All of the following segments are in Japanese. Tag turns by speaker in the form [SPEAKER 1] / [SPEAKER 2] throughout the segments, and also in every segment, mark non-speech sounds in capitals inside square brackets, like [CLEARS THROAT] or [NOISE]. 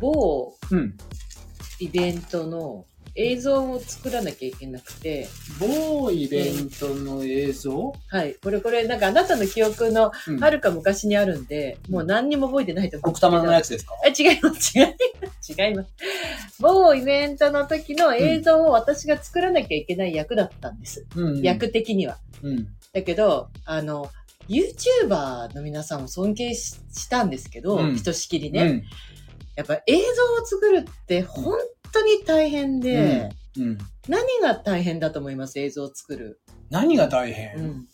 [SPEAKER 1] 某
[SPEAKER 2] うん。
[SPEAKER 1] イベントの映像を作らなきゃいけなくて、
[SPEAKER 2] 某イベントの映像、
[SPEAKER 1] はい。これこれ、なんかあなたの記憶の
[SPEAKER 2] うん
[SPEAKER 1] はるか昔にあるんで、もう何にも覚えてないと思う。
[SPEAKER 2] 奥多摩のやつですか
[SPEAKER 1] あ、違います、違います。違います。某イベントの時の映像を私が作らなきゃいけない役だったんです。
[SPEAKER 2] うん。
[SPEAKER 1] 役的には。
[SPEAKER 2] うん。
[SPEAKER 1] だけど、あの、YouTuber の皆さんを尊敬ししたんですけど、
[SPEAKER 2] うん
[SPEAKER 1] ひとしきりね、
[SPEAKER 2] うん。
[SPEAKER 1] やっぱ映像を作るって本当に大変で、
[SPEAKER 2] うん。
[SPEAKER 1] 何が大変だと思います映像を作る。
[SPEAKER 2] 何が大変、
[SPEAKER 1] うん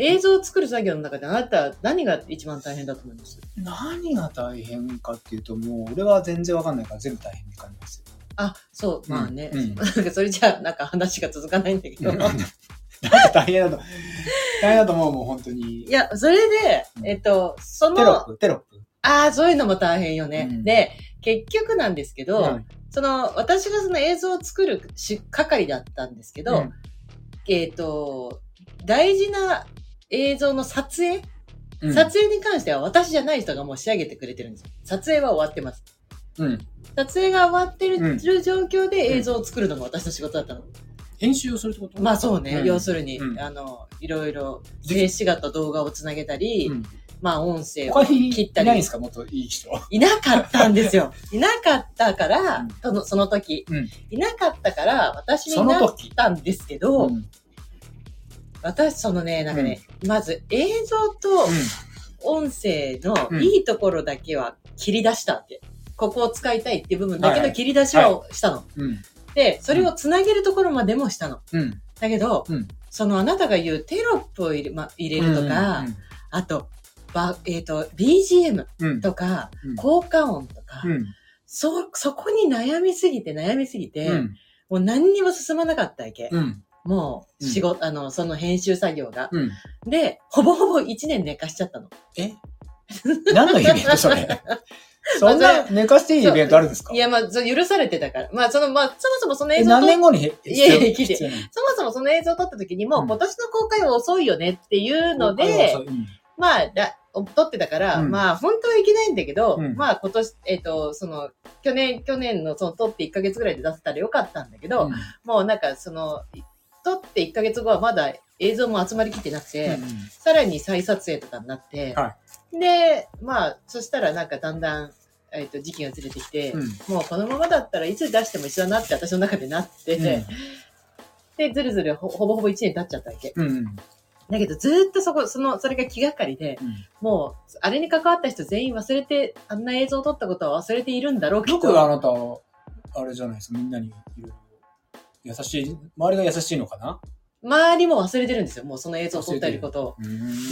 [SPEAKER 1] 映像を作る作業の中であなた何が一番大変だと思います
[SPEAKER 2] 何が大変かっていうと、もう俺は全然わかんないから全部大変に感じますよ。
[SPEAKER 1] あ、そう、まあね。
[SPEAKER 2] うんう
[SPEAKER 1] [LAUGHS] な
[SPEAKER 2] ん
[SPEAKER 1] んかそれじゃあ、なんか話が続か [LAUGHS] ないんだけど。
[SPEAKER 2] なんか大変だと、大変だと思う、もう本当に。
[SPEAKER 1] いや、それで
[SPEAKER 2] う、ん
[SPEAKER 1] えっと、そ
[SPEAKER 2] テロッ
[SPEAKER 1] の、
[SPEAKER 2] プ、テロップ。
[SPEAKER 1] ああ、そういうのも大変よね。
[SPEAKER 2] うん
[SPEAKER 1] で、結局なんですけど、
[SPEAKER 2] はい
[SPEAKER 1] その、私がその映像を作るし係だったんですけど、えっと、大事な映像の撮影、
[SPEAKER 2] うん
[SPEAKER 1] 撮影に関しては私じゃない人がもう仕上げてくれてるんですよ。撮影は終わってます。
[SPEAKER 2] うん。
[SPEAKER 1] 撮影が終わって
[SPEAKER 2] う
[SPEAKER 1] る
[SPEAKER 2] ん
[SPEAKER 1] 状況で映像を作るのが私の仕事だったの。
[SPEAKER 2] 編集をするってこと
[SPEAKER 1] まあそうね、
[SPEAKER 2] うん
[SPEAKER 1] 要するに、
[SPEAKER 2] うん
[SPEAKER 1] あの、いろいろ、
[SPEAKER 2] で
[SPEAKER 1] 静止画と動画をつなげたり、
[SPEAKER 2] うん
[SPEAKER 1] まあ音声を
[SPEAKER 2] 他に
[SPEAKER 1] 切っ
[SPEAKER 2] い
[SPEAKER 1] た
[SPEAKER 2] ないんで
[SPEAKER 1] り
[SPEAKER 2] す、かもっといい人。
[SPEAKER 1] いなかったんです
[SPEAKER 2] [LAUGHS]
[SPEAKER 1] よ。いなかったから、
[SPEAKER 2] うん
[SPEAKER 1] そのその時、
[SPEAKER 2] うん
[SPEAKER 1] いなかったから、私に
[SPEAKER 2] その
[SPEAKER 1] なっ
[SPEAKER 2] 時
[SPEAKER 1] たんですけど、
[SPEAKER 2] うん
[SPEAKER 1] 私、そのね、なんかね、まず映像と音声
[SPEAKER 2] う
[SPEAKER 1] の
[SPEAKER 2] ん
[SPEAKER 1] いいところだけは切り出したわけ。ここを使いたいっていう部分だけ
[SPEAKER 2] はい
[SPEAKER 1] の
[SPEAKER 2] はい
[SPEAKER 1] 切り出しはしたの。
[SPEAKER 2] うん。
[SPEAKER 1] で、それをつなげるところまでもしたの。
[SPEAKER 2] うん。
[SPEAKER 1] だけど、
[SPEAKER 2] うん
[SPEAKER 1] そのあなたが言うテロップを入れ,、ま、入れるとか、
[SPEAKER 2] うん
[SPEAKER 1] あと、ばえっ、と、BGM
[SPEAKER 2] うん。
[SPEAKER 1] とか、
[SPEAKER 2] うん
[SPEAKER 1] 効果音とか、
[SPEAKER 2] うん。
[SPEAKER 1] そ、そこに悩みすぎて悩みすぎて、
[SPEAKER 2] うん。
[SPEAKER 1] もう何にも進まなかったわけ。
[SPEAKER 2] うん。
[SPEAKER 1] もう、仕事、あの、その編集作業が。
[SPEAKER 2] うん。
[SPEAKER 1] で、ほぼほぼ1年寝かしちゃったの。
[SPEAKER 2] え何のイベント [LAUGHS] それそんな寝かしていいイベントあるんです
[SPEAKER 1] [LAUGHS]
[SPEAKER 2] か
[SPEAKER 1] いや、まあ、そ許されてたから。まあ、その、まあ、そもそもその
[SPEAKER 2] え
[SPEAKER 1] 映像
[SPEAKER 2] 何
[SPEAKER 1] と、
[SPEAKER 2] 年後に必
[SPEAKER 1] いやいや聞いて
[SPEAKER 2] 必要なの
[SPEAKER 1] そもそもその映像を撮った時にも、
[SPEAKER 2] うん
[SPEAKER 1] 今年の公開は遅いよねっていうので、まあ、だ撮ってたから、
[SPEAKER 2] うん
[SPEAKER 1] まあ、本当はいけないんだけど、
[SPEAKER 2] うん
[SPEAKER 1] まあ、今年、えっ、と、その、去年、去年のその、撮って1ヶ月ぐらいで出せたらよかったんだけど、
[SPEAKER 2] うん
[SPEAKER 1] もうなんか、その、撮って1ヶ月後はまだ映像も集まりきってなくて、
[SPEAKER 2] うん
[SPEAKER 1] さらに再撮影とかになって、
[SPEAKER 2] は
[SPEAKER 1] で、まあ、そしたらなんかだんだん、えっ、と、時期がずれてきて、
[SPEAKER 2] うん
[SPEAKER 1] もうこのままだったらいつ出しても一緒だなって私の中でなって、で、ずるずるほほぼほぼ1年経っちゃったわけ。
[SPEAKER 2] うんうん
[SPEAKER 1] だけど、ずーっとそこ、その、それが気がかりで、
[SPEAKER 2] うん
[SPEAKER 1] もう、あれに関わった人全員忘れて、あんな映像を撮ったことは忘れているんだろうけど。
[SPEAKER 2] よくあなた、あれじゃないですか、みんなにいろいろ優しい、周りが優しいのかな
[SPEAKER 1] 周りも忘れてるんですよ。もうその映像を撮ったりことを。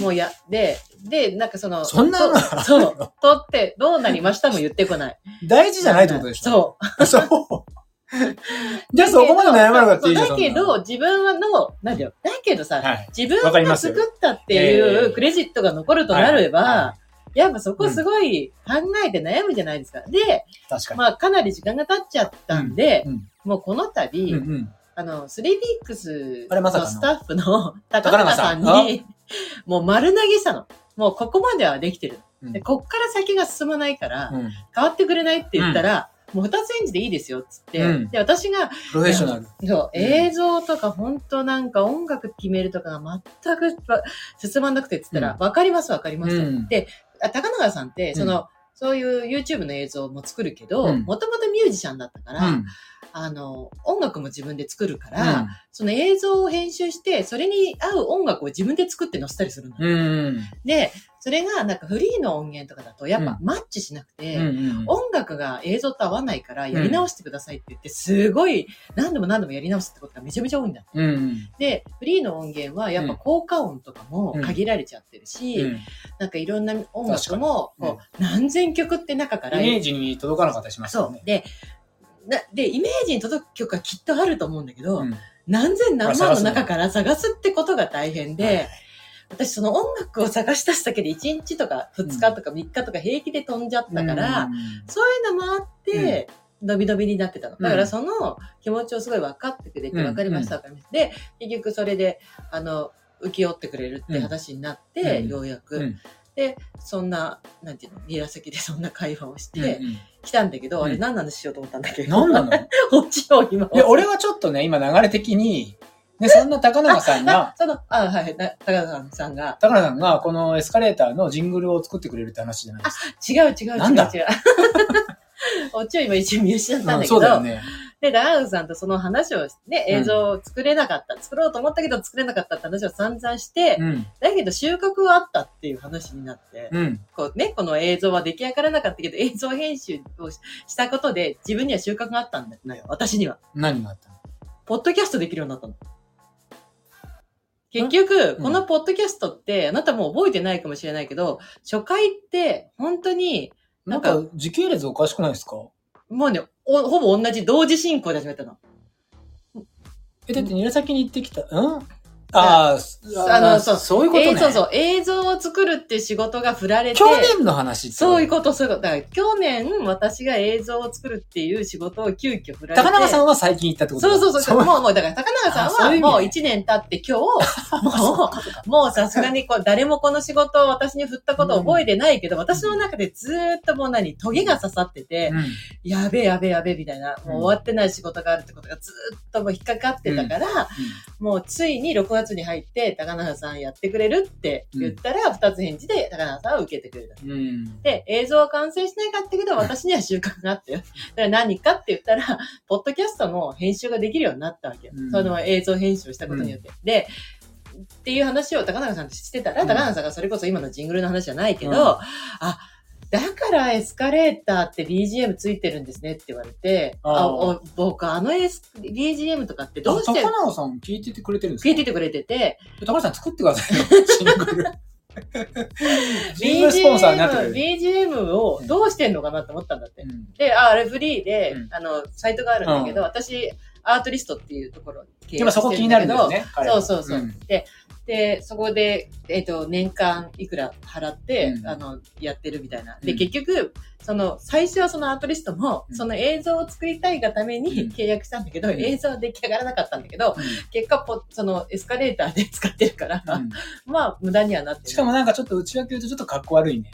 [SPEAKER 1] も
[SPEAKER 2] う
[SPEAKER 1] うや、で、で、なんかその、
[SPEAKER 2] そんなの
[SPEAKER 1] とそう、撮って、どうなりましたも言ってこない。
[SPEAKER 2] 大事じゃないってことでしょ
[SPEAKER 1] そう。
[SPEAKER 2] [LAUGHS] そう。じゃあそこまで悩まなかったらいいじゃん。
[SPEAKER 1] そうだけ
[SPEAKER 2] そんな
[SPEAKER 1] ど、自分はの、なんだよ。だけどさ、
[SPEAKER 2] の、はい。
[SPEAKER 1] 自分
[SPEAKER 2] わかり
[SPEAKER 1] が
[SPEAKER 2] ます
[SPEAKER 1] 作ったってい
[SPEAKER 2] え
[SPEAKER 1] う
[SPEAKER 2] え
[SPEAKER 1] クレジットが残るとなれば、
[SPEAKER 2] はいは
[SPEAKER 1] やっぱそこすごい考えて悩むじゃないですか。で、
[SPEAKER 2] い確かに。
[SPEAKER 1] まあかなり時間が経っちゃったんで、
[SPEAKER 2] うん
[SPEAKER 1] もうこの度、
[SPEAKER 2] うんうん
[SPEAKER 1] あの、スリービックス
[SPEAKER 2] あれまさか
[SPEAKER 1] の
[SPEAKER 2] の
[SPEAKER 1] スタッフの高中さん
[SPEAKER 2] 高中
[SPEAKER 1] に、 [LAUGHS] もう丸投げしたの。もうここまではできてる。
[SPEAKER 2] うん
[SPEAKER 1] で、こっから先が進まないから、
[SPEAKER 2] うん
[SPEAKER 1] 変わってくれないって言ったら、もう二つ演じでいいですよ、つって。
[SPEAKER 2] うん
[SPEAKER 1] で、私が、
[SPEAKER 2] プロフェッショナル。
[SPEAKER 1] そう、
[SPEAKER 2] うん
[SPEAKER 1] 映像とか本当なんか音楽決めるとかが全くわ進まなくてっつったら、
[SPEAKER 2] う
[SPEAKER 1] わ、かりますわかります、
[SPEAKER 2] うん
[SPEAKER 1] で、あ高永さんって、その、そういう YouTube の映像も作るけど、
[SPEAKER 2] うん
[SPEAKER 1] もともとミュージシャンだったから、
[SPEAKER 2] うん
[SPEAKER 1] あの、音楽も自分で作るか
[SPEAKER 2] う
[SPEAKER 1] ら、
[SPEAKER 2] ん
[SPEAKER 1] その映像を編集して、それに合う音楽を自分で作って載せたりするの。
[SPEAKER 2] うん
[SPEAKER 1] で、それがなんかフリーの音源とかだと、やっぱマッチしなくて、
[SPEAKER 2] うんうん
[SPEAKER 1] 音楽が映像と合わないからやり直してくださいって言って、すごい何度も何度もやり直すってことがめちゃめちゃ多いんだ。
[SPEAKER 2] うんうん
[SPEAKER 1] で、フリーの音源はやっぱ効果音とかも限られちゃってるし、
[SPEAKER 2] うん
[SPEAKER 1] なんかいろんな音楽も
[SPEAKER 2] 確かに
[SPEAKER 1] こう、何千曲って中から、
[SPEAKER 2] イメージに届かなかったりしますよ
[SPEAKER 1] そ
[SPEAKER 2] ね
[SPEAKER 1] う。。でな、で、イメージに届く曲はきっとあると思うんだけど、
[SPEAKER 2] うん
[SPEAKER 1] 何千何万
[SPEAKER 2] まあ探
[SPEAKER 1] の
[SPEAKER 2] すの
[SPEAKER 1] 中から探すってことが大変
[SPEAKER 2] はいは
[SPEAKER 1] で、私その音楽を探し出すだけで1日とか2日とか3日とか平気で飛んじゃったから、
[SPEAKER 2] うん、
[SPEAKER 1] そういうのもあって、伸び伸びになってたの。だか
[SPEAKER 2] う
[SPEAKER 1] ら
[SPEAKER 2] ん
[SPEAKER 1] その気持ちをすごい分かってくれて、
[SPEAKER 2] うん
[SPEAKER 1] 分かりました、分かりました。で、結局それで、あの、請け負ってくれるって話になって、
[SPEAKER 2] うん
[SPEAKER 1] ようやく。
[SPEAKER 2] うん
[SPEAKER 1] で、そんな、なんていうの、リラ席でそんな会話をし
[SPEAKER 2] うん
[SPEAKER 1] て来たんだけど、
[SPEAKER 2] うん
[SPEAKER 1] あれ何なんしようと思ったんだけ
[SPEAKER 2] うん
[SPEAKER 1] ど。
[SPEAKER 2] 何なの
[SPEAKER 1] こっちを今。
[SPEAKER 2] [LAUGHS] いや、俺はちょっとね、今流れ的に、ね、そんな高永さんが
[SPEAKER 1] あ、、その、あ、はい、な高田さんが、
[SPEAKER 2] [LAUGHS] 高永さんがこのエスカレーターのジングルを作ってくれるって話じゃないですか。
[SPEAKER 1] 違う違う違う違う。
[SPEAKER 2] なんだ
[SPEAKER 1] [LAUGHS] こっちを今一応見失ったんだけ
[SPEAKER 2] そ
[SPEAKER 1] ど、
[SPEAKER 2] うだよね。
[SPEAKER 1] で、ダウンさんとその話をね、映像を作れなかった、作ろうと思ったけど作れなかったって話を散々して、
[SPEAKER 2] うん。
[SPEAKER 1] だけど収穫はあったっていう話になって、
[SPEAKER 2] うん。
[SPEAKER 1] こうね、この映像は出来上がらなかったけど、映像編集をししたことで自分には収穫があったんだよ、私には。
[SPEAKER 2] 何があったの
[SPEAKER 1] ポッドキャストできるようになったの。結局、
[SPEAKER 2] うん
[SPEAKER 1] このポッドキャストって、あなたもう覚えてないかもしれないけど、初回って、本当に、
[SPEAKER 2] な
[SPEAKER 1] なんんか
[SPEAKER 2] か、時系列おかしくないですか
[SPEAKER 1] もうね、おほぼ同じ同時進行で始めたの。
[SPEAKER 2] え、だって、韮崎に行ってきた、うんあーすあ
[SPEAKER 1] あ
[SPEAKER 2] の、
[SPEAKER 1] の
[SPEAKER 2] そ
[SPEAKER 1] そう
[SPEAKER 2] うそういうことね。
[SPEAKER 1] えーそうそう、映像を作るっていう仕事が振られて、
[SPEAKER 2] 去年の話って
[SPEAKER 1] そういうこと、そういうこと。だから、去年、私が映像を作るっていう仕事を急遽振られて、
[SPEAKER 2] 高永さ
[SPEAKER 1] ん
[SPEAKER 2] んは最近行ったってこと
[SPEAKER 1] そうそうそう。もう、もう、だから、高永
[SPEAKER 2] あそう
[SPEAKER 1] さ
[SPEAKER 2] い
[SPEAKER 1] ん
[SPEAKER 2] う
[SPEAKER 1] は、
[SPEAKER 2] 意味ね
[SPEAKER 1] もう一年経って今
[SPEAKER 2] [LAUGHS]
[SPEAKER 1] 日、もう、もうさすがに、こう、誰もこの仕事を私に振ったことを覚えてないけど、私の中でずーっともう何、トゲが刺さってて、
[SPEAKER 2] うん
[SPEAKER 1] やべえやべえやべえみたいな、もう終わってない仕事があるってことがずーっともう引っかかってたから、もうついに6月に入って、高永さんやってくれるって言ったら、二つ返事で高永さんは受けてくれた。
[SPEAKER 2] うん。うん。
[SPEAKER 1] で、映像は完成しなかったけど、私には収穫があったよ。だから何かって言ったら、ポッドキャストの編集ができるようになったわけよ。
[SPEAKER 2] うん
[SPEAKER 1] その映像編集をしたことによって。で、っていう話を高永さんとしてたら、
[SPEAKER 2] うん
[SPEAKER 1] 高永さんがそれこそ今のジングルの話じゃないけど、
[SPEAKER 2] うん
[SPEAKER 1] あ、だからエスカレーターって BGM ついてるんですねって言われて、
[SPEAKER 2] あー
[SPEAKER 1] あお僕あのエス BGM とかってど
[SPEAKER 2] ど
[SPEAKER 1] う
[SPEAKER 2] う
[SPEAKER 1] し
[SPEAKER 2] してて高永さん聞いててくれてるんですか
[SPEAKER 1] 聞いててくれてて、
[SPEAKER 2] 高橋さん作ってくださ [LAUGHS] いよ、シングル。シングルスポンサーになってくれる。
[SPEAKER 1] BGM をどうしてんのかなって思ったんだって。
[SPEAKER 2] うん
[SPEAKER 1] で、ああれフリーで、
[SPEAKER 2] うん
[SPEAKER 1] あの、サイトがあるんだけど、私、アートリストっていうところ経営して
[SPEAKER 2] 今そこ気になるんですね。彼
[SPEAKER 1] そ
[SPEAKER 2] は
[SPEAKER 1] うそうそう。
[SPEAKER 2] ん
[SPEAKER 1] で、で、そこで、えっ、と、年間いくら払って、
[SPEAKER 2] うん
[SPEAKER 1] あの、やってるみたいな。
[SPEAKER 2] う
[SPEAKER 1] で、
[SPEAKER 2] ん
[SPEAKER 1] 結局、その、最初はそのアートリストも、
[SPEAKER 2] うん
[SPEAKER 1] その映像を作りたいがため
[SPEAKER 2] うん
[SPEAKER 1] に契約したんだけど、
[SPEAKER 2] うん
[SPEAKER 1] 映像は出来上がらなかったんだけど、
[SPEAKER 2] うん
[SPEAKER 1] 結果ポ、その、エスカレーターで使ってるから、
[SPEAKER 2] うん
[SPEAKER 1] まあ、無駄にはなってる。
[SPEAKER 2] しかもなんかちょっと内訳言うとちょっと格好悪いね。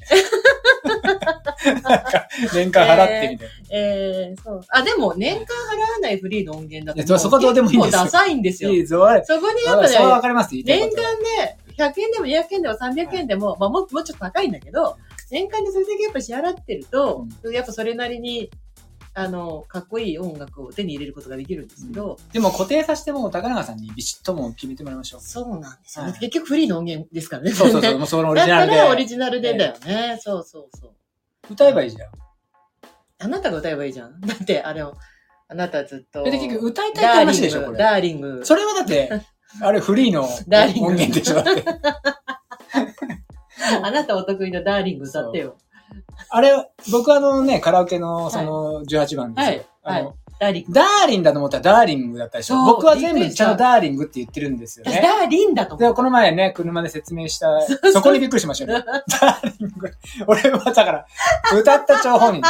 [SPEAKER 2] [LAUGHS] なんか年間払ってみたいな。
[SPEAKER 1] えー、そう。あ、でも、年間払わないフリーの音源だ
[SPEAKER 2] いやそこはどうでもいいんですよ
[SPEAKER 1] もうダサいんですよ
[SPEAKER 2] い。いぞ、おい
[SPEAKER 1] そこにやっ
[SPEAKER 2] そ
[SPEAKER 1] ぱ
[SPEAKER 2] れはわ
[SPEAKER 1] ね、
[SPEAKER 2] かります。言いたい
[SPEAKER 1] 年
[SPEAKER 2] ことは
[SPEAKER 1] 間で100円でも200円でも300円でも、まあもうもうちょっと高いんだけど、年間でそれだけやっぱ支払ってると、やっぱそれなりに、あの、かっこいい音楽を手に入れることができるんですけど、
[SPEAKER 2] でも固定させてもう高永さんにビシッともう決めてもらいましょう。
[SPEAKER 1] そうなんですよ
[SPEAKER 2] は
[SPEAKER 1] ね。
[SPEAKER 2] い
[SPEAKER 1] 結局フリーの音源ですからね。
[SPEAKER 2] [LAUGHS] そうそう
[SPEAKER 1] これ [LAUGHS]
[SPEAKER 2] そう、
[SPEAKER 1] ね
[SPEAKER 2] もうそのオリ
[SPEAKER 1] だっ
[SPEAKER 2] ジナ
[SPEAKER 1] た
[SPEAKER 2] ル
[SPEAKER 1] らオリ
[SPEAKER 2] で。
[SPEAKER 1] ジナルでだよね。そうそうそう。
[SPEAKER 2] 歌えばいいじゃん。
[SPEAKER 1] あなたが歌えばいいじゃん。だって、あれを、あなたずっと。
[SPEAKER 2] で結局歌いたいって
[SPEAKER 1] ダーリン
[SPEAKER 2] 話でしょ、こ
[SPEAKER 1] グ、
[SPEAKER 2] れ。
[SPEAKER 1] ダーリング。
[SPEAKER 2] それはだ
[SPEAKER 1] [LAUGHS]
[SPEAKER 2] って、あれフリーの
[SPEAKER 1] ダーリング
[SPEAKER 2] 音源でしょ、だって。
[SPEAKER 1] [LAUGHS] あなたお得意のダーリング歌ってよ。
[SPEAKER 2] あれ、僕あのね、カラオケのその18番ですよ。
[SPEAKER 1] はい
[SPEAKER 2] あの
[SPEAKER 1] はダーリング。
[SPEAKER 2] ダーリンだと思ったらダーリングだったでしょ。
[SPEAKER 1] そう
[SPEAKER 2] 僕は全
[SPEAKER 1] びっ
[SPEAKER 2] 部
[SPEAKER 1] くりし
[SPEAKER 2] ちゃ
[SPEAKER 1] た
[SPEAKER 2] んとダーリングって言ってるんですよ
[SPEAKER 1] 私
[SPEAKER 2] ね。
[SPEAKER 1] ダーリンだと思う。
[SPEAKER 2] で、この前ね、車で説明した、そこにびっくりしましたよね。ダーリング。俺はだから、歌った張本人。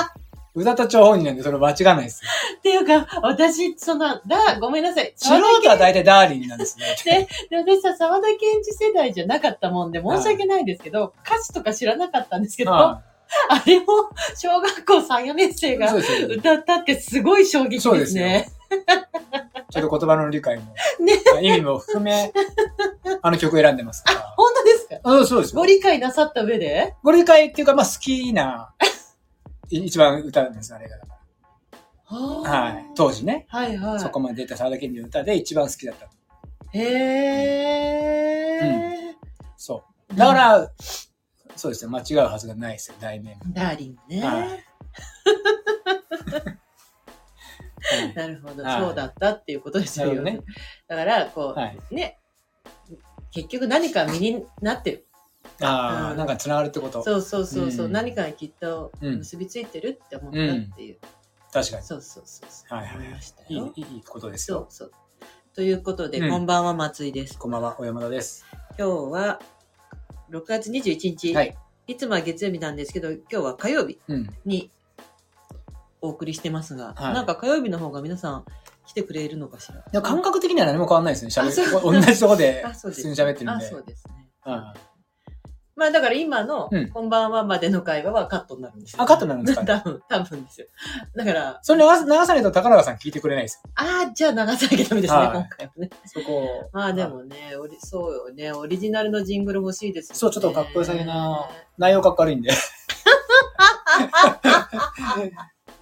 [SPEAKER 2] 歌った張本人なんで、それ間違いないですよ。
[SPEAKER 1] っていうか、私、その、だ、ごめんなさい。
[SPEAKER 2] 素
[SPEAKER 1] 沢田
[SPEAKER 2] 人は大体ダーリンなんですね。
[SPEAKER 1] ねで私さ、沢田研二世代じゃなかったもんで、申し訳ないんですけど、歌詞とか知らなかったんですけど、あ、
[SPEAKER 2] は
[SPEAKER 1] れを小学校3、4年生
[SPEAKER 2] いそ
[SPEAKER 1] が
[SPEAKER 2] うですよ。
[SPEAKER 1] 歌ったってすごい衝撃
[SPEAKER 2] そう
[SPEAKER 1] で
[SPEAKER 2] ですす
[SPEAKER 1] ね。
[SPEAKER 2] ちょっと言葉の理解も、
[SPEAKER 1] ね
[SPEAKER 2] 意味も含め、あの曲選んでま
[SPEAKER 1] [LAUGHS]
[SPEAKER 2] すから。
[SPEAKER 1] 本当ですか
[SPEAKER 2] うん、そうですよ
[SPEAKER 1] ご。理解なさった上で
[SPEAKER 2] ご理解っていうか、まあ好きな、 [LAUGHS] い一番歌うんです、あれが。はい。当時ね。
[SPEAKER 1] はいはい。
[SPEAKER 2] そこまで出た沢田研二の歌で一番好きだった。
[SPEAKER 1] へー。
[SPEAKER 2] そう。だから、そうですね、間違うはずがないですよ、題名も。
[SPEAKER 1] ダーリンね。
[SPEAKER 2] ははい
[SPEAKER 1] なるほど、
[SPEAKER 2] はい
[SPEAKER 1] そうだったっていうことです
[SPEAKER 2] な
[SPEAKER 1] よ
[SPEAKER 2] るほどね
[SPEAKER 1] ね。だから、こう、
[SPEAKER 2] はい
[SPEAKER 1] ね、結局何か身になってる。
[SPEAKER 2] ああ、
[SPEAKER 1] うん
[SPEAKER 2] なんか繋がるってこと。
[SPEAKER 1] そうそうそうそう、
[SPEAKER 2] うん
[SPEAKER 1] 何かにきっと結びついてるって思ったっていう。
[SPEAKER 2] 確かに。
[SPEAKER 1] そうそうそうそう。
[SPEAKER 2] はいはいはい
[SPEAKER 1] 思いました
[SPEAKER 2] い
[SPEAKER 1] よ。
[SPEAKER 2] い、いいことです
[SPEAKER 1] そう
[SPEAKER 2] よ。
[SPEAKER 1] そう。ということで、
[SPEAKER 2] うん
[SPEAKER 1] こんばんは、松井です。
[SPEAKER 2] こんばんは、小山田です。
[SPEAKER 1] 今日は、6月21日、、
[SPEAKER 2] はいい。
[SPEAKER 1] つもは月曜日なんですけど、今日は火曜日
[SPEAKER 2] うん。
[SPEAKER 1] にお送りしてますが、
[SPEAKER 2] はい
[SPEAKER 1] なんか火曜日の方が皆さん来てくれるのかしら。
[SPEAKER 2] でも感覚的には何も変わんないですね。
[SPEAKER 1] あそう
[SPEAKER 2] 喋る。同じとこで
[SPEAKER 1] あ、そ
[SPEAKER 2] 普
[SPEAKER 1] うです。
[SPEAKER 2] 通に喋ってるん
[SPEAKER 1] あ、
[SPEAKER 2] で
[SPEAKER 1] そ。うですね。
[SPEAKER 2] うん
[SPEAKER 1] まあだから今の
[SPEAKER 2] うん、
[SPEAKER 1] こんばんはまでの会話はカットになるんですよ。
[SPEAKER 2] あ、カットになるんですかね。
[SPEAKER 1] [LAUGHS] 多分、多分ですよ。だから、
[SPEAKER 2] それ流す流さないと高永さん聞いてくれないですよ。
[SPEAKER 1] ああ、じゃあ流さなきゃダメですね、
[SPEAKER 2] はい
[SPEAKER 1] 今回はね。
[SPEAKER 2] そこ
[SPEAKER 1] まあでもね、オリそうよね、オリジナルのジングル欲しいですよね。
[SPEAKER 2] そうちょっとかっこよさげな内容かっこ悪いんで。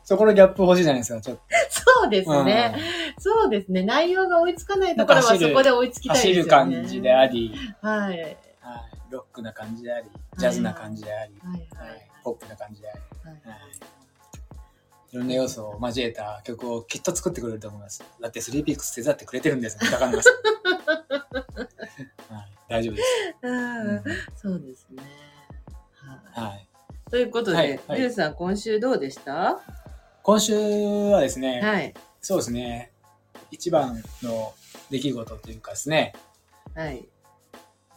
[SPEAKER 2] そこのギャップ欲しいじゃないですか、ちょっと。
[SPEAKER 1] [LAUGHS] そうです
[SPEAKER 2] うん
[SPEAKER 1] ね、そうですね。内容が追いつかないところ
[SPEAKER 2] な
[SPEAKER 1] は
[SPEAKER 2] んか走
[SPEAKER 1] そ
[SPEAKER 2] る
[SPEAKER 1] こで追いつきたいです
[SPEAKER 2] 走
[SPEAKER 1] よね。
[SPEAKER 2] る感じであり、
[SPEAKER 1] はい。はい
[SPEAKER 2] はいロックな感じであり、ジャズな感じであり、
[SPEAKER 1] はい
[SPEAKER 2] はいポップな感じであり、
[SPEAKER 1] はい。
[SPEAKER 2] はいいろんな要素を交えた曲をきっと作ってくれると思います。だってスリーピークス手伝ってくれてるんですもん、
[SPEAKER 1] [LAUGHS]
[SPEAKER 2] 高永さん。はい大丈夫です。う
[SPEAKER 1] うん
[SPEAKER 2] ん、
[SPEAKER 1] そうですね。はい
[SPEAKER 2] はい
[SPEAKER 1] ということ
[SPEAKER 2] は
[SPEAKER 1] で、
[SPEAKER 2] い
[SPEAKER 1] ミ、
[SPEAKER 2] はい
[SPEAKER 1] ル、さん、今週どうでした、
[SPEAKER 2] 今週はですね、
[SPEAKER 1] はい。
[SPEAKER 2] そうですね、一番の出来事というかですね、
[SPEAKER 1] はい。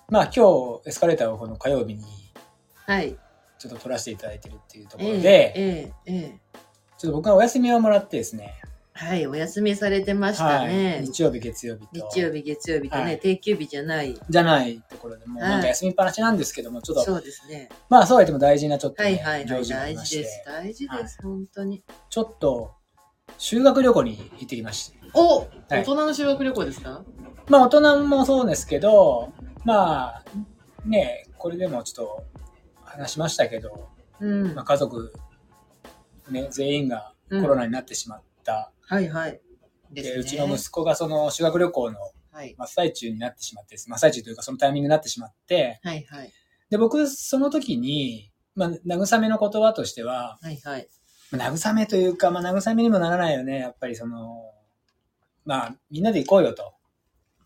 [SPEAKER 2] まあ今日エスカレーターをこの火曜日に
[SPEAKER 1] はい。
[SPEAKER 2] ちょっと撮らせていただいてるっていうところで、
[SPEAKER 1] ええええええ
[SPEAKER 2] ちょっと僕がお休みをもらってですね、
[SPEAKER 1] はい。お休みされてました
[SPEAKER 2] は
[SPEAKER 1] ね
[SPEAKER 2] い、。日曜日、月曜日と。
[SPEAKER 1] 日曜日、月曜日とね、
[SPEAKER 2] はい
[SPEAKER 1] 定休日じゃない。
[SPEAKER 2] じゃないところでもう
[SPEAKER 1] はい
[SPEAKER 2] なんか休みっぱなしなんですけども、ちょっと、
[SPEAKER 1] そうですね。
[SPEAKER 2] まあそうは言っても大事なちょっと
[SPEAKER 1] は
[SPEAKER 2] ね、
[SPEAKER 1] いはいは
[SPEAKER 2] 行
[SPEAKER 1] い。
[SPEAKER 2] 事があり
[SPEAKER 1] 大
[SPEAKER 2] ま
[SPEAKER 1] 事
[SPEAKER 2] し
[SPEAKER 1] です
[SPEAKER 2] て。、
[SPEAKER 1] 大事
[SPEAKER 2] はい
[SPEAKER 1] です、本当に。
[SPEAKER 2] ちょっと修学旅行に行ってきました。
[SPEAKER 1] お、大
[SPEAKER 2] 大
[SPEAKER 1] 人の修学旅行ですか
[SPEAKER 2] まあ大人もそうですけど、まあね、これでもちょっと話しましたけど、
[SPEAKER 1] うん。
[SPEAKER 2] まあ、
[SPEAKER 1] は
[SPEAKER 2] 家族、ね、全員がコロナになってしまった。
[SPEAKER 1] いはい。
[SPEAKER 2] で
[SPEAKER 1] ですね
[SPEAKER 2] うちの息子がその修学旅行の
[SPEAKER 1] はい。
[SPEAKER 2] 真っ最中になってしまって、真っ最中というかそのタイミングになってしまって、
[SPEAKER 1] はいはい。
[SPEAKER 2] で、僕、その時に、まあ、慰めの言葉としては、
[SPEAKER 1] はいはい。
[SPEAKER 2] まあ慰めというか、まあ、慰めにもならないよね。やっぱりその、まあ、みんなで行こうよと。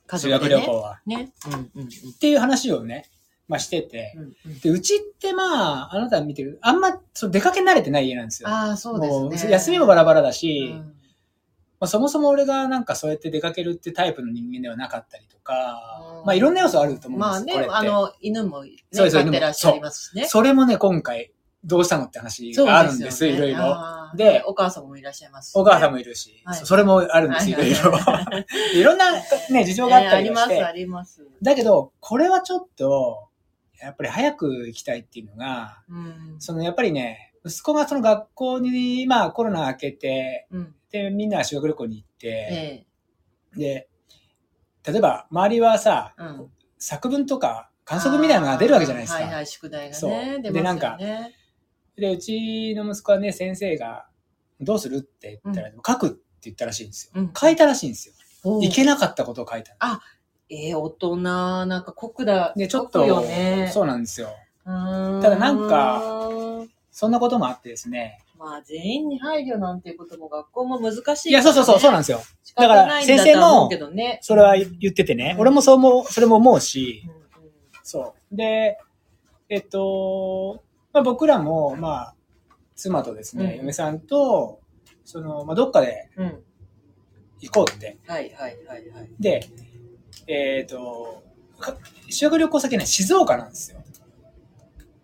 [SPEAKER 1] 家
[SPEAKER 2] 修
[SPEAKER 1] 族
[SPEAKER 2] 学
[SPEAKER 1] で
[SPEAKER 2] 旅
[SPEAKER 1] ね
[SPEAKER 2] 行は。
[SPEAKER 1] ね。うんうん
[SPEAKER 2] っていう話をね、まあ、してて。
[SPEAKER 1] うんうんうん。
[SPEAKER 2] で、うちってまあ、あなた見てる、あんま、そう出かけ慣れてない家なんですよ。
[SPEAKER 1] ああ、そうです
[SPEAKER 2] も
[SPEAKER 1] ね。
[SPEAKER 2] 休みもバラバラだ
[SPEAKER 1] う
[SPEAKER 2] し、
[SPEAKER 1] ん
[SPEAKER 2] まあ、そもそも俺がなんかそうやって出かけるってタイプの人間ではなかったりとか
[SPEAKER 1] う、ん
[SPEAKER 2] まあいろんな要素あると思うんです
[SPEAKER 1] まあね
[SPEAKER 2] これっ、て
[SPEAKER 1] あの、犬もね、
[SPEAKER 2] そうです
[SPEAKER 1] 飼ってらっしゃいますしね。
[SPEAKER 2] それもね、今回どうしたのって話があるんです、
[SPEAKER 1] よ
[SPEAKER 2] いろいろ。
[SPEAKER 1] あー
[SPEAKER 2] で
[SPEAKER 1] ねお母さんもいらっしゃいますしね。
[SPEAKER 2] お母さんもいるし、
[SPEAKER 1] はい
[SPEAKER 2] そそれもあるんです、いろ
[SPEAKER 1] はい
[SPEAKER 2] い
[SPEAKER 1] [LAUGHS]
[SPEAKER 2] ろ。いろんなね、事情があったりはし
[SPEAKER 1] ええ
[SPEAKER 2] て。
[SPEAKER 1] あります、あります。
[SPEAKER 2] だけど、これはちょっと、やっぱり早く行きたいっていうのが、
[SPEAKER 1] うん。
[SPEAKER 2] そのやっぱりね、息子がその学校に、まあコロナ明けて、
[SPEAKER 1] うん。
[SPEAKER 2] で、みんな修学旅行に行って、
[SPEAKER 1] ええ。
[SPEAKER 2] で、例えば周りはさ、
[SPEAKER 1] うん
[SPEAKER 2] 作文とか観測みたいなのが出るわけじゃないですか。
[SPEAKER 1] はいはい、宿題がね。
[SPEAKER 2] そう
[SPEAKER 1] 出ますよね
[SPEAKER 2] でなんかで、うちの息子はね、先生が、どうするって言ったら、書くって言ったらしいんです
[SPEAKER 1] う
[SPEAKER 2] よ。
[SPEAKER 1] ん
[SPEAKER 2] 書いたらしいんですよ。
[SPEAKER 1] おう
[SPEAKER 2] いけなかったことを書いたの。
[SPEAKER 1] ええ、大人、なんか酷だ。
[SPEAKER 2] で、ちょっ
[SPEAKER 1] 酷
[SPEAKER 2] と、
[SPEAKER 1] よね、
[SPEAKER 2] そうなんですよ。
[SPEAKER 1] うーん
[SPEAKER 2] ただなんか、そんなこともあってですね。
[SPEAKER 1] まあ全員に配慮なんていうことも学校も難しいからね。
[SPEAKER 2] いや、そうそうそう、そうなんですよ。
[SPEAKER 1] 仕方ないんだとは思うけどね。
[SPEAKER 2] それは言っててね。俺もそう思う、それも思うし
[SPEAKER 1] う、んうん
[SPEAKER 2] そう。で、えっと、まあ、僕らも、まあ、妻とですね、
[SPEAKER 1] うん
[SPEAKER 2] 嫁さんと、その、まあ、どっかで
[SPEAKER 1] うん。
[SPEAKER 2] 行こうって
[SPEAKER 1] はいはいはいはい。
[SPEAKER 2] で、えっ、と、か修学旅行先ね、静岡なんですよ。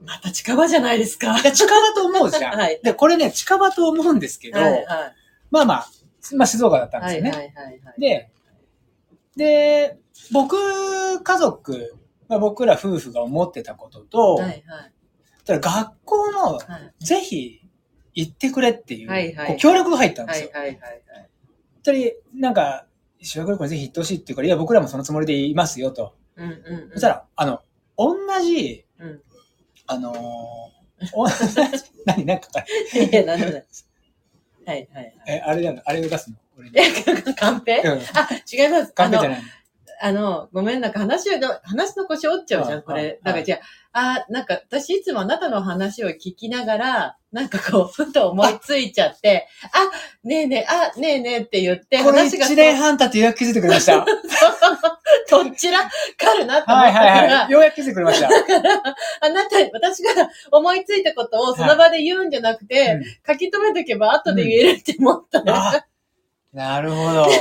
[SPEAKER 1] また近場じゃないです [LAUGHS] か。
[SPEAKER 2] いや、近場と思うじゃ
[SPEAKER 1] [LAUGHS]
[SPEAKER 2] ん。
[SPEAKER 1] はい
[SPEAKER 2] で、これね、近場と思うんですけど、
[SPEAKER 1] はいは
[SPEAKER 2] まあまあ、まあ静岡だった
[SPEAKER 1] い。
[SPEAKER 2] んで
[SPEAKER 1] は
[SPEAKER 2] す
[SPEAKER 1] い
[SPEAKER 2] よね。
[SPEAKER 1] はいはいはい。
[SPEAKER 2] で、で、僕、家族、まあ、僕ら夫婦が思ってたことと、
[SPEAKER 1] はいはい
[SPEAKER 2] ただ学校の、
[SPEAKER 1] はい。
[SPEAKER 2] ぜひ、行ってくれっていう、
[SPEAKER 1] はいはい
[SPEAKER 2] こう協力が入ったんで
[SPEAKER 1] は
[SPEAKER 2] す
[SPEAKER 1] い
[SPEAKER 2] よ。
[SPEAKER 1] はいはいはい。
[SPEAKER 2] 本当になんか、修学旅行にぜひ行ってほしいっていうから、いや、僕らもそのつもりでいますよと。
[SPEAKER 1] うんうんうん。
[SPEAKER 2] そしたら、あの、同じ、
[SPEAKER 1] うん
[SPEAKER 2] あのー、同じ、 [LAUGHS] 何、なんか、
[SPEAKER 1] いや、なんでもない。はいはいはい。
[SPEAKER 2] え、あれなんだ、あれを出すの俺に。
[SPEAKER 1] え、 [LAUGHS] カンペ
[SPEAKER 2] うん。
[SPEAKER 1] あ、違います。
[SPEAKER 2] カンペじゃないの。
[SPEAKER 1] あの、ごめん、なんか話を、話の腰折っちゃうじゃ
[SPEAKER 2] は
[SPEAKER 1] ん、
[SPEAKER 2] い
[SPEAKER 1] こ
[SPEAKER 2] はい
[SPEAKER 1] れ。だからじゃあ、あーなんか私いつもあなたの話を聞きながら、なんかこう、ふと思いついちゃって、あ、ねえねえ、あ、ねえねえって言って、
[SPEAKER 2] これ
[SPEAKER 1] 話が
[SPEAKER 2] 1
[SPEAKER 1] [LAUGHS]
[SPEAKER 2] 年半経ってようやく気づいてくれました。はい
[SPEAKER 1] どっちらかるなって思っ
[SPEAKER 2] は
[SPEAKER 1] たから、
[SPEAKER 2] いはい。ようやく気づいてくれ
[SPEAKER 1] [LAUGHS]
[SPEAKER 2] ました。
[SPEAKER 1] あなた、私が思いついたことをその場で言うんじゃなくて、
[SPEAKER 2] うん
[SPEAKER 1] 書き留めとけば後で言えるって思ったの。
[SPEAKER 2] あなるほ
[SPEAKER 1] [LAUGHS]
[SPEAKER 2] ど。
[SPEAKER 1] なんか、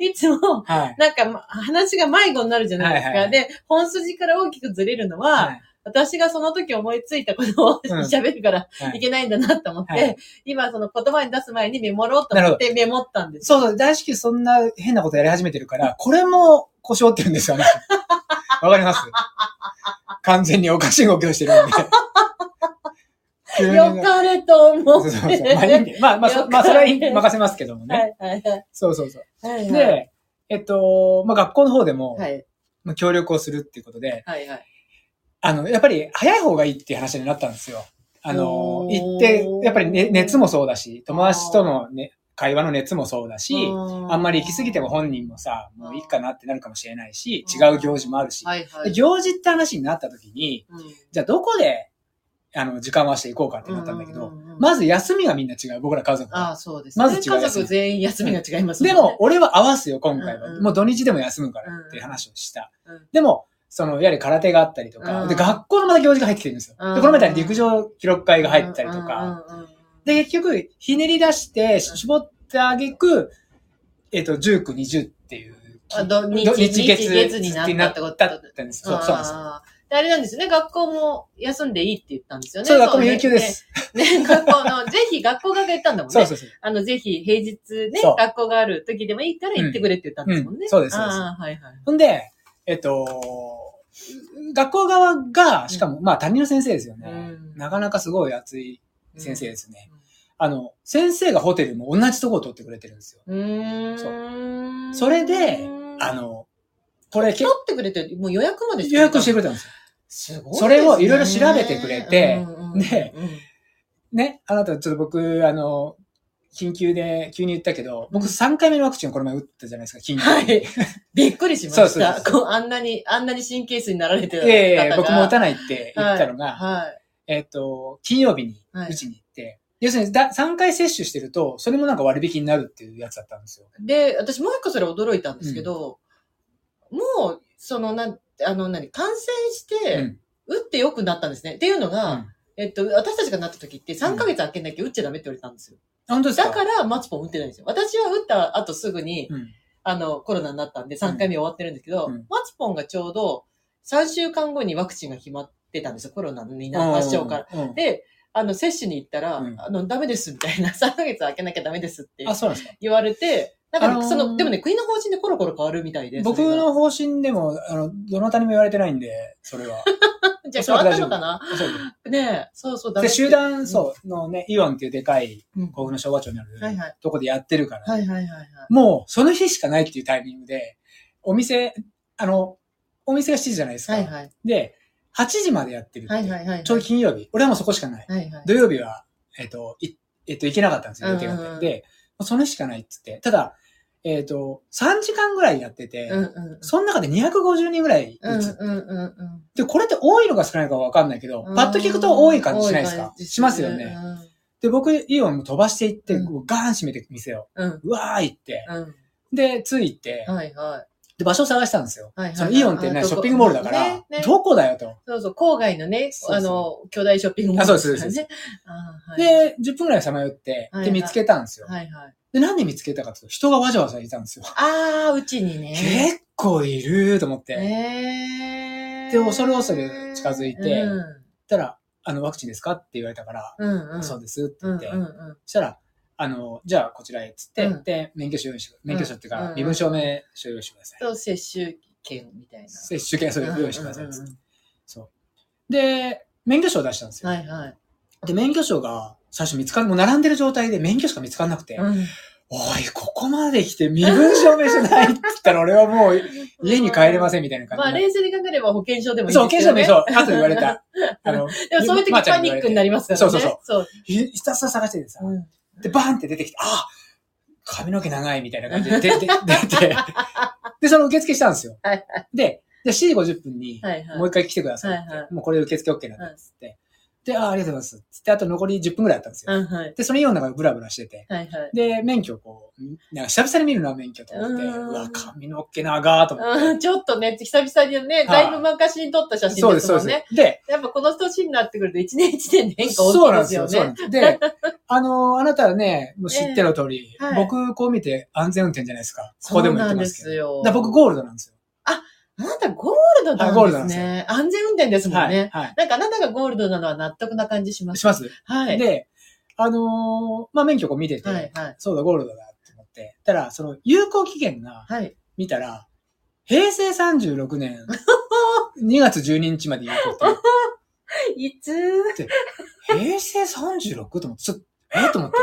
[SPEAKER 1] いつも、
[SPEAKER 2] はい。
[SPEAKER 1] なんか、ま話が迷子になるじゃないですか。
[SPEAKER 2] はいはい
[SPEAKER 1] で、本筋から大きくずれるのは、
[SPEAKER 2] はい
[SPEAKER 1] 私がその時思いついたことを
[SPEAKER 2] うん
[SPEAKER 1] 喋るから
[SPEAKER 2] はいい
[SPEAKER 1] けないんだなと思って、
[SPEAKER 2] はい
[SPEAKER 1] 今その言葉に出す前にメモろうと思ってメモったんです。
[SPEAKER 2] そうそう、大至急そんな変な
[SPEAKER 1] [LAUGHS]
[SPEAKER 2] ことやり始めてるから、これも故障ってるんですよね。わかります完全におかしい動きをしてるんで。急に
[SPEAKER 1] よかれと思
[SPEAKER 2] そう
[SPEAKER 1] っ
[SPEAKER 2] そう
[SPEAKER 1] て。
[SPEAKER 2] そうまあいいんでまあ、まあ、そまあ、それはいい任せますけどもね。
[SPEAKER 1] はいはいはい
[SPEAKER 2] そうそうそう。
[SPEAKER 1] はいはい。
[SPEAKER 2] で、えっと、まあ、学校の方でも、
[SPEAKER 1] はい
[SPEAKER 2] まあ協力をするっていうことで、
[SPEAKER 1] はいはい。
[SPEAKER 2] あの、やっぱり早い方がいいっていう話になったんですよ。あの、
[SPEAKER 1] おー
[SPEAKER 2] 行って、やっぱり、ね、熱もそうだし、友達との、ね、会話の熱もそうだし、あんまり行き過ぎても本人もさ、もういいかなってなるかもしれないし、
[SPEAKER 1] うん
[SPEAKER 2] 違う行事もあるし、
[SPEAKER 1] はいは
[SPEAKER 2] で
[SPEAKER 1] い。
[SPEAKER 2] 行事って話になった時に、
[SPEAKER 1] うん
[SPEAKER 2] じゃあどこで、あの、時間を合わせていこうかってなったんだけど、
[SPEAKER 1] うううんうん
[SPEAKER 2] まず休みがみんな違う、僕ら家族
[SPEAKER 1] あ
[SPEAKER 2] は。
[SPEAKER 1] あ、そうですね。
[SPEAKER 2] まず違う
[SPEAKER 1] 家族全員休みが違いますね。
[SPEAKER 2] でも、、俺は合わすよ、今回は。
[SPEAKER 1] うんうん
[SPEAKER 2] もう土日でも休むからっていう話をした。
[SPEAKER 1] うんうん
[SPEAKER 2] でも、その、いわゆる空手があったりとか、
[SPEAKER 1] うん
[SPEAKER 2] で、学校のまた行事が入ってきてるんですよ。
[SPEAKER 1] うん
[SPEAKER 2] で、この前だったら陸上記録会が入ったりとか、
[SPEAKER 1] うんうんうんうん。
[SPEAKER 2] で、結局、ひねり出して、絞ってあげく、えっ、と、19、20っていう。
[SPEAKER 1] あど日
[SPEAKER 2] ど
[SPEAKER 1] 日月になったってこと
[SPEAKER 2] だったんです。そう、そうなんですよ。
[SPEAKER 1] あーであれなんですね。学校も休んでいいって言ったんですよね。
[SPEAKER 2] そう、学校も有給です。
[SPEAKER 1] そうね。ねね学校の、ぜひ学校側が言ったんだもんね。
[SPEAKER 2] そうそうそう。
[SPEAKER 1] あの、ぜひ平日ね
[SPEAKER 2] そう、
[SPEAKER 1] 学校がある時でもいいから行ってくれって言ったんですもんね。
[SPEAKER 2] うんうんそうですそうです
[SPEAKER 1] ああ、はいはい。
[SPEAKER 2] ほんで、えっと、学校側が、しかも、まあ、担任の先生ですよね。
[SPEAKER 1] うん
[SPEAKER 2] なかなかすごい熱い先生ですね。
[SPEAKER 1] うん
[SPEAKER 2] あの、先生がホテルも同じとこを取ってくれてるんですよ。
[SPEAKER 1] うーん。
[SPEAKER 2] そ
[SPEAKER 1] そ
[SPEAKER 2] それで、あ
[SPEAKER 1] の、
[SPEAKER 2] の、これ、
[SPEAKER 1] 取ってくれて、もう予約まで
[SPEAKER 2] 予約して
[SPEAKER 1] く
[SPEAKER 2] くれたんですよ。
[SPEAKER 1] すごいですね。
[SPEAKER 2] それをいろいろ調べてくれて
[SPEAKER 1] うんうんうん
[SPEAKER 2] で
[SPEAKER 1] うん
[SPEAKER 2] ね、あなた、ちょっと僕、あの、緊急で、急に言ったけど、僕3回目のワクチンをこの前打ったじゃないですか、緊急に。
[SPEAKER 1] はいいびっくりしました。
[SPEAKER 2] そうそうそう
[SPEAKER 1] こうあんなに、あんなに神経質になられてた方が。
[SPEAKER 2] やいやいや僕も打たないって言ったのが、
[SPEAKER 1] はい。
[SPEAKER 2] えっと、金曜日に
[SPEAKER 1] はい
[SPEAKER 2] 打ちに行って、要するにだ3回接種してると、それもなんか割引になるっていうやつだったんですよ。
[SPEAKER 1] で、私もう一個それ驚いたんですけど、もう、その、なん、あの、何、感染して、
[SPEAKER 2] うん
[SPEAKER 1] 打って良くなったんですね。っていうのが、
[SPEAKER 2] うん
[SPEAKER 1] えっと、私たちがなった時って3ヶ月空けなきゃ打っちゃダメって言われたんですよ。
[SPEAKER 2] 本当ですか
[SPEAKER 1] だから、マツポン打ってないんですよ。私は打った後すぐに、
[SPEAKER 2] うん
[SPEAKER 1] あの、コロナになったんで3回目終わってるんですけど、
[SPEAKER 2] うん
[SPEAKER 1] マツポンがちょうど3週間後にワクチンが決まってたんですよ。コロナにな発症から。
[SPEAKER 2] うんうんうん
[SPEAKER 1] で、あの、接種に行ったら、
[SPEAKER 2] うん
[SPEAKER 1] あの、ダメですみたいな、3ヶ月 [LAUGHS] 空けなきゃダメですって
[SPEAKER 2] あ、そうなんですか。
[SPEAKER 1] 言われて、なんか、
[SPEAKER 2] あのー
[SPEAKER 1] その、でもね、国の方針でコロコロ変わるみたいで。
[SPEAKER 2] 僕
[SPEAKER 1] それが、
[SPEAKER 2] の方針でも、あの、どなたにも言われてないんで、そ
[SPEAKER 1] [LAUGHS]
[SPEAKER 2] れは。
[SPEAKER 1] じゃあ
[SPEAKER 2] おそらく
[SPEAKER 1] 変わっ
[SPEAKER 2] 大
[SPEAKER 1] た
[SPEAKER 2] 丈
[SPEAKER 1] の
[SPEAKER 2] 夫
[SPEAKER 1] かな
[SPEAKER 2] おそらく
[SPEAKER 1] ねえ、そうそう、ダメ
[SPEAKER 2] で、
[SPEAKER 1] って
[SPEAKER 2] 集、団、そう、のね、イオンっていうでかい、
[SPEAKER 1] うん
[SPEAKER 2] 甲府の昭和町にある、
[SPEAKER 1] はいはい
[SPEAKER 2] とこでやってるから、
[SPEAKER 1] はいはいはいはい。
[SPEAKER 2] もう、その日しかないっていうタイミングで、お店、あの、お店が7時じゃないですか。
[SPEAKER 1] はいはい。
[SPEAKER 2] で、8時までやってるって
[SPEAKER 1] はいはいはい。
[SPEAKER 2] ちょうど金曜日。俺はもうそこしかない。
[SPEAKER 1] はいはい。
[SPEAKER 2] 土曜日は、えっ、と、い、えっ、と、行けなかったんですよ、予定があって
[SPEAKER 1] うんうんうん
[SPEAKER 2] で、もうその日しかないっつって。ただ、えっ、と、3時間ぐらいやってて、
[SPEAKER 1] うんうん。
[SPEAKER 2] その中で250人ぐらい
[SPEAKER 1] うん
[SPEAKER 2] 打つ。
[SPEAKER 1] うんうんうん。
[SPEAKER 2] で、これって多いのか少ないのかわかんないけど、パッと聞くと多い感じしないです
[SPEAKER 1] うん
[SPEAKER 2] か
[SPEAKER 1] 多い感じ
[SPEAKER 2] しますよね。。で、僕、イオンも飛ばしていって、
[SPEAKER 1] うん
[SPEAKER 2] こうガーン閉めて店を、
[SPEAKER 1] うん。うん
[SPEAKER 2] うわー行って、
[SPEAKER 1] うん
[SPEAKER 2] で、着いて、
[SPEAKER 1] はいはい。
[SPEAKER 2] で、場所を探したんですよ。
[SPEAKER 1] はいはい
[SPEAKER 2] そのイオンってね、
[SPEAKER 1] あどこ
[SPEAKER 2] ショッピングモールだから、
[SPEAKER 1] ねね
[SPEAKER 2] どこだよと。
[SPEAKER 1] そうそう、郊外のね、
[SPEAKER 2] そう
[SPEAKER 1] あの、巨大ショッピングモール
[SPEAKER 2] あそうですそうです
[SPEAKER 1] ね。あーはい
[SPEAKER 2] で、10分ぐらいさまよって、
[SPEAKER 1] はいは
[SPEAKER 2] で、
[SPEAKER 1] い
[SPEAKER 2] 見つけたんですよ。
[SPEAKER 1] はいはい。
[SPEAKER 2] で、なんで見つけたかというと、人がわざわざいたんですよ。
[SPEAKER 1] ああ、うちにね。
[SPEAKER 2] 結構いると思って。言っ
[SPEAKER 1] え
[SPEAKER 2] で恐る恐る近づいて
[SPEAKER 1] うん
[SPEAKER 2] たら、あの、ワクチンですかって言われたから、
[SPEAKER 1] うんうん。
[SPEAKER 2] そうですって
[SPEAKER 1] うん
[SPEAKER 2] 言
[SPEAKER 1] う
[SPEAKER 2] って、
[SPEAKER 1] んうん。
[SPEAKER 2] そしたら、あの、じゃあこちらへっつって、
[SPEAKER 1] うん
[SPEAKER 2] で、免許証用意して、免許証っていう
[SPEAKER 1] うん
[SPEAKER 2] か
[SPEAKER 1] う、ん
[SPEAKER 2] 身分証明書用意してください。
[SPEAKER 1] と、接種券みたいな。
[SPEAKER 2] 接種券それ用意してくださいっつって
[SPEAKER 1] うんうんうん
[SPEAKER 2] で、免許証を出したんですよ。
[SPEAKER 1] はいはい。
[SPEAKER 2] で、免許証が最初見つかん、もう並んでる状態で免許しか見つからなくて、
[SPEAKER 1] うん
[SPEAKER 2] おい、ここまで来て身分証明書ないって言ったら俺はもう家に帰れませんみたいな感
[SPEAKER 1] まあ、
[SPEAKER 2] じで。
[SPEAKER 1] 冷静に考えれば保険証でもいい
[SPEAKER 2] そう、
[SPEAKER 1] で
[SPEAKER 2] 検
[SPEAKER 1] す
[SPEAKER 2] 証
[SPEAKER 1] よ
[SPEAKER 2] 名、
[SPEAKER 1] ね。
[SPEAKER 2] そう、後で言わ
[SPEAKER 1] [LAUGHS]
[SPEAKER 2] れた。あの、
[SPEAKER 1] でもそういう時
[SPEAKER 2] まあちゃん
[SPEAKER 1] パ
[SPEAKER 2] に
[SPEAKER 1] ニ
[SPEAKER 2] 言わ
[SPEAKER 1] ッ
[SPEAKER 2] れて
[SPEAKER 1] クになりますからね。
[SPEAKER 2] そうそうそう
[SPEAKER 1] そう。
[SPEAKER 2] ひひたすら探しててさ、
[SPEAKER 1] うん
[SPEAKER 2] で、バーンって出てきて、あ髪の毛長いみたいな感じで、で、で、出て、で、その受付したんですよ
[SPEAKER 1] はい。
[SPEAKER 2] で、で、7時50分に、
[SPEAKER 1] はいはい。
[SPEAKER 2] もう一回来てくださいって
[SPEAKER 1] はいは
[SPEAKER 2] もうこれ受付 OK なんだっつって。で、ああ、ありがとうございます。つって、あと残り10分ぐらいあったんですよ。
[SPEAKER 1] うんはい。
[SPEAKER 2] で、そのイオンの中でブラブラしてて。
[SPEAKER 1] はいはい。
[SPEAKER 2] で、免許をこう、なんか久々に見るな、免許と思って。
[SPEAKER 1] うん
[SPEAKER 2] うわ、髪の毛長ーと思って
[SPEAKER 1] うんちょっとね、久々にね、だいぶ昔に撮った写。
[SPEAKER 2] そ
[SPEAKER 1] 真
[SPEAKER 2] うで、
[SPEAKER 1] ですす
[SPEAKER 2] そう
[SPEAKER 1] も
[SPEAKER 2] で
[SPEAKER 1] ん
[SPEAKER 2] す
[SPEAKER 1] ね。。
[SPEAKER 2] で、
[SPEAKER 1] やっぱこの年になってくると一年一年で変化
[SPEAKER 2] そうなん
[SPEAKER 1] 大き
[SPEAKER 2] です
[SPEAKER 1] い
[SPEAKER 2] よ。
[SPEAKER 1] です
[SPEAKER 2] そう
[SPEAKER 1] よね
[SPEAKER 2] なん。です。
[SPEAKER 1] [LAUGHS]
[SPEAKER 2] で、あの、あなたはね、もう知っての通り、
[SPEAKER 1] ええはい
[SPEAKER 2] 僕、こう見て安全運転じゃないですか。ここでも言ってますけ
[SPEAKER 1] そ
[SPEAKER 2] ど。
[SPEAKER 1] う
[SPEAKER 2] だ
[SPEAKER 1] なんですよ。
[SPEAKER 2] から僕、ゴールドなんですよ。
[SPEAKER 1] あなたゴールド
[SPEAKER 2] あゴール
[SPEAKER 1] な
[SPEAKER 2] ドなん
[SPEAKER 1] で
[SPEAKER 2] んですす
[SPEAKER 1] ね。安全運転ですもん
[SPEAKER 2] はい。
[SPEAKER 1] ね。
[SPEAKER 2] は
[SPEAKER 1] なんかあなたがゴールドなのは納得な感じしま
[SPEAKER 2] い。し
[SPEAKER 1] す。
[SPEAKER 2] ます。
[SPEAKER 1] はい。
[SPEAKER 2] で、あのーまあ、免許こう見てて、
[SPEAKER 1] はいはい。
[SPEAKER 2] そうだ、ゴールドだって思って。たら、その、有効期限が
[SPEAKER 1] はい。 [LAUGHS]
[SPEAKER 2] 見たら、平成36年2月12日まで言うこと。
[SPEAKER 1] いつ
[SPEAKER 2] 平成36と思って、ちょっと、えー、と [LAUGHS] 思って、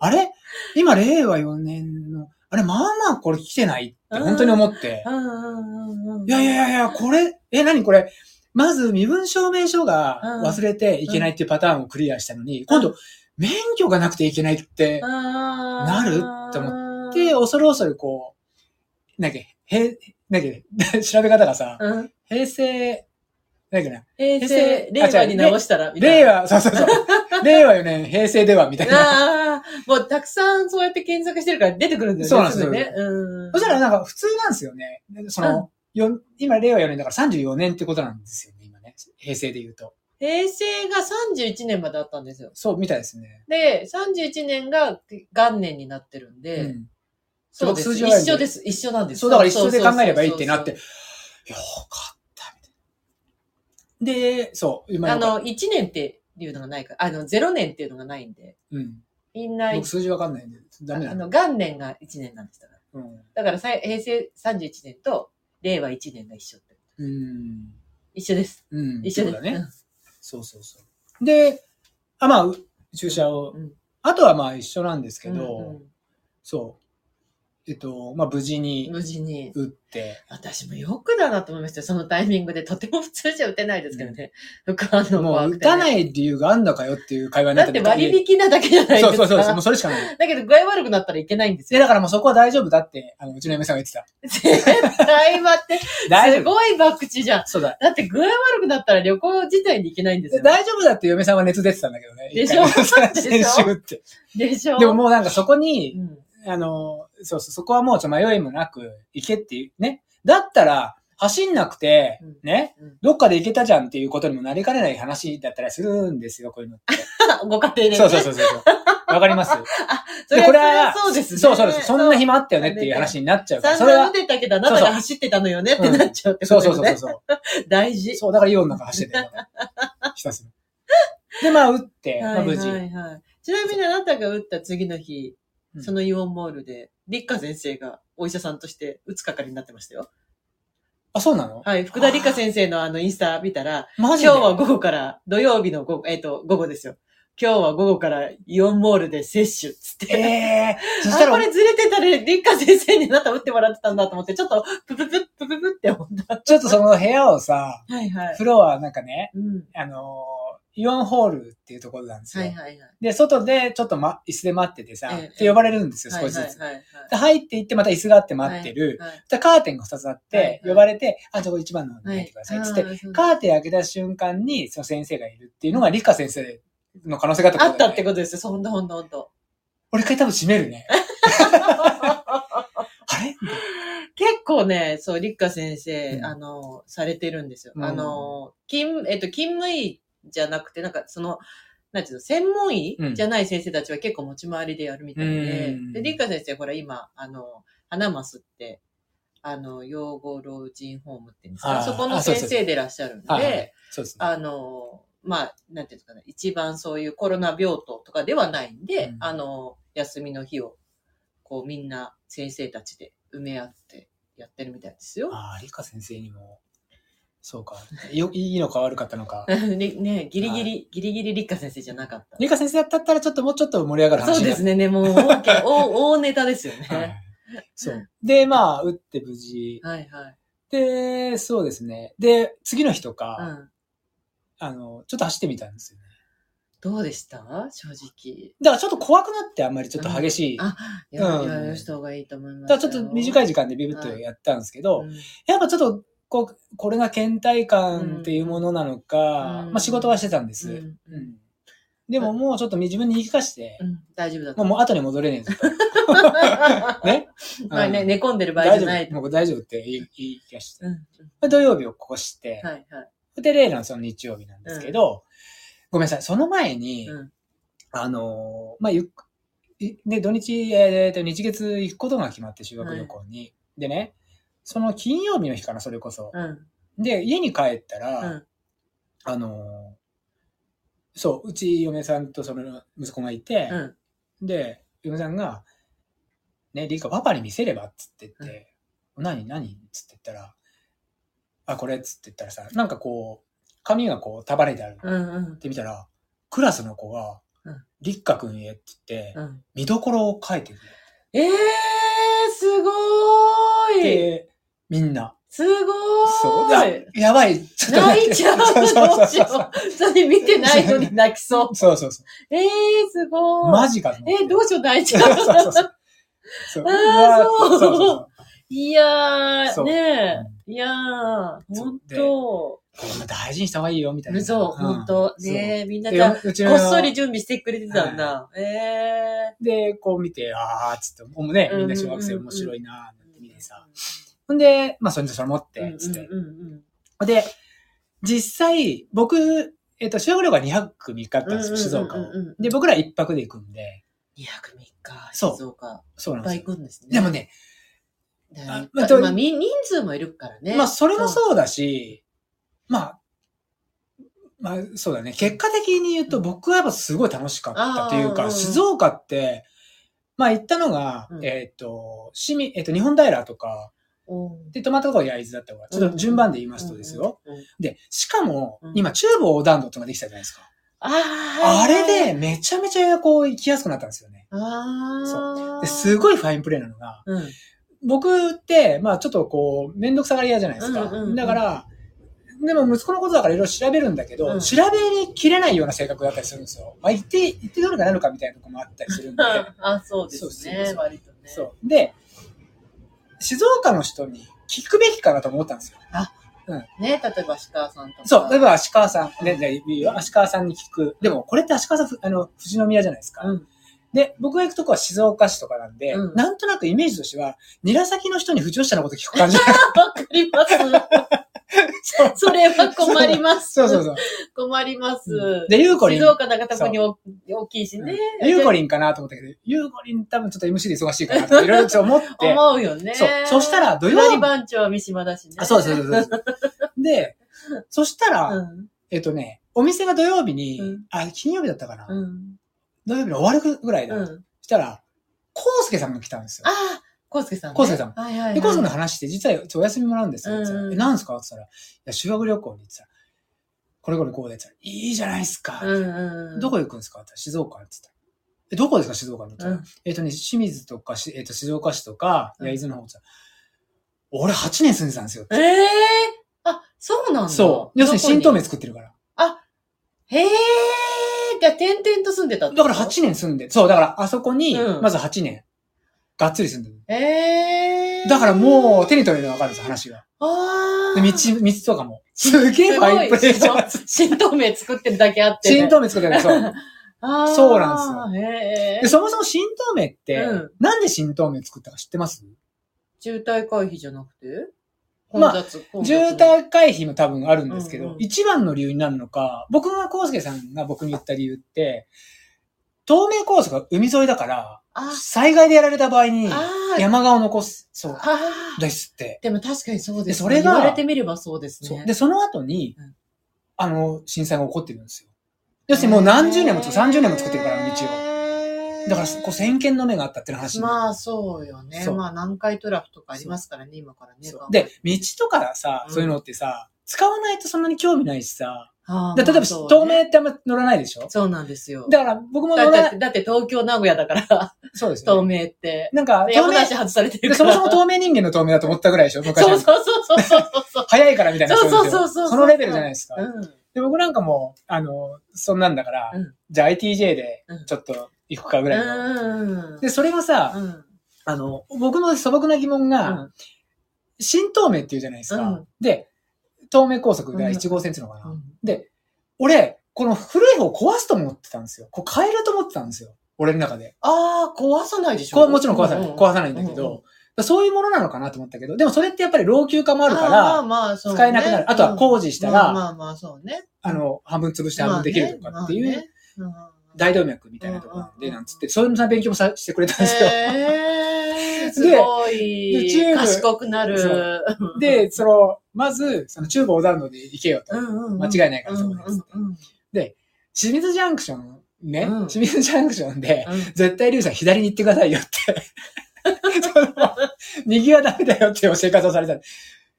[SPEAKER 2] あれ今、令和4年の、あれ、まあまあこれ来てないって本当に思って。いやいやいや、これ、え、何これ、まず身分証明書が忘れていけないっていうパターンをクリアしたのに、今度、免許がなくていけないって、なるって思って、恐る恐るこう、なんか、へ、なんか、 [LAUGHS] 調べ方がさ、うん、平成、なんかな。
[SPEAKER 1] 平成、令和に直したら、
[SPEAKER 2] みたいな。令和、そうそうそう。 [LAUGHS] 令和4年、平成では、みたい
[SPEAKER 1] あ
[SPEAKER 2] な。
[SPEAKER 1] あ、もうたくさんそうやって検索してるから出てくるんだよね。
[SPEAKER 2] そうなんですよ。。
[SPEAKER 1] ね、うん
[SPEAKER 2] そしたらなんか普通なんですよね。その、よ今、令和4年だから34年ってことなんですよね、今ね。平成で言うと。
[SPEAKER 1] 平成が31年まであったんですよ。
[SPEAKER 2] そう、みたいですね。
[SPEAKER 1] で、31年が元年になってるんで、うん、そうです。一緒です。一緒なんです。
[SPEAKER 2] そう、だから一緒で考えればいいってなって、よかった、みたいな。で、そう、
[SPEAKER 1] 今あの、1年っていうのがないから、あの、0年っていうのがないんで。
[SPEAKER 2] うん。
[SPEAKER 1] みんな、
[SPEAKER 2] 僕数字わかんないんで、ダメ
[SPEAKER 1] あの、元年が1年なんですから。うん。だからさ、平成31年と令和1年が一緒って。
[SPEAKER 2] うん。
[SPEAKER 1] 一緒です。
[SPEAKER 2] うん。
[SPEAKER 1] 一緒です。
[SPEAKER 2] ね。うんそうそうそう。で、あ、まあ、注射を、うん、あとはまあ一緒なんですけど、うんうん、そう。えっと、まあ無事に。
[SPEAKER 1] 無事に。
[SPEAKER 2] 打って。
[SPEAKER 1] 私もよくだなと思いましたそのタイミングで。とても普通じゃ打てないですけどね。副反応
[SPEAKER 2] もう打たない理由があんのかよっていう会話になって
[SPEAKER 1] だって割引なだけじゃないですか。
[SPEAKER 2] そうそうそう。もうそれしかない。
[SPEAKER 1] だけど具合悪くなったらいけないんです
[SPEAKER 2] よ。だからもうそこは大丈夫だって、あの、うちの嫁さんが言ってた。
[SPEAKER 1] 絶対待っ
[SPEAKER 2] [LAUGHS]
[SPEAKER 1] て。すごい博打じゃん。
[SPEAKER 2] そうだ。
[SPEAKER 1] だって具合悪くなったら旅行自体に行けないんですよ。
[SPEAKER 2] 大丈夫だって嫁さんは熱出てたんだけどね。
[SPEAKER 1] でしょ
[SPEAKER 2] 先週って。
[SPEAKER 1] でしょ
[SPEAKER 2] でももうなんかそこに、あの、そうそう、そこはもうちょ迷いもなく、行けっていう、ね。だったら、走んなくて、ね、うんうん、どっかで行けたじゃんっていうことにもなりかねない話だったりするんですよ、こういうのって。
[SPEAKER 1] ご家庭で、ね。
[SPEAKER 2] そうそうそうそう。わかります
[SPEAKER 1] あ、それは、これはそうですね。
[SPEAKER 2] そうそうです。そんな暇あったよねっていう話になっちゃうから。
[SPEAKER 1] それは。打てたけど、あなたが走ってたのよねってなっちゃうって
[SPEAKER 2] こと、ね、そうそうそうそう。
[SPEAKER 1] [LAUGHS] 大事。
[SPEAKER 2] そう、だからイオンの中走ってた [LAUGHS] よ。ひたすら。で、まあ、打って、まあ、無事。
[SPEAKER 1] はいはい。ちなみにあなたが打った次の日、そのイオンモールで、立花先生がお医者さんとして打つ係になってましたよ。
[SPEAKER 2] あ、そうなの
[SPEAKER 1] はい。福田理香先生のあのインスタ見たら、今日は午後から、土曜日の午後、えっ、ー、と、午後ですよ。今日は午後からイオンモールで接種っつって。
[SPEAKER 2] え
[SPEAKER 1] ー、そしたら。これずれてたら、立花先生にあなた打ってもらってたんだと思って、ちょっと、ププププププって思った。
[SPEAKER 2] ちょっとその部屋をさ、
[SPEAKER 1] はいはい。
[SPEAKER 2] フロアなんかね、
[SPEAKER 1] うん、
[SPEAKER 2] あのイオンホールっていうところなんですよ。
[SPEAKER 1] はいはいはい、
[SPEAKER 2] で、外でちょっと、ま、椅子で待っててさ、ええって呼ばれるんですよ、少しずつ。
[SPEAKER 1] はいはいはい、
[SPEAKER 2] で、入っていって、また椅子があって待ってる。はいはい、カーテンが2つあって、呼ばれて、あ、そこ一番の方に入ってください。つって、カーテン開けた瞬間に、その先生がいるっていうのが、理科先生の可能性があった
[SPEAKER 1] あったってことですよ、そんなほんとほんと。
[SPEAKER 2] 俺一回多分閉めるね。あれ
[SPEAKER 1] 結構ね、そう、立花先生、あの、されてるんですよ。あの、勤、えっと、勤務医じゃなくて、なんかその、なんていうの、専門医じゃない先生たちは結構持ち回りでやるみたいで、うん、で、りっか先生、ほら今、あの、花ますって、あの、養護老人ホームって言うんですか、そこの先生でいらっしゃるんで、あ,
[SPEAKER 2] で
[SPEAKER 1] あの、まあ、なんていうんですかね、一番そういうコロナ病棟とかではないんで、うん、あの、休みの日を、こうみんな先生たちで埋め合ってやってるみたいですよ。
[SPEAKER 2] ああ、りか先生にもそうか。よ、いいのか悪かったのか。
[SPEAKER 1] ねギリギリ、ギリギリ立花先生じゃなかった。
[SPEAKER 2] 立花先生だったらちょっともうちょっと盛り上がる話、
[SPEAKER 1] そうですね。ね、もう大、大、大ネタですよね、はい
[SPEAKER 2] そう。で、まあ、打って無事。
[SPEAKER 1] はいはい。
[SPEAKER 2] で、そうですね。で、次の日とか、うん、あの、ちょっと走ってみたんですよね。
[SPEAKER 1] どうでした正直。
[SPEAKER 2] だからちょっと怖くなって、あんまりちょっと激しい。。
[SPEAKER 1] あ、や、うん、やした方がいいと思います
[SPEAKER 2] だからちょっと短い時間でビビッとやったんですけど、はいうん、やっぱちょっと、こう、これが倦怠感っていうものなのか、うん、まあ仕事はしてたんです。うん、うん、でももうちょっと自分に言い聞かして、
[SPEAKER 1] うん、大丈夫だ
[SPEAKER 2] と。もう後に戻れねえぞ
[SPEAKER 1] [LAUGHS]
[SPEAKER 2] ね。
[SPEAKER 1] まあね、寝込んでる場合じゃない。
[SPEAKER 2] もう大丈夫って言い言い聞かして。うん、土曜日をこうして、
[SPEAKER 1] はいはい、
[SPEAKER 2] で、例のその日曜日なんですけど、ごめんなさい、その前に、あのー、まあ、ゆで、土日、えっ、ー、と、日月行くことが決まって、修学旅行に。はい、でね、その金曜日の日かな、それこそ。
[SPEAKER 1] うん、
[SPEAKER 2] で、家に帰ったら、うん、あのー、そう、うち嫁さんとその息子がいて、
[SPEAKER 1] うん、
[SPEAKER 2] で、嫁さんが、ね、リカパパに見せればっつってって、何何っつって言ったら、あ、これっつって言ったらさ、なんかこう、髪がこう束ねてある。っ
[SPEAKER 1] うんうん。
[SPEAKER 2] て見たら、クラスの子が
[SPEAKER 1] うん、
[SPEAKER 2] 立花くんへって言って
[SPEAKER 1] う、ん、
[SPEAKER 2] 見どころを書いてる。
[SPEAKER 1] えー、すごーい。
[SPEAKER 2] で、みんな。
[SPEAKER 1] すご
[SPEAKER 2] そう。あ
[SPEAKER 1] ーい。
[SPEAKER 2] やばい。ちょっと待
[SPEAKER 1] 泣
[SPEAKER 2] っ
[SPEAKER 1] い
[SPEAKER 2] て
[SPEAKER 1] ちゃう。
[SPEAKER 2] [LAUGHS] そうそうそう
[SPEAKER 1] どうしよう。それ見てないのに泣きそう。
[SPEAKER 2] そうそうそ
[SPEAKER 1] えー、すご
[SPEAKER 2] う。
[SPEAKER 1] ーい。
[SPEAKER 2] マジかと思って。
[SPEAKER 1] え、どうしよう、泣いちゃ
[SPEAKER 2] そうそう
[SPEAKER 1] う。
[SPEAKER 2] そう。そう
[SPEAKER 1] あー
[SPEAKER 2] わー
[SPEAKER 1] そう
[SPEAKER 2] そうそう
[SPEAKER 1] いや
[SPEAKER 2] そ
[SPEAKER 1] ー、
[SPEAKER 2] う
[SPEAKER 1] ねえ。いやー、
[SPEAKER 2] そ
[SPEAKER 1] ほん
[SPEAKER 2] うで
[SPEAKER 1] と。
[SPEAKER 2] これも大事にした方がいいよ、みたいな。
[SPEAKER 1] そう、
[SPEAKER 2] ん
[SPEAKER 1] ほんと。ねえ、みんな
[SPEAKER 2] で
[SPEAKER 1] じゃあ
[SPEAKER 2] うちの
[SPEAKER 1] こっそり準備してくれてたんだ。え
[SPEAKER 2] で、こう見て、あーっつって、もうね、みんな小学生
[SPEAKER 1] うんうんうん
[SPEAKER 2] 面白いなー
[SPEAKER 1] ー
[SPEAKER 2] なんて見てさ。。ほんで、まあ、それでそれ持っ
[SPEAKER 1] うん
[SPEAKER 2] て、つって。
[SPEAKER 1] うんうん
[SPEAKER 2] で、実際、僕、えっ、と、修学旅行が2泊3日あったんですよ、静
[SPEAKER 1] うんうん
[SPEAKER 2] 岡
[SPEAKER 1] うんうん
[SPEAKER 2] を。で、僕ら1泊で行くんで、
[SPEAKER 1] 2泊3日、
[SPEAKER 2] そう
[SPEAKER 1] 静岡、
[SPEAKER 2] そう
[SPEAKER 1] いっ
[SPEAKER 2] なんで
[SPEAKER 1] ぱ
[SPEAKER 2] す
[SPEAKER 1] い
[SPEAKER 2] よ。
[SPEAKER 1] 行くんですね。
[SPEAKER 2] でもね、
[SPEAKER 1] ね
[SPEAKER 2] あ
[SPEAKER 1] ま
[SPEAKER 2] ま
[SPEAKER 1] あ、
[SPEAKER 2] あ
[SPEAKER 1] とまあ、み人数もいるからね。
[SPEAKER 2] まあ、それもそうだし、まあ、まあ、そうだね。結果的に言うと、僕はやっぱすごい楽しかったとい
[SPEAKER 1] あー
[SPEAKER 2] う
[SPEAKER 1] うんう
[SPEAKER 2] か、
[SPEAKER 1] ん
[SPEAKER 2] 静岡って、まあ行ったのが、
[SPEAKER 1] うん
[SPEAKER 2] えっ、と、市民、えっ、と、日本平とか、
[SPEAKER 1] うん。
[SPEAKER 2] で、泊まったところが焼津だったから、ちょっと順番で言いますとですよ。
[SPEAKER 1] うんうんうん。
[SPEAKER 2] で、しかも
[SPEAKER 1] うん、
[SPEAKER 2] 今、中部横断道とかできたじゃないですか。
[SPEAKER 1] ああ、
[SPEAKER 2] あれで、、めちゃめちゃこう、行きやすくなったんですよね。
[SPEAKER 1] ああ。
[SPEAKER 2] ですごいファインプレーなのが、
[SPEAKER 1] うん。
[SPEAKER 2] 僕って、まあ、ちょっとこう、めんどくさがり屋じゃないですか。
[SPEAKER 1] うんうんうん
[SPEAKER 2] だから、でも息子のことだからいろいろ調べるんだけど、
[SPEAKER 1] うん
[SPEAKER 2] 調べきれないような性格だったりするんですよ。まあ、言って、言ってどれかなるかみたいなとこもあったりする
[SPEAKER 1] [LAUGHS]
[SPEAKER 2] んで。
[SPEAKER 1] [LAUGHS] あ、そうです
[SPEAKER 2] そうそう
[SPEAKER 1] ね、
[SPEAKER 2] そう
[SPEAKER 1] 割とね。
[SPEAKER 2] そう。で、静岡の人に聞くべきかなと思ったんですよ。
[SPEAKER 1] ね、例えば、石川さんとか。
[SPEAKER 2] そう。例えば、足川さん。ね、じゃあいいよ足川さんに聞く。でも、これって足川さんふ、あの、富士宮じゃないですか。
[SPEAKER 1] うん。 [LAUGHS]
[SPEAKER 2] で、僕が行くとこは静岡市とかなんで、
[SPEAKER 1] うん
[SPEAKER 2] なんとなくイメージとしては、韮崎の人に不条者のこと聞く感じ。
[SPEAKER 1] わかります。
[SPEAKER 2] [LAUGHS] そう
[SPEAKER 1] それは困り [LAUGHS] ます。
[SPEAKER 2] そうそうそう。
[SPEAKER 1] 困ります。
[SPEAKER 2] で、ゆうこりん
[SPEAKER 1] 静。岡だから特に大大きいしね。
[SPEAKER 2] ゆうこりんかなと思ったけど、ゆうこりん多分ちょっと MC で忙しいかなとか
[SPEAKER 1] [LAUGHS]
[SPEAKER 2] いろいろちょっと思って。
[SPEAKER 1] 思うよね。
[SPEAKER 2] そうそしたら土曜日
[SPEAKER 1] 隣番長は三島だしね。
[SPEAKER 2] あそうですそうですそうです。で、そしたら、
[SPEAKER 1] うん。
[SPEAKER 2] えっとね、お店が土曜日に、
[SPEAKER 1] うん
[SPEAKER 2] あ、金曜日だったかな、
[SPEAKER 1] うん。
[SPEAKER 2] 土曜日の終わるぐらいだ。
[SPEAKER 1] う
[SPEAKER 2] そ
[SPEAKER 1] ん。
[SPEAKER 2] したら、こうすけさんが来たんですよ
[SPEAKER 1] あ。あ、コウスケさん、ね。
[SPEAKER 2] コウスケさん
[SPEAKER 1] はいはい、はい。
[SPEAKER 2] で、コースの話して、実はちょお休みもらうんですよ。って言
[SPEAKER 1] うん
[SPEAKER 2] ったら
[SPEAKER 1] うん
[SPEAKER 2] え、何ですかって言ったら、いや、修学旅行に行ってたら、これこれこうでって言ったら、いいじゃないですか。
[SPEAKER 1] うんうん。
[SPEAKER 2] どこ行くんですかって言ったら、静岡って言ったら。え、どこですか静岡のって言ったら、
[SPEAKER 1] うん
[SPEAKER 2] えっ、とね、清水とかし、えっ、と、静岡市とか、
[SPEAKER 1] うん
[SPEAKER 2] 焼津の方って言ったら、俺8年住んでたんですよって。
[SPEAKER 1] ええあ、そうなんだ。
[SPEAKER 2] そう。要するに新東名
[SPEAKER 1] どこ
[SPEAKER 2] 作ってるから。
[SPEAKER 1] に。へえじゃあ、点々と住んでたって
[SPEAKER 2] だ
[SPEAKER 1] こと
[SPEAKER 2] から8年住んで、そう、だからあそこに
[SPEAKER 1] う、ん
[SPEAKER 2] まず8年、がっつり住んでる。
[SPEAKER 1] ええ
[SPEAKER 2] だからもう手に取れるの分かるんですよ、
[SPEAKER 1] [LAUGHS]
[SPEAKER 2] 話が。
[SPEAKER 1] ああ。
[SPEAKER 2] で道、道とかも。すげえファインプレー
[SPEAKER 1] [LAUGHS]
[SPEAKER 2] じゃん。
[SPEAKER 1] すごい新東名作ってるだけあって、ね。
[SPEAKER 2] 新東名作って
[SPEAKER 1] [LAUGHS]
[SPEAKER 2] るそう。
[SPEAKER 1] あー
[SPEAKER 2] そうなん
[SPEAKER 1] へえ
[SPEAKER 2] でそもそも新東名って、
[SPEAKER 1] うん
[SPEAKER 2] なんで新東名作ったか知ってます
[SPEAKER 1] 渋滞回避じゃなくて
[SPEAKER 2] まあ
[SPEAKER 1] 雑、混雑
[SPEAKER 2] 渋滞回避も多分あるんですけど、
[SPEAKER 1] うんうん
[SPEAKER 2] 一番の理由になるのか、僕が康介さんが僕に言った理由って、東名高速が海沿いだから、
[SPEAKER 1] あ、
[SPEAKER 2] 災害でやられた場合に
[SPEAKER 1] あー
[SPEAKER 2] 山側を残す。そう。
[SPEAKER 1] あー。
[SPEAKER 2] ですって。
[SPEAKER 1] でも確かにそうです、ね。
[SPEAKER 2] でそれが
[SPEAKER 1] 言われてみればそうです
[SPEAKER 2] そう。
[SPEAKER 1] ね。
[SPEAKER 2] で、その後に、
[SPEAKER 1] うん
[SPEAKER 2] あの、震災が起こってるんですよ。要するにもう何十年も、30年も作ってるから、道を。
[SPEAKER 1] を
[SPEAKER 2] だから、こう、先見の目があったっていう話になる。
[SPEAKER 1] まあそうよね。
[SPEAKER 2] そう
[SPEAKER 1] まあ南海トラフとかありますからね、今からね。
[SPEAKER 2] そうで、道とかさ、
[SPEAKER 1] うん
[SPEAKER 2] そういうのってさ、使わないとそんなに興味ないしさ。
[SPEAKER 1] あー、
[SPEAKER 2] で例えば、
[SPEAKER 1] そうね
[SPEAKER 2] 透明ってあんま乗らないでしょ
[SPEAKER 1] そうなんですよ。
[SPEAKER 2] だから、僕も
[SPEAKER 1] だ
[SPEAKER 2] 乗
[SPEAKER 1] だっ
[SPEAKER 2] らない。
[SPEAKER 1] てだって東京、名古屋だ
[SPEAKER 2] [LAUGHS]
[SPEAKER 1] から、
[SPEAKER 2] そうです
[SPEAKER 1] 透
[SPEAKER 2] よね。
[SPEAKER 1] 明って。
[SPEAKER 2] なんか、
[SPEAKER 1] で
[SPEAKER 2] 透
[SPEAKER 1] 山
[SPEAKER 2] 明
[SPEAKER 1] 梨、外されてる
[SPEAKER 2] そ
[SPEAKER 1] か
[SPEAKER 2] も
[SPEAKER 1] ら。
[SPEAKER 2] そも透明人間の透明だと思ったぐらいでしょ昔
[SPEAKER 1] そう
[SPEAKER 2] は。
[SPEAKER 1] そうそうそうそうそう。
[SPEAKER 2] 早いからみたいな。
[SPEAKER 1] そうそう
[SPEAKER 2] いの
[SPEAKER 1] そうそう
[SPEAKER 2] そのレベルじゃないですか。
[SPEAKER 1] うん。
[SPEAKER 2] で、僕なんかもう、あの、そんなんだから
[SPEAKER 1] うん、
[SPEAKER 2] じゃあ ITJ で
[SPEAKER 1] うん
[SPEAKER 2] ちょっと行くかぐ
[SPEAKER 1] う
[SPEAKER 2] らいの。
[SPEAKER 1] ん。
[SPEAKER 2] で、それがさ、
[SPEAKER 1] うん。
[SPEAKER 2] あの、僕の素朴な疑問
[SPEAKER 1] う
[SPEAKER 2] が、
[SPEAKER 1] ん
[SPEAKER 2] 新東名っていうじゃないです
[SPEAKER 1] う
[SPEAKER 2] か
[SPEAKER 1] ん。
[SPEAKER 2] で、東名高速が1号線っていうのかな。で、俺、この古い方壊すと思ってたんですよ。こう変えると思ってたんですよ。俺の中で。
[SPEAKER 1] ああ、壊さないでしょ
[SPEAKER 2] こうもちろん壊さない。壊さないんだけ
[SPEAKER 1] うんうん
[SPEAKER 2] ど、そういうものなのかなと思ったけど、でもそれってやっぱり老朽化もあ
[SPEAKER 1] あ
[SPEAKER 2] るか
[SPEAKER 1] ー
[SPEAKER 2] ら、
[SPEAKER 1] まあそうね
[SPEAKER 2] 使えなくなる。あとは工事した
[SPEAKER 1] うん
[SPEAKER 2] ら、
[SPEAKER 1] まあまあそうね。
[SPEAKER 2] あの、半分潰して半分できるとかって
[SPEAKER 1] まあ
[SPEAKER 2] い
[SPEAKER 1] ね
[SPEAKER 2] う、
[SPEAKER 1] まあねうん
[SPEAKER 2] 大動脈みたいなとこなん
[SPEAKER 1] う
[SPEAKER 2] で、
[SPEAKER 1] ん
[SPEAKER 2] なんつって、そういうの勉強もさしてくれたん [LAUGHS] ですよ。
[SPEAKER 1] へーすごい
[SPEAKER 2] でチュー。ブ
[SPEAKER 1] 賢くな
[SPEAKER 2] そ
[SPEAKER 1] る。
[SPEAKER 2] で、その、まず、その中部横断道で行けよと
[SPEAKER 1] う。んうんうん、
[SPEAKER 2] 間違いないから
[SPEAKER 1] う
[SPEAKER 2] そ
[SPEAKER 1] んう
[SPEAKER 2] こ
[SPEAKER 1] ん
[SPEAKER 2] で
[SPEAKER 1] うんうん
[SPEAKER 2] 清水ジャンクション、ね
[SPEAKER 1] うん。
[SPEAKER 2] 清水ジャンクションで、絶対リュウさん左に行ってく
[SPEAKER 1] [LAUGHS]
[SPEAKER 2] ださいよって。その右はダメだよっていう教え方をされた。こ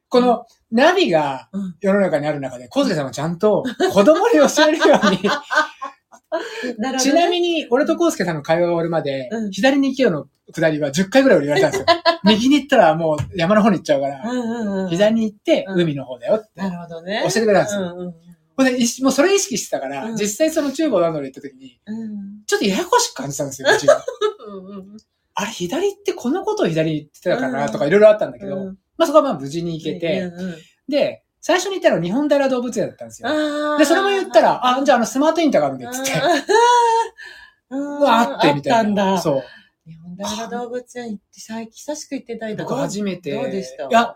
[SPEAKER 2] このナビが
[SPEAKER 1] うん
[SPEAKER 2] 世の中にある中で、小杉さんもちゃんと子供に教
[SPEAKER 1] [LAUGHS]
[SPEAKER 2] えるように、
[SPEAKER 1] なるほどね。
[SPEAKER 2] [LAUGHS] ちなみに、俺とコウスケさんの会話が終わるまで、
[SPEAKER 1] うん
[SPEAKER 2] 左に行けよの下りは10回ぐらい俺言われた
[SPEAKER 1] [LAUGHS]
[SPEAKER 2] んですよ。右に行ったらもう山の方に行っちゃうから、
[SPEAKER 1] うんうんうん、
[SPEAKER 2] 左に行って
[SPEAKER 1] うん
[SPEAKER 2] 海の方だよって
[SPEAKER 1] なるほどね。
[SPEAKER 2] 教えてくれたんですよ。
[SPEAKER 1] うんうん
[SPEAKER 2] ほんでいしもうそれ意識してたから、
[SPEAKER 1] うん
[SPEAKER 2] 実際その中国などで行った時に、
[SPEAKER 1] うん
[SPEAKER 2] ちょっとややこしく感じたんですよ、うちが
[SPEAKER 1] うんうんうん
[SPEAKER 2] あれ、左ってこのことを左に言ってたからなとかいろいろあったんだけど、
[SPEAKER 1] うん
[SPEAKER 2] まあそこはまあ無事に行けて、
[SPEAKER 1] うんうん
[SPEAKER 2] で、最初に行ったのは日本平動物園だったんですよ。
[SPEAKER 1] あー
[SPEAKER 2] で、それも言ったら、あ、じゃああのスマートインターがあるんで、つって。 [LAUGHS] うわ、あって、みたいな。
[SPEAKER 1] あったんだ。
[SPEAKER 2] そう。
[SPEAKER 1] 日本平動物園行って、最近久しく行ってたいだ
[SPEAKER 2] 僕初めて。
[SPEAKER 1] どうでした
[SPEAKER 2] いや、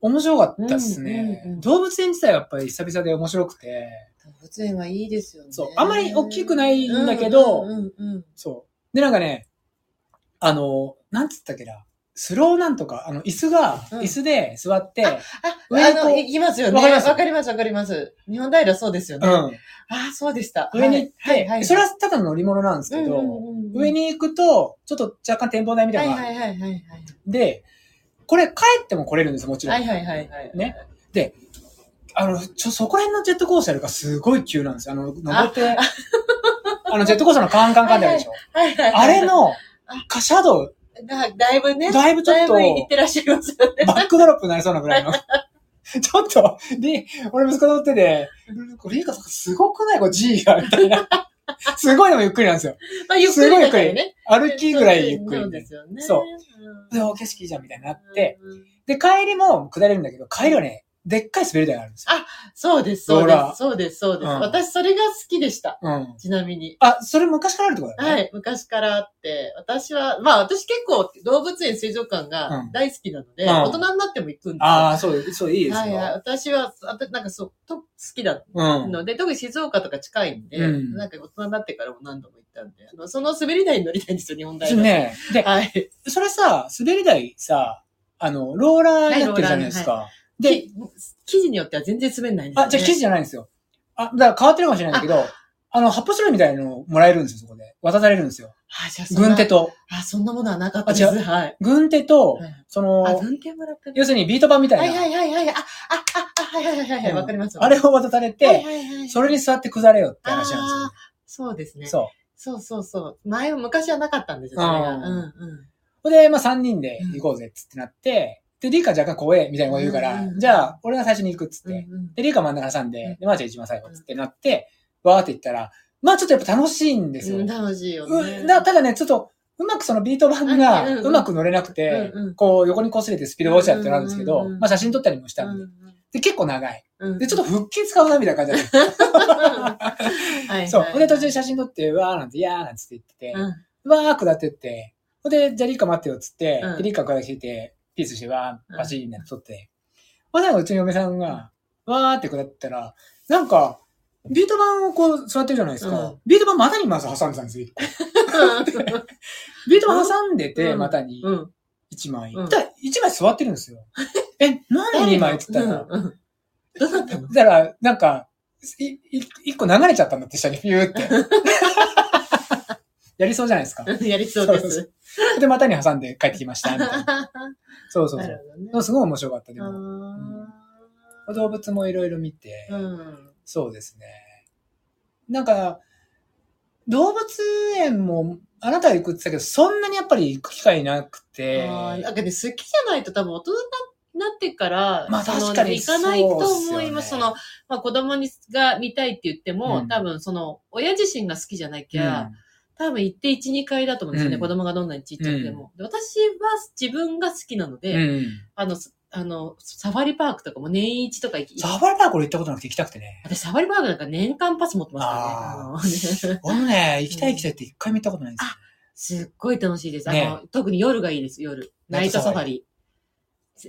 [SPEAKER 2] 面白かったっすね。
[SPEAKER 1] うんうんうん
[SPEAKER 2] 動物園自体はやっぱり久々で面白くて、
[SPEAKER 1] 動物園はいいですよね。
[SPEAKER 2] そうあまり大きくないんだけど
[SPEAKER 1] うんうんうんうん
[SPEAKER 2] そう。で、なんかね、あの、なんつったっけな、スローなんとか、あの、椅子が、
[SPEAKER 1] うん
[SPEAKER 2] 椅子で座って、
[SPEAKER 1] あ、
[SPEAKER 2] 上
[SPEAKER 1] あ
[SPEAKER 2] にこう
[SPEAKER 1] の、行きますよね。
[SPEAKER 2] わ
[SPEAKER 1] わ
[SPEAKER 2] か
[SPEAKER 1] か
[SPEAKER 2] り
[SPEAKER 1] り
[SPEAKER 2] ま
[SPEAKER 1] ますす、わかります、日本平そうですよね。
[SPEAKER 2] う
[SPEAKER 1] あ
[SPEAKER 2] ん、
[SPEAKER 1] あ、そうでした。
[SPEAKER 2] 上に行って、
[SPEAKER 1] はいはいはい
[SPEAKER 2] それはただの乗り物なんですけど、上
[SPEAKER 1] に
[SPEAKER 2] に行くと、ちょっと若干展望台みた
[SPEAKER 1] はいい
[SPEAKER 2] なの
[SPEAKER 1] は
[SPEAKER 2] がある、
[SPEAKER 1] いはいはいはい。
[SPEAKER 2] で、これ帰っても来れるんですよ、もちろん。
[SPEAKER 1] はいはいはいはい。
[SPEAKER 2] ね。あの、ちょ、そこら辺のジェットコースターがすごい急なんですよ。あの、登って、あの、ジェットコースターのカンカンカンってあるでしょ。
[SPEAKER 1] はいはい
[SPEAKER 2] あ
[SPEAKER 1] はい
[SPEAKER 2] れの、カシャドウ、
[SPEAKER 1] だ、だいぶね。
[SPEAKER 2] だいぶちょっと
[SPEAKER 1] だいぶ行ってらっしゃいます [LAUGHS] よね。
[SPEAKER 2] バックドロップになりそうなぐらいの。 [LAUGHS] ちょっと、で、俺息子乗ってて、これいいか、すごくないこれ G が、みたいな。 [LAUGHS] すごいのもゆっくりなんですよ。
[SPEAKER 1] まあ、ゆっくりだから
[SPEAKER 2] すごいゆっく
[SPEAKER 1] ね。
[SPEAKER 2] 歩きぐらいゆっく
[SPEAKER 1] そう
[SPEAKER 2] り
[SPEAKER 1] で
[SPEAKER 2] で。
[SPEAKER 1] すよね。
[SPEAKER 2] そうんで、お景色いいじゃん、みたいになって。、で、帰りも下れるんだけど、帰りはね、でっかい滑り台があるんですよ。
[SPEAKER 1] そうです、
[SPEAKER 2] ロ
[SPEAKER 1] そ
[SPEAKER 2] ー
[SPEAKER 1] うで
[SPEAKER 2] ラー
[SPEAKER 1] す、そうです、そうです。
[SPEAKER 2] うん
[SPEAKER 1] 私、それが好きでした。
[SPEAKER 2] うん。
[SPEAKER 1] ちなみに。
[SPEAKER 2] あ、それ昔からあるってことだよ
[SPEAKER 1] は
[SPEAKER 2] ね。
[SPEAKER 1] い、昔からあって、私は、まあ私結構動物園水族館
[SPEAKER 2] う
[SPEAKER 1] が
[SPEAKER 2] ん
[SPEAKER 1] 大好きなので、
[SPEAKER 2] うん
[SPEAKER 1] 大人になっても行くんですよ。
[SPEAKER 2] ああ、そう、そう、いいです
[SPEAKER 1] はいはい。
[SPEAKER 2] よ。
[SPEAKER 1] 私は、あとなんかそう、と好きな
[SPEAKER 2] うん。
[SPEAKER 1] ので、特に静岡とか近いんで、
[SPEAKER 2] うん
[SPEAKER 1] なんか大人になってからも何度も行ったんで、あのその滑り台に乗りたいんですよ、日本大
[SPEAKER 2] そう
[SPEAKER 1] 学。
[SPEAKER 2] ね。で、
[SPEAKER 1] はい。
[SPEAKER 2] それさ、滑り台さ、あの、ローラーになってるじゃないですか。
[SPEAKER 1] で
[SPEAKER 2] で、、
[SPEAKER 1] 記事によっては全然滑んないんですよ、ね。
[SPEAKER 2] あ、じゃあ生地じゃないんですよ。あ、だから変わってるかもしれないんだけど、あの、発泡スチロールみたいなのをもらえるんですよ、そこで。渡されるんですよ。
[SPEAKER 1] あ、じゃあそんな
[SPEAKER 2] 軍手と。
[SPEAKER 1] あ、そんなものはなかったです。
[SPEAKER 2] あ違
[SPEAKER 1] はい。
[SPEAKER 2] 軍手と
[SPEAKER 1] はい、
[SPEAKER 2] そ
[SPEAKER 1] あ、
[SPEAKER 2] の、
[SPEAKER 1] 軍手もらったね
[SPEAKER 2] 要するにビート板みた
[SPEAKER 1] はいい
[SPEAKER 2] な。
[SPEAKER 1] はいはいはい。あ、あ、あ、あ、はいはいはいはいはい。
[SPEAKER 2] うん
[SPEAKER 1] わかります。
[SPEAKER 2] あれを渡され
[SPEAKER 1] はい
[SPEAKER 2] て、
[SPEAKER 1] はいはい
[SPEAKER 2] それに座って下れよって話なん
[SPEAKER 1] そうです
[SPEAKER 2] で
[SPEAKER 1] ね。
[SPEAKER 2] すよ。
[SPEAKER 1] そ
[SPEAKER 2] そ
[SPEAKER 1] うそうそう。前、昔はなかったんですよ、それが。う
[SPEAKER 2] う
[SPEAKER 1] んんうん。
[SPEAKER 2] う。で、まあ3人で行こうぜっつってなって、で、リーカ若干怖えみたいなこと言うか
[SPEAKER 1] う
[SPEAKER 2] ら
[SPEAKER 1] んう、ん
[SPEAKER 2] じゃあ、俺が最初に行くっつっ
[SPEAKER 1] うん
[SPEAKER 2] て。
[SPEAKER 1] うん
[SPEAKER 2] で、リーカ真ん中挟んで
[SPEAKER 1] うん、
[SPEAKER 2] で、マーちゃん一番最後っつってなって、わーって行ったら、まあちょっとやっぱ楽しいんですよ
[SPEAKER 1] うん。楽しいよね。
[SPEAKER 2] うんだただね、ちょっと、うまくそのビート板
[SPEAKER 1] うんうん
[SPEAKER 2] が
[SPEAKER 1] うん
[SPEAKER 2] うまく乗れなくて
[SPEAKER 1] うんう、ん
[SPEAKER 2] こう横に擦れてスピードが落ちちゃうってなるんですけど
[SPEAKER 1] うんうんう、ん
[SPEAKER 2] まあ写真撮ったりもした
[SPEAKER 1] うん
[SPEAKER 2] で。
[SPEAKER 1] ん
[SPEAKER 2] で、結構長い。
[SPEAKER 1] うん
[SPEAKER 2] で、ちょっと腹筋使うなみたいな感じだった。
[SPEAKER 1] [LAUGHS] はいはい
[SPEAKER 2] そう。ほんで、途中で写真撮って、うわーなんて、いやーなんつって言ってて、
[SPEAKER 1] うん
[SPEAKER 2] [LAUGHS] うわー下ってって、ほんで、じゃあリッカ待ってよっつって
[SPEAKER 1] う、ん
[SPEAKER 2] でリッカ下ってきて、ピースして、わー、バシーンって撮って。ほんで、うちの嫁さんが、わーって下ったら、なんか、ビート板をこう座ってるじゃないです
[SPEAKER 1] う
[SPEAKER 2] か
[SPEAKER 1] ん。
[SPEAKER 2] ビート板股にまず挟んでたんですよ。ビート板挟んでて、
[SPEAKER 1] うん
[SPEAKER 2] 股に。
[SPEAKER 1] うん。
[SPEAKER 2] 一枚。
[SPEAKER 1] うん
[SPEAKER 2] ただ、一枚座ってる
[SPEAKER 1] [LAUGHS]
[SPEAKER 2] んですよ。え、なんで二枚って言ったら、
[SPEAKER 1] うんうんどうだったの
[SPEAKER 2] だから、なんか、い、い、一個流れちゃったんだって、下にピュ
[SPEAKER 1] [LAUGHS]
[SPEAKER 2] ーって。やりそうじゃないですか。 [LAUGHS]
[SPEAKER 1] うんやりそうで
[SPEAKER 2] そうそ
[SPEAKER 1] す。
[SPEAKER 2] で、股に挟んで帰ってきました、みたいな。
[SPEAKER 1] [LAUGHS] な
[SPEAKER 2] そうそうそ
[SPEAKER 1] る
[SPEAKER 2] う。
[SPEAKER 1] ほどね
[SPEAKER 2] でもすごい面白かった、で
[SPEAKER 1] あ
[SPEAKER 2] も。
[SPEAKER 1] ー
[SPEAKER 2] 動物もいろいろ見て、
[SPEAKER 1] うん。
[SPEAKER 2] そうですね。なんか、動物園も、あなたは行くって言ってたけど、そんなにやっぱり行く機会なくて、
[SPEAKER 1] あーなんかね、好きじゃないと多分大人になってから、
[SPEAKER 2] まあ
[SPEAKER 1] その
[SPEAKER 2] 確かに
[SPEAKER 1] 行かないと
[SPEAKER 2] そうっ
[SPEAKER 1] 思
[SPEAKER 2] すよ
[SPEAKER 1] い
[SPEAKER 2] ね
[SPEAKER 1] ます。その、まあ子供にが見たいって言っても、
[SPEAKER 2] うん
[SPEAKER 1] 多分その、親自身が好きじゃなきゃ、
[SPEAKER 2] うん
[SPEAKER 1] 多分行って1、2回だと思うんですよね、
[SPEAKER 2] うん
[SPEAKER 1] 子供がどんなにちっちゃくても、で私は自分が好きなので、
[SPEAKER 2] うん。
[SPEAKER 1] あの、すあの、サファリパークとかも年一とか行き、
[SPEAKER 2] サファリパーク俺行ったことなくて行きたくてね。
[SPEAKER 1] 私サファリパークなんか年間パス持ってますからねあの。 [LAUGHS]
[SPEAKER 2] 俺もね、行きたい行きたいって一回見たことないんですよ。
[SPEAKER 1] すっごい楽しいです。あの、
[SPEAKER 2] ね
[SPEAKER 1] 特に夜がいいです、夜。
[SPEAKER 2] ナ
[SPEAKER 1] ナ
[SPEAKER 2] イ
[SPEAKER 1] イ
[SPEAKER 2] ト
[SPEAKER 1] ト
[SPEAKER 2] サ
[SPEAKER 1] サ
[SPEAKER 2] フ
[SPEAKER 1] フ
[SPEAKER 2] ァ
[SPEAKER 1] ァリ。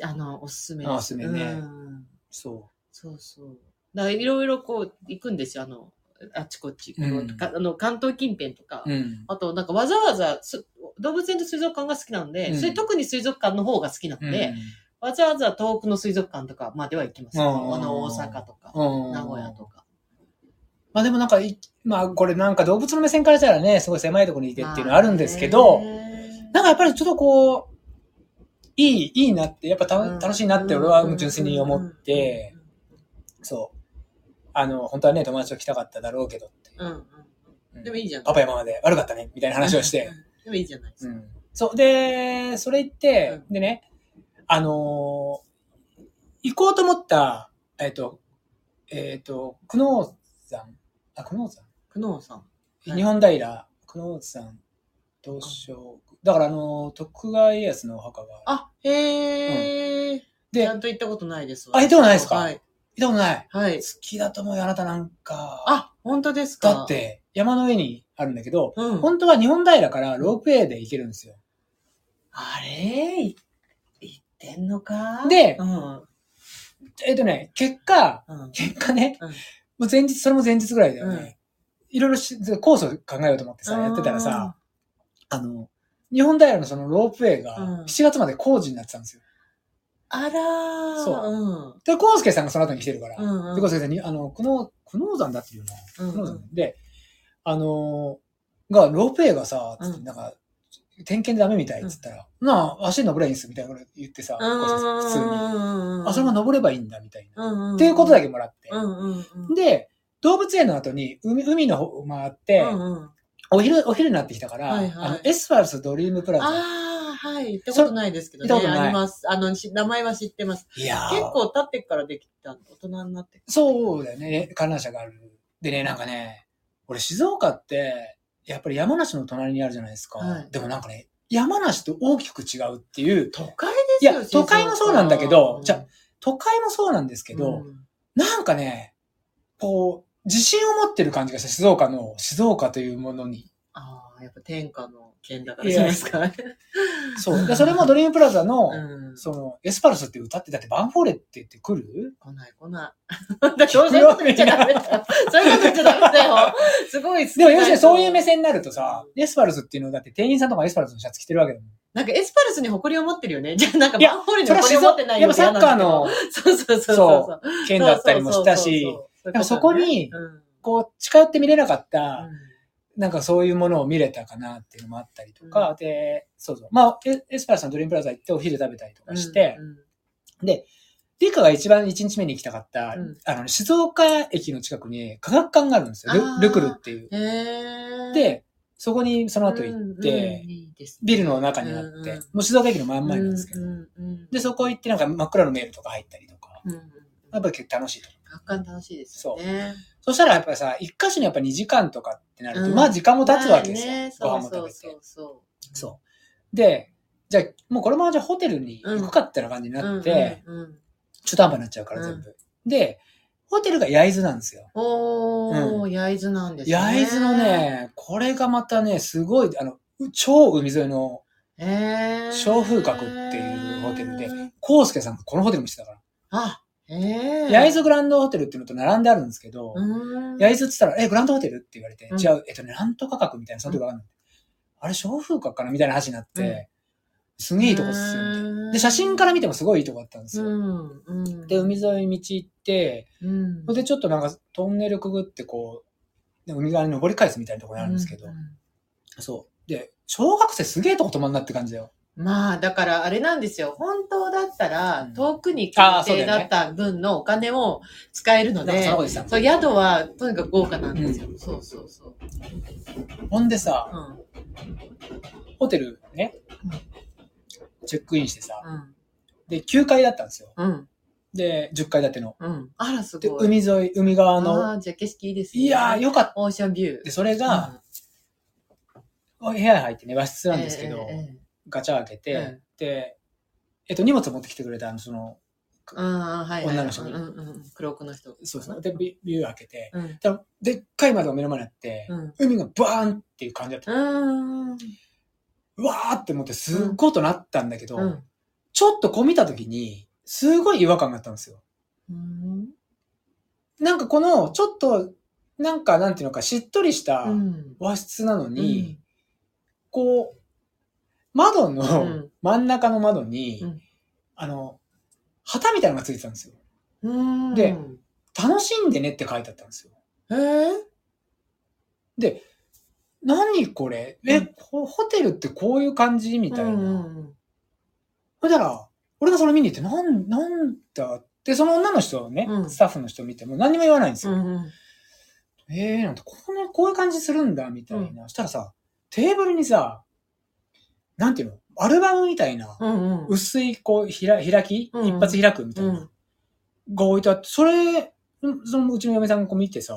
[SPEAKER 1] あの、おすすめです。
[SPEAKER 2] あおすすめね
[SPEAKER 1] うん
[SPEAKER 2] そ
[SPEAKER 1] そうそう。だからいろいろこう行くんですよ、あの、あっちこっち。この
[SPEAKER 2] うん
[SPEAKER 1] かあの関東近辺とか。
[SPEAKER 2] う。うん。
[SPEAKER 1] あと、なんかわざわざす動物園と水族館が好きなので、
[SPEAKER 2] うん
[SPEAKER 1] それ特に水族館の方が好きなので、わざわざ遠くの水族館とかまでは行きます、
[SPEAKER 2] うん
[SPEAKER 1] あの、大阪とか、
[SPEAKER 2] うん、
[SPEAKER 1] 名古屋とか。
[SPEAKER 2] まあでもなんかい、まあこれなんか動物の目線からしたらね、すごい狭いところにいてっていうのはあるんですけど、
[SPEAKER 1] まあね
[SPEAKER 2] なんかやっぱりちょっとこう、いい、いいなって、やっぱた
[SPEAKER 1] うん
[SPEAKER 2] 楽しいなって俺は純粋に思って、、そう。あの、本当はね、友達と来たかっただろうけどって。
[SPEAKER 1] うんうんうん
[SPEAKER 2] うん
[SPEAKER 1] でもいいじゃん。
[SPEAKER 2] パパやママで悪かったね、みたいな話をして。。
[SPEAKER 1] でもいいじゃないです
[SPEAKER 2] う
[SPEAKER 1] か。
[SPEAKER 2] ん。そう。で、それ言って、
[SPEAKER 1] う
[SPEAKER 2] でね、あのー行こうと思った、えっ、と、えっ、と、久能山、あ、久能山
[SPEAKER 1] 久能さん。はい
[SPEAKER 2] 日本平、久能山、東照宮だからあの、徳川家康のお墓がある。
[SPEAKER 1] あ、へえ。
[SPEAKER 2] で、
[SPEAKER 1] ちゃ
[SPEAKER 2] 行っ
[SPEAKER 1] んと行ったことないです。
[SPEAKER 2] あ行ったことないですか
[SPEAKER 1] はい。
[SPEAKER 2] たことない。
[SPEAKER 1] はい
[SPEAKER 2] 好。きだと思うよ、あなたなんか。
[SPEAKER 1] あ、本当ですか
[SPEAKER 2] だっ。て、山の上にあるんだけど、
[SPEAKER 1] うん。
[SPEAKER 2] 本当は日本平からロープウェイで行けるんですよ。
[SPEAKER 1] あれい行ってんのか
[SPEAKER 2] で
[SPEAKER 1] うん。
[SPEAKER 2] えっとね、結果、
[SPEAKER 1] うん。
[SPEAKER 2] 結果ね、
[SPEAKER 1] うん
[SPEAKER 2] もう前日、それも前日ぐらいだよね。いろいろしコースを考えようと思ってさ、やってたらさ、あの、日本平のそのロープウェイが
[SPEAKER 1] うん
[SPEAKER 2] 7月まで工事になってたんですよ。
[SPEAKER 1] あらー。
[SPEAKER 2] そう
[SPEAKER 1] う。
[SPEAKER 2] で、コウスケさんがその後に来てるから、
[SPEAKER 1] うんうん
[SPEAKER 2] で、コウスケさんに、あの、久能、久能山だっていうな。
[SPEAKER 1] うんうん
[SPEAKER 2] 久能山で、あのーが、ロープウェイがさ、つって、
[SPEAKER 1] うん
[SPEAKER 2] なんか、点検でダメみたいっつったら、なあ、足登ればいいんす、みたいなこと言ってさ、
[SPEAKER 1] うん。うん
[SPEAKER 2] コウスケさん普通に。
[SPEAKER 1] うんうん。
[SPEAKER 2] あ、それも登ればいいんだ、みたいな。
[SPEAKER 1] うんうん。
[SPEAKER 2] っていうことだけもらって。
[SPEAKER 1] うんうんうん。
[SPEAKER 2] で、動物園の後に海、海の方回って、
[SPEAKER 1] うんうん。
[SPEAKER 2] お昼、お昼になってきたから、
[SPEAKER 1] はいはい
[SPEAKER 2] あの、エスファルスドリームプラザ。
[SPEAKER 1] ああ、はい。行ったことないですけどね。
[SPEAKER 2] 行ったことない
[SPEAKER 1] あります。あの、し名前は知ってます。
[SPEAKER 2] いやー
[SPEAKER 1] 結構経ってからできた、大人になって。
[SPEAKER 2] そうだよね。観覧車がある。でね、なんかね、俺静岡って、やっぱり山梨の隣にあるじゃないですか。
[SPEAKER 1] はい
[SPEAKER 2] でもなんかね、山梨と大きく違うっていう、
[SPEAKER 1] 都会ですよ
[SPEAKER 2] いや都会もそうなんだけどじゃ都会もそうなんですけ
[SPEAKER 1] け
[SPEAKER 2] ど、なんかね、こう、自信を持ってる感じがした、静岡の、静岡というものに。
[SPEAKER 1] ああ、やっぱ天下の県だからじゃないですか。 [LAUGHS]
[SPEAKER 2] そう。で、それもドリームプラザの、
[SPEAKER 1] うん。
[SPEAKER 2] その、エスパルスって歌って、だってバンフォーレって言って来る
[SPEAKER 1] 来ない来ない。 [LAUGHS] だからそういうこと言っちゃダメだよ。そういうこと言っちゃダメだ
[SPEAKER 2] [LAUGHS]
[SPEAKER 1] よ。すごい
[SPEAKER 2] でも要するにそういう目線になるとさ
[SPEAKER 1] う、
[SPEAKER 2] エスパルスっていうのだって店員さんとかエスパルスのシャツ着てるわけだもん。
[SPEAKER 1] なんかエスパルスに誇りを持ってるよね。じゃあなんか
[SPEAKER 2] いや
[SPEAKER 1] マンホールに
[SPEAKER 2] それは
[SPEAKER 1] 誇り
[SPEAKER 2] 静
[SPEAKER 1] を持っ
[SPEAKER 2] 岡、
[SPEAKER 1] てない
[SPEAKER 2] やっぱサッカーの
[SPEAKER 1] そうそうそう。
[SPEAKER 2] そう県だったりもしたし、
[SPEAKER 1] そうううう、
[SPEAKER 2] でもそこに
[SPEAKER 1] うん
[SPEAKER 2] こう、近寄って見れなかった、
[SPEAKER 1] うん
[SPEAKER 2] なんかそういうものを見れたかなっていうのもあったりとか、で、そうそう。まあ、エエスパルスのドリームプラザ行ってお昼食べたりとかして、
[SPEAKER 1] うんうん
[SPEAKER 2] リカが一番一日目に行きたかった、
[SPEAKER 1] うん
[SPEAKER 2] あの、静岡駅の近くに科学館があるんですよ。
[SPEAKER 1] あー
[SPEAKER 2] ルルクルっていう。
[SPEAKER 1] へー、
[SPEAKER 2] で、そこにその後行って、
[SPEAKER 1] うんうんいいですね
[SPEAKER 2] ビルの中にあって、
[SPEAKER 1] うんうん
[SPEAKER 2] もう静岡駅の真ん前なんですけど、
[SPEAKER 1] うんうんうん
[SPEAKER 2] で、そこ行ってなんか真っ暗の迷路とか入ったりとか、
[SPEAKER 1] うんうん
[SPEAKER 2] やっぱり結構楽しいと。
[SPEAKER 1] 学館楽しいですよね。
[SPEAKER 2] そしたらやっぱりさ、一箇所にやっぱ2時間とかってなると、
[SPEAKER 1] うん
[SPEAKER 2] まあ時間も経つわけですよ。
[SPEAKER 1] ね
[SPEAKER 2] ご
[SPEAKER 1] そう
[SPEAKER 2] 飯も食べて。
[SPEAKER 1] そうそうそう。
[SPEAKER 2] そう。で、じゃあ、もうこれもじゃあホテルに行くかってな感じになって、
[SPEAKER 1] うんうんうん
[SPEAKER 2] 中途半端になっちゃうから全部。で、ホテルが焼津なんですよ。
[SPEAKER 1] おー、焼津なんですね。
[SPEAKER 2] 焼津の。ね、これがまたね、すごい、あの、う超海沿いの、
[SPEAKER 1] えー。
[SPEAKER 2] 小風格っていうホテルで。コウスケさんがこのホテルもしてたか
[SPEAKER 1] あ、えー。
[SPEAKER 2] ら。焼津グランドホテルっていうのと並んであるんですけど、
[SPEAKER 1] うん。
[SPEAKER 2] 焼津って言ったら、え、グランドホテルって言われて、
[SPEAKER 1] うん
[SPEAKER 2] 違う、えっとね、なんとか格みたいな、その時わかんない。あれ、小風格かなみたいな話になって、
[SPEAKER 1] うん
[SPEAKER 2] すげえいいとこっすよ、みたい
[SPEAKER 1] うん
[SPEAKER 2] な。で、写真から見てもすごいいいとこだったんです
[SPEAKER 1] う
[SPEAKER 2] よ。
[SPEAKER 1] ん。うん。
[SPEAKER 2] で、海沿い道行って、
[SPEAKER 1] うん。
[SPEAKER 2] それでちょっとなんかトンネルくぐってこう、で海側に登り返すみたいなところにあるんですけど、
[SPEAKER 1] う
[SPEAKER 2] そう。で、小学生すげえとこ泊まんなって感じだよ。
[SPEAKER 1] まあ、だから、あれなんですよ。本当だったら
[SPEAKER 2] うん、
[SPEAKER 1] 遠くに
[SPEAKER 2] あー
[SPEAKER 1] 決
[SPEAKER 2] そうだ
[SPEAKER 1] 定
[SPEAKER 2] よね
[SPEAKER 1] だった分のお金を使えるの
[SPEAKER 2] なんかそ
[SPEAKER 1] で
[SPEAKER 2] んな、ことでした。
[SPEAKER 1] そう、宿は、とにかく豪華なんですよ。そうそうそう。
[SPEAKER 2] ほんでさ、
[SPEAKER 1] うん。
[SPEAKER 2] ホテルね
[SPEAKER 1] うん、
[SPEAKER 2] チェックインしてさ、
[SPEAKER 1] うん。
[SPEAKER 2] で、9階だったんですよ。
[SPEAKER 1] うん。
[SPEAKER 2] で、10階建ての。
[SPEAKER 1] うん。あら、す
[SPEAKER 2] で、
[SPEAKER 1] ごい。
[SPEAKER 2] 海沿い、海側
[SPEAKER 1] あ
[SPEAKER 2] の、
[SPEAKER 1] あ、じゃあ景色いいですね。
[SPEAKER 2] いやー、よかった。
[SPEAKER 1] オーシャンビュー。
[SPEAKER 2] で、それが、お部屋に入ってね、和室なんですけど、
[SPEAKER 1] ええええ
[SPEAKER 2] ガチャ開けて、
[SPEAKER 1] え
[SPEAKER 2] で、えっと、荷物持ってきてくれた、あの、その、
[SPEAKER 1] ああ、はい、はい。
[SPEAKER 2] 女の人
[SPEAKER 1] うん
[SPEAKER 2] に
[SPEAKER 1] うんうん。黒子の人。
[SPEAKER 2] そうそう、で、ビビュー開けて、
[SPEAKER 1] うん。
[SPEAKER 2] ででっかい窓が目の前にあって、
[SPEAKER 1] うん。
[SPEAKER 2] 海がバーンっていう感じだった。
[SPEAKER 1] うん。
[SPEAKER 2] うわーって思って、すっごいとなったんだけど、
[SPEAKER 1] うん。
[SPEAKER 2] ちょっとこう見た時に、すごい違和感があったんですよ。
[SPEAKER 1] うん。
[SPEAKER 2] なんかこの、ちょっと、なんか、なんていうのか、しっとりした
[SPEAKER 1] うん。
[SPEAKER 2] 和室なのに、
[SPEAKER 1] うん
[SPEAKER 2] こう、窓
[SPEAKER 1] う
[SPEAKER 2] の
[SPEAKER 1] ん
[SPEAKER 2] 真ん中の窓に、
[SPEAKER 1] うん
[SPEAKER 2] あの、旗みたいなのがついてたんですよ。
[SPEAKER 1] うん。
[SPEAKER 2] で楽しんでねって書いてあったんですよ。
[SPEAKER 1] えー
[SPEAKER 2] で、何これえ、
[SPEAKER 1] うん
[SPEAKER 2] ホホテルってこういう感じみたいな。
[SPEAKER 1] うんうんうん
[SPEAKER 2] そしたら、俺がそれ見に行って、なん、なんだって、その女の人をね、
[SPEAKER 1] うん
[SPEAKER 2] スタッフの人を見ても何にも言わないんです
[SPEAKER 1] う
[SPEAKER 2] よ。
[SPEAKER 1] ん。
[SPEAKER 2] えー、なんて、こうね、こういう感じするんだ、みたいな。したらさ、テーブルにさ、なんていうの、アルバムみたいな、
[SPEAKER 1] うん。うん。
[SPEAKER 2] 薄い、こう、ひら、開き、
[SPEAKER 1] うん
[SPEAKER 2] 一発開くみたいな、
[SPEAKER 1] うん
[SPEAKER 2] が置いてあって、それ、うんそのうちの嫁さんがこう見てさ、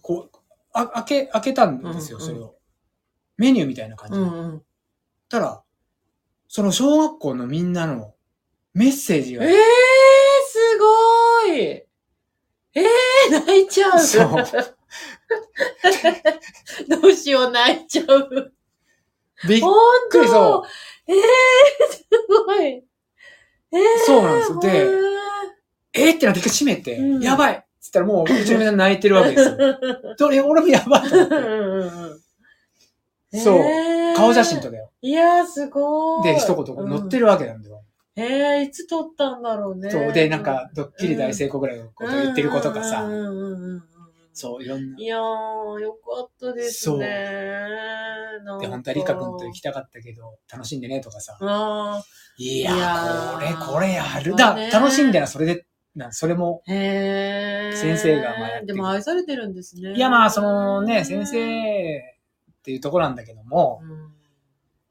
[SPEAKER 2] こう、あ、開け、開けたんですよ、
[SPEAKER 1] うん
[SPEAKER 2] それを。メニューみたいな感じ
[SPEAKER 1] う
[SPEAKER 2] で。
[SPEAKER 1] んうん。
[SPEAKER 2] ったら、その小学校のみんなのメッセージが
[SPEAKER 1] ええー、、すごいええー、泣いちゃう。
[SPEAKER 2] そう
[SPEAKER 1] [LAUGHS] どうしよう、泣いちゃう。
[SPEAKER 2] びっ
[SPEAKER 1] ほん
[SPEAKER 2] くり
[SPEAKER 1] と
[SPEAKER 2] そ
[SPEAKER 1] ええー、すごい。ええー、
[SPEAKER 2] う。そうなんですよ。
[SPEAKER 1] へ
[SPEAKER 2] で、えーってなって閉めて、
[SPEAKER 1] うん
[SPEAKER 2] やばいっつったらもう、うちのみんな泣いてるわけです
[SPEAKER 1] [LAUGHS]
[SPEAKER 2] よ。どれ、俺もやばいと思って。
[SPEAKER 1] ー、
[SPEAKER 2] そう
[SPEAKER 1] えー
[SPEAKER 2] 顔写真と。かよ。
[SPEAKER 1] いやー、すごい。
[SPEAKER 2] で、一言こう載ってるわけなんだよ。
[SPEAKER 1] うん。えー、いつ撮ったんだろうね。
[SPEAKER 2] そう。で、なんか、ドッキリ大成功ぐらいのこと言ってることかさ
[SPEAKER 1] うん。うんうんうんうん
[SPEAKER 2] そう、いろんな。
[SPEAKER 1] いやー、よかったですね。
[SPEAKER 2] そう
[SPEAKER 1] なんか
[SPEAKER 2] で、本当はリカ君と行きたかったけど、楽しんでねとかさ。
[SPEAKER 1] あ
[SPEAKER 2] いや
[SPEAKER 1] いや
[SPEAKER 2] ー、
[SPEAKER 1] ー
[SPEAKER 2] これ、これやる。
[SPEAKER 1] まあ
[SPEAKER 2] だ、
[SPEAKER 1] ね
[SPEAKER 2] 楽しんでな、それで、な、それも
[SPEAKER 1] ーへー。
[SPEAKER 2] 先生がまあやって
[SPEAKER 1] でも愛されてるんですね。
[SPEAKER 2] いや、まあ、そのね、先生っていうところなんだけども
[SPEAKER 1] う、ん。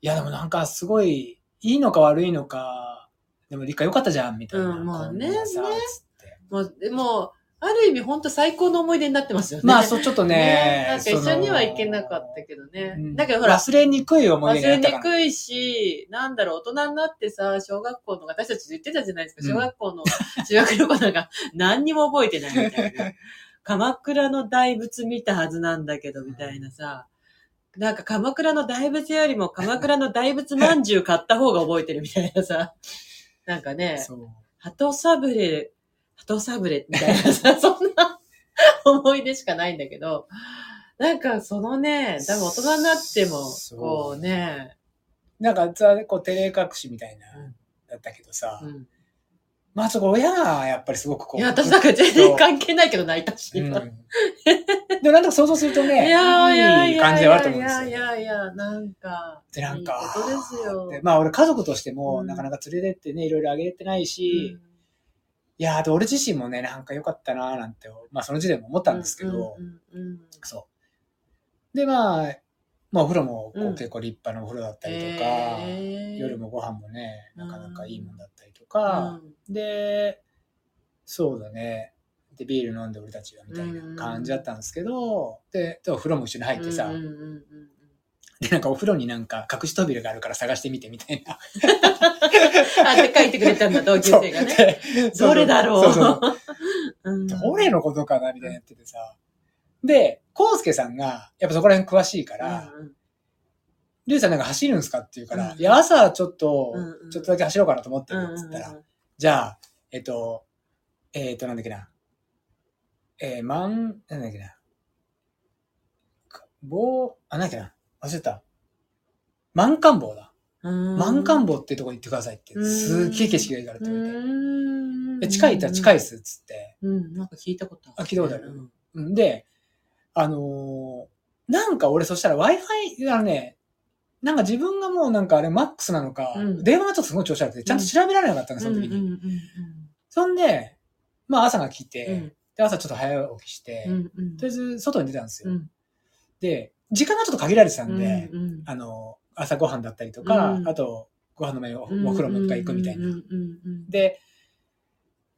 [SPEAKER 2] いや、でもなんかすごい、いいのか悪いのか、でも理科良かったじゃん、みたいな。
[SPEAKER 1] うんまあね
[SPEAKER 2] こんなさ
[SPEAKER 1] ね
[SPEAKER 2] つって
[SPEAKER 1] もう、でも、ある意味本当最高の思い出になってますよね。
[SPEAKER 2] まあ、そう、ちょっとね。
[SPEAKER 1] なんか
[SPEAKER 2] そ
[SPEAKER 1] 一
[SPEAKER 2] の
[SPEAKER 1] 緒には行けなかったけどね。
[SPEAKER 2] うん
[SPEAKER 1] だけどほら、
[SPEAKER 2] 忘れにくい思い出
[SPEAKER 1] 忘れ
[SPEAKER 2] になった
[SPEAKER 1] に
[SPEAKER 2] から。
[SPEAKER 1] くいし、なんだろう、大人になってさ、小学校の、私たち言ってたじゃないですか、
[SPEAKER 2] うん
[SPEAKER 1] 小学校の [LAUGHS] 修学旅行なんか何にも覚えてないみたい
[SPEAKER 2] [LAUGHS]
[SPEAKER 1] な。鎌倉の大仏見たはずなんだけど、みたいなさ。なんか鎌倉の大仏よりも鎌倉の大仏まんじゅう買った方が覚えてるみたいなさ。なんか
[SPEAKER 2] [LAUGHS]
[SPEAKER 1] ね、
[SPEAKER 2] そう。
[SPEAKER 1] 鳩サブレ、鳩サブレみたいなさ、 [LAUGHS] そんな思い出しかないんだけど、なんかそのね、多分大人になっても、
[SPEAKER 2] そう
[SPEAKER 1] こうね、
[SPEAKER 2] なんか、実はこう、照れ隠しみたいな
[SPEAKER 1] うん、
[SPEAKER 2] だったけどさ
[SPEAKER 1] う。ん
[SPEAKER 2] まあ、そこ、親がやっぱりすごくこ
[SPEAKER 1] い
[SPEAKER 2] う。
[SPEAKER 1] や、私なんか全然関係ないけど泣いたし。
[SPEAKER 2] う
[SPEAKER 1] 今
[SPEAKER 2] ん。でも、なんとか想像するとね、
[SPEAKER 1] いやいやいやいやいやいやいや
[SPEAKER 2] いい感じではあると思うんですよ。
[SPEAKER 1] いやいや、なんか。
[SPEAKER 2] で、なんか、
[SPEAKER 1] いいことですよ。
[SPEAKER 2] でまあ俺家族としても、
[SPEAKER 1] うん
[SPEAKER 2] なかなか連れてってね、いろいろあげれてないし、
[SPEAKER 1] うん
[SPEAKER 2] いやーで俺自身もね、なんか良かったなーなんて、まあその時点も思ったんですけど、
[SPEAKER 1] うんうんうん
[SPEAKER 2] そう。で、まあ、まあお風呂もこう
[SPEAKER 1] うん
[SPEAKER 2] 結構立派なお風呂だったりとか、
[SPEAKER 1] えー
[SPEAKER 2] 夜もご飯もね、なかなかいいもんだったりと
[SPEAKER 1] う
[SPEAKER 2] か、
[SPEAKER 1] ん
[SPEAKER 2] で、そうだね。で、ビール飲んで俺たちはみたいな感じだったんですけど、で、でお風呂も一緒に入ってさ、
[SPEAKER 1] うんうんうんうん
[SPEAKER 2] で、なんかお風呂になんか隠し扉があるから探してみてみたいな。
[SPEAKER 1] あ、で書いてくれたんだ、同級生がね。
[SPEAKER 2] ね
[SPEAKER 1] どれだろう
[SPEAKER 2] そうそうそう
[SPEAKER 1] うん
[SPEAKER 2] どれのことかなみたいになっててさ。で、コウスケさんが、やっぱそこら辺詳しいから、
[SPEAKER 1] うんうん
[SPEAKER 2] リュウさんなんか走るんですかって言うから、
[SPEAKER 1] うん
[SPEAKER 2] いや、朝ちょっと
[SPEAKER 1] うんうん、
[SPEAKER 2] ちょっとだけ走ろうかなと思ってるっつ
[SPEAKER 1] うんう
[SPEAKER 2] った
[SPEAKER 1] ん
[SPEAKER 2] ら
[SPEAKER 1] う、ん
[SPEAKER 2] じゃあ、えっと、えっと、なんだっけな。えー、マン、なんだっけな。か棒、あ、なんだっけな。忘れた。満漢棒だ。
[SPEAKER 1] うん
[SPEAKER 2] 満漢棒ってとこ行ってくださいって。
[SPEAKER 1] うん
[SPEAKER 2] すっげえ景色がいいからって
[SPEAKER 1] う
[SPEAKER 2] 言われて。
[SPEAKER 1] ん
[SPEAKER 2] で近いったら近いっ
[SPEAKER 1] す。
[SPEAKER 2] すっつって。
[SPEAKER 1] うん、なんか聞いたこと
[SPEAKER 2] あ聞いたことある
[SPEAKER 1] うん
[SPEAKER 2] うんで、あのーなんか俺そしたら Wi-Fi がね、なんか自分がもうなんかあれマックスなのか、
[SPEAKER 1] うん
[SPEAKER 2] 電話がちょっとすごい調子悪くて、ちゃんと調べられなかったの、その時に。
[SPEAKER 1] うんうん
[SPEAKER 2] そんで、まあ朝が来て、
[SPEAKER 1] うんうん
[SPEAKER 2] で朝ちょっと早起きして、
[SPEAKER 1] うんうん
[SPEAKER 2] とりあえず外に出たんですよ。
[SPEAKER 1] うん
[SPEAKER 2] で、時間がちょっと限られてたんで、
[SPEAKER 1] うんうん
[SPEAKER 2] あの、朝ご飯だったりとか、
[SPEAKER 1] うん
[SPEAKER 2] あと、ご飯の前をお風呂もう一回行くみたいな。
[SPEAKER 1] うんうんうん
[SPEAKER 2] で、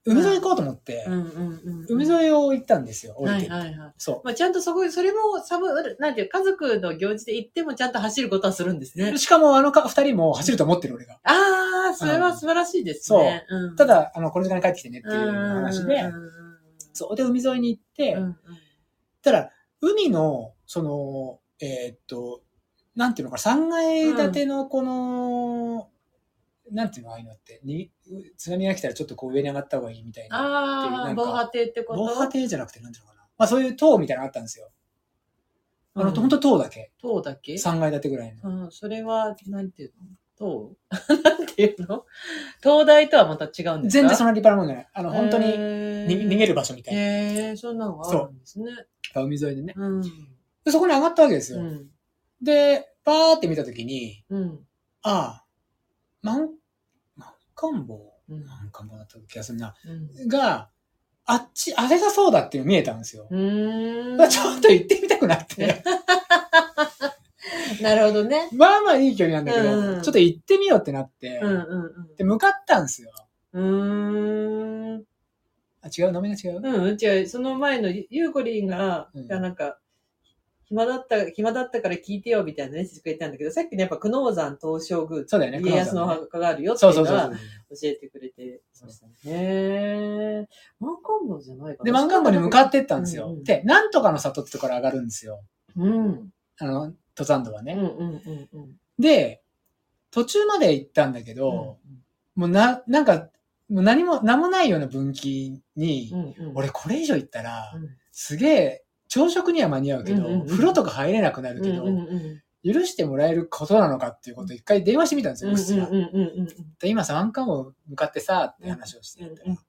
[SPEAKER 2] 海沿い行こうと思って、
[SPEAKER 1] うんうんうん
[SPEAKER 2] 海
[SPEAKER 1] い
[SPEAKER 2] 沿いを行ったんですよ、降りて。
[SPEAKER 1] はいはいはい。
[SPEAKER 2] そう。
[SPEAKER 1] まあちゃんとそこ、それもサブ、なんていう、家族の行事で行ってもちゃんと走ることはするんですね。
[SPEAKER 2] しかもあのか二人も走ると思ってる俺が。
[SPEAKER 1] ああ、それは素晴らしいですね。うん
[SPEAKER 2] た、だ、あの、この時間に帰ってきてねって
[SPEAKER 1] う
[SPEAKER 2] い
[SPEAKER 1] ん
[SPEAKER 2] う話で、、そう。で、海沿いに行って、
[SPEAKER 1] うん
[SPEAKER 2] たら、海の、その、えーっと、なんていうのかな、3階建てのこの、なんていうの、ああいうのって、に津波が来たらちょっとこう上に上がった方がいいみたいな。
[SPEAKER 1] ああ、防波堤ってこと
[SPEAKER 2] 防波堤じゃなくて、なんていうのかな。まあそういう塔みたいなのあったんですよ。あの、
[SPEAKER 1] うん
[SPEAKER 2] ほんと塔だけ。
[SPEAKER 1] 塔だっけ
[SPEAKER 2] 3階建てぐらいの。
[SPEAKER 1] うん、それは、なんていうの塔 [LAUGHS] なんていうの東大とはまた違うんですか
[SPEAKER 2] 全然そんな立派なもんじゃない。あの、本当に、に逃
[SPEAKER 1] 逃
[SPEAKER 2] げ
[SPEAKER 1] る。
[SPEAKER 2] る場所みたいな。
[SPEAKER 1] へえ、そんなのがあるんですね。
[SPEAKER 2] 海沿いでね。
[SPEAKER 1] うん。
[SPEAKER 2] でそこに上がったわけです
[SPEAKER 1] う
[SPEAKER 2] よ。
[SPEAKER 1] ん。
[SPEAKER 2] で、バーって見たときに、
[SPEAKER 1] うん。
[SPEAKER 2] ああ、満、満漢坊
[SPEAKER 1] うん
[SPEAKER 2] 満漢坊だった気がするな。
[SPEAKER 1] うん
[SPEAKER 2] が、あっち、あれだそうだっていうの見えたんですよ。
[SPEAKER 1] うーん。
[SPEAKER 2] まあちょっと行ってみたく
[SPEAKER 1] [LAUGHS]
[SPEAKER 2] なって。
[SPEAKER 1] なるほど
[SPEAKER 2] [LAUGHS]
[SPEAKER 1] ね。
[SPEAKER 2] まあまあいい距離なんだけど、
[SPEAKER 1] うん
[SPEAKER 2] ちょっと行ってみようってなって、
[SPEAKER 1] うんうん
[SPEAKER 2] で、向かったんですよ。
[SPEAKER 1] うん。うーん。
[SPEAKER 2] あ、違う、飲みな違う、
[SPEAKER 1] うん、違う。その前のゆゆうこりんが、
[SPEAKER 2] うん
[SPEAKER 1] なんか、暇だった、暇だったから聞いてよみたいなメッセージくれたんだけど、さっきね、やっぱ、久能山東照宮、
[SPEAKER 2] そうだよね、
[SPEAKER 1] 家康のお
[SPEAKER 2] 熊さんね
[SPEAKER 1] 墓があるよってい
[SPEAKER 2] そう
[SPEAKER 1] う
[SPEAKER 2] そ
[SPEAKER 1] の
[SPEAKER 2] うそうそ
[SPEAKER 1] は
[SPEAKER 2] う。
[SPEAKER 1] 教えてくれてましたね。へぇー。マンカンボじゃないかな。
[SPEAKER 2] で、マンカンボに向かってったんです
[SPEAKER 1] うん
[SPEAKER 2] よ
[SPEAKER 1] う。ん
[SPEAKER 2] で、なんとかの里ってところ上がるんですよ。
[SPEAKER 1] うん。うん
[SPEAKER 2] あの、登山道は
[SPEAKER 1] うん
[SPEAKER 2] ね。
[SPEAKER 1] うんうん。
[SPEAKER 2] で、途中まで行ったんだけど、もうな、なんか、もう何も、何もないような分岐に、
[SPEAKER 1] うんうん、
[SPEAKER 2] 俺これ以上行ったら、
[SPEAKER 1] うん
[SPEAKER 2] すげえ、朝食には間に合うけど、
[SPEAKER 1] うんうんうん
[SPEAKER 2] 風呂とか入れなくなるけど、
[SPEAKER 1] うんうんうん
[SPEAKER 2] 許してもらえることなのかっていうことを一回電話してみたんです
[SPEAKER 1] う
[SPEAKER 2] よ、
[SPEAKER 1] んう
[SPEAKER 2] うんっすら。
[SPEAKER 1] うんうんうん
[SPEAKER 2] で今さ、アンカンを向かってさ、って話をしてたら、
[SPEAKER 1] うんうん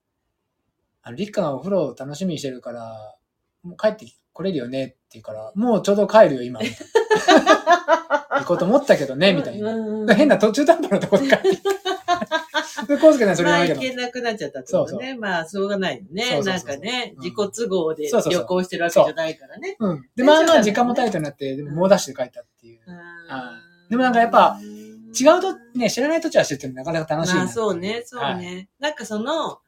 [SPEAKER 2] あの、リッカがお風呂を楽しみにしてるから、もう帰ってこれるよねって言うから、もうちょうど帰るよ、
[SPEAKER 1] [LAUGHS]
[SPEAKER 2] 今。みたいな行こうと思ったけどね、みたいな。
[SPEAKER 1] な
[SPEAKER 2] 変な途中担保のところで帰ってきた。で、コウスケさんそれ
[SPEAKER 1] ま
[SPEAKER 2] 言
[SPEAKER 1] あ、
[SPEAKER 2] わ
[SPEAKER 1] 行
[SPEAKER 2] ないけ
[SPEAKER 1] け
[SPEAKER 2] ど。
[SPEAKER 1] なくなっちゃったってこと
[SPEAKER 2] そう
[SPEAKER 1] ね。まあ、しょうがないよ
[SPEAKER 2] そうそ
[SPEAKER 1] ね。
[SPEAKER 2] うそう
[SPEAKER 1] なん
[SPEAKER 2] そう
[SPEAKER 1] かね
[SPEAKER 2] う、ん
[SPEAKER 1] 自己都合で
[SPEAKER 2] そうそうそう
[SPEAKER 1] 旅行してるわけじゃないからね。
[SPEAKER 2] うん。で、
[SPEAKER 1] ね
[SPEAKER 2] まあまあ時間もタイトになって、でも猛ダッシュで帰ったっていう。あでもなんかやっぱ、違うと、ね、知らない土地は知ってるのなかなか楽しいな
[SPEAKER 1] まあ、そうね、そうね。
[SPEAKER 2] はい
[SPEAKER 1] なんかその、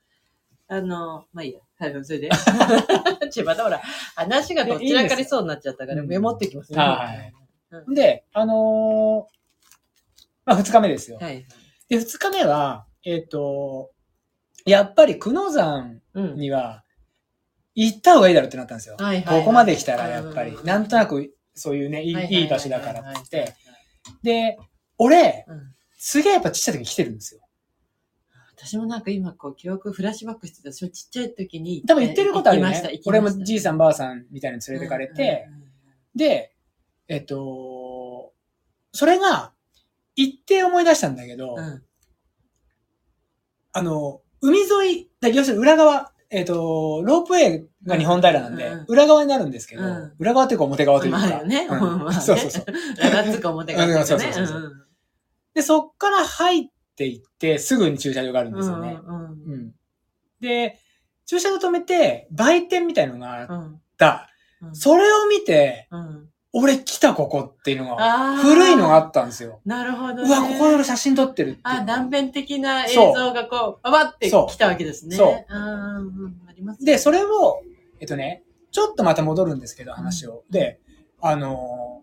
[SPEAKER 1] あの、まあいいや。はい、それで。ちょ、またほら、話がどちらかりそうになっちゃったから、
[SPEAKER 2] いいんです
[SPEAKER 1] メ
[SPEAKER 2] よ
[SPEAKER 1] モってきますね。
[SPEAKER 2] はい
[SPEAKER 1] うん
[SPEAKER 2] で、あのーまあ二日目ですよ。
[SPEAKER 1] はい。
[SPEAKER 2] で、二日目は、えっ、と、やっぱり久能山
[SPEAKER 1] うん。
[SPEAKER 2] には行った方がいいだろうってなったんですよ。
[SPEAKER 1] はいはいはい
[SPEAKER 2] ここまで来たらやっぱり
[SPEAKER 1] う、ん
[SPEAKER 2] なんとなくそういうね、いい,、
[SPEAKER 1] はいはいはいはい
[SPEAKER 2] 場所だからって言って。。で、俺、
[SPEAKER 1] うん
[SPEAKER 2] すげえやっぱちっちゃい時に来てるんですよ。
[SPEAKER 1] 私もなんか今こう記憶フラッシュバックしてた、それちっちゃい時に行って。
[SPEAKER 2] 多分行ってることあるよ
[SPEAKER 1] 行きました
[SPEAKER 2] ね
[SPEAKER 1] 行。きま
[SPEAKER 2] 俺
[SPEAKER 1] した
[SPEAKER 2] もじいさんばあさんみたいに連れてかれて、
[SPEAKER 1] うんうんうん
[SPEAKER 2] で、えっ、と、それが、行って思い出したんだけど、
[SPEAKER 1] うん
[SPEAKER 2] あの、海沿い、だ要するに裏側、えっ、と、ロープウェイが日本平なんで、
[SPEAKER 1] うんうん
[SPEAKER 2] 裏側になるんですけど、
[SPEAKER 1] うん
[SPEAKER 2] 裏側というか表側というか。
[SPEAKER 1] まあよね
[SPEAKER 2] うん
[SPEAKER 1] まあね
[SPEAKER 2] [LAUGHS] そうそうそう。
[SPEAKER 1] 裏っつうか表がってるよね。
[SPEAKER 2] そうそうそうそうで、そっから入っていって、すぐに駐車場があるん
[SPEAKER 1] うん
[SPEAKER 2] ですよね。
[SPEAKER 1] うんうん
[SPEAKER 2] うんで、駐車場止めて、売店みたいのがあっ
[SPEAKER 1] うん
[SPEAKER 2] た。
[SPEAKER 1] うん
[SPEAKER 2] それを見て、
[SPEAKER 1] うん
[SPEAKER 2] 俺来たここっていうのが、
[SPEAKER 1] あー
[SPEAKER 2] 古いのがあったんですよ。
[SPEAKER 1] なるほどね。
[SPEAKER 2] うわ、ここで俺写真撮ってるっていう。
[SPEAKER 1] あ、断片的な映
[SPEAKER 2] そう
[SPEAKER 1] 像がこう、ばばって
[SPEAKER 2] そう
[SPEAKER 1] 来たわけですね。
[SPEAKER 2] そう
[SPEAKER 1] あーうんありますね
[SPEAKER 2] で、それを、えっとね、ちょっとまた戻るんですけど、話を。で、あの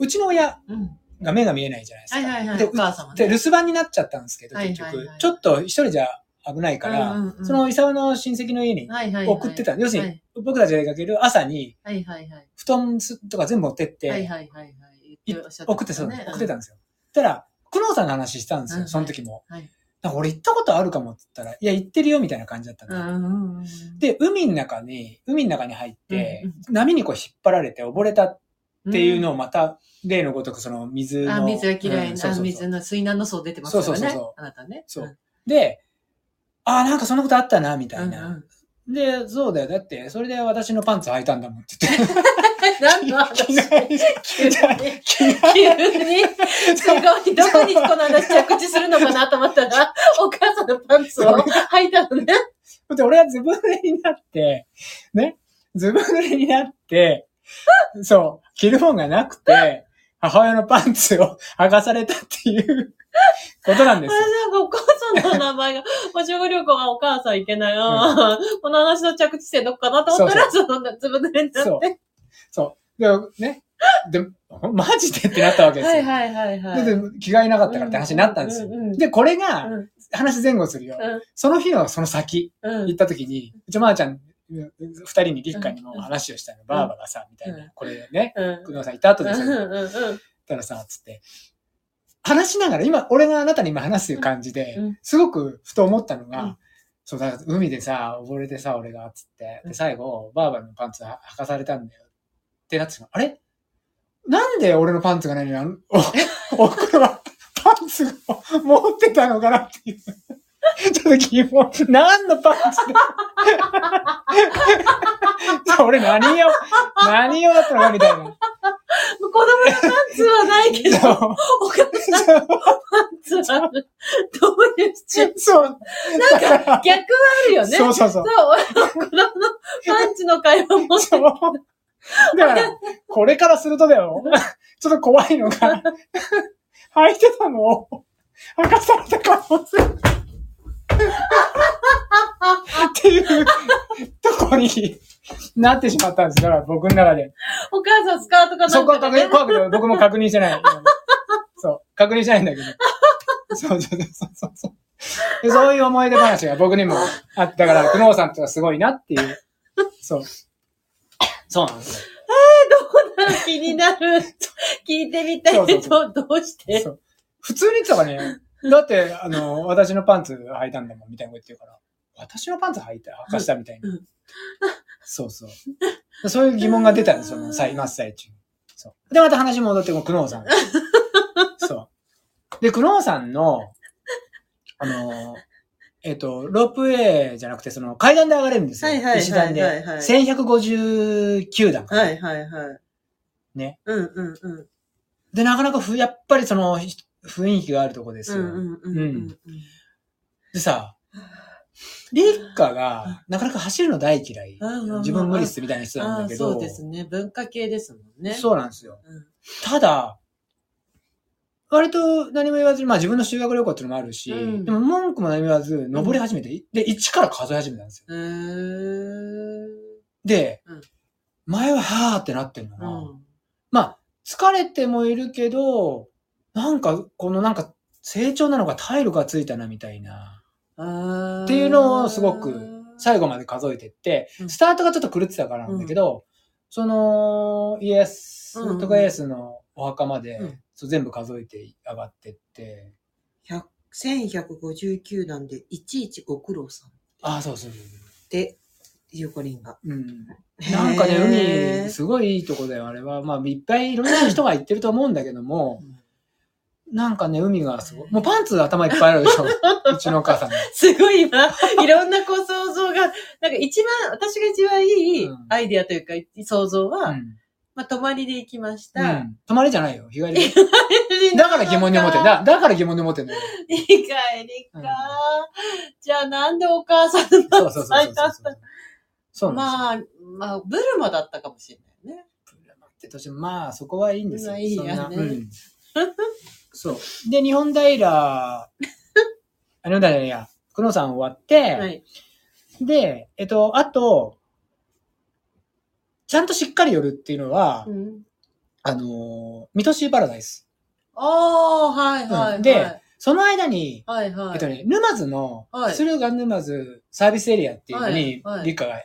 [SPEAKER 2] ーうちの親
[SPEAKER 1] うん。
[SPEAKER 2] が目が見えないじゃないです
[SPEAKER 1] は
[SPEAKER 2] か。
[SPEAKER 1] いはいはい。
[SPEAKER 2] で
[SPEAKER 1] お母様
[SPEAKER 2] で
[SPEAKER 1] ね。
[SPEAKER 2] 留守番になっちゃったんですけど、
[SPEAKER 1] はい
[SPEAKER 2] 結
[SPEAKER 1] はいはい
[SPEAKER 2] 局、ちょっと一人じゃ危ないから、
[SPEAKER 1] うんうんうん
[SPEAKER 2] その、伊沢の親戚の家に
[SPEAKER 1] はいはいはい
[SPEAKER 2] 送ってた。要する
[SPEAKER 1] は
[SPEAKER 2] に
[SPEAKER 1] い、
[SPEAKER 2] 僕たちが出かける朝に、
[SPEAKER 1] はいはいはい。
[SPEAKER 2] 布団とか全部持ってって、
[SPEAKER 1] はいはいはいはい。言らしゃましたね
[SPEAKER 2] 送ってそう、送ってたんですよ。そしたら、久能さんの話したんです
[SPEAKER 1] う
[SPEAKER 2] よ、
[SPEAKER 1] ん
[SPEAKER 2] その時も。
[SPEAKER 1] はい
[SPEAKER 2] なんか俺行ったことあるかもって言ったら、いや、行ってるよ、みたいな感じだったん
[SPEAKER 1] う
[SPEAKER 2] で
[SPEAKER 1] ん
[SPEAKER 2] すよ
[SPEAKER 1] うんうんうん。
[SPEAKER 2] で、海の中に、海の中に入って、
[SPEAKER 1] うん
[SPEAKER 2] 波にこう引っ張られて溺れたっていうの
[SPEAKER 1] を、
[SPEAKER 2] をまた、例のごとくその水の。
[SPEAKER 1] あ、水が嫌
[SPEAKER 2] う
[SPEAKER 1] い
[SPEAKER 2] んそう
[SPEAKER 1] な、
[SPEAKER 2] そうそ
[SPEAKER 1] 水
[SPEAKER 2] う。
[SPEAKER 1] の水難の層出てますからね。
[SPEAKER 2] そうそうそうそう
[SPEAKER 1] あなたね。。
[SPEAKER 2] そうんで、ああ、なんかそんなことあったな、みたいな。
[SPEAKER 1] うんうん
[SPEAKER 2] で、そうだよ。だって、それで私のパンツ履いたんだもんって言って。
[SPEAKER 1] 何 [LAUGHS] の話
[SPEAKER 2] [LAUGHS] 着替え
[SPEAKER 1] 急に、
[SPEAKER 2] 着替
[SPEAKER 1] 急に、すごい、どこにこの話着地するのかなと思った
[SPEAKER 2] [LAUGHS]
[SPEAKER 1] ら、お母さんのパンツを履いたのね。
[SPEAKER 2] えで、俺はずぶ濡れになって、ね。ずぶ濡れになって、そう、着るもんがなくて、母親のパンツを剥がされたっていうことなん
[SPEAKER 1] あれ
[SPEAKER 2] ですよ。
[SPEAKER 1] なんかお母さんの名前が、 [LAUGHS] まあ、修学旅行はお母さんいけない。あーこの話の着地点どこかなと思ったら、そのずぶ濡れになっ
[SPEAKER 2] そう
[SPEAKER 1] て。
[SPEAKER 2] そう。で、ね。で、マジでってなったわけですよ。
[SPEAKER 1] はいはいはいはい。
[SPEAKER 2] でで着替えなかったからって話になったんですよ
[SPEAKER 1] うんうんうん。
[SPEAKER 2] で、これ
[SPEAKER 1] う
[SPEAKER 2] が、
[SPEAKER 1] ん
[SPEAKER 2] 話前後するよ。その日のその先、
[SPEAKER 1] うんう
[SPEAKER 2] 行
[SPEAKER 1] ん
[SPEAKER 2] った時に、うちまーちゃん、うん二人に立夏にも話をしたの、ばあばがさ、みたいうな、
[SPEAKER 1] ん
[SPEAKER 2] これね、
[SPEAKER 1] うん
[SPEAKER 2] 久能さん行った後
[SPEAKER 1] う
[SPEAKER 2] ですよ。
[SPEAKER 1] ん
[SPEAKER 2] 言っ
[SPEAKER 1] うんうん
[SPEAKER 2] たらさ、つって。話しながら、今、俺があなたに今話すいう感じで
[SPEAKER 1] うん、
[SPEAKER 2] すごくふと思ったの
[SPEAKER 1] うん
[SPEAKER 2] が、そう、だから海でさ、溺れてさ、俺が、つって。
[SPEAKER 1] う
[SPEAKER 2] で、
[SPEAKER 1] ん
[SPEAKER 2] 最後、ばあばのパンツは履かされたんだよ。ってなってしまうあれなんで俺のパンツがないのに
[SPEAKER 1] [LAUGHS]
[SPEAKER 2] あの、お、おふくろはパンツを持ってたのかなっていう。 [LAUGHS] ちょっと疑問。何のパンツ [LAUGHS] だ俺何用、何用だったのかみたいな。
[SPEAKER 1] 子供のパンツはないけ [LAUGHS] ど、
[SPEAKER 2] そう
[SPEAKER 1] お母さんのパンツはある。どういうシチュエーション
[SPEAKER 2] [LAUGHS] そう。
[SPEAKER 1] なんか、逆はあるよね。。
[SPEAKER 2] そううそうそ
[SPEAKER 1] [LAUGHS]
[SPEAKER 2] う。
[SPEAKER 1] 子供のパンツの会話も。
[SPEAKER 2] そう。だから、これからするとだよ。ちょっと怖いのが、履いてたのを、履かされた可能性。っていうとこになってしまったんです。だから僕の中で。
[SPEAKER 1] お母さんスカートかな
[SPEAKER 2] そ
[SPEAKER 1] ん
[SPEAKER 2] こは
[SPEAKER 1] か
[SPEAKER 2] 確認、
[SPEAKER 1] ね。
[SPEAKER 2] 怖くて僕も確認し
[SPEAKER 1] [LAUGHS]
[SPEAKER 2] てない。そう。確認してないんだけど。そうそうそうそうそうで。そういう思い出話が僕にもあったから、久能さんとはすごいなっていう。そう。そうなんです
[SPEAKER 1] どうなの気に [LAUGHS] なる。聞いてみたいけ
[SPEAKER 2] そ
[SPEAKER 1] ど、どうし
[SPEAKER 2] よ。
[SPEAKER 1] て
[SPEAKER 2] そう普通に言ってたからね、だって、あの、私のパンツ履いたんだもん、みたいなこと言ってるから、私のパンツ履いた履かしたみたいな
[SPEAKER 1] うん。
[SPEAKER 2] そうそう。そういう疑問が出たんですよ、その、最、真っ最中に。そう。で、また話戻って、こう、久能さん。そう。で、久能さんの、あの、えっ、と、ロープウェイじゃなくて、その、階段で上がれるんですよ。
[SPEAKER 1] はいはいはいはいはい
[SPEAKER 2] 石段で。1159段かな
[SPEAKER 1] はいはいはい。
[SPEAKER 2] ね。
[SPEAKER 1] うんうんうん。
[SPEAKER 2] で、なかなかふ、やっぱりその、ひ雰囲気があるとこです
[SPEAKER 1] う
[SPEAKER 2] よ。
[SPEAKER 1] んうんうんうん。
[SPEAKER 2] でさ、リッカが、なかなか走るの大嫌い
[SPEAKER 1] うんうんうん。
[SPEAKER 2] 自分無理っすみたいな人
[SPEAKER 1] あ
[SPEAKER 2] なん
[SPEAKER 1] あ
[SPEAKER 2] だ
[SPEAKER 1] ー、
[SPEAKER 2] けど。
[SPEAKER 1] そうですね。文化系ですもんね。
[SPEAKER 2] そうなんですよ。
[SPEAKER 1] うん。
[SPEAKER 2] ただ、割と何も言わずに、まあ自分の修学旅行っていうのもあるし、
[SPEAKER 1] うん
[SPEAKER 2] でも文句も何も言わず、登り始めて、で、1から数え始めたんですよ。
[SPEAKER 1] うーん。
[SPEAKER 2] で、
[SPEAKER 1] うん
[SPEAKER 2] 前ははーってなってるのが、
[SPEAKER 1] うん
[SPEAKER 2] まあ、疲れてもいるけど、なんか、このなんか、成長なのか体力がついたなみたいな。
[SPEAKER 1] あー
[SPEAKER 2] っていうのをすごく最後まで数えてって、
[SPEAKER 1] うん
[SPEAKER 2] スタートがちょっと狂ってたからなんだけど、その、イエ
[SPEAKER 1] うんうん
[SPEAKER 2] ス、とかイエスのお墓まで、
[SPEAKER 1] うん
[SPEAKER 2] そう全部数えて上がってって、
[SPEAKER 1] 100 1159段でいちいちご苦労さんっ
[SPEAKER 2] ああ、そうそうそう
[SPEAKER 1] て、ゆうこりんが。
[SPEAKER 2] そう。うん。なんかね、
[SPEAKER 1] へ
[SPEAKER 2] 海、
[SPEAKER 1] ー
[SPEAKER 2] すごいいいとこだよ、あれは。まあ、いっぱいいろんな人が行ってると思うんだけども、なんかね、海がすごい。もうパンツ頭いっぱいある
[SPEAKER 1] [LAUGHS]
[SPEAKER 2] でしょ。うちのお母さんの。
[SPEAKER 1] すごい今、いろんなこう想像が、なんか一番、私が一番いい
[SPEAKER 2] うん
[SPEAKER 1] アイディアというか、想像は、
[SPEAKER 2] うん。
[SPEAKER 1] まあ、泊まりで行きまし
[SPEAKER 2] う
[SPEAKER 1] た。 [LAUGHS]
[SPEAKER 2] ん。泊まりじゃないよ、日帰り。だから疑問に思ってんだ。だから疑問に思ってんだよ。
[SPEAKER 1] いいかいりか、
[SPEAKER 2] うん
[SPEAKER 1] じゃあなんでお母さんの
[SPEAKER 2] そうそうそうそうそうそう。そうなんですよ。
[SPEAKER 1] まあ、まあ、ブルマだったかもしれないね。
[SPEAKER 2] って年もまあ、そこはいいんですよ。
[SPEAKER 1] まあいいやね
[SPEAKER 2] そんな
[SPEAKER 1] [LAUGHS]
[SPEAKER 2] うんそう。で、日本平、あ日本平いや、久能さん終わって、
[SPEAKER 1] はい。
[SPEAKER 2] で、えっと、あと、ちゃんとしっかり寄るっていうのは、
[SPEAKER 1] うん、
[SPEAKER 2] あのー、ミトシーパラダイス。
[SPEAKER 1] ああ、はいはい、はい
[SPEAKER 2] うんでその間に、
[SPEAKER 1] はいはい。
[SPEAKER 2] えっとね、沼津の、
[SPEAKER 1] はい
[SPEAKER 2] 駿河沼津サービスエリアっていうのに、
[SPEAKER 1] はいはい
[SPEAKER 2] 理科が、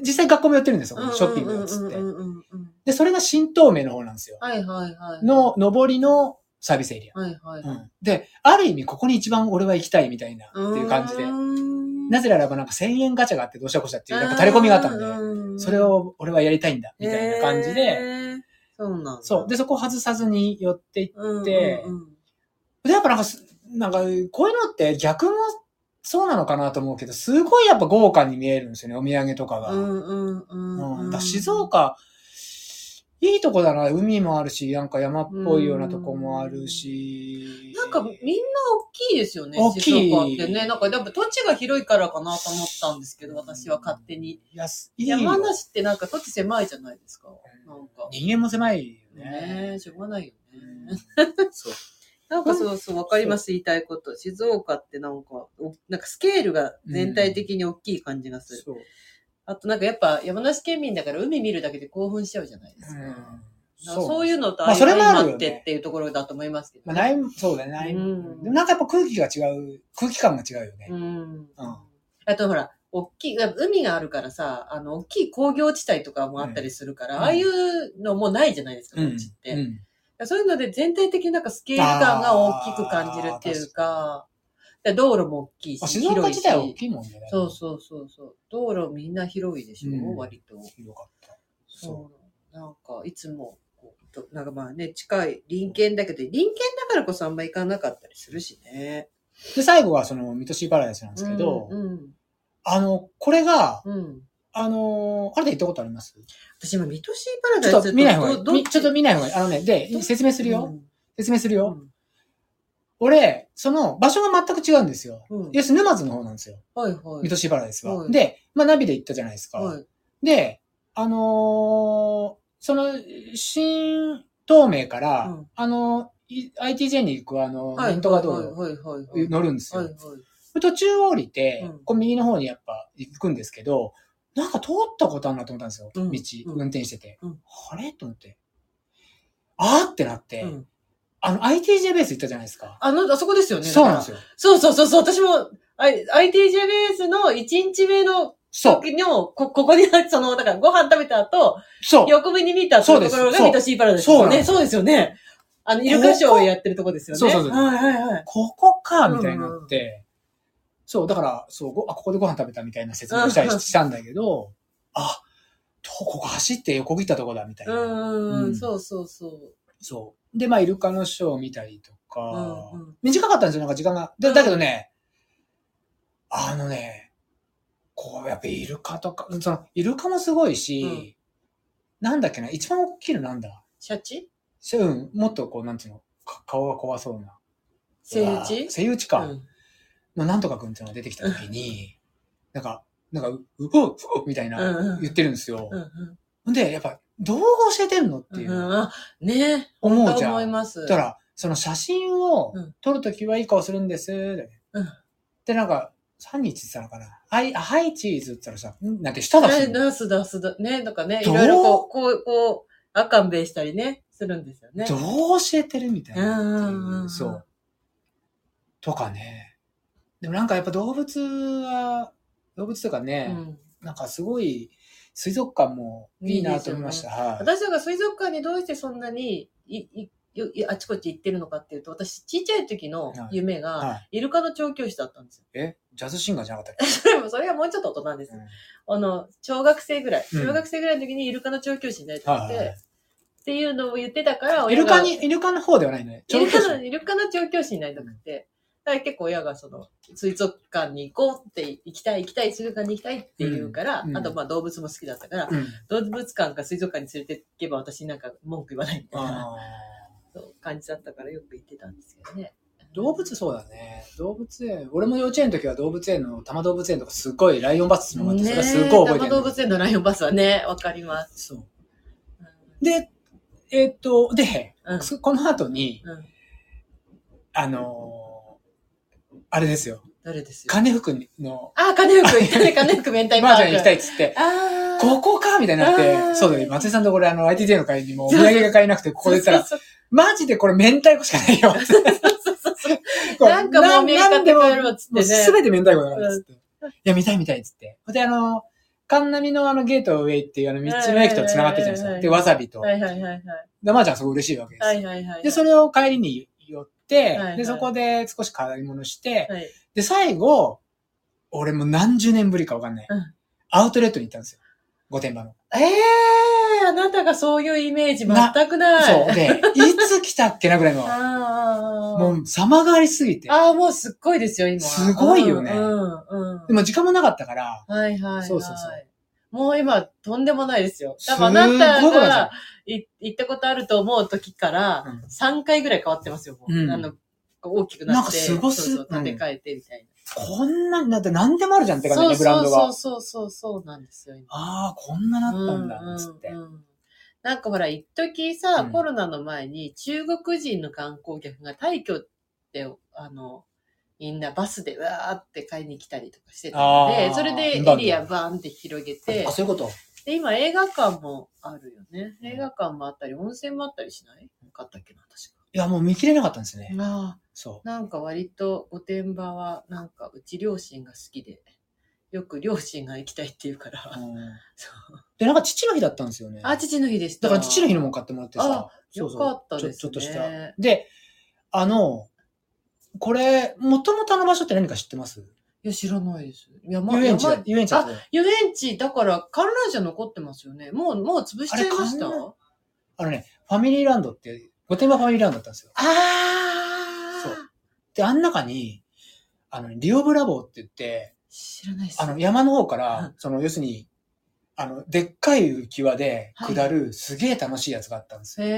[SPEAKER 2] 実際学校も寄ってるんですよ、ショッピング
[SPEAKER 1] うん
[SPEAKER 2] っつって
[SPEAKER 1] う。んうんうんうん
[SPEAKER 2] で、それが新東名の方なんですよ。
[SPEAKER 1] はいはいはい。
[SPEAKER 2] の、上りのサービスエリア。
[SPEAKER 1] はいはい。
[SPEAKER 2] うん、で、ある意味ここに一番俺は行きたいみたいな、っていう感じで
[SPEAKER 1] う。ん
[SPEAKER 2] なぜならばなんか1000円ガチャがあってどうしたこうしたっていう、なんか垂れ込みがあったんで、
[SPEAKER 1] うん
[SPEAKER 2] それを俺はやりたいんだ、みたいな感じ
[SPEAKER 1] へ
[SPEAKER 2] で。
[SPEAKER 1] ーそうなんだ
[SPEAKER 2] そう。で、そこ外さずに寄っていっ
[SPEAKER 1] うんうんうん
[SPEAKER 2] でで、やっぱなんかす、なんか、こういうのって逆もそうなのかなと思うけど、すごいやっぱ豪華に見えるんですよね、お土産とかが。
[SPEAKER 1] うんうんうん
[SPEAKER 2] う
[SPEAKER 1] うんん。
[SPEAKER 2] だから静岡、いいとこだな。海もあるし、なんか山っぽいようなとこもあるし。
[SPEAKER 1] なんかみんな大きいですよね、
[SPEAKER 2] 大きい
[SPEAKER 1] 静岡ってね。なんかやっぱ土地が広いからかなと思ったんですけど、私は勝手に。
[SPEAKER 2] いや、すいいよ
[SPEAKER 1] 山梨ってなんか土地狭いじゃないですか。なんか。
[SPEAKER 2] 人間も狭いよね。
[SPEAKER 1] ねえ、しょうがないよね。
[SPEAKER 2] そう。
[SPEAKER 1] [LAUGHS] なんかそうそう、わかります、言いたいこと。静岡ってなんか、おなんかスケールが全体的に大きい感じがする。
[SPEAKER 2] そう。
[SPEAKER 1] あとなんかやっぱ山梨県民だから海見るだけで興奮しちゃうじゃないですか。だか
[SPEAKER 2] そ
[SPEAKER 1] らそう
[SPEAKER 2] う
[SPEAKER 1] い
[SPEAKER 2] いう。
[SPEAKER 1] うのと
[SPEAKER 2] まあそれもあるよね
[SPEAKER 1] 相まってっていうところだと思いますけど
[SPEAKER 2] ま
[SPEAKER 1] ね、
[SPEAKER 2] あ、ない、そうだね、ない。
[SPEAKER 1] うん
[SPEAKER 2] でもなんかやっぱ空気が違う、空気感が違うよね。
[SPEAKER 1] うん。あとほら、大きい、海があるからさ、あの、大きい工業地帯とかもあったりするから、
[SPEAKER 2] うん
[SPEAKER 1] ああいうのもないじゃないですか、こっちって。
[SPEAKER 2] うん
[SPEAKER 1] そういうので全体的になんかスケール感が大きく感じるっていうか、で道路も大きい
[SPEAKER 2] まあ
[SPEAKER 1] し、
[SPEAKER 2] 静
[SPEAKER 1] 広い
[SPEAKER 2] 岡自
[SPEAKER 1] し。
[SPEAKER 2] 体は大きいもんね。
[SPEAKER 1] そうそうそうそう。道路みんな広いでしょ、
[SPEAKER 2] うん
[SPEAKER 1] 割と。
[SPEAKER 2] 広かった。そ
[SPEAKER 1] そう。なんか、いつも、こうとなんかまあね、近い、隣県だけど、隣県だからこそあんま行かなかったりするしね。
[SPEAKER 2] う。で、最後はその、ミトシーパラダイスなんですけど、
[SPEAKER 1] うん。
[SPEAKER 2] あの、これが、
[SPEAKER 1] うん。
[SPEAKER 2] あのー、あなた行ったことあります
[SPEAKER 1] 私今、ミトシーパラダイ
[SPEAKER 2] ち
[SPEAKER 1] ス
[SPEAKER 2] ょっと見ない方がい
[SPEAKER 1] どどっ
[SPEAKER 2] い。みちょっと見ない方がいい。あのね、で、説明するよ。説明する
[SPEAKER 1] う
[SPEAKER 2] よ。
[SPEAKER 1] ん。
[SPEAKER 2] 俺、その場所が全く違うんですよ。
[SPEAKER 1] うん。
[SPEAKER 2] 要するに沼津の方なんですよ。
[SPEAKER 1] はいはい。
[SPEAKER 2] 水戸シーパラダイスは。
[SPEAKER 1] はい
[SPEAKER 2] で、まあナビで行ったじゃないですか。
[SPEAKER 1] はい。
[SPEAKER 2] で、あのーその、新東名から、
[SPEAKER 1] うん
[SPEAKER 2] あのい ITJ に行くあの、
[SPEAKER 1] はい。
[SPEAKER 2] レントカー道路、
[SPEAKER 1] はいはいはい。
[SPEAKER 2] 乗るんですよ。
[SPEAKER 1] はいはい。
[SPEAKER 2] 途中降りて、
[SPEAKER 1] うん
[SPEAKER 2] こう右の方にやっぱ行くんですけど、なんか通ったことあるなと思ったんですよ、
[SPEAKER 1] うん
[SPEAKER 2] 道、
[SPEAKER 1] うん
[SPEAKER 2] 運転してて。
[SPEAKER 1] うん
[SPEAKER 2] あれと思って。あーってなって、
[SPEAKER 1] うん
[SPEAKER 2] あの ITJ ベース行ったじゃないですか。
[SPEAKER 1] あの、あそこですよね。
[SPEAKER 2] そうなんです
[SPEAKER 1] よ。
[SPEAKER 2] よ。
[SPEAKER 1] そうそうそうそう。私も、あ ITJ ベースの1日目の
[SPEAKER 2] そう。
[SPEAKER 1] 時の、こ、ここに、 [LAUGHS] その、だからご飯食べた後、
[SPEAKER 2] そう。
[SPEAKER 1] 横目に見た
[SPEAKER 2] そう
[SPEAKER 1] と
[SPEAKER 2] です
[SPEAKER 1] ころが
[SPEAKER 2] そう
[SPEAKER 1] ミトシーパラダイスですよね。そうですよね。あの、イルカショーをやってるとこですよね。
[SPEAKER 2] そうそうそう
[SPEAKER 1] はいはいはい。
[SPEAKER 2] ここか、みたいになって、そう、だから、そう、ごあ、ここでご飯食べたみたいな説明をしたり
[SPEAKER 1] うん
[SPEAKER 2] したんだけど、あ、とここ走って横切ったとこだ、みたいうな。
[SPEAKER 1] ん、
[SPEAKER 2] う
[SPEAKER 1] うんん、そうそうそう。
[SPEAKER 2] そう。で、まあ、イルカのショーを見たりと
[SPEAKER 1] う
[SPEAKER 2] か、
[SPEAKER 1] んうん
[SPEAKER 2] 短かったんですよ、なんか時間が。だだけどね、あのね、こう、やっぱイルカとか、その、イルカもすごいし、なんだっけな、一番大きいのなんだ
[SPEAKER 1] シャチ
[SPEAKER 2] しうん、もっとこう、なんていうの、か顔が怖そうな。
[SPEAKER 1] セイウチ
[SPEAKER 2] セイウチか。
[SPEAKER 1] うん
[SPEAKER 2] のなんとかくんっていうのが出てきた時に、なんか、なんか、う、うおうおみたい
[SPEAKER 1] うんう
[SPEAKER 2] なん言ってるんですよ。
[SPEAKER 1] うん
[SPEAKER 2] ほんで、やっぱ、どう教えてんのっ
[SPEAKER 1] う
[SPEAKER 2] てい
[SPEAKER 1] ん。うん
[SPEAKER 2] う、
[SPEAKER 1] あ、ね
[SPEAKER 2] 思うじゃん。
[SPEAKER 1] 思います。
[SPEAKER 2] たら、その写真を
[SPEAKER 1] うん
[SPEAKER 2] 撮るときはいい顔するんです。
[SPEAKER 1] うん
[SPEAKER 2] で、なんか、3日って言ったのかな。はい、あはい、チーズって言ったらさ、んなんて舌出
[SPEAKER 1] ね
[SPEAKER 2] すの
[SPEAKER 1] 出す出すだ。ね、なんかね、い
[SPEAKER 2] どう
[SPEAKER 1] ろいろこう、こう、こう、あかんべしたりね、するんですよね。
[SPEAKER 2] どう教えてるみたいなっていう
[SPEAKER 1] うんうんうん
[SPEAKER 2] そう。とかね。でもなんかやっぱ動物は、動物とかね、
[SPEAKER 1] うん
[SPEAKER 2] なんかすごい、水族館もいいなと思いました。はい。
[SPEAKER 1] 私が水族館にどうしてそんなにいいよいあちこち行ってるのかっていうと、私、ちっちゃい時の夢が、
[SPEAKER 2] はい
[SPEAKER 1] イルカの調教師だったんですよ。 [LAUGHS]
[SPEAKER 2] え、ジャズシンガーじゃなかったっ
[SPEAKER 1] でもそれはもうちょっと大人です。
[SPEAKER 2] け、
[SPEAKER 1] あの、小学生ぐらい。
[SPEAKER 2] うん
[SPEAKER 1] 小学生ぐらいの時にイルカの調教師になりたく
[SPEAKER 2] は
[SPEAKER 1] て、
[SPEAKER 2] いはいは
[SPEAKER 1] っていうのを言ってたから、
[SPEAKER 2] い。イ
[SPEAKER 1] 親
[SPEAKER 2] ル
[SPEAKER 1] が
[SPEAKER 2] カに、イルカの方ではないのね。
[SPEAKER 1] イル
[SPEAKER 2] 調
[SPEAKER 1] カ
[SPEAKER 2] 教師
[SPEAKER 1] の、イルカの調教師になりたくて、だから結構親がその、水族館に行こうって、行きたい行きたい、水族館に行きたいって言うから、
[SPEAKER 2] うんうん
[SPEAKER 1] あとまあ動物も好きだったから、
[SPEAKER 2] うん。
[SPEAKER 1] 動物館か水族館に連れて行けば私なんか文句言わないみたいな
[SPEAKER 2] あ
[SPEAKER 1] そう感じだったからよく行ってたんですけどね。
[SPEAKER 2] ー動物そうだね。動物園。俺も幼稚園の時は動物園の、多摩動物園とかすごいライオンバスのがあって、それはすごい覚えて
[SPEAKER 1] ねえ多摩
[SPEAKER 2] る。
[SPEAKER 1] 動物園のライオンバスはね、わかります。
[SPEAKER 2] そうう。で、えーっと、で、
[SPEAKER 1] ん。うん
[SPEAKER 2] そこの後に、
[SPEAKER 1] うん。
[SPEAKER 2] あのーあれですよ。
[SPEAKER 1] 誰ですよ。
[SPEAKER 2] 金服の
[SPEAKER 1] あ、金福行ったね。金福明太パ
[SPEAKER 2] マージャン
[SPEAKER 1] ー
[SPEAKER 2] 行き
[SPEAKER 1] ク。
[SPEAKER 2] たいっつって、
[SPEAKER 1] あー
[SPEAKER 2] ここかみたいになっ
[SPEAKER 1] あ
[SPEAKER 2] て、
[SPEAKER 1] ー
[SPEAKER 2] そうだよ、松井さんとこれ、あの、ITJ の会にもお土産が買えなくて、ここで言ったら、
[SPEAKER 1] そう
[SPEAKER 2] マジでこれ明太子しかないよ。
[SPEAKER 1] そうそうそう。なんかもう明
[SPEAKER 2] な
[SPEAKER 1] 太
[SPEAKER 2] ん
[SPEAKER 1] 子
[SPEAKER 2] で
[SPEAKER 1] や
[SPEAKER 2] も
[SPEAKER 1] ろうっつって
[SPEAKER 2] もう
[SPEAKER 1] ね。
[SPEAKER 2] すべて明太子だからっつって。いや、見たい見たいっつって。ほんで、あの、神奈美のあのゲートウェイっていうあの道の駅と繋がってるじ
[SPEAKER 1] はいはいは
[SPEAKER 2] ゃないです
[SPEAKER 1] い
[SPEAKER 2] か。
[SPEAKER 1] はい
[SPEAKER 2] で、わさびと。
[SPEAKER 1] はいはいはいはい。
[SPEAKER 2] で、まーちゃんすごい嬉しいわけです
[SPEAKER 1] は
[SPEAKER 2] よ。
[SPEAKER 1] いはいはい。
[SPEAKER 2] で、それを帰りに寄
[SPEAKER 1] はい
[SPEAKER 2] っ
[SPEAKER 1] は
[SPEAKER 2] て、
[SPEAKER 1] い
[SPEAKER 2] で、そこで少し買い物して、
[SPEAKER 1] はい。
[SPEAKER 2] で、最後、俺もう何十年ぶりかわかんない
[SPEAKER 1] うん。
[SPEAKER 2] アウトレットに行ったんですよ。御殿場の。
[SPEAKER 1] ええー、あなたがそういうイメージ
[SPEAKER 2] な
[SPEAKER 1] 全くない。
[SPEAKER 2] そう。で、いつ来たっけなぐらいの。
[SPEAKER 1] あー
[SPEAKER 2] もう様変わりすぎて。
[SPEAKER 1] あー、もうすっごいですよ、今。
[SPEAKER 2] すごいよね
[SPEAKER 1] うん、うんうん
[SPEAKER 2] でも時間もなかったから、
[SPEAKER 1] はいはい、はい。
[SPEAKER 2] そうそうそう
[SPEAKER 1] もう今、とんでもないですよ。
[SPEAKER 2] す
[SPEAKER 1] 多
[SPEAKER 2] っごい
[SPEAKER 1] 分あ
[SPEAKER 2] ことなん
[SPEAKER 1] な
[SPEAKER 2] です
[SPEAKER 1] た
[SPEAKER 2] よ
[SPEAKER 1] がい行ったことあると思う時から
[SPEAKER 2] うん、
[SPEAKER 1] 3回ぐらい変わってますよ、もう。
[SPEAKER 2] うん
[SPEAKER 1] あの、大きくなって。
[SPEAKER 2] なんかすごす
[SPEAKER 1] そうそう、建て替えてみたい
[SPEAKER 2] こんなになって何でもあるじゃんって
[SPEAKER 1] な。
[SPEAKER 2] 感じ
[SPEAKER 1] そう
[SPEAKER 2] ね、ブランドが。
[SPEAKER 1] そうそうそうそう、そうなんですよ、今。
[SPEAKER 2] ああ、こんななったんだ、つって
[SPEAKER 1] う。んうんうんなんかほら、一時さ、
[SPEAKER 2] うん
[SPEAKER 1] コロナの前に中国人の観光客が退去って、あの、みんなバスでわーって買いに来たりとかしてたの
[SPEAKER 2] あ
[SPEAKER 1] で、
[SPEAKER 2] ー
[SPEAKER 1] それで
[SPEAKER 2] イン
[SPEAKER 1] エ
[SPEAKER 2] バウンド
[SPEAKER 1] リアバーンって広げて
[SPEAKER 2] あ、、そういうこと。
[SPEAKER 1] で、今映画館もあるよね。映画館もあったり、温泉もあったりしないよかったっけな、確
[SPEAKER 2] いや、もう見切れなかったんですね。
[SPEAKER 1] か。ああ、
[SPEAKER 2] そ
[SPEAKER 1] [LAUGHS] なんか割と御殿場は、なんかうち両親が好きで、よく両親が行きたいって言うから、
[SPEAKER 2] う。うん
[SPEAKER 1] そう
[SPEAKER 2] で、なんか父の日だったんですよね。
[SPEAKER 1] あ、父の日でした。
[SPEAKER 2] だから父の日のもん買ってもらってさ
[SPEAKER 1] あ。
[SPEAKER 2] そうそう
[SPEAKER 1] よかったですね
[SPEAKER 2] ちょちょっとした。で、あの、これ、もともとあの場所って何か知ってます
[SPEAKER 1] いや、知らないです。山
[SPEAKER 2] 遊園地だ
[SPEAKER 1] 山
[SPEAKER 2] 遊園地だったよ
[SPEAKER 1] 遊園地、だから観覧車残ってますよね。もう、もう潰しちゃいました
[SPEAKER 2] あれ観あのね、ファミリーランドって、御殿場ファミリーランドだったんですよ。
[SPEAKER 1] あ
[SPEAKER 2] そうで、あん中に、あの、リオブラボーって言って、
[SPEAKER 1] 知らないです。
[SPEAKER 2] あの、山の方か
[SPEAKER 1] う
[SPEAKER 2] ら、その、要するに、あの、でっかい浮き輪で下る、すげえ楽しいやつがあったんですよ。
[SPEAKER 1] へ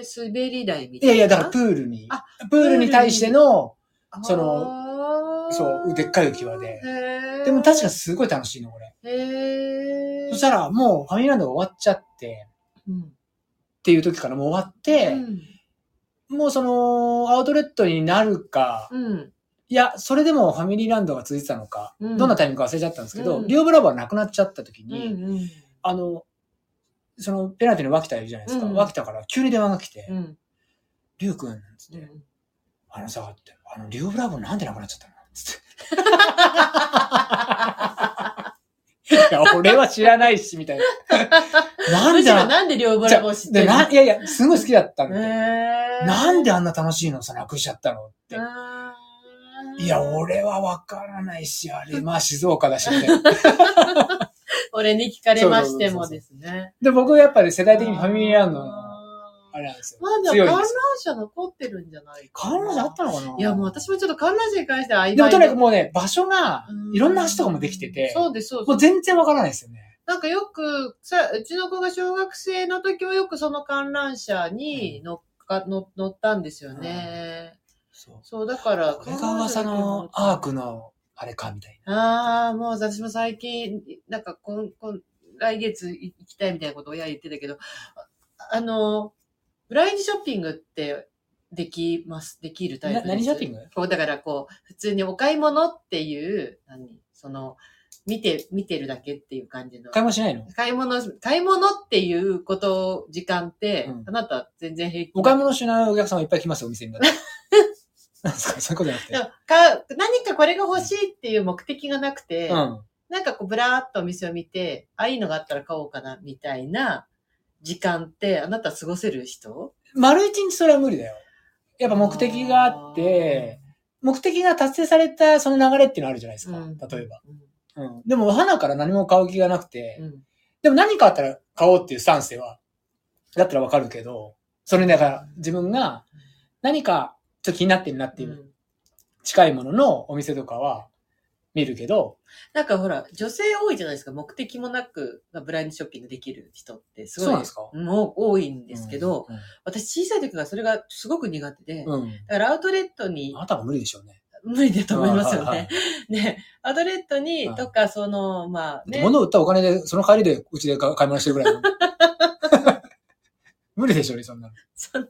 [SPEAKER 1] え、滑り台み
[SPEAKER 2] い
[SPEAKER 1] たい
[SPEAKER 2] や
[SPEAKER 1] な。
[SPEAKER 2] いや、だからプールに
[SPEAKER 1] あ、
[SPEAKER 2] プールに対しての、
[SPEAKER 1] ら
[SPEAKER 2] そのそうでっかい浮き輪で
[SPEAKER 1] へえ。
[SPEAKER 2] でも確かすごい楽しいの、これ。
[SPEAKER 1] へえ。
[SPEAKER 2] そした
[SPEAKER 1] ら、
[SPEAKER 2] らもうファミランドが終わっちゃって、
[SPEAKER 1] うん。
[SPEAKER 2] っていう時からもう終わって、もうその、アウトレットになるか、
[SPEAKER 1] うん。
[SPEAKER 2] いや、それでもファミリーランドが続いてたのか、
[SPEAKER 1] うん
[SPEAKER 2] どんなタイミングか忘れちゃったんですけど、
[SPEAKER 1] うん
[SPEAKER 2] リオブラボーがなくなっちゃった時
[SPEAKER 1] うん。う
[SPEAKER 2] に、
[SPEAKER 1] ん。
[SPEAKER 2] あの、そのペナルティの脇田いるじゃないですか。
[SPEAKER 1] うん
[SPEAKER 2] 脇田から急に電話が来て、
[SPEAKER 1] うん。
[SPEAKER 2] リュウ君なんつって、あのさ、って、あの、リオブラボーなんでなくなっちゃったの
[SPEAKER 1] [LAUGHS]
[SPEAKER 2] つって。いや、俺は知らないし、みたいな。なん
[SPEAKER 1] むし
[SPEAKER 2] で
[SPEAKER 1] ろ
[SPEAKER 2] な、
[SPEAKER 1] なんで両ブラボー知って
[SPEAKER 2] で
[SPEAKER 1] るの
[SPEAKER 2] な、いやいや、すごい好きだったんで、
[SPEAKER 1] へえ。
[SPEAKER 2] なんであんな楽しいのさ、なくしちゃったのって。
[SPEAKER 1] あー
[SPEAKER 2] いや、。俺はわからないし、あれ、まあ静岡だし、みたいな。
[SPEAKER 1] 俺に聞かれましてもですね。
[SPEAKER 2] で、僕はやっぱり世代的にファミリーランドの、あ
[SPEAKER 1] あー
[SPEAKER 2] れなんですよ。
[SPEAKER 1] まだ
[SPEAKER 2] 強い
[SPEAKER 1] 観
[SPEAKER 2] ん
[SPEAKER 1] 覧
[SPEAKER 2] ですよ
[SPEAKER 1] 車残ってるんじゃないかな。
[SPEAKER 2] 観覧車あったのかない
[SPEAKER 1] や、もう私もちょっと観覧車に関しては曖昧
[SPEAKER 2] でもとにかくもうね、場所が
[SPEAKER 1] う、ん
[SPEAKER 2] いろんな橋とかもできてて、
[SPEAKER 1] そうです、そう
[SPEAKER 2] も
[SPEAKER 1] です。
[SPEAKER 2] う全然わからないですよね。
[SPEAKER 1] なんかよく、さ、うちの子が小学生の時はよくその観覧車に乗っか、乗乗ったんですよね。そう、だから、
[SPEAKER 2] これが噂のアークの、あれか、みたい
[SPEAKER 1] ああ、もう私も最近、なんかこん、こん、来月行きたいみたいなこと親言ってたけど、ああの、ブラインドショッピングってできます、できるタイプ
[SPEAKER 2] な。
[SPEAKER 1] です。
[SPEAKER 2] 何ショッピング
[SPEAKER 1] こう、だからこう、普通にお買い物っていう、何その、見て、見てるだけっていう感じの。
[SPEAKER 2] 買い物しないの
[SPEAKER 1] 買い物、買い物っていうことを、時間って、
[SPEAKER 2] うん
[SPEAKER 1] あなた全然平気。
[SPEAKER 2] お買い物しないお客様いっぱい来ますよ、お店に
[SPEAKER 1] [LAUGHS]
[SPEAKER 2] だって。なんですかそういうことじゃ
[SPEAKER 1] で
[SPEAKER 2] なくて。
[SPEAKER 1] も買う、何かこれが欲しいっていう目的がなくて、
[SPEAKER 2] うん。
[SPEAKER 1] なんかこう、ぶらーっとお店を見て、あ、いいのがあったら買おうかな、みたいな時間って、あなた過ごせる人
[SPEAKER 2] 丸一日それは無理だよ。やっぱ目的があって、、目的が達成されたその流れっていうのあるじゃないですか。
[SPEAKER 1] うん
[SPEAKER 2] 例えば。
[SPEAKER 1] うん
[SPEAKER 2] うん。でも、花から何も買う気がなくて、
[SPEAKER 1] うん
[SPEAKER 2] でも何かあったら買おうっていうスタンスでは、だったらわかるけど、それだから自分が何かちょっと気になってるなっていう近いもののお店とかは見るけど、
[SPEAKER 1] なんかほら、女性多いじゃないですか、目的もなく、まあブラインドショッピングできる人って、すごい。
[SPEAKER 2] そうなんですか
[SPEAKER 1] もう多いんですけど、
[SPEAKER 2] うん、
[SPEAKER 1] 私小さい時からそれがすごく苦手で、
[SPEAKER 2] うん。
[SPEAKER 1] だからアウトレットに
[SPEAKER 2] あ、なたは無理でしょうね。
[SPEAKER 1] 無理だと思いますよ
[SPEAKER 2] はい
[SPEAKER 1] ね。。 [LAUGHS] ね、アウトレットに、とか、その、まあ
[SPEAKER 2] はい
[SPEAKER 1] ね。
[SPEAKER 2] 物を売ったお金で、その帰りでうちで買い物してるぐらいの。 [LAUGHS] 無理でしょうね、そんなの。
[SPEAKER 1] その、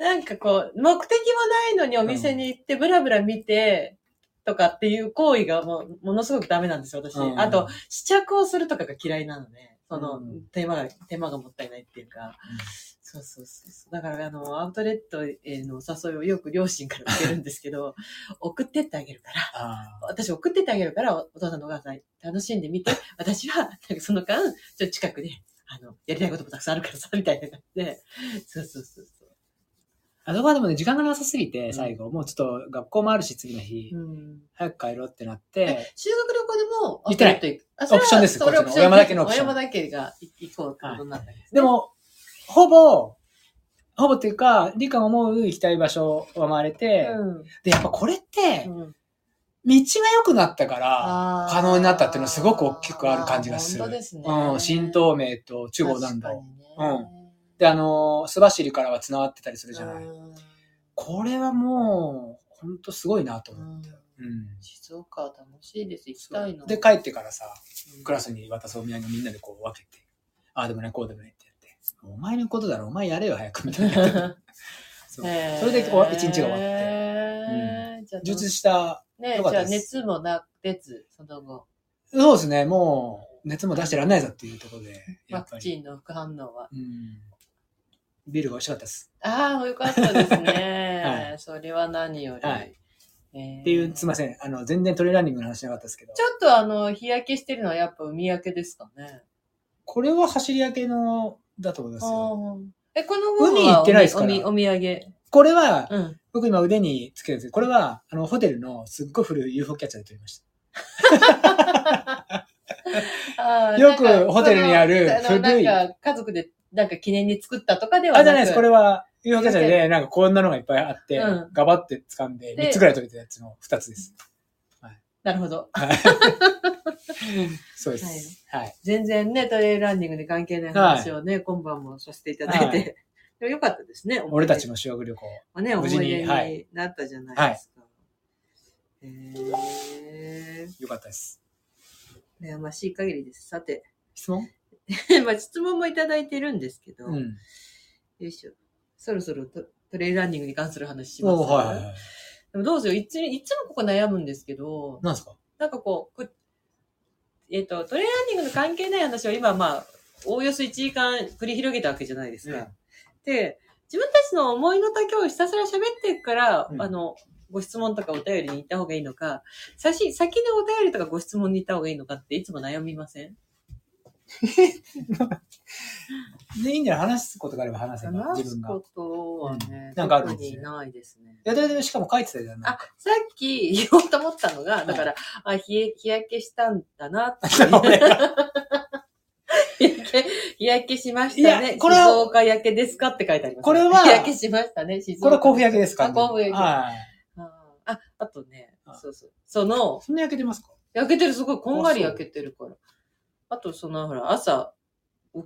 [SPEAKER 1] なんかこう、目的もないのにお店に行ってブラブラ見て、とかっていう行為がもう、ものすごくダメなんですよ、私。
[SPEAKER 2] [LAUGHS] うん
[SPEAKER 1] あと、、試着をするとかが嫌いなので、その、
[SPEAKER 2] うん
[SPEAKER 1] 手間が、手間がもったいないっていうか、そうそうそうそう。だから、あの、アウトレットへのお誘いをよく両親から受けるんですけど、 [LAUGHS] 送ってってあげるから、
[SPEAKER 2] あ
[SPEAKER 1] 私送ってってあげるから、おお父さんとお母さん楽しんでみて、私は、なんかその間、ちょっと近くで、あの、やりたいこともたくさんあるからさ、みたいな感じで、そうそうそうそう。
[SPEAKER 2] あそこはでもね、時間がなさすぎて、最後、もうちょっと学校もあるし、次の日、
[SPEAKER 1] うん
[SPEAKER 2] 早く帰ろうってなって、
[SPEAKER 1] 修学旅行でも、
[SPEAKER 2] 行ってない
[SPEAKER 1] あ。ちょっとあ
[SPEAKER 2] オプションです
[SPEAKER 1] それは
[SPEAKER 2] こっち
[SPEAKER 1] そ
[SPEAKER 2] の
[SPEAKER 1] れは
[SPEAKER 2] 小山田家のオプション
[SPEAKER 1] 小山だけが行こうってことになったんですね
[SPEAKER 2] で、も、ほぼ、ほぼっていうか、理科が思う行きたい場所は回れて、で、やっぱこれって
[SPEAKER 1] う、ん。うん
[SPEAKER 2] 道が良くなったから、
[SPEAKER 1] あー
[SPEAKER 2] 可能になったっていうのはすごく大きくある感じがする。
[SPEAKER 1] あー本当ですね。
[SPEAKER 2] うん、新東名と中央なんだ。
[SPEAKER 1] 確かにね
[SPEAKER 2] で、あのー、須走からは繋がってたりするじゃない。
[SPEAKER 1] うん
[SPEAKER 2] これはもう、ほんとすごいなと思う。うん。
[SPEAKER 1] 静岡は楽しいです。行きたいの。
[SPEAKER 2] で、帰ってからさ、
[SPEAKER 1] うん
[SPEAKER 2] クラスに渡すお土産みんなでこう分けて、ああでもね、こうでもねってやって、お前のことだろ、お前やれよ、早くみた
[SPEAKER 1] [LAUGHS]
[SPEAKER 2] いな。そうそれで終わ一日が終わ
[SPEAKER 1] わっ
[SPEAKER 2] って。
[SPEAKER 1] て
[SPEAKER 2] 充実した、
[SPEAKER 1] ね
[SPEAKER 2] よかっ
[SPEAKER 1] じゃ
[SPEAKER 2] た
[SPEAKER 1] あ
[SPEAKER 2] です
[SPEAKER 1] 熱もなく出ず、その後、
[SPEAKER 2] そうですね、もう、熱も出してらんないぞっていうところで、や
[SPEAKER 1] ワ
[SPEAKER 2] っぱ
[SPEAKER 1] クチ
[SPEAKER 2] り。
[SPEAKER 1] ンの副反応は
[SPEAKER 2] うん。ビールが美味しかったです。
[SPEAKER 1] ああ、よかったですね。
[SPEAKER 2] は
[SPEAKER 1] それは何より。
[SPEAKER 2] はい
[SPEAKER 1] えー
[SPEAKER 2] っていう、すいません、あの、全然トレーランニングの話しなかったですけど
[SPEAKER 1] ち、ょっとあの、日焼けしてるのはやっぱ海焼けですかね。
[SPEAKER 2] これは走り明けの、だと思いますよ。
[SPEAKER 1] あーえ、このゴムは
[SPEAKER 2] 海行ってないですから
[SPEAKER 1] おみおみお土産。
[SPEAKER 2] これは、
[SPEAKER 1] うん。
[SPEAKER 2] 僕今腕につけてるんですけど、これは、あの、ホテルのすっごい古い UFO キャッチャーで撮りました。
[SPEAKER 1] あー
[SPEAKER 2] よくホテルにある
[SPEAKER 1] なんかその
[SPEAKER 2] 古い
[SPEAKER 1] なんか家族で、なんか記念に作ったとかではなく
[SPEAKER 2] あ、じゃないです。これ
[SPEAKER 1] は。
[SPEAKER 2] は、UFO キャッチャーで、なんかこんなのがいっぱいあって、
[SPEAKER 1] うん
[SPEAKER 2] ガバって掴んで、
[SPEAKER 1] で
[SPEAKER 2] 3つぐらい取れたやつの2つです。
[SPEAKER 1] なるほど。
[SPEAKER 2] そうです。はい。
[SPEAKER 1] 全然ね、トレイルランニングに関係ない話をね、今晩もさせていただいて。
[SPEAKER 2] は
[SPEAKER 1] でもよかったですね。
[SPEAKER 2] 俺たち
[SPEAKER 1] も。
[SPEAKER 2] の修学旅行。
[SPEAKER 1] ね、思
[SPEAKER 2] 無
[SPEAKER 1] い
[SPEAKER 2] 事に
[SPEAKER 1] 出
[SPEAKER 2] は
[SPEAKER 1] に
[SPEAKER 2] い
[SPEAKER 1] なったじゃないですか。へー。
[SPEAKER 2] よかったです。
[SPEAKER 1] 羨ましい限りです。さ
[SPEAKER 2] [LAUGHS]
[SPEAKER 1] て。
[SPEAKER 2] 質問
[SPEAKER 1] まあ質問もいただいてるんですけど、
[SPEAKER 2] うん。
[SPEAKER 1] よいしょ。そろそろトトレイルランニングに関する話します
[SPEAKER 2] お
[SPEAKER 1] か、
[SPEAKER 2] はいはいはい。
[SPEAKER 1] でもどうですよ。いついつもここ悩むんですけど、
[SPEAKER 2] なんですか
[SPEAKER 1] なんかこう、くえっ、と、トレイルランニングの関係ない話を今まあ、おおよそ1時間繰り広げたわけじゃないですか。
[SPEAKER 2] うん
[SPEAKER 1] で、自分たちの思いの丈をひたすら喋っていくから、
[SPEAKER 2] うん
[SPEAKER 1] あの、ご質問とかお便りに行った方がいいのか、さし先にお便りとかご質問に行った方がいいのかっていつも悩みません
[SPEAKER 2] で、いいんじゃない話すことがあれば話せば、
[SPEAKER 1] 話
[SPEAKER 2] 自
[SPEAKER 1] す
[SPEAKER 2] 分が。い
[SPEAKER 1] ことはね、
[SPEAKER 2] うんなんかあるん
[SPEAKER 1] 特
[SPEAKER 2] です
[SPEAKER 1] に
[SPEAKER 2] ね
[SPEAKER 1] ないですね。
[SPEAKER 2] や、で、で、しかも書いてたじゃん。なん
[SPEAKER 1] あ
[SPEAKER 2] か、
[SPEAKER 1] さっき言おうと思ったのが、
[SPEAKER 2] い
[SPEAKER 1] だから、あ、日焼日焼けしたんだなって。
[SPEAKER 2] [LAUGHS] 俺が
[SPEAKER 1] 日焼け日焼けしました
[SPEAKER 2] い
[SPEAKER 1] ね。
[SPEAKER 2] やこれは
[SPEAKER 1] 静岡焼けですかって書いてあります、
[SPEAKER 2] これは
[SPEAKER 1] 日焼けしましたね、静
[SPEAKER 2] これ
[SPEAKER 1] 岡。
[SPEAKER 2] は甲府焼けですか
[SPEAKER 1] あ甲府焼け
[SPEAKER 2] はい。
[SPEAKER 1] あーあ、あとね
[SPEAKER 2] あ、
[SPEAKER 1] そうそう。その、
[SPEAKER 2] そんな焼けてますか
[SPEAKER 1] 焼けてる、すごい、こんがり焼けてるから。あと、その、ほら、朝、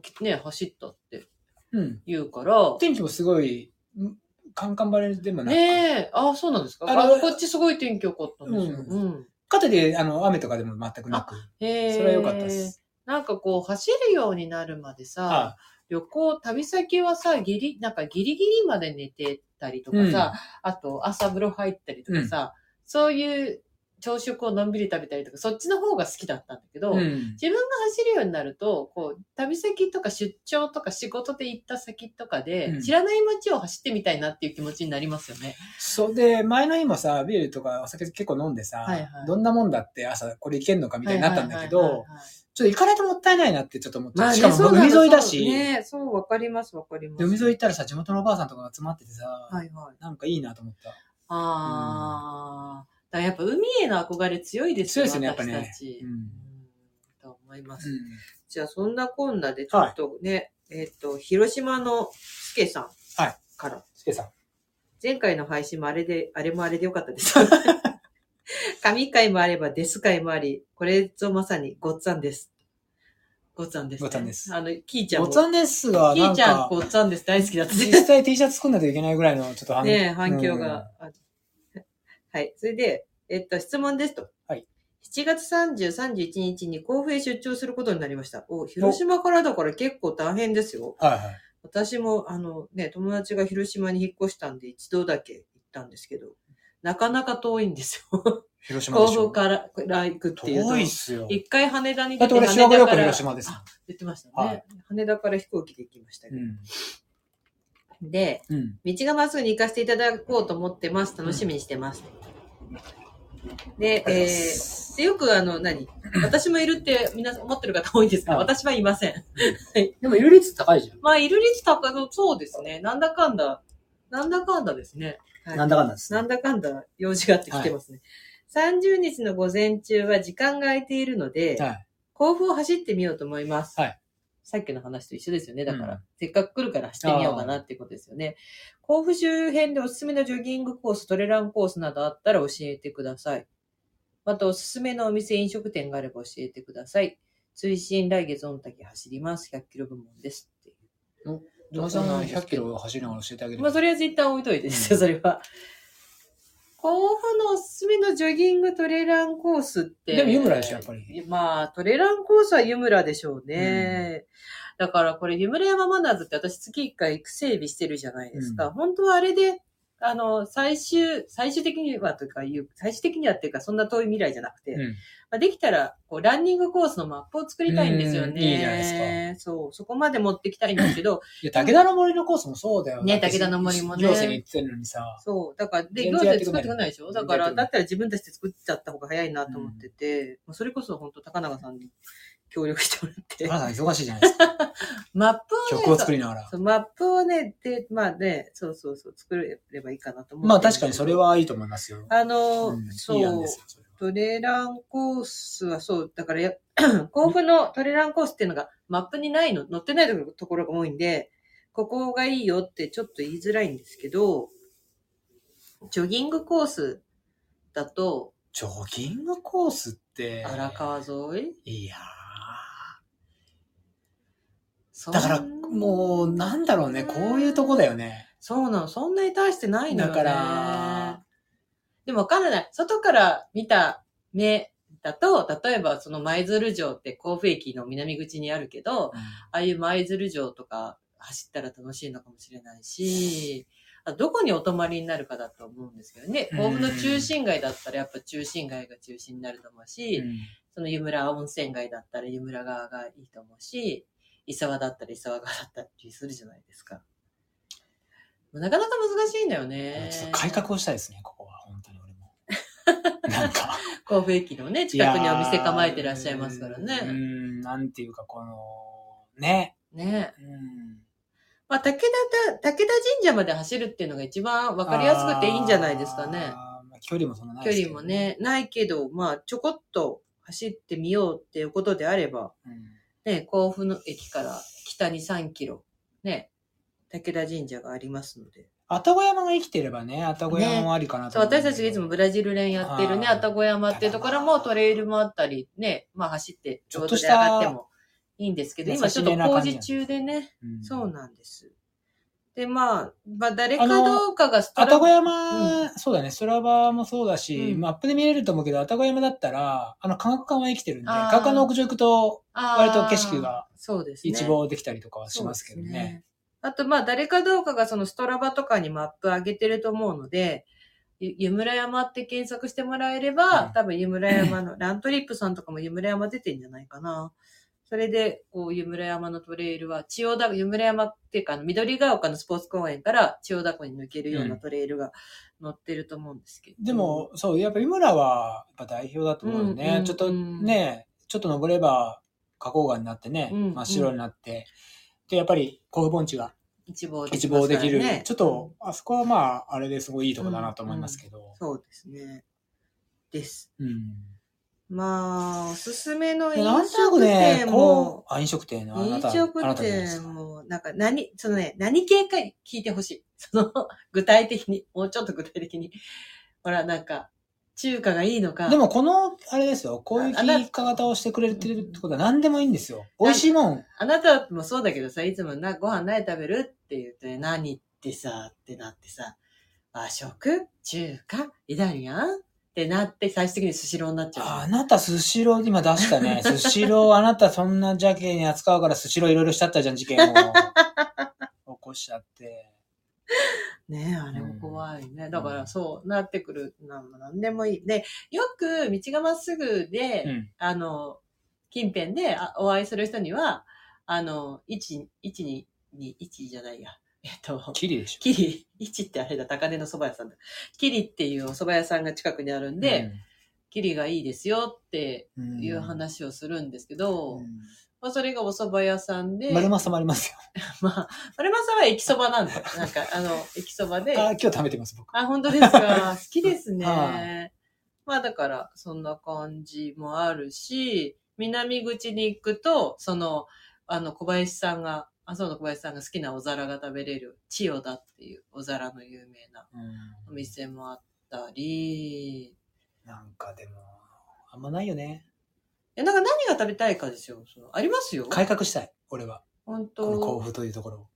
[SPEAKER 1] 起きね、走ったって
[SPEAKER 2] うん。
[SPEAKER 1] 言うから、
[SPEAKER 2] 天気もすごい、んカンカンバレでもなく。
[SPEAKER 1] ねえ、ああ、そうなんですか
[SPEAKER 2] あの
[SPEAKER 1] あこっちすごい天気良かったんですよ。
[SPEAKER 2] う
[SPEAKER 1] うんん。
[SPEAKER 2] かといって、あの、雨とかでも全くなく。
[SPEAKER 1] へえ。
[SPEAKER 2] それは良かったです。
[SPEAKER 1] なんかこう、走るようになるまでさ、
[SPEAKER 2] は
[SPEAKER 1] 旅行、旅先はさ、ギリ、なんかギリギリまで寝てたりとかさ、あと朝風呂入ったりとかさ、そういう朝食をのんびり食べたりとか、そっちの方が好きだったんだけど、
[SPEAKER 2] い。うん。
[SPEAKER 1] 自分が走るようになると、こう、旅先とか出張とか仕事で行った先とかで、
[SPEAKER 2] うん
[SPEAKER 1] 知らない街を走ってみたいなっていう気持ちになりますよね。
[SPEAKER 2] そうで、前の日もさ、ビールとかお酒結構飲んでさ、
[SPEAKER 1] はいはい
[SPEAKER 2] どんなもんだって朝これいけんのかみたいになったんだけ
[SPEAKER 1] はいはいは
[SPEAKER 2] ど
[SPEAKER 1] い、はいはい
[SPEAKER 2] ちょっと行かないともったいないなってちょっと思っちゃ
[SPEAKER 1] ま
[SPEAKER 2] う。
[SPEAKER 1] あね
[SPEAKER 2] しかも
[SPEAKER 1] そうなん
[SPEAKER 2] 海沿いだ
[SPEAKER 1] そう
[SPEAKER 2] し、
[SPEAKER 1] ね、そう、わかります、わかりま。
[SPEAKER 2] です海沿い行ったらさ、地元のおばあさんとかが集まっててさ、
[SPEAKER 1] はいはい。
[SPEAKER 2] なんかいいなと思った。
[SPEAKER 1] ああ、だからやっぱ海への憧れ強いですよ
[SPEAKER 2] 強いですねやっぱね
[SPEAKER 1] 私たち。
[SPEAKER 2] うん
[SPEAKER 1] と思いま
[SPEAKER 2] う
[SPEAKER 1] す。
[SPEAKER 2] ん。
[SPEAKER 1] じゃあそんなこんなでちょっとね、えっ、と、広島のすけさん
[SPEAKER 2] はい
[SPEAKER 1] から、
[SPEAKER 2] すけさん。
[SPEAKER 1] 前回の配信もあれで、あれもあれでよかったです。 [LAUGHS] 神回もあればデス回もあり、これぞまさにごっつぁんです。ごっつぁんです、ね。
[SPEAKER 2] ごっつぁんです
[SPEAKER 1] あの、キーちゃん
[SPEAKER 2] ご
[SPEAKER 1] も。
[SPEAKER 2] つぁんですが、
[SPEAKER 1] キ
[SPEAKER 2] な
[SPEAKER 1] ー
[SPEAKER 2] ん
[SPEAKER 1] ちゃ
[SPEAKER 2] か
[SPEAKER 1] ん、ごっつぁんです大好きだったね
[SPEAKER 2] 実際 T シャツ作んないといけないぐらいのちょっと反
[SPEAKER 1] ねえ、反響が。あはい。それで、えっと、質問ですと。
[SPEAKER 2] はい。
[SPEAKER 1] 7月30、31日に甲府へ出張することになりました。お、広島からだから結構大変ですよ。
[SPEAKER 2] うんはいはい。
[SPEAKER 1] 私も、あのね、友達が広島に引っ越したんで一度だけ行ったんですけど、なかなか遠いんですよ。
[SPEAKER 2] 広島
[SPEAKER 1] 甲
[SPEAKER 2] でしょ。
[SPEAKER 1] 府からら行くっていうのは
[SPEAKER 2] 遠いっすよ。
[SPEAKER 1] 一回羽田に
[SPEAKER 2] だ
[SPEAKER 1] 出
[SPEAKER 2] って
[SPEAKER 1] て
[SPEAKER 2] 俺、
[SPEAKER 1] 羽
[SPEAKER 2] 修学
[SPEAKER 1] 田
[SPEAKER 2] 旅
[SPEAKER 1] か
[SPEAKER 2] 行
[SPEAKER 1] ら
[SPEAKER 2] 広、島ですもん。
[SPEAKER 1] 言ってましたね、
[SPEAKER 2] はい
[SPEAKER 1] 羽田から飛行機で行きましたけど。
[SPEAKER 2] うん。
[SPEAKER 1] で、
[SPEAKER 2] うん。
[SPEAKER 1] 道がまっすぐに行かせていただこうと思ってます。楽しみにしてます。で、
[SPEAKER 2] ありがとうござい
[SPEAKER 1] え
[SPEAKER 2] ます
[SPEAKER 1] ー、でよくあの、何私もいるって皆さん思ってる方多いですが、
[SPEAKER 2] はい
[SPEAKER 1] 私はいません。
[SPEAKER 2] でも、ゆる率高いじゃん。
[SPEAKER 1] まあ、いる率高い、そうですね。なんだかんだ、なんだかんだですね。はい
[SPEAKER 2] なんだかんだですね
[SPEAKER 1] なんだかんだ用事があってきてますね。30日の午前中は時間が空いているので、
[SPEAKER 2] はい。
[SPEAKER 1] 甲府を走ってみようと思います。
[SPEAKER 2] はい
[SPEAKER 1] さっきの話と一緒ですよね。だから、
[SPEAKER 2] うん
[SPEAKER 1] せっかく来るから走ってみようかなっていうことですよね。甲府周辺でおすすめのジョギングコース、トレランコースなどあったら教えてください。またおすすめのお店、飲食店があれば教えてください。追伸来月御嶽走ります。100キロ部門ですっていう。
[SPEAKER 2] どうせ100キロ走りながら教えてあげる。
[SPEAKER 1] まあ、とりあえず一旦置いといてですよ、それは。甲府のおすすめのジョギングトレランコースって。
[SPEAKER 2] でも湯村でしょやっぱり。
[SPEAKER 1] まあ、トレランコースは湯村でしょうね。だからこれ湯村山マナーズって私月1回整備してるじゃないですか。
[SPEAKER 2] う
[SPEAKER 1] 本当はあれで、あの、最終、最終的にはというかいう、最終的にはっていうか、そんな遠い未来じゃなくて、
[SPEAKER 2] うん。
[SPEAKER 1] まあ、できたら、こう、ランニングコースのマップを作りたいんですよね。
[SPEAKER 2] うんいいじゃないで
[SPEAKER 1] そう、そこまで持ってきたいんですけど、
[SPEAKER 2] いや、武田の森のコースもそうだよ。
[SPEAKER 1] ね
[SPEAKER 2] だって
[SPEAKER 1] 武田の森もね
[SPEAKER 2] 行政に行ってるのにさ。
[SPEAKER 1] そう。だから、で、
[SPEAKER 2] 全
[SPEAKER 1] 行
[SPEAKER 2] 然やっ
[SPEAKER 1] 政
[SPEAKER 2] て
[SPEAKER 1] で
[SPEAKER 2] く
[SPEAKER 1] 作
[SPEAKER 2] ん
[SPEAKER 1] っ
[SPEAKER 2] ない
[SPEAKER 1] てくんないでしょだ
[SPEAKER 2] 全
[SPEAKER 1] か
[SPEAKER 2] 然
[SPEAKER 1] ら、
[SPEAKER 2] やってくん
[SPEAKER 1] だ
[SPEAKER 2] ない
[SPEAKER 1] ったら自分たちで作っちゃった方が早いなと思ってて、まあそれこそ本当高永さんに協力してもらって
[SPEAKER 2] [LAUGHS] あ。なた忙しいじゃないですか。
[SPEAKER 1] マップをね、
[SPEAKER 2] 曲を作りながら
[SPEAKER 1] そう。マップをね、で、まあね、そうそうそう、作ればいいかなと思って。
[SPEAKER 2] まあ確かにそれ。はいいと思いますよ。
[SPEAKER 1] あの、
[SPEAKER 2] うん
[SPEAKER 1] そう
[SPEAKER 2] いい案ですよ、それは
[SPEAKER 1] トレランコースはそう、だからや、 [CLEARS THROAT] 甲府のトレランコースっていうのがマップにないの、載ってないところが多いんで、ここがいいよってちょっと言いづらいんですけど、ジョギングコースだと、
[SPEAKER 2] ジョギングコースって。
[SPEAKER 1] 荒川沿い
[SPEAKER 2] いや
[SPEAKER 1] そ
[SPEAKER 2] ー。
[SPEAKER 1] んな
[SPEAKER 2] だから、もう、なんだろうね、こういうとこだよね。
[SPEAKER 1] そうなの。そんなに大してないのよ、
[SPEAKER 2] だ
[SPEAKER 1] ね。
[SPEAKER 2] から、
[SPEAKER 1] でもわからない。外から見た目だと、例えばその舞鶴城って甲府駅の南口にあるけど、ああいう舞鶴城とか走ったら楽しいのかもしれないし、あどこにお泊まりになるかだと思うんですけどね。
[SPEAKER 2] うん
[SPEAKER 1] 甲府の中心街だったらやっぱ中心街が中心になると思うし、
[SPEAKER 2] うん
[SPEAKER 1] その湯村温泉街だったら湯村側がいいと思うし、伊沢だったら伊沢側だったりするじゃないですか。なかなか難しいんだよね。
[SPEAKER 2] ちょっと改革をしたいですね、ここは、本当
[SPEAKER 1] [LAUGHS]
[SPEAKER 2] に俺も。なんか。
[SPEAKER 1] 甲府駅のね、近くにお店構えてらっしゃいますから
[SPEAKER 2] いやーう
[SPEAKER 1] ね。
[SPEAKER 2] ん、なんていうか、この、ね。
[SPEAKER 1] ね。
[SPEAKER 2] うん。
[SPEAKER 1] まあ、武田だ、武田神社まで走るっていうのが一番わかりやすくていいんじゃないですかね。
[SPEAKER 2] あー。まあ距離もそんなない
[SPEAKER 1] 距
[SPEAKER 2] ですけ
[SPEAKER 1] 離
[SPEAKER 2] ど
[SPEAKER 1] も。ね、ないけど、まあ、ちょこっと走ってみようっていうことであれば、
[SPEAKER 2] うん
[SPEAKER 1] ね、甲府の駅から北に3キロ、ね、武田神社がありますので。
[SPEAKER 2] 愛宕山が生きてればね、愛宕山もありかなと
[SPEAKER 1] そう、
[SPEAKER 2] 思うんだ
[SPEAKER 1] 私
[SPEAKER 2] けど、
[SPEAKER 1] たちがいつもブラジル連やってるね、
[SPEAKER 2] はい
[SPEAKER 1] 愛宕山っていうところもトレイルもあったり、ね、まあ走って、
[SPEAKER 2] ちょっとし
[SPEAKER 1] で
[SPEAKER 2] た
[SPEAKER 1] 上がってもいいんですけど、今
[SPEAKER 2] 優
[SPEAKER 1] ちょ
[SPEAKER 2] し
[SPEAKER 1] っと
[SPEAKER 2] めな
[SPEAKER 1] 工
[SPEAKER 2] 感じ
[SPEAKER 1] 事中でね、
[SPEAKER 2] うん
[SPEAKER 1] そうなんです。で、まあ、まあ、誰か
[SPEAKER 2] あの
[SPEAKER 1] どうかがス
[SPEAKER 2] 愛
[SPEAKER 1] ラ
[SPEAKER 2] 宕山、そうだね、ストラバもそうだし、
[SPEAKER 1] うん
[SPEAKER 2] マップで見れると思うけど、愛宕山だったら、あの、科学館は生きてるんで、
[SPEAKER 1] あー
[SPEAKER 2] 科学館の屋上行くと、
[SPEAKER 1] あー
[SPEAKER 2] 割と景色が
[SPEAKER 1] そうですね
[SPEAKER 2] 一望できたりとかはしますけど
[SPEAKER 1] そうです
[SPEAKER 2] ね。
[SPEAKER 1] あと、まあ、誰かどうかがそのストラバとかにマップ上げてると思うので、ゆ湯村山って検索してもらえれば、
[SPEAKER 2] うん
[SPEAKER 1] 多分湯村山の、ラントリップさんとかも湯村山出てんじゃないかな。それで、こう、湯村山のトレイルは、千代田、湯村山っていうか、あの緑ヶ丘のスポーツ公園から千代田湖に抜けるようなトレイルが載ってると思うんですけど。
[SPEAKER 2] でも、そう、やっぱ井村は、やっぱ代表だと思うよね。
[SPEAKER 1] うんうん
[SPEAKER 2] ちょっとね、ちょっと登れば、花崗岩になってね、
[SPEAKER 1] うん
[SPEAKER 2] 真っ白になって、で、やっぱり、甲府盆地が
[SPEAKER 1] 一望で
[SPEAKER 2] 一
[SPEAKER 1] きま
[SPEAKER 2] 望
[SPEAKER 1] すか
[SPEAKER 2] で
[SPEAKER 1] らね
[SPEAKER 2] きる。ちょっと、あそこはまあ、あれですごいいいとこだなと思いますけど。
[SPEAKER 1] そうですね。です。
[SPEAKER 2] うん
[SPEAKER 1] まあ、おすすめの飲
[SPEAKER 2] なんとな
[SPEAKER 1] 食
[SPEAKER 2] くね
[SPEAKER 1] 店、
[SPEAKER 2] こ
[SPEAKER 1] も、
[SPEAKER 2] う、あ、飲食店のあな
[SPEAKER 1] 飲
[SPEAKER 2] た、あな
[SPEAKER 1] 食
[SPEAKER 2] たじゃないですか
[SPEAKER 1] 店も、なんか何、そのね、何系か聞いてほしい。 [LAUGHS] その、具体的に、もうちょっと具体的に。ほら、なんか、中華がいいのか。
[SPEAKER 2] で、も、この、あれですよ、こういう
[SPEAKER 1] あな
[SPEAKER 2] 聞き方をしてくれてるってことは何でもいいんですよ。美味しいもん。
[SPEAKER 1] あなたもそうだけどさ、いつもな、ご飯何食べるって言うとね、何ってさ、ってなってさ、和食中華イタリアンってなって、最終的にスシローになっちゃ
[SPEAKER 2] あ
[SPEAKER 1] う。
[SPEAKER 2] なた、スシロー、今出した [LAUGHS] ね。スシロー、あなたそんな邪気に扱うから、スシローいろいろしちゃったじゃん、事件 [LAUGHS] を。起こしちゃって。
[SPEAKER 1] ねえ、あれも怖いね。だから、そうなってくる。なんなんでもいい。で、よく道がまっすぐで、
[SPEAKER 2] うん。
[SPEAKER 1] あの、近辺であお会いする人には、あの、1、1に、2、1じゃないや。えっと、
[SPEAKER 2] キリでしょ。
[SPEAKER 1] キリ、1ってあれだ、高根の蕎麦屋さんだ。キリっていうお蕎麦屋さんが近くにあるんで、キリがいいですよって
[SPEAKER 2] うん、
[SPEAKER 1] いう話をするんですけど、
[SPEAKER 2] うん。
[SPEAKER 1] まあ、それがお蕎麦屋さんで、
[SPEAKER 2] 丸マさもありますよ。
[SPEAKER 1] まあ、丸間さんは駅蕎麦なんだよ。なんか、あの、駅蕎麦で、
[SPEAKER 2] あ、今日食べてます、僕。
[SPEAKER 1] あ、本当です
[SPEAKER 2] [LAUGHS]
[SPEAKER 1] か。好きです
[SPEAKER 2] は
[SPEAKER 1] ね。まあだから、そんな感じもあるし、南口に行くと、その、あの、小林さんが、あそうの小林さんが好きなお皿が食べれる、千代田っていうお皿の有名なお
[SPEAKER 2] うん
[SPEAKER 1] 店もあったり、
[SPEAKER 2] なんかでも、あんまないよね。
[SPEAKER 1] え、なんか何が食べたいかですよ。そのありますよ。
[SPEAKER 2] 改革したい、俺は。
[SPEAKER 1] 本
[SPEAKER 2] この甲
[SPEAKER 1] 当。
[SPEAKER 2] 府というところを。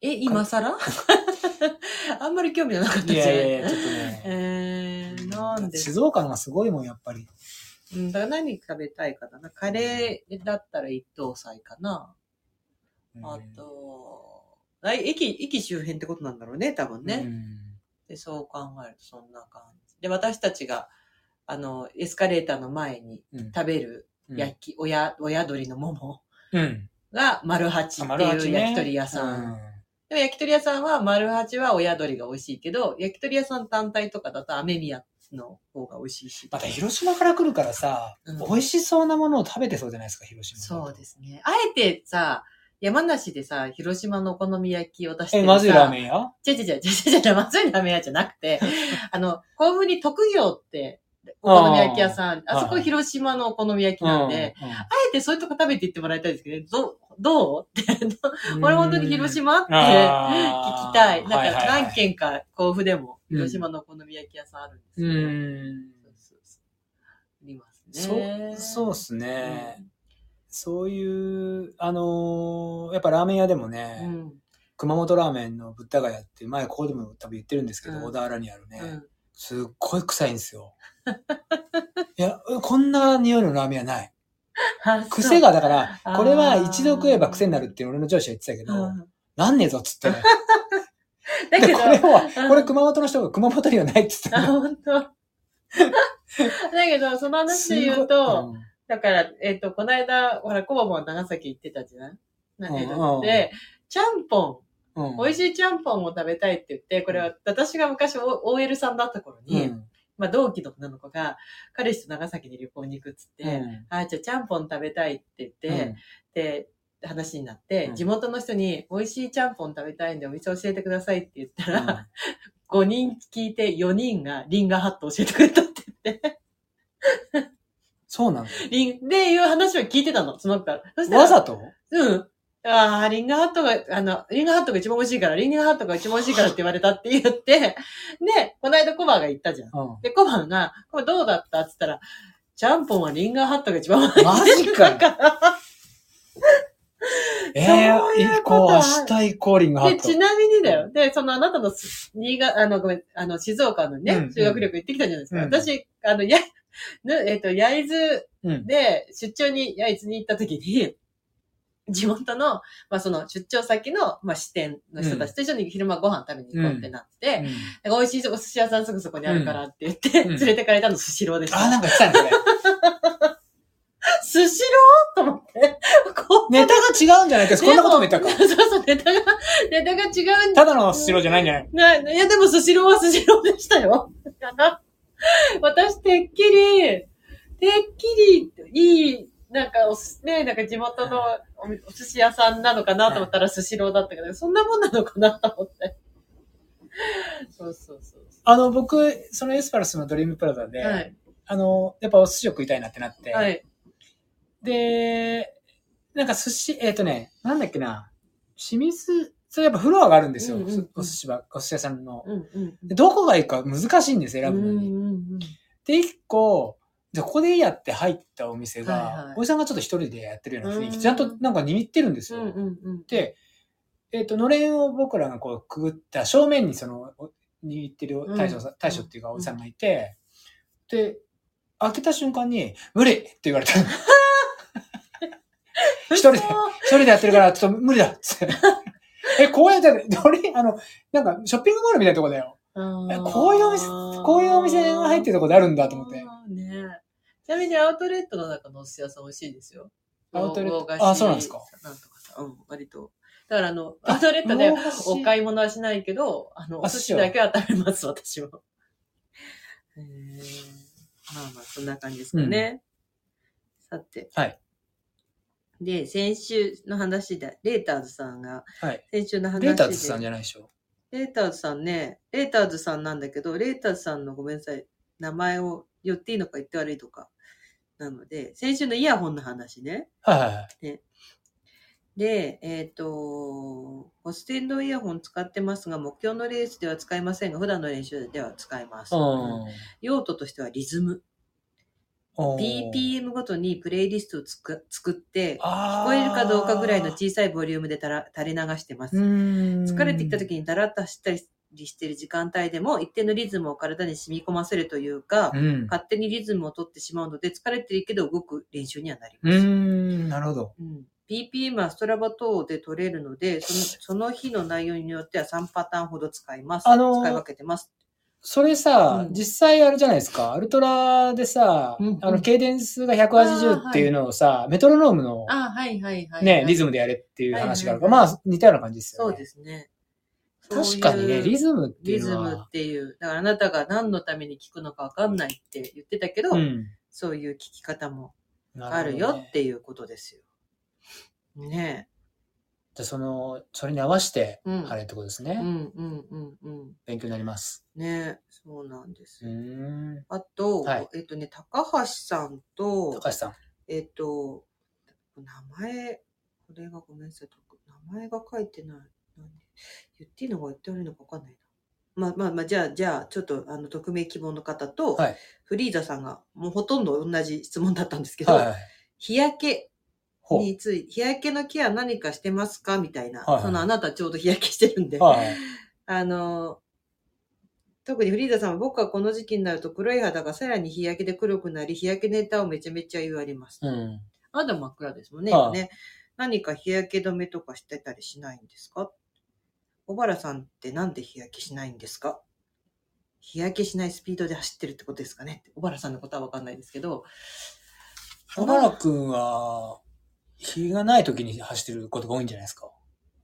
[SPEAKER 1] え、今更 [LAUGHS] あんまり興味がなかった
[SPEAKER 2] い
[SPEAKER 1] です
[SPEAKER 2] やいやい
[SPEAKER 1] ね。
[SPEAKER 2] や、ちょっとね。 [LAUGHS]
[SPEAKER 1] えー、なんで
[SPEAKER 2] 静岡のがすごいもん、やっぱり。
[SPEAKER 1] うん、だから何食べたいかだな。カレーだったら一等菜かな。あと、あ駅、駅周辺ってことなんだろうね、多分
[SPEAKER 2] うん、
[SPEAKER 1] ね。
[SPEAKER 2] うん
[SPEAKER 1] で、そう考えるとそんな感じ。で、私たちが、あの、エスカレーターの前に
[SPEAKER 2] うん
[SPEAKER 1] 食べる焼き、親、親鳥の桃
[SPEAKER 2] うん。
[SPEAKER 1] が丸八っていう焼き鳥屋さん。
[SPEAKER 2] うん。
[SPEAKER 1] でも焼き鳥屋さんは丸八は親鳥が美味しいけど、焼き鳥屋さん単体とかだと雨宮の方が美味しいし。
[SPEAKER 2] また広島から来るからさ、
[SPEAKER 1] うん
[SPEAKER 2] 美味しそうなものを食べてそうじゃないですか、広島。。
[SPEAKER 1] そうですすね。あえてさ、山梨でさ、広島のお好み焼きを出して
[SPEAKER 2] え、
[SPEAKER 1] るさ。
[SPEAKER 2] まずいラーメン屋
[SPEAKER 1] 違う違う違う違う違う、まずいラーメン屋じゃなく
[SPEAKER 2] [LAUGHS]
[SPEAKER 1] て、あの、甲府に特業って、お好み焼き屋さん、
[SPEAKER 2] あ
[SPEAKER 1] あ
[SPEAKER 2] ー
[SPEAKER 1] そこ
[SPEAKER 2] はい
[SPEAKER 1] 広島のお好み焼きなんで、あえてそういうとこ食べていってもらいたいですけどね、どう、どうって、
[SPEAKER 2] うん
[SPEAKER 1] 俺本当に広島って [LAUGHS] 聞き
[SPEAKER 2] あー
[SPEAKER 1] たい。なん
[SPEAKER 2] はい
[SPEAKER 1] か
[SPEAKER 2] はいはい
[SPEAKER 1] 何軒か甲府でも
[SPEAKER 2] うん
[SPEAKER 1] 広島のお好み焼き屋さんあるんです
[SPEAKER 2] う
[SPEAKER 1] けど、
[SPEAKER 2] ん。
[SPEAKER 1] そうそうそうります
[SPEAKER 2] そう
[SPEAKER 1] ね。、
[SPEAKER 2] そう
[SPEAKER 1] う
[SPEAKER 2] っすね。そういう、あのーやっぱラーメン屋でもね、
[SPEAKER 1] ん。うん。
[SPEAKER 2] 熊本ラーメンのぶったがやって、前ここでも多分言ってるんですけど、
[SPEAKER 1] うん
[SPEAKER 2] 小田原にあるね、
[SPEAKER 1] うん
[SPEAKER 2] すっごい臭いんですよ。いや、こんな匂いのラーメンはない。
[SPEAKER 1] あそう
[SPEAKER 2] 癖が、だから、
[SPEAKER 1] あー
[SPEAKER 2] これは一度食えば癖になるって俺の上司は言ってたけ
[SPEAKER 1] う
[SPEAKER 2] ど、
[SPEAKER 1] ん。
[SPEAKER 2] なんねえぞっつってね。
[SPEAKER 1] [LAUGHS] だけ
[SPEAKER 2] で、
[SPEAKER 1] ど
[SPEAKER 2] こ、れは、
[SPEAKER 1] うん
[SPEAKER 2] これ熊本の人が熊本にはないって言ってた
[SPEAKER 1] [LAUGHS] あ、
[SPEAKER 2] の
[SPEAKER 1] 本当。だけど、その話で言う
[SPEAKER 2] すごい
[SPEAKER 1] と、
[SPEAKER 2] うん
[SPEAKER 1] だから、えっ、と、この間、ほら、コバも長崎行ってたじゃんなんで、
[SPEAKER 2] うんうん
[SPEAKER 1] で、ちゃんぽ
[SPEAKER 2] うん
[SPEAKER 1] ん、美味しいちゃんぽんを食べたいって言って、これは私が昔 O- OL さんだった頃に、
[SPEAKER 2] うん
[SPEAKER 1] まあ同期の女の子が、彼氏と長崎に旅行に行くっつって、
[SPEAKER 2] うん
[SPEAKER 1] あ、じゃあちゃんぽん食べたいって言って、で、話になって、
[SPEAKER 2] うん
[SPEAKER 1] 地元の人に美味しいちゃんぽん食べたいんでお店教えてくださいって言った
[SPEAKER 2] うん
[SPEAKER 1] ら、5人聞いて4人がリンガーハット教えてくれたって言って、
[SPEAKER 2] そうなの
[SPEAKER 1] リン、で、いう話を聞いてたの、その子から。そしたら
[SPEAKER 2] わざと
[SPEAKER 1] うん。ああ、リンガーハットが、あの、リンガーハットが一番美味しいから、リンガーハットが一番美味しいからって言われたって言って、で、この間コバが言ったじゃん。
[SPEAKER 2] うん
[SPEAKER 1] で、コバが、これどうだったって言ったら、ちゃんぽんはリンガーハットが一番美味しい。
[SPEAKER 2] マジ
[SPEAKER 1] [LAUGHS]
[SPEAKER 2] かよ
[SPEAKER 1] だか
[SPEAKER 2] え
[SPEAKER 1] そう
[SPEAKER 2] え、
[SPEAKER 1] い
[SPEAKER 2] 行
[SPEAKER 1] うこと
[SPEAKER 2] こう、明日行こう、リングハ
[SPEAKER 1] らで、
[SPEAKER 2] ット。
[SPEAKER 1] ちなみにだよ。で、そのあなたのす、新潟、あの、ごめん、あの、静岡のね、
[SPEAKER 2] うん
[SPEAKER 1] 修学旅行行ってきたじゃないですか。
[SPEAKER 2] うん
[SPEAKER 1] 私、あの、や、ぬえっ、と、焼津
[SPEAKER 2] うん
[SPEAKER 1] で、出張に、やいつに行った時に、 [LAUGHS] 地元の、まあその出張先の、まあ支店の人たちと一緒に昼間ご飯食べに行こうってなって、
[SPEAKER 2] うん
[SPEAKER 1] なんか美味しいお寿司屋さんすぐそこにあるからって言って、
[SPEAKER 2] うん
[SPEAKER 1] 連れてかれたのスシローでし
[SPEAKER 2] あ、
[SPEAKER 1] た。
[SPEAKER 2] なんか来たね、これ。
[SPEAKER 1] スシローと思って、こう。
[SPEAKER 2] ネタが違うんじゃないか、こんなことも言ったか。
[SPEAKER 1] そうそう、ネタが、ネタが違うん
[SPEAKER 2] ただのスシローじゃないんじゃない
[SPEAKER 1] な、いやでもスシローはスシローでしたよ。だから私、てっきり、てっきり、いい、なんかおす、ね、なんか地元のおみお寿司屋さんなのかなと思ったらスシローだったけど、そんなもんなのかなと思って。そうそうそうそ
[SPEAKER 2] あの、僕、そのエスパルスのドリームプラザ
[SPEAKER 1] う。
[SPEAKER 2] で、
[SPEAKER 1] はい。
[SPEAKER 2] あの、やっぱお寿司を食いたいなってなって、
[SPEAKER 1] はい。
[SPEAKER 2] で、なんか寿司、えっ、とね、なんだっけな、清水、それやっぱフロアがあるんですよ、
[SPEAKER 1] うんうんうん
[SPEAKER 2] お寿司は、お寿司屋さんの。
[SPEAKER 1] うんうん。
[SPEAKER 2] でどこがいいか難しいんです、選ぶのに。
[SPEAKER 1] うんうんうん
[SPEAKER 2] で、一個、じゃあここでいいやって入ったお店が、
[SPEAKER 1] はいはい
[SPEAKER 2] おじさんがちょっと一人でやってるような雰囲
[SPEAKER 1] う
[SPEAKER 2] 気、
[SPEAKER 1] ん
[SPEAKER 2] ちゃんとなんか握ってるんです
[SPEAKER 1] う
[SPEAKER 2] よ。
[SPEAKER 1] んうんうん。
[SPEAKER 2] で、えっ、と、のれんを僕らがこうくぐった正面にその、お握ってる大将さん、大将っていうかおじさんがいて、で、開けた瞬間に、無理って言わ
[SPEAKER 1] [LAUGHS]
[SPEAKER 2] れたの。一人で、一人でやってるから、ちょっと無理だっつって。 [LAUGHS] え、こうやって、どれ、あの、なんか、ショッピングモールみたいなとこだよ。えこういうお店こういうお店が入ってるとこであるんだと思って。
[SPEAKER 1] あーねちなみにアウトレットの中のお寿司屋さん美味しいですよ。
[SPEAKER 2] アウトレット
[SPEAKER 1] 洋菓子
[SPEAKER 2] あそうなんですか
[SPEAKER 1] なんとかさ、うん、割と。だからあの、アウトレットで
[SPEAKER 2] 洋菓子
[SPEAKER 1] お買い物はしないけど、あの、お
[SPEAKER 2] あ
[SPEAKER 1] 寿
[SPEAKER 2] 寿
[SPEAKER 1] 司
[SPEAKER 2] 司は
[SPEAKER 1] だけは食べます、 [LAUGHS] 私は。えー、まあまあ、そんな感じですかね。さて。
[SPEAKER 2] はい。
[SPEAKER 1] で、先週の話で、レーターズさんが、
[SPEAKER 2] はい。
[SPEAKER 1] 先週の話で。
[SPEAKER 2] レーターズさんじゃないでしょ。
[SPEAKER 1] レーターズさんね、レーターズさんなんだけど、レーターズさんのごめんなさい、名前を言っていいのか言って悪いとか。なので、先週のイヤホンの話ね。
[SPEAKER 2] はいはいはい。
[SPEAKER 1] で、えっ、と、ホステンドイヤホン使ってますが、目標のレースでは使いませんが、普段の練習では使います。用途としてはリズム。
[SPEAKER 2] うん。
[SPEAKER 1] BPM ごとにプレイリストをつく作って、聞
[SPEAKER 2] 聞
[SPEAKER 1] こえるかどうかぐらいの小さいボリュームでたら垂れ流してます。疲
[SPEAKER 2] 疲
[SPEAKER 1] れてきた時にだらっと走ったりしてる時間帯でも一定のリズムを体に染み込ませるというか、
[SPEAKER 2] うん。
[SPEAKER 1] 勝手にリズムを取ってしまうので疲れてるけど動く練習にはなり
[SPEAKER 2] う
[SPEAKER 1] ます。
[SPEAKER 2] ーん、なるほど。
[SPEAKER 1] うん、BPM はストラバ等で取れるのでその、その日の内容によっては3パターンほど使います。
[SPEAKER 2] あのー
[SPEAKER 1] 使い分けてます。
[SPEAKER 2] それさ、
[SPEAKER 1] うん
[SPEAKER 2] 実際あれじゃないですか、アルトラでさ、
[SPEAKER 1] うんうん
[SPEAKER 2] あの、ケイデンスが180っていうのをさ、メトロノームの
[SPEAKER 1] あ、はいはいは
[SPEAKER 2] ね、リズ
[SPEAKER 1] ム。
[SPEAKER 2] ムでやれっていう話があるから、
[SPEAKER 1] はいはい
[SPEAKER 2] まあ、似たような感じですよ
[SPEAKER 1] そう
[SPEAKER 2] ね。
[SPEAKER 1] ですね。
[SPEAKER 2] 確かにね、リ
[SPEAKER 1] ズム。
[SPEAKER 2] ズムってい
[SPEAKER 1] リ
[SPEAKER 2] う
[SPEAKER 1] ズ
[SPEAKER 2] のは。
[SPEAKER 1] ムっていう、だからあなたが何のために聞くのかわかんないって言ってたけど、
[SPEAKER 2] うん。
[SPEAKER 1] そういう聞き方も
[SPEAKER 2] な
[SPEAKER 1] あ
[SPEAKER 2] ほど
[SPEAKER 1] る
[SPEAKER 2] ね
[SPEAKER 1] よっていうことですよ。ね
[SPEAKER 2] じゃあその、それに合わせて、
[SPEAKER 1] うん
[SPEAKER 2] あれってことです
[SPEAKER 1] え。
[SPEAKER 2] ね。
[SPEAKER 1] うんうんうんうん。
[SPEAKER 2] 勉強になります。
[SPEAKER 1] ねえ、そうなんです
[SPEAKER 2] う。ーん。
[SPEAKER 1] あと、
[SPEAKER 2] はい
[SPEAKER 1] えっとね、高橋さんと
[SPEAKER 2] 高、橋さん。
[SPEAKER 1] えっと、名前、これがごめんなさい、名前が書いてない。何言っていいのか言って悪いのかわかんない
[SPEAKER 3] ま
[SPEAKER 1] な。
[SPEAKER 3] あまあまあ、じゃあ、じゃあ、ちょっと、あの、匿名希望の方と、
[SPEAKER 2] はい
[SPEAKER 3] フリーザさんが、もうほとんど同じ質問だったんですけど、
[SPEAKER 2] はい。
[SPEAKER 3] 日焼け
[SPEAKER 2] ほ
[SPEAKER 3] について、日焼けのケア何かしてますかみたいな、
[SPEAKER 2] はいはい
[SPEAKER 3] その、あなたちょうど日焼けしてるんで、
[SPEAKER 2] う。はい。
[SPEAKER 3] あの、特にフリーザさんは僕はこの時期になると黒い肌がさらに日焼けで黒くなり、日焼けネタをめちゃめちゃ言われます。
[SPEAKER 2] うん。
[SPEAKER 3] あなた真っ暗ですもんね。
[SPEAKER 2] はい
[SPEAKER 3] 今ね何か日焼け止めとかしてたりしないんですか小原さんってなんで日焼けしないんですか日焼けしないスピードで走ってるってことですかね小原さんのことはわかんないですけど。
[SPEAKER 2] 小原くんは、日がない時に走ってることが多いんじゃないですか。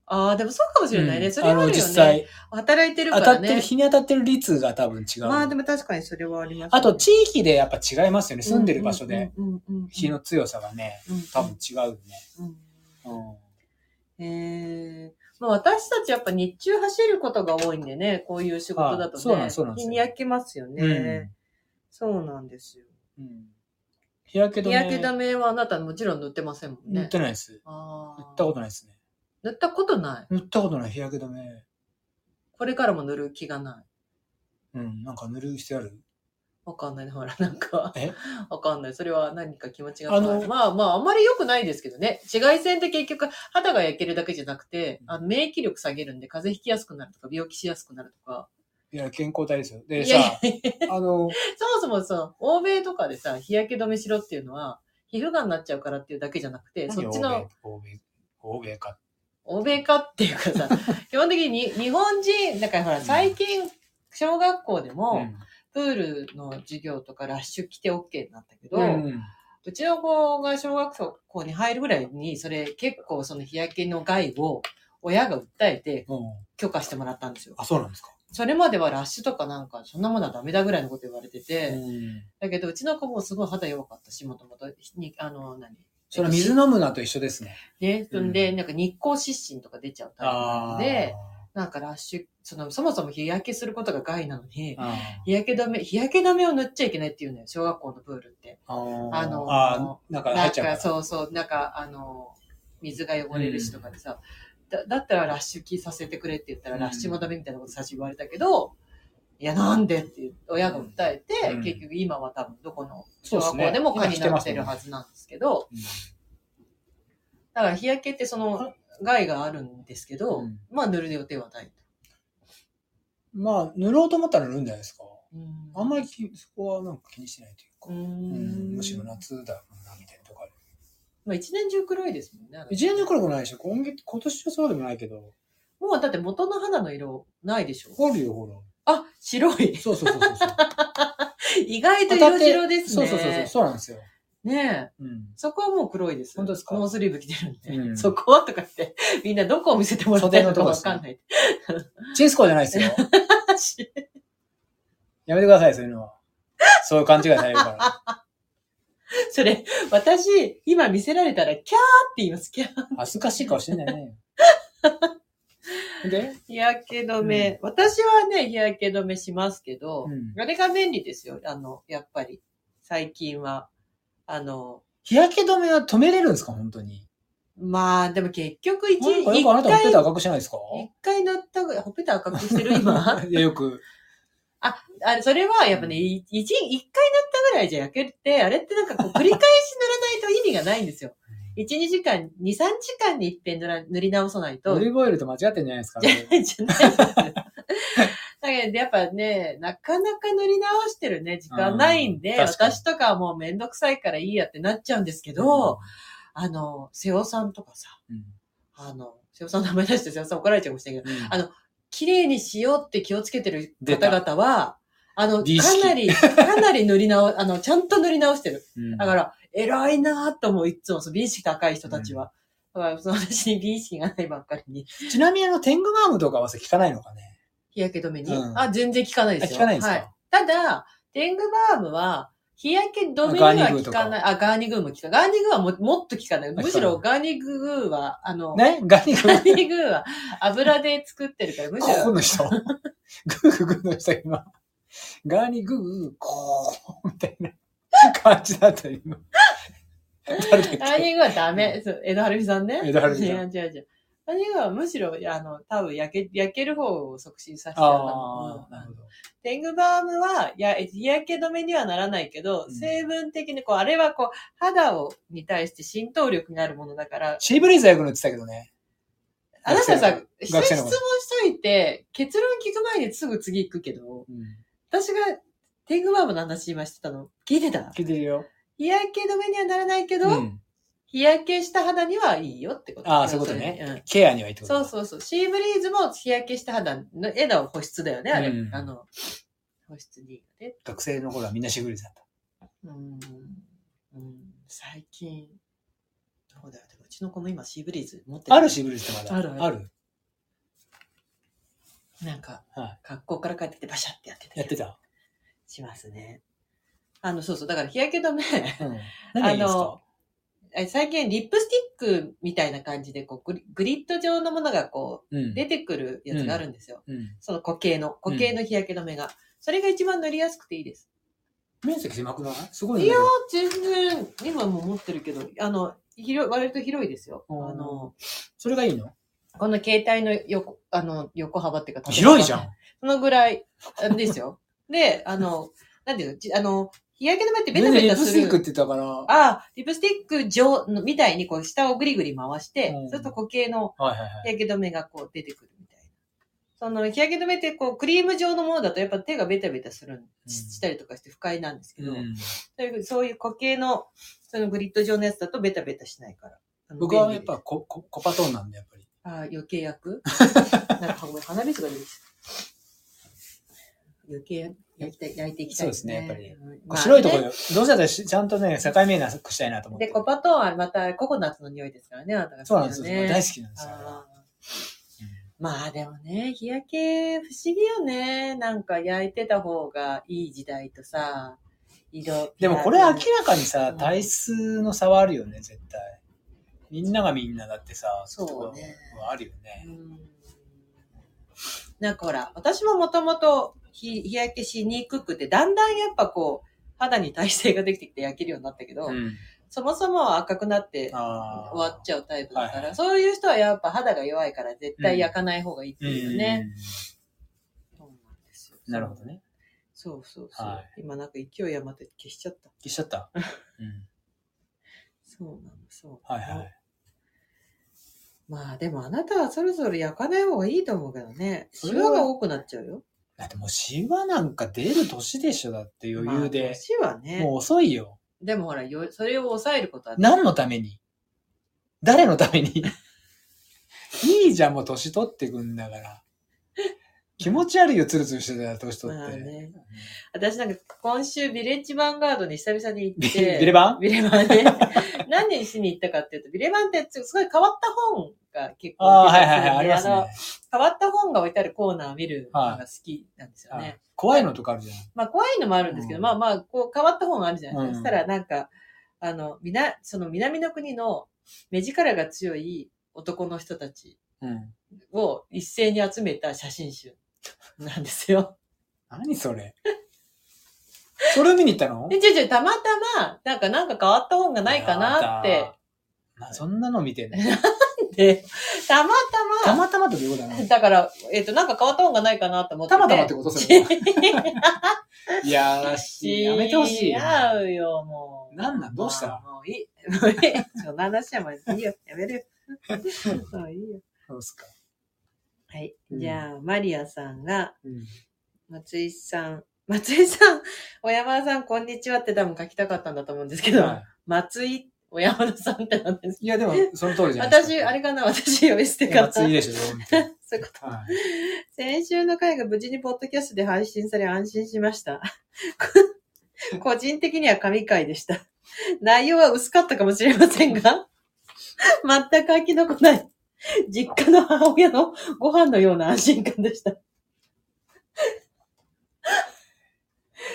[SPEAKER 1] ああ、でもそうかもしれないね。
[SPEAKER 2] うん
[SPEAKER 1] それはあるよ
[SPEAKER 2] の、
[SPEAKER 1] ね。
[SPEAKER 2] 実際、
[SPEAKER 1] 働いてるか
[SPEAKER 2] 当た
[SPEAKER 1] ら
[SPEAKER 2] っ
[SPEAKER 1] ね。
[SPEAKER 2] てる、日に当たってる率が多分違う。
[SPEAKER 3] まあでも確かにそれはあります、
[SPEAKER 2] あと、地域でやっぱ違いますよね。住んでる場所で、
[SPEAKER 3] うんうんうんうん、
[SPEAKER 2] 日の強さがね、
[SPEAKER 3] うん、
[SPEAKER 2] 多分違うよね。
[SPEAKER 3] うん。
[SPEAKER 2] うん。
[SPEAKER 1] ええまあ私たちやっぱ日中走ることが多いんでね、こういう仕事だとね。
[SPEAKER 2] あそうなんそうなんです
[SPEAKER 3] 日
[SPEAKER 2] よ
[SPEAKER 3] に焼けますよね。そうなんですよ。
[SPEAKER 2] うん。日焼け止
[SPEAKER 1] 日
[SPEAKER 2] め。
[SPEAKER 1] 焼け止めはあなたもちろん塗ってませんもんね。
[SPEAKER 2] 塗ってないです。
[SPEAKER 1] あ
[SPEAKER 2] 塗
[SPEAKER 1] あ
[SPEAKER 2] ったことないですね。
[SPEAKER 1] 塗ったことない。
[SPEAKER 2] 塗ったことない日焼け止め。
[SPEAKER 1] これからも塗る気がない。
[SPEAKER 2] うん、なんか塗る必要ある
[SPEAKER 1] わかんないね。 [LAUGHS] ほら、なんか
[SPEAKER 2] え、
[SPEAKER 1] わかんない。それは何か気持ちが変わる
[SPEAKER 2] あの
[SPEAKER 1] まあまあ、あんまり良くないですけどね。紫外線って結局、肌が焼けるだけじゃなくて、あの免疫力下げるんで、風邪ひきやすくなるとか、病気しやすくなるとか。
[SPEAKER 2] いや、健康体ですよ。で
[SPEAKER 1] いやい
[SPEAKER 2] さ、
[SPEAKER 1] やいや、
[SPEAKER 2] あ
[SPEAKER 1] そ
[SPEAKER 2] の、
[SPEAKER 1] もそもさ、欧米とかでさ、日焼け止めしろっていうのは、皮膚がんになっちゃうからっていうだけじゃなくて、そっちの
[SPEAKER 2] 欧米、欧米、欧米か。
[SPEAKER 1] 欧米化っていうか
[SPEAKER 2] [LAUGHS]
[SPEAKER 1] さ、基本的に日本人、だからほら、最近、小学校で
[SPEAKER 2] う
[SPEAKER 1] も、
[SPEAKER 2] ん。
[SPEAKER 1] プールの授業とかラッシュ着て OK になったけど、
[SPEAKER 2] うん。
[SPEAKER 1] うちの子が小学校に入るぐらいに、それ結構その日焼けの害を親が訴えて
[SPEAKER 2] うん
[SPEAKER 1] 許可してもらったんですよ。
[SPEAKER 2] あ、そうなんですか。
[SPEAKER 1] それまではラッシュとかなんか、そんなものはダメだぐらいのこと言われてて、
[SPEAKER 2] うん。
[SPEAKER 1] だけど、うちの子もすごい肌弱かったし、もともと、に、あの、何
[SPEAKER 2] それは水飲むなと一緒ですね。
[SPEAKER 1] ね、そんで、
[SPEAKER 2] うん
[SPEAKER 1] なんか日光湿疹とか出ちゃうタイプなので、なんかラッシュ、その、そもそも日焼けすることが害なのに
[SPEAKER 2] ー、あ
[SPEAKER 1] 日焼け止め、日焼け止めを塗っちゃいけないって言うのよ、小学校のプールって。
[SPEAKER 2] ー。あ
[SPEAKER 1] あ
[SPEAKER 2] ー
[SPEAKER 1] の
[SPEAKER 2] あー、なんか
[SPEAKER 1] な
[SPEAKER 2] 入
[SPEAKER 1] ん
[SPEAKER 2] っちゃう
[SPEAKER 1] か、
[SPEAKER 2] から。
[SPEAKER 1] そうそう、なんか、あの、水が汚れるしとかでさ、だだったらラッシュ着させてくれって言ったら、
[SPEAKER 2] うん
[SPEAKER 1] ラッシュもダメみたいなこと最初言われたけど、いや、なんでって親が訴えて、
[SPEAKER 2] うん
[SPEAKER 1] 結局今は多分どこの
[SPEAKER 2] そ
[SPEAKER 1] 小学
[SPEAKER 2] うですね
[SPEAKER 1] 校でも蚊になってる
[SPEAKER 2] 今来てますね
[SPEAKER 1] はずなんですけど、だから日焼けってその害があるんですけど、
[SPEAKER 2] うん
[SPEAKER 1] まあ塗る予定はないと。
[SPEAKER 2] まあ、塗ろうと思ったら塗るんじゃないですか。
[SPEAKER 1] うん
[SPEAKER 2] あんまりきそこはなんか気にしてないというか。うん
[SPEAKER 1] ん
[SPEAKER 2] むしろ夏だろうな、みたいなとこある。
[SPEAKER 1] まあ一年中黒いですもんね。あれ
[SPEAKER 2] 一年中黒くないでしょ。今月、今年はそうでもないけど。
[SPEAKER 1] もうだって元の肌の色ないでしょ。
[SPEAKER 2] あるよ、ほら。
[SPEAKER 1] あ、白い。
[SPEAKER 2] そうそうそうそうそう。
[SPEAKER 1] 意外と色白です
[SPEAKER 2] そう
[SPEAKER 1] ね。
[SPEAKER 2] そうそうそう。そうなんですよ。
[SPEAKER 1] ねえ。
[SPEAKER 2] うん。
[SPEAKER 1] そこはもう黒いです。
[SPEAKER 2] 本当ですか
[SPEAKER 1] ノースリーブ着てるんで。
[SPEAKER 2] うん
[SPEAKER 1] そこはとかって、みんなどこを見せてもらってるのかわかんない。
[SPEAKER 2] チンスコじゃないですよ。やめてください、そういうのは。そういう勘違いされるか
[SPEAKER 1] それ、私、今見せられたら、キャーって言います、キャー。
[SPEAKER 2] ら。恥ずかしい顔してんじゃねえよ。で
[SPEAKER 1] 日焼け止め、私はね、日焼け止めしますけど、
[SPEAKER 2] うん
[SPEAKER 1] あれが便利ですよ。あの、やっぱり。最近は。あの、
[SPEAKER 2] 日焼け止めは止めれるんですか本当に。
[SPEAKER 1] まあ、でも結局一、
[SPEAKER 2] なんかよ
[SPEAKER 1] 一
[SPEAKER 2] くあなたほっぺた
[SPEAKER 1] 回、
[SPEAKER 2] 赤くしないですか
[SPEAKER 1] 一回塗ったぐらい、ほっぺた赤くしてる
[SPEAKER 2] [LAUGHS]
[SPEAKER 1] 今
[SPEAKER 2] いや、よく。
[SPEAKER 1] あれ、それはやっぱね、
[SPEAKER 2] うん
[SPEAKER 1] い一、一回塗ったぐらいじゃ焼けるって、あれってなんかこう繰り返し塗らないと意味がないん
[SPEAKER 2] [LAUGHS]
[SPEAKER 1] ですよ。1、2時間、2、3時間に一遍塗ら塗り直さないと
[SPEAKER 2] オリーブオイルと間違ってんじゃないです
[SPEAKER 1] [LAUGHS]
[SPEAKER 2] か
[SPEAKER 1] じゃないじゃないです。だけど、やっぱね、なかなか塗り直してるね、時間ないんで、
[SPEAKER 2] うん確かに
[SPEAKER 1] 私とかはもうめんどくさいからいいやってなっちゃうんですけど、あの、瀬尾さんとかさ、
[SPEAKER 2] うん
[SPEAKER 1] あの、瀬尾さんの名前出して瀬尾さん怒られちゃうかもしれないけど、
[SPEAKER 2] うん
[SPEAKER 1] あの綺麗にしようって気をつけてる
[SPEAKER 2] 出
[SPEAKER 1] 方
[SPEAKER 2] た
[SPEAKER 1] 々は、あの、
[SPEAKER 2] 美意識
[SPEAKER 1] かな
[SPEAKER 2] [LAUGHS]
[SPEAKER 1] り、かなり塗り直、あの、ちゃんと塗り直してる。
[SPEAKER 2] うん
[SPEAKER 1] だから、偉いなぁと思う、いつも、そう美意識高い人たちは。だから、その私に美意識がないばっかりに。
[SPEAKER 2] ちなみにあの、天狗ガームとかはさ、効かないのかね
[SPEAKER 1] 日焼け止めに。
[SPEAKER 2] うん
[SPEAKER 1] あ、全然効かない
[SPEAKER 2] あ
[SPEAKER 1] ですよ。
[SPEAKER 2] 効かないんです
[SPEAKER 1] はい
[SPEAKER 2] か、
[SPEAKER 1] ただ、テングバームは、日焼け止めには効かない。あ、ガーニグーも効かない。ガーニグーはももっと効かない。むしろガーニグーは、あの、
[SPEAKER 2] ねガニグ
[SPEAKER 1] ガ
[SPEAKER 2] ー。
[SPEAKER 1] ーニグーは油で作ってるから、むし
[SPEAKER 2] こ
[SPEAKER 1] ろ
[SPEAKER 2] こ。の人。グーグーの人今。ガーにグーグー、こう、みたいな感じだったよ今。誰だっ
[SPEAKER 1] タイ
[SPEAKER 2] け
[SPEAKER 1] ミングはダメ。そう江戸春美さんね。
[SPEAKER 2] 江戸春美さん
[SPEAKER 1] 違う違う違う。私はむしろ、いやあの、多分焼け、焼ける方を促進させてたと思
[SPEAKER 2] あ
[SPEAKER 1] う
[SPEAKER 2] あ、なるほど。
[SPEAKER 1] テングバームは、や、日焼け止めにはならないけど、
[SPEAKER 2] うん
[SPEAKER 1] 成分的に、こう、あれはこう、肌を、に対して浸透力になるものだから、
[SPEAKER 2] シーブレイザーよく塗ってたけどね。
[SPEAKER 1] あなたさ、質
[SPEAKER 2] 学生
[SPEAKER 1] 質
[SPEAKER 2] の
[SPEAKER 1] 問
[SPEAKER 2] 頃
[SPEAKER 1] しといて、結論聞く前にすぐ次行くけど、
[SPEAKER 2] うん。
[SPEAKER 1] 私が、テングバームの話今してたの、聞いてた
[SPEAKER 2] 聞いてるよ。
[SPEAKER 1] 日焼け止めにはならないけど、
[SPEAKER 2] うん。
[SPEAKER 1] 日焼けした肌にはいいよってこと。
[SPEAKER 2] ああそういうことね。ケアにはいいって
[SPEAKER 1] うん、
[SPEAKER 2] こと
[SPEAKER 1] そうそ
[SPEAKER 2] だ
[SPEAKER 1] うそう。シーブリーズも日焼けした肌の絵の保湿だよね、あれ。
[SPEAKER 2] うん
[SPEAKER 1] あの、保湿にいいよね。
[SPEAKER 2] 学生の頃はみんなシーブレイザーだっ
[SPEAKER 1] うん。うん、最近、どうだよ。でもうちの子も今シーブリーズ持って
[SPEAKER 2] た。あるシーブレイザーってまだ。
[SPEAKER 1] あるある
[SPEAKER 2] ある。
[SPEAKER 1] なんか、
[SPEAKER 2] はい
[SPEAKER 1] 学校から帰ってきてバシャってやってた。
[SPEAKER 2] やって。た。
[SPEAKER 1] しますね。あの、そうそう。だから日焼け止め、
[SPEAKER 2] うん。 [LAUGHS] 何がいいんですか
[SPEAKER 1] え最近リップスティックみたいな感じで、こうグリ、グリッド状のものがこ
[SPEAKER 2] う
[SPEAKER 1] う、
[SPEAKER 2] ん。
[SPEAKER 1] 出てくるやつがあるんですよ。
[SPEAKER 2] うん。
[SPEAKER 1] その固形の、固形の日焼け止めが。それが一番塗りやすくていいです。
[SPEAKER 2] 面積狭くないすごい
[SPEAKER 1] いや
[SPEAKER 2] ね。
[SPEAKER 1] 全然、今も持ってるけど、あの、広い、割と広いですよ。あ
[SPEAKER 2] うん
[SPEAKER 1] の、
[SPEAKER 2] それがいいの
[SPEAKER 1] この携帯の横、あの、横幅っていうか、
[SPEAKER 2] 広いじゃん。
[SPEAKER 1] そのぐらいあです
[SPEAKER 2] [LAUGHS]
[SPEAKER 1] よ。で、あの、なんていうのじ、あの、日焼け止めってベタ
[SPEAKER 2] 全
[SPEAKER 1] ベ
[SPEAKER 2] 然リッ
[SPEAKER 1] タ
[SPEAKER 2] プス
[SPEAKER 1] す
[SPEAKER 2] ティックっ
[SPEAKER 1] る。
[SPEAKER 2] て言ったから。は
[SPEAKER 1] ああ、リップスティック状のみたいに、こう、下をぐりぐり回して、
[SPEAKER 2] うん
[SPEAKER 1] そうすると固形の
[SPEAKER 2] いはいはい。
[SPEAKER 1] 日焼け止めがこう出てくるみたいな。その日焼け止めってこうクリーム状のものだとやっぱ手がベタベタするん、
[SPEAKER 2] うん
[SPEAKER 1] ししたりとかして不快なんですけど、
[SPEAKER 2] うん
[SPEAKER 1] そういうそういう固形の、そのグリッド状のやつだとベタベタしないから。あの
[SPEAKER 2] 僕はや
[SPEAKER 1] 便
[SPEAKER 2] っ。ぱコココパトーンなんで、やっぱり。
[SPEAKER 1] 利であー余計薬
[SPEAKER 2] [LAUGHS]
[SPEAKER 1] なんかごめん、鼻水が出てきた。余計焼いて、焼いていきたい
[SPEAKER 2] そうですねやっ
[SPEAKER 1] うん
[SPEAKER 2] こう白いとこ
[SPEAKER 1] ま
[SPEAKER 2] ろ、どうせだったらしちゃんとね、境目なくしたいなと
[SPEAKER 1] あ
[SPEAKER 2] 思っ
[SPEAKER 1] ねで、
[SPEAKER 2] て。
[SPEAKER 1] コパトーンはまたココナッツの匂いですからね、あなたが
[SPEAKER 2] そう
[SPEAKER 1] 好
[SPEAKER 2] なん
[SPEAKER 1] き
[SPEAKER 2] ですよ。
[SPEAKER 1] ね
[SPEAKER 2] 大好きなんですよ。
[SPEAKER 1] あーまあでもね、日焼け不思議よね。なんか焼いてた方がいい時代とさ、色。
[SPEAKER 2] でもこれ明ら
[SPEAKER 1] き
[SPEAKER 2] かに
[SPEAKER 1] う
[SPEAKER 2] さ
[SPEAKER 1] ん、
[SPEAKER 2] 体質の差はあるよね、絶対。みんながみんなだってさ、
[SPEAKER 1] そうね
[SPEAKER 2] いとこはあるよね。
[SPEAKER 1] なんかほら、私ももともと日日焼けしにくくて、だんだんやっぱこう、肌に耐性ができてきて焼けるようになったけど、
[SPEAKER 2] うん。
[SPEAKER 1] そもそもは赤くなって
[SPEAKER 2] あ
[SPEAKER 1] 終わっちゃうタイプだから、
[SPEAKER 2] はいはい
[SPEAKER 1] そういう人はやっぱ肌が弱いから絶対焼かない方がいいっていうよね。。そうなんですよ。
[SPEAKER 2] うんなるほど。ね。
[SPEAKER 1] そうそうそう。
[SPEAKER 2] は
[SPEAKER 1] 今なんか勢い余って消しちゃった。
[SPEAKER 2] 消しちゃった。うん。
[SPEAKER 1] そうなの、そう
[SPEAKER 2] は
[SPEAKER 1] なの。
[SPEAKER 2] いはい。
[SPEAKER 1] まあでもあなたはそろそろ焼かない方がいいと思うけどね。
[SPEAKER 2] そ
[SPEAKER 1] シ
[SPEAKER 2] れは
[SPEAKER 1] ワが多くなっちゃうよ。
[SPEAKER 2] だってもうシワなんか出る年でしょ、だって余裕
[SPEAKER 1] まあ
[SPEAKER 2] で。
[SPEAKER 1] 年はね。
[SPEAKER 2] もう遅いよ。
[SPEAKER 1] でもほら、よそれを抑えることはね
[SPEAKER 2] 何のために誰のためにいいじゃん、もう年取ってくんだから。気持ち悪いよ、ツルツルしてたら、年取っ
[SPEAKER 1] まあ
[SPEAKER 2] て。
[SPEAKER 1] ね
[SPEAKER 2] うん
[SPEAKER 1] 私なんか今週ビレッジヴァンガードに久々に行っ
[SPEAKER 2] ビ
[SPEAKER 1] て。
[SPEAKER 2] [LAUGHS] ビレバン
[SPEAKER 1] ビレバンね。 [LAUGHS] 何しに行ったかっていうと、ビレバンってすごい変わった本が結構
[SPEAKER 2] ああ、
[SPEAKER 1] 置い
[SPEAKER 2] は
[SPEAKER 1] て
[SPEAKER 2] いはいはい、
[SPEAKER 1] た
[SPEAKER 2] あり
[SPEAKER 1] りするんで
[SPEAKER 2] ますね。
[SPEAKER 1] あの変わった本が置いてあるコーナーを見るのが好きなんですよね。
[SPEAKER 2] あ怖いのとかあるじゃん。
[SPEAKER 1] まあ怖いのもあるんですけど、
[SPEAKER 2] うん
[SPEAKER 1] まあまあ、こう変わった本があるじゃないですか。
[SPEAKER 2] うん
[SPEAKER 1] そしたらなんか、あの、みな、その南の国の目力が強い男の人たち
[SPEAKER 2] うん。
[SPEAKER 1] を一斉に集めた写真
[SPEAKER 2] [LAUGHS]
[SPEAKER 1] 集なんですよ。
[SPEAKER 2] 何それ。それを見に行ったの
[SPEAKER 1] で、ちょちょ、たまたま、なんかなんか変わった本がないかなっ
[SPEAKER 2] や
[SPEAKER 1] て
[SPEAKER 2] だ。まあ、そんなの見てね。
[SPEAKER 1] で、たま
[SPEAKER 2] た
[SPEAKER 1] たま、
[SPEAKER 2] またまってどういうことなの
[SPEAKER 1] だから、えっ、と、なんか変わった本がないかなと思って
[SPEAKER 2] た
[SPEAKER 1] て。
[SPEAKER 2] またまってことそれは。
[SPEAKER 1] [LAUGHS]
[SPEAKER 2] いやらしい。やめてほしい。
[SPEAKER 1] 違うよ、もう。
[SPEAKER 2] なんなんどうした
[SPEAKER 1] まあもういい。 [LAUGHS] もういい。そんな話はもういいよ。やめるよ。
[SPEAKER 2] [LAUGHS]
[SPEAKER 1] もういいよ。
[SPEAKER 2] そうっすか。
[SPEAKER 1] はい。
[SPEAKER 2] うん
[SPEAKER 1] じゃあ、マリアさんが、
[SPEAKER 2] うん
[SPEAKER 1] 松井さん、松井さん、小山田さん、こんにちはって多分書きたかったんだと思うんですけど、
[SPEAKER 2] はい
[SPEAKER 1] 松井、小山田さんってなんです
[SPEAKER 2] いや、でも、その通りじゃないですか。
[SPEAKER 1] 私、あれかな私呼び捨てかな
[SPEAKER 2] 夏いいでしょ、
[SPEAKER 1] そういうこ
[SPEAKER 2] は
[SPEAKER 1] と先週の回が無事にポッドキャストで配信され安心しました。 [LAUGHS] 個人的には神回でした。内容は薄かったかもしれませんが、全く飽きのこない、実家の母親のご飯のような安心感でした。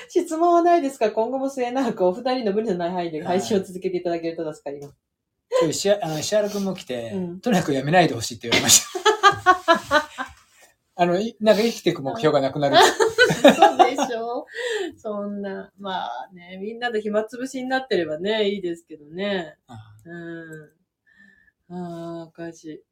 [SPEAKER 1] 質問はないですが、今後も末永くお二人の無理のない範囲で配信を続けていただけると助かります。
[SPEAKER 2] い。今日石原あの石原くんも来て、
[SPEAKER 1] うん
[SPEAKER 2] とにかくやめないでほしいって言われました。
[SPEAKER 1] [LAUGHS]
[SPEAKER 2] あの、いなんか生きていく目標がなくなる。
[SPEAKER 1] そうでしょそんな、まあね、みんなで暇つぶしになってればね、いいですけどね。
[SPEAKER 2] あ
[SPEAKER 1] うん。ああ、おかしい。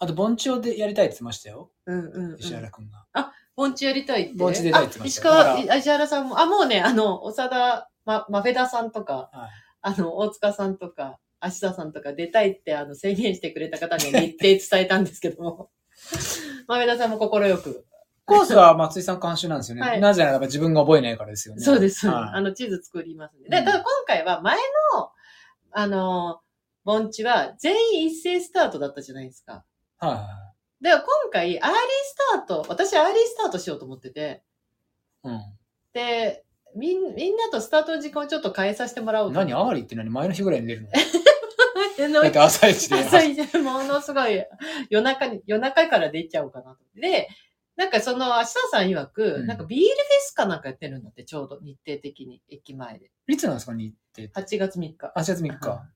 [SPEAKER 2] あと、盆地をでやりたいって言ってましたよ。
[SPEAKER 3] うんうん、うん。
[SPEAKER 2] 石原くんが。
[SPEAKER 1] 盆地やりたいって。
[SPEAKER 2] 盆地出たいって
[SPEAKER 1] あ
[SPEAKER 2] 言ってまし
[SPEAKER 1] 石
[SPEAKER 2] たよ
[SPEAKER 1] 川、い石原さんも、あ、もうね、あの、長田、ま、マフェダさんとか、
[SPEAKER 2] はい
[SPEAKER 1] あの、大塚さんとか、芦田さんとか出たいって、あの、宣言してくれた方には日程伝えたんですけども、 [LAUGHS] マフェダさんも快く。
[SPEAKER 2] コースは松井さん監修なんですよね。
[SPEAKER 1] はい
[SPEAKER 2] なぜならば自分が覚えないからですよね。
[SPEAKER 1] そうです。
[SPEAKER 2] はい
[SPEAKER 1] あの、地図作りますんで。
[SPEAKER 2] う
[SPEAKER 1] で、
[SPEAKER 2] ん
[SPEAKER 1] ただ今回は前の、あの、盆地は全員一斉スタートだったじゃないですか。
[SPEAKER 2] はいは
[SPEAKER 1] で、今回、アーリースタート、私アーリースタートしようと思ってて、
[SPEAKER 2] いはい。
[SPEAKER 1] で、みん、みんなとスタートの時間をちょっと変えさせてもらお
[SPEAKER 2] う。
[SPEAKER 1] うんと思っ
[SPEAKER 2] 何
[SPEAKER 1] て。
[SPEAKER 2] アーリーって何前の日ぐらいに出るの
[SPEAKER 1] 何
[SPEAKER 2] だって [LAUGHS] 朝一で。
[SPEAKER 1] 朝一でものすごい夜中に、夜中から出ちゃおうかなと。で、なんかその、明日さん曰く、
[SPEAKER 2] うん
[SPEAKER 1] なんかビールフェスかなんかやってるんだって、ちょうど日程的に、駅前で。
[SPEAKER 2] いつなんですか日程。
[SPEAKER 1] 8月3日。
[SPEAKER 2] あ、4月3
[SPEAKER 1] は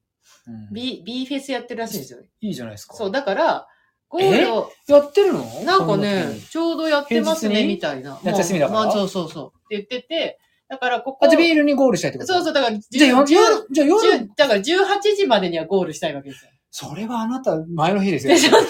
[SPEAKER 2] 日。うん、
[SPEAKER 1] B、
[SPEAKER 2] い
[SPEAKER 1] B フェスやってるらしいんですよ。
[SPEAKER 2] いじゃないですか。
[SPEAKER 1] そう、だから、ゴールを、
[SPEAKER 2] やってるの
[SPEAKER 1] なんか
[SPEAKER 2] この
[SPEAKER 1] ね
[SPEAKER 2] 時、
[SPEAKER 1] ちょうどやってます
[SPEAKER 2] 平日
[SPEAKER 1] ね、
[SPEAKER 2] に
[SPEAKER 1] みたいな。
[SPEAKER 2] 夏休みだから
[SPEAKER 1] まあ、そうそうそう。って言ってて、だからここ、
[SPEAKER 2] あ、じゃあビールにゴールしたいってこと
[SPEAKER 1] そうそう、だから、
[SPEAKER 2] じゃあ夜、
[SPEAKER 1] じゅう
[SPEAKER 2] 夜じ
[SPEAKER 1] じ
[SPEAKER 2] ゃあ
[SPEAKER 1] ゅ
[SPEAKER 2] 夜
[SPEAKER 1] う、だから18時までにはゴールしたいわけですよ。
[SPEAKER 2] それはあなた、前の日ですよ
[SPEAKER 1] で。しょだか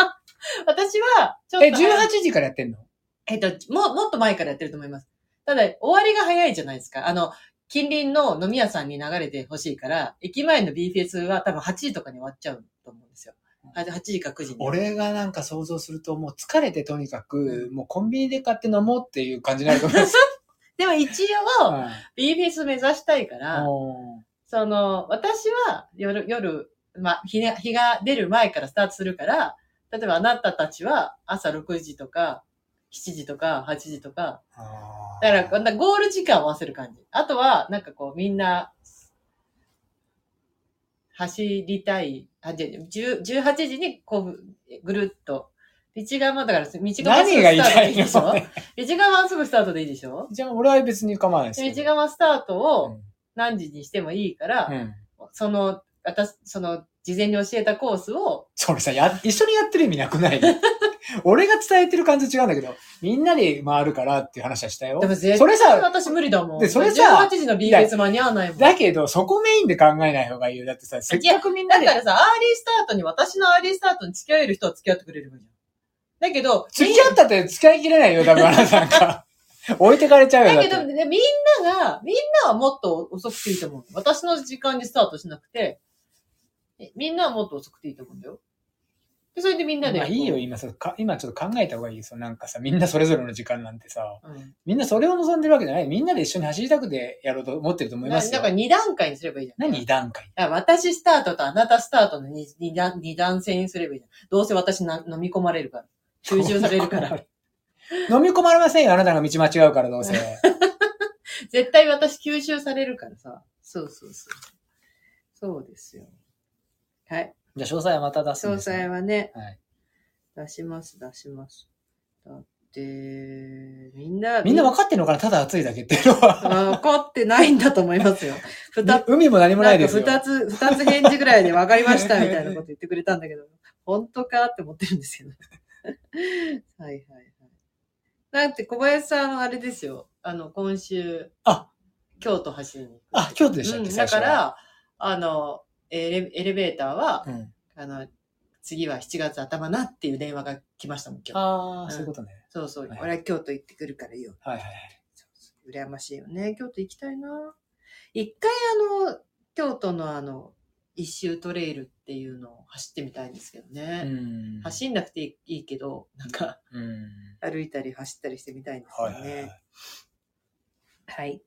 [SPEAKER 1] ら、私は、ちょっと
[SPEAKER 2] え、
[SPEAKER 1] 早い。
[SPEAKER 2] 18時からやってんの
[SPEAKER 1] えっと、も、もっと前からやってると思います。ただ、終わりが早いじゃないですか。あの、近隣の飲み屋さんに流れてほしいから、駅前の BFS は多分8時とかに終わっちゃうと思うんですよ。あ8時か9時に。
[SPEAKER 2] 俺がなんか想像すると、もう疲れてとにかく、もうコンビニで買って飲もうっていう感じになると思います。
[SPEAKER 1] [LAUGHS] でも一
[SPEAKER 2] [LAUGHS]
[SPEAKER 1] 応、BFS 目指したいから、
[SPEAKER 2] おー
[SPEAKER 1] その、私は夜、夜、まあ、日が、日が出る前からスタートするから、例えばあなたたちは朝6時とか、7時とか、8時とか、
[SPEAKER 2] あー
[SPEAKER 1] だから、こんなゴール時間を合わせる感じ。あとは、なんかこう、みんな、走りたい、あ、じゃ、10 18時にこう、ぐるっと。道側、だから、道側す
[SPEAKER 2] 何
[SPEAKER 1] ぐ
[SPEAKER 2] が
[SPEAKER 1] ス
[SPEAKER 2] 言い
[SPEAKER 1] タート
[SPEAKER 2] た
[SPEAKER 1] でいい
[SPEAKER 2] い
[SPEAKER 1] で
[SPEAKER 2] の
[SPEAKER 1] しょ道側すぐスタートでいいでしょ
[SPEAKER 2] じゃあ俺は別に構わないです
[SPEAKER 1] で
[SPEAKER 2] け
[SPEAKER 1] 道
[SPEAKER 2] ど。
[SPEAKER 1] 側スタート
[SPEAKER 2] う
[SPEAKER 1] を
[SPEAKER 2] ん
[SPEAKER 1] 何時にしてもいいから、
[SPEAKER 2] うん。
[SPEAKER 1] その、私、その、事前に教えたコースを、
[SPEAKER 2] それさ、や、一緒にやってる意味なく
[SPEAKER 1] [LAUGHS]
[SPEAKER 2] ない俺が伝えてる感じ違うんだけど、みんなで回るからっていう話はしたよ
[SPEAKER 1] で。も絶
[SPEAKER 2] それ
[SPEAKER 1] 対
[SPEAKER 2] さ、
[SPEAKER 1] 私無理だもん。
[SPEAKER 2] でそれさ
[SPEAKER 1] 18時の BS 間に合わないもん。
[SPEAKER 2] だけど、そこメインで考えない方がいいよ。だってさ、せっかくみんな
[SPEAKER 1] だ
[SPEAKER 2] で
[SPEAKER 1] からさ、アーリースタートに、私のアーリースタートに付き合える人は付き合ってくれればいいじゃん。だけど、
[SPEAKER 2] 付き合ったって使い切れないよ、多分
[SPEAKER 1] [LAUGHS]
[SPEAKER 2] あなたなんか。置いてかれちゃうよ、
[SPEAKER 1] だ
[SPEAKER 2] だっ
[SPEAKER 1] け
[SPEAKER 2] て。
[SPEAKER 1] ど、ね、みんなが、みんなはもっと遅くていいと思う。私の時間にスタートしなくて、えみんなはもっと遅くていいと思うんだよ。で、それでみんなで。
[SPEAKER 2] まあいいよ、今さ、か今ちょっと考えた方がいいよ。そのなんかさ、みんなそれぞれの時間なんてさ、
[SPEAKER 1] うん。
[SPEAKER 2] みんなそれを望んでるわけじゃない。みんなで一緒に走りたくてやろうと思ってると思いま
[SPEAKER 1] な
[SPEAKER 2] す
[SPEAKER 1] だ
[SPEAKER 2] よ
[SPEAKER 1] か。ら二段階にすればいいじゃん。
[SPEAKER 2] 何段階
[SPEAKER 1] だから私スタートとあなたスタートの二二段二段線にすればいいじゃん。どうせ私な飲み込まれるから。吸収される
[SPEAKER 2] [LAUGHS]
[SPEAKER 1] から。
[SPEAKER 2] 飲み込まれませんよ、あなたが道間違うからどうせ。
[SPEAKER 1] 絶対私吸収されるからさ。そうそうそう。そうですよ。はい。
[SPEAKER 2] じゃあ詳細はまた出すん
[SPEAKER 3] 詳
[SPEAKER 2] ですね、
[SPEAKER 3] 細はね、
[SPEAKER 2] はい
[SPEAKER 3] 出します、出します。だって、みんな、
[SPEAKER 2] みんな分かってんのかなただ暑いだけっていうのは。
[SPEAKER 3] わかってないんだと思い
[SPEAKER 2] [LAUGHS]
[SPEAKER 3] ますよ。二つ
[SPEAKER 2] 海も何もないですよ。
[SPEAKER 3] なんか二つ、二つ返事ぐらいで分かりましたみたいなこと言ってくれたん
[SPEAKER 1] [LAUGHS]
[SPEAKER 3] だけど、本当かって思ってるんですけど。はいはい
[SPEAKER 1] だって小林さんはあれですよ。あの、今週、
[SPEAKER 2] あ、
[SPEAKER 1] 京都走りに行く。
[SPEAKER 2] あ、京都でしたっ
[SPEAKER 1] う
[SPEAKER 2] け、
[SPEAKER 1] ん、
[SPEAKER 2] 最
[SPEAKER 1] だ
[SPEAKER 2] 初
[SPEAKER 1] か
[SPEAKER 2] は、
[SPEAKER 1] ら、あの、エレエレベーターは、
[SPEAKER 2] うん。
[SPEAKER 1] あの、次は7月頭なっていう電話が来ましたもん、今日。
[SPEAKER 2] ああ、そういうことね。
[SPEAKER 1] そうそう。
[SPEAKER 2] はい
[SPEAKER 3] はい。俺は京都行ってくるからよ。
[SPEAKER 2] はいはいはい。
[SPEAKER 3] 羨ましいよね。京都行きたいな。
[SPEAKER 1] 一回あの、京都のあの、一周トレイルっていうのを走ってみたいんですけどね。
[SPEAKER 2] うん。
[SPEAKER 1] 走んなくていいけど、なんか、
[SPEAKER 2] うん。
[SPEAKER 3] 歩いたり走ったりしてみたいんです
[SPEAKER 2] は
[SPEAKER 3] よ
[SPEAKER 2] い
[SPEAKER 3] ね。
[SPEAKER 2] はいはい。
[SPEAKER 3] はい。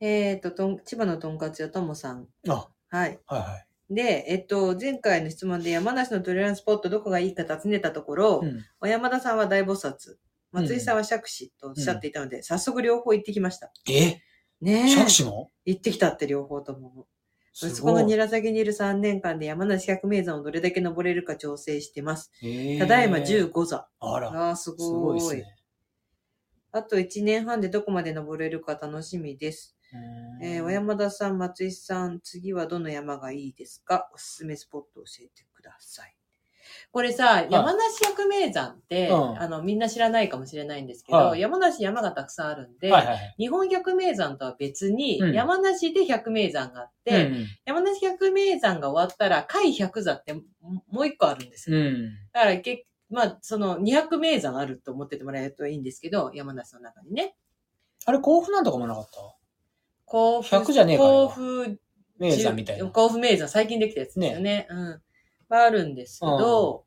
[SPEAKER 3] えっ、ととん、千葉のとんかつ屋ともさん。
[SPEAKER 2] あ、
[SPEAKER 3] はい。
[SPEAKER 2] はいはい。
[SPEAKER 3] で、えっと、前回の質問で山梨のトレランスポットどこがいいか尋ねたところ、
[SPEAKER 2] うん。
[SPEAKER 3] 小山田さんは大菩薩、松井さんは釈子とおっしゃっていたので、早速両方行ってきました。
[SPEAKER 2] え
[SPEAKER 3] ねえ。
[SPEAKER 2] 釈子も
[SPEAKER 3] 行ってきたって両方とも。息
[SPEAKER 2] す
[SPEAKER 3] 子
[SPEAKER 2] ご
[SPEAKER 3] が
[SPEAKER 2] い
[SPEAKER 3] 韮崎にいる3年間で山梨百名山をどれだけ登れるか調整してます。
[SPEAKER 2] えー
[SPEAKER 3] ただいま15座。
[SPEAKER 2] あら、
[SPEAKER 3] ああ、す
[SPEAKER 2] すご
[SPEAKER 3] ご
[SPEAKER 2] い
[SPEAKER 3] い。
[SPEAKER 2] ですね。
[SPEAKER 3] あと1年半でどこまで登れるか楽しみです。
[SPEAKER 2] うん
[SPEAKER 3] えー、小山田さん、松井さん、次はどの山がいいですかおすすめスポット教えてください。
[SPEAKER 1] これさ、山梨百名山って、
[SPEAKER 2] うん
[SPEAKER 1] あの、みんな知らないかもしれないんですけど、
[SPEAKER 2] はい
[SPEAKER 1] 山梨山がたくさんあるんで、
[SPEAKER 2] はいはい。
[SPEAKER 1] 日本百名山とは別に、
[SPEAKER 2] うん
[SPEAKER 1] 山梨で百名山があって、山梨百名山が終わったら、甲斐百座ってももう一個あるんです
[SPEAKER 2] うん。
[SPEAKER 1] よ。
[SPEAKER 2] うん。
[SPEAKER 1] だから、けまあ、その200名山あると思っててもらえるといいんですけど、山梨の中にね。
[SPEAKER 2] あれ、甲府なんとかもなかった
[SPEAKER 1] 甲府、
[SPEAKER 2] 100じゃねえかな
[SPEAKER 1] 甲府、
[SPEAKER 2] 名山みたいな。
[SPEAKER 1] 甲府名山、最近できたやつですよね。うん。はあるんですけど、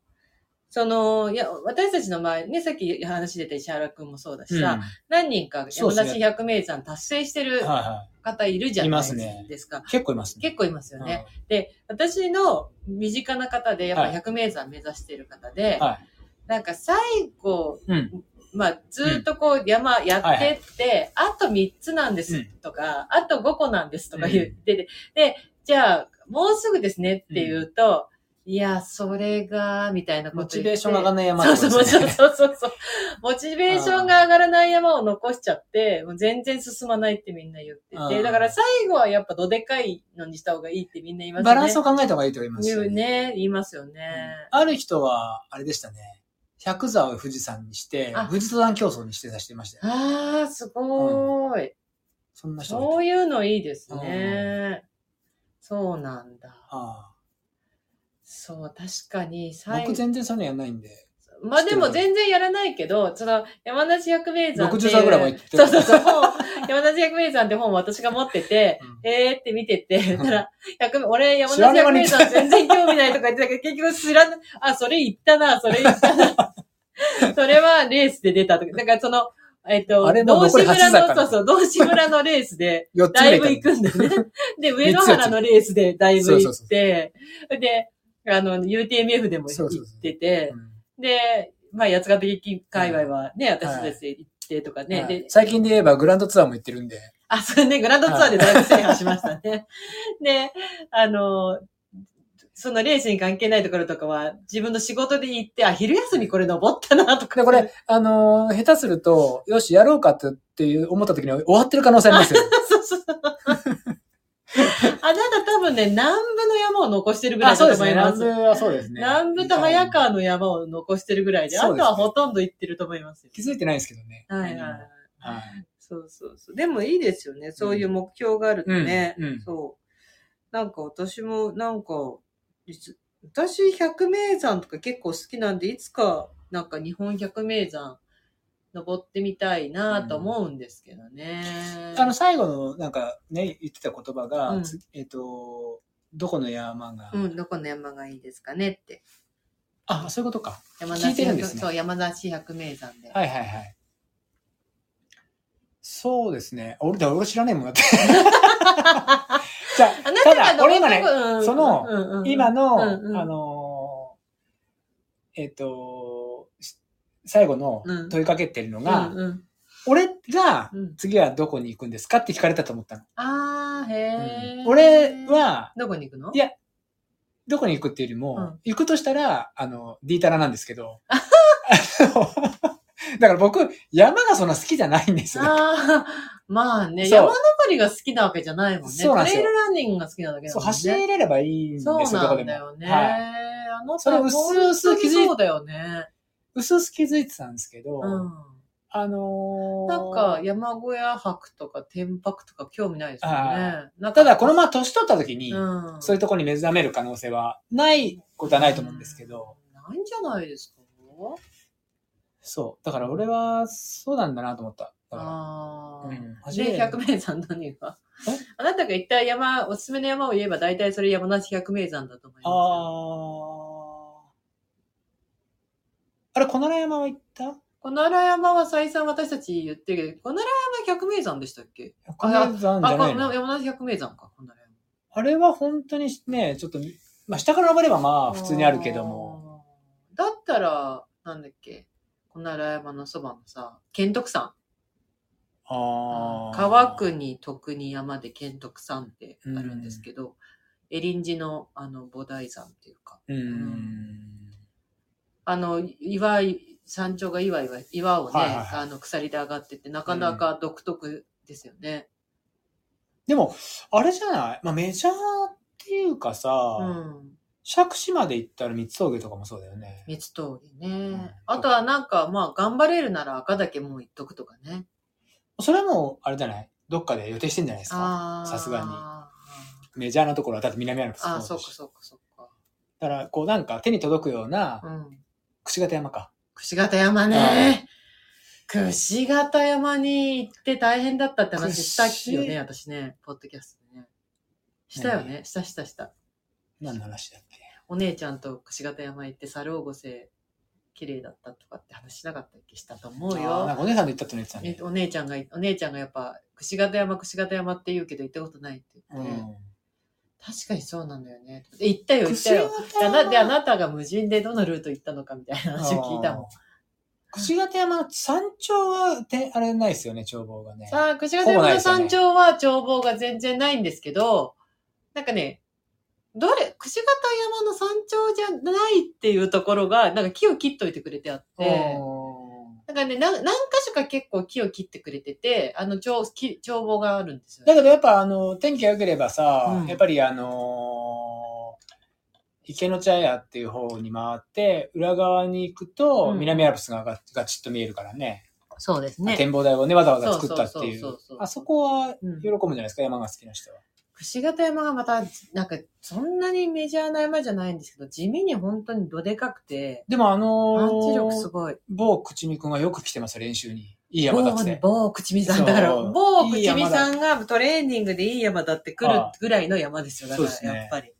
[SPEAKER 1] その、いや、私たちの前、ね、さっき話出た石原くんもそうだしさ、何人か
[SPEAKER 2] そう
[SPEAKER 1] 山
[SPEAKER 2] です
[SPEAKER 1] 梨
[SPEAKER 2] ね
[SPEAKER 1] 百名山達成して
[SPEAKER 2] う
[SPEAKER 1] る
[SPEAKER 2] んはいは
[SPEAKER 1] 方いるじゃ
[SPEAKER 2] い
[SPEAKER 1] な
[SPEAKER 2] ますね
[SPEAKER 1] いですか。
[SPEAKER 2] い。結構いますね。
[SPEAKER 1] 結構いますよね。
[SPEAKER 2] うん
[SPEAKER 1] で、私の身近な方で、やっぱ
[SPEAKER 2] はい
[SPEAKER 1] 百名山目指してる方で、
[SPEAKER 2] は
[SPEAKER 1] なんか最後、
[SPEAKER 2] うん
[SPEAKER 1] まあ、ずっとこう山やってって、あと3つなんで
[SPEAKER 2] う
[SPEAKER 1] す
[SPEAKER 2] ん
[SPEAKER 1] とか、あと5個なんですとか言ってて、で、じゃあ、もうすぐですねって言うと、いや、それが、みたいなこと言
[SPEAKER 2] モ
[SPEAKER 1] って。
[SPEAKER 2] チベーションが上がんない山
[SPEAKER 1] そうそう
[SPEAKER 2] です
[SPEAKER 1] そう
[SPEAKER 2] ね
[SPEAKER 1] そうそうそう。モチベーションが上がらない山を残しちゃって、もう全然進まないってみんな言っ
[SPEAKER 2] あ
[SPEAKER 1] てて、
[SPEAKER 2] ー
[SPEAKER 1] だから最後はやっぱどでかいのにした方がいいってみんな言いますね。
[SPEAKER 2] バランスを考えた方がいいと言いますよ
[SPEAKER 1] 言う
[SPEAKER 2] ね。
[SPEAKER 1] ね、言いますよね。
[SPEAKER 2] ある人は、あれでしたね。百座を富士山にして
[SPEAKER 1] あ、
[SPEAKER 2] 富士登山競争にして出してましたよ。
[SPEAKER 1] ああ、すごーい。
[SPEAKER 2] そんな人
[SPEAKER 1] そ
[SPEAKER 2] がいた
[SPEAKER 1] ういうのいいですね。そうなんだ。
[SPEAKER 2] あ
[SPEAKER 1] そう、確かに
[SPEAKER 2] あ
[SPEAKER 1] 最
[SPEAKER 2] 僕
[SPEAKER 1] 後。
[SPEAKER 2] 全然そういうのやんないんで。
[SPEAKER 1] まあでも全然やらないけど、その、山梨百名山っていう。
[SPEAKER 2] 60歳ぐらいまで行って
[SPEAKER 1] そうそうそう。本山梨百名山って本を私が持ってて、
[SPEAKER 2] うん
[SPEAKER 1] えーって見て
[SPEAKER 2] [LAUGHS]
[SPEAKER 1] て、
[SPEAKER 2] ん
[SPEAKER 1] たら、百名俺山
[SPEAKER 2] 知ら
[SPEAKER 1] 梨
[SPEAKER 2] ねえ
[SPEAKER 1] 百
[SPEAKER 2] 間
[SPEAKER 1] 名山
[SPEAKER 2] に
[SPEAKER 1] 全然興味ないとか言ってたけど、結局知らな、あ、それ言ったな、それ言ったな。
[SPEAKER 2] [LAUGHS]
[SPEAKER 1] それはレースで出たとか、だからその、えっと
[SPEAKER 2] あれ、も
[SPEAKER 1] 道
[SPEAKER 2] 残
[SPEAKER 1] 志
[SPEAKER 2] り
[SPEAKER 1] 村
[SPEAKER 2] 八坂
[SPEAKER 1] の、
[SPEAKER 2] だ
[SPEAKER 1] そうそう、道志村のレースで、
[SPEAKER 2] 4つぐ
[SPEAKER 1] だ
[SPEAKER 2] ら
[SPEAKER 1] い
[SPEAKER 2] い
[SPEAKER 1] ぶ行
[SPEAKER 2] いた
[SPEAKER 1] くんだね。で、上野原のレースでだいぶ行
[SPEAKER 2] そう
[SPEAKER 1] っ
[SPEAKER 2] そう
[SPEAKER 1] て、で、あの、UTMF でも行
[SPEAKER 2] そうそうそう
[SPEAKER 1] って [LAUGHS] て
[SPEAKER 2] う、ん
[SPEAKER 1] で、まあ、八ヶ岳界隈はね、私たち行ってとかね、
[SPEAKER 2] はい
[SPEAKER 1] で、
[SPEAKER 2] 最近で言えばグランドツアーも行ってるんで。
[SPEAKER 1] あ、それね、グランドツアーでだいぶ制覇しましたね。で、あの、そのレースに関係ないところとかは、自分の仕事で行って、あ、昼休みこれ登ったな、とか。
[SPEAKER 2] で、これ、あのー下手すると、よし、やろうかってっていう思った時に終わってる可能性ありますよ。
[SPEAKER 1] そうそうそう。あなた多分ね、南部の山を残してるぐらいだと思い [LAUGHS] ます。
[SPEAKER 2] 南部はそうですね。
[SPEAKER 1] 南部と早川の山を残してるぐらいで、あ
[SPEAKER 2] そ
[SPEAKER 1] と
[SPEAKER 2] うですね
[SPEAKER 1] はほとんど行ってると思いますよ。
[SPEAKER 2] 気づいてないんですけどね。
[SPEAKER 1] はいはい。
[SPEAKER 2] はい。
[SPEAKER 3] そうそうそう。でもいいですよね。そういう目標があるとね。
[SPEAKER 2] うんうん
[SPEAKER 3] そう。なんか私も、なんか、いつ私、百名山とか結構好きなんで、いつか、
[SPEAKER 1] なんか日本百名山登ってみたいなと思うんですけどね。
[SPEAKER 2] あの、最後の、なんかね、言ってた言葉が、
[SPEAKER 1] うん
[SPEAKER 2] つえっ、と、どこの山が、
[SPEAKER 3] うん、どこの山がいいですかねって。
[SPEAKER 2] あ、そういうことか。
[SPEAKER 1] 山
[SPEAKER 2] 聞いてるんですね
[SPEAKER 1] そう、山梨百名山で。
[SPEAKER 3] [LAUGHS]
[SPEAKER 2] はいはいはい。そうですね。俺、だから俺知らねえもん
[SPEAKER 1] [LAUGHS]
[SPEAKER 2] だって。じゃあ、
[SPEAKER 1] あなたが
[SPEAKER 2] ただ俺今ね
[SPEAKER 1] 登った
[SPEAKER 2] その
[SPEAKER 1] うんうんうん
[SPEAKER 2] 今の、
[SPEAKER 1] うんうん
[SPEAKER 2] あのーえっ、と、し最後の
[SPEAKER 1] うん
[SPEAKER 2] 問いかけてるのが、
[SPEAKER 1] うんうん
[SPEAKER 2] 俺が
[SPEAKER 1] うん
[SPEAKER 2] 次はどこに行くんですかって聞かれたと思ったの。
[SPEAKER 1] あー、へー。
[SPEAKER 2] 俺、は、
[SPEAKER 1] どこに行くの
[SPEAKER 2] いやどこに行くっていうよりも、
[SPEAKER 1] うん
[SPEAKER 2] 行くとしたら、あの、ディータラなんですけど。あの [LAUGHS] だから僕、山がそんな好きじゃないんですよ。
[SPEAKER 1] ああ、 [LAUGHS] まあね、
[SPEAKER 2] そう
[SPEAKER 1] 山登りが好きなわけじゃないもんね。
[SPEAKER 2] そうなんですよ
[SPEAKER 1] トレイルランニングが好きなだけだ
[SPEAKER 2] そう、
[SPEAKER 1] もんね。
[SPEAKER 2] 走れればいいんですよ、
[SPEAKER 1] そう
[SPEAKER 2] ど
[SPEAKER 1] な
[SPEAKER 2] こ
[SPEAKER 1] ん
[SPEAKER 2] でも。
[SPEAKER 1] だよね。
[SPEAKER 2] はい。
[SPEAKER 1] あの
[SPEAKER 2] それ薄々気づい
[SPEAKER 1] そうだよね。
[SPEAKER 2] うすうす気づいてたんですけど、
[SPEAKER 1] うん。
[SPEAKER 2] あのー
[SPEAKER 1] なんか、山小屋泊とか天泊とか興味ないですよね
[SPEAKER 2] は。
[SPEAKER 1] なんか
[SPEAKER 2] ただこのまま年取った時に、
[SPEAKER 1] うん。
[SPEAKER 2] そういうところに目覚める可能性はないことはないと思うんですけど、
[SPEAKER 1] うん。ないんじゃないですか
[SPEAKER 2] そう。だから俺は、そうなんだなと思った。だか
[SPEAKER 1] ああ。
[SPEAKER 2] うん初めて
[SPEAKER 1] で、百名山何が
[SPEAKER 2] え
[SPEAKER 1] あなたが一体山、おすすめの山を言えば大体それ山梨百名山だと思います
[SPEAKER 2] ら、あ
[SPEAKER 1] よ。
[SPEAKER 2] ー。あれ、この山は行った
[SPEAKER 1] この荒山は再三私たち言ってるけど、この荒山百名山でしたっけ
[SPEAKER 2] この山じゃ
[SPEAKER 1] あ、こ
[SPEAKER 2] ない
[SPEAKER 1] の
[SPEAKER 2] の
[SPEAKER 1] 山梨百名山か、この荒山。
[SPEAKER 2] あれは本当にね、ちょっと、まあ、下から登ればまあ、普通にあるけども。
[SPEAKER 1] あー。だったら、なんだっけ、この荒山のそばのさ、剣徳山。
[SPEAKER 2] あー
[SPEAKER 1] 川。国徳に山で剣徳山ってあるんですけど、エリンジのあの菩提山っていうか、
[SPEAKER 2] うん。
[SPEAKER 1] あの、岩い、山頂が岩岩、岩をね、
[SPEAKER 2] はいはいはい
[SPEAKER 1] あの、鎖で上がってて、なかなか独特ですよね。
[SPEAKER 2] でも、あれじゃないまあ、メジャーっていうかさ、
[SPEAKER 1] うん。
[SPEAKER 2] 釈子まで行ったら三つ峠とかもそうだよね。
[SPEAKER 1] 三つ通り
[SPEAKER 2] ん
[SPEAKER 1] ね。あとはなんか、まあ、頑張れるなら赤だけもう言っとくとかね。
[SPEAKER 2] それはもう、あれじゃないどっかで予定してんじゃないですか。
[SPEAKER 1] ああ。
[SPEAKER 2] さすがに
[SPEAKER 1] あ
[SPEAKER 2] メジャーなところは、だって南アルプス
[SPEAKER 1] あ、
[SPEAKER 2] だし
[SPEAKER 1] そうかそうかそうか。
[SPEAKER 2] だから、こうなんか手に届くような、
[SPEAKER 1] うん。
[SPEAKER 2] 櫛形山か。
[SPEAKER 1] 櫛形山ね。櫛形山に行って大変だったって話したっけよね、私ね。ポッドキャストでね。したよね。したしたした。
[SPEAKER 2] 何の話だっけ
[SPEAKER 1] お姉ちゃんと櫛形山行って猿大越綺麗だったとかって話しなかったっけしたと思う
[SPEAKER 2] あーなん
[SPEAKER 1] よ。
[SPEAKER 2] かお姉さんと行ったって言ってた
[SPEAKER 1] えっ
[SPEAKER 2] ね
[SPEAKER 1] と。お姉ちゃんが、お姉ちゃんがやっぱ、櫛形山、櫛形山って言うけど行ったことないって
[SPEAKER 2] う
[SPEAKER 1] 言って、
[SPEAKER 2] ん。
[SPEAKER 1] 確かにそうなんだよね。で行ったよ、行った
[SPEAKER 2] 櫛
[SPEAKER 1] よ。
[SPEAKER 2] 形
[SPEAKER 1] だ
[SPEAKER 2] 山
[SPEAKER 1] なで、あなたが無人でどのルート行ったのかみたいな話を聞いたもん
[SPEAKER 2] あー。。櫛形山の山頂は、てあれないですよね、眺望がね。
[SPEAKER 1] さあ、櫛形山の山頂は眺望が全然ないんですけど、なんかね、どれ、櫛形山の山頂じゃないっていうところが、なんか木を切っといてくれてあって、
[SPEAKER 2] うん
[SPEAKER 1] なんかね、な何箇所か結構木を切ってくれてて、あの、眺木眺望があるんですよ
[SPEAKER 2] だ
[SPEAKER 1] ね。
[SPEAKER 2] けどやっぱあの、天気が良ければさ、
[SPEAKER 1] うん
[SPEAKER 2] やっぱりあのー池の茶屋っていう方に回って、裏側に行くと、
[SPEAKER 1] うん
[SPEAKER 2] 南アルプスがががちっと見えるからね。
[SPEAKER 1] そうです
[SPEAKER 2] 展望台をね、わざわざ作ったって
[SPEAKER 1] そうそう
[SPEAKER 2] い
[SPEAKER 1] そううそう。
[SPEAKER 2] あそこは
[SPEAKER 1] うん
[SPEAKER 2] 喜ぶんじゃないですか、山が好きな人は。
[SPEAKER 1] 櫛形山がまた、なんか、そんなにメジャーな山じゃないんですけど、地味に本当にどでかくて、
[SPEAKER 2] でもあ
[SPEAKER 1] パ
[SPEAKER 2] の
[SPEAKER 1] ンチ力す
[SPEAKER 2] ー、
[SPEAKER 1] ごい。
[SPEAKER 2] 某口見くんがよく来てますよ、練習に。いい山だっつって。
[SPEAKER 1] 某某口見さんだから、
[SPEAKER 2] そう
[SPEAKER 1] 某口見さんがトレーニングでいい山だって来る
[SPEAKER 2] ああ
[SPEAKER 1] ぐらいの山ですよ。だか
[SPEAKER 2] そうです
[SPEAKER 1] ら、
[SPEAKER 2] ね
[SPEAKER 1] やっぱり。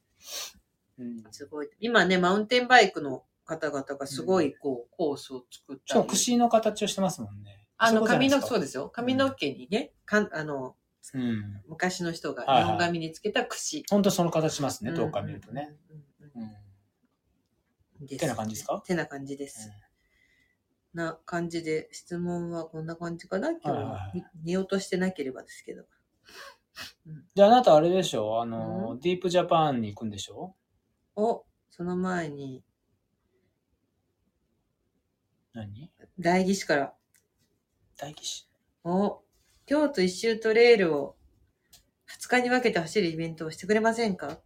[SPEAKER 2] うん
[SPEAKER 1] すごい。今ね、マウンテンバイクの方々がすごい、こう、コースを作っ
[SPEAKER 2] したかも
[SPEAKER 1] り。
[SPEAKER 2] 櫛の形をしてますもんね。
[SPEAKER 1] あの、髪の、そう
[SPEAKER 2] う
[SPEAKER 1] ですよ。髪の毛にね、かんあの、
[SPEAKER 2] うん。
[SPEAKER 1] 昔の人が
[SPEAKER 2] はいはい
[SPEAKER 1] 日本髪につけた櫛。
[SPEAKER 2] 本当その形しますね、
[SPEAKER 1] うん
[SPEAKER 2] 遠くから見るとね。。
[SPEAKER 1] うんうん
[SPEAKER 2] うん。
[SPEAKER 1] うんで
[SPEAKER 2] てな感じですか
[SPEAKER 1] てな感じです。な感じで、質問はこんな感じかな今日
[SPEAKER 2] はいはい
[SPEAKER 1] は
[SPEAKER 2] は。い
[SPEAKER 1] 見見落としてなければですけど。
[SPEAKER 2] で、あなたあれでしょあの、ディープジャパンに行くんでしょ
[SPEAKER 1] お、その前に、
[SPEAKER 2] 何
[SPEAKER 1] 代議士から、
[SPEAKER 2] 大騎士。
[SPEAKER 1] お、京都一周トレイルを2日に分けて走るイベントをしてくれませんか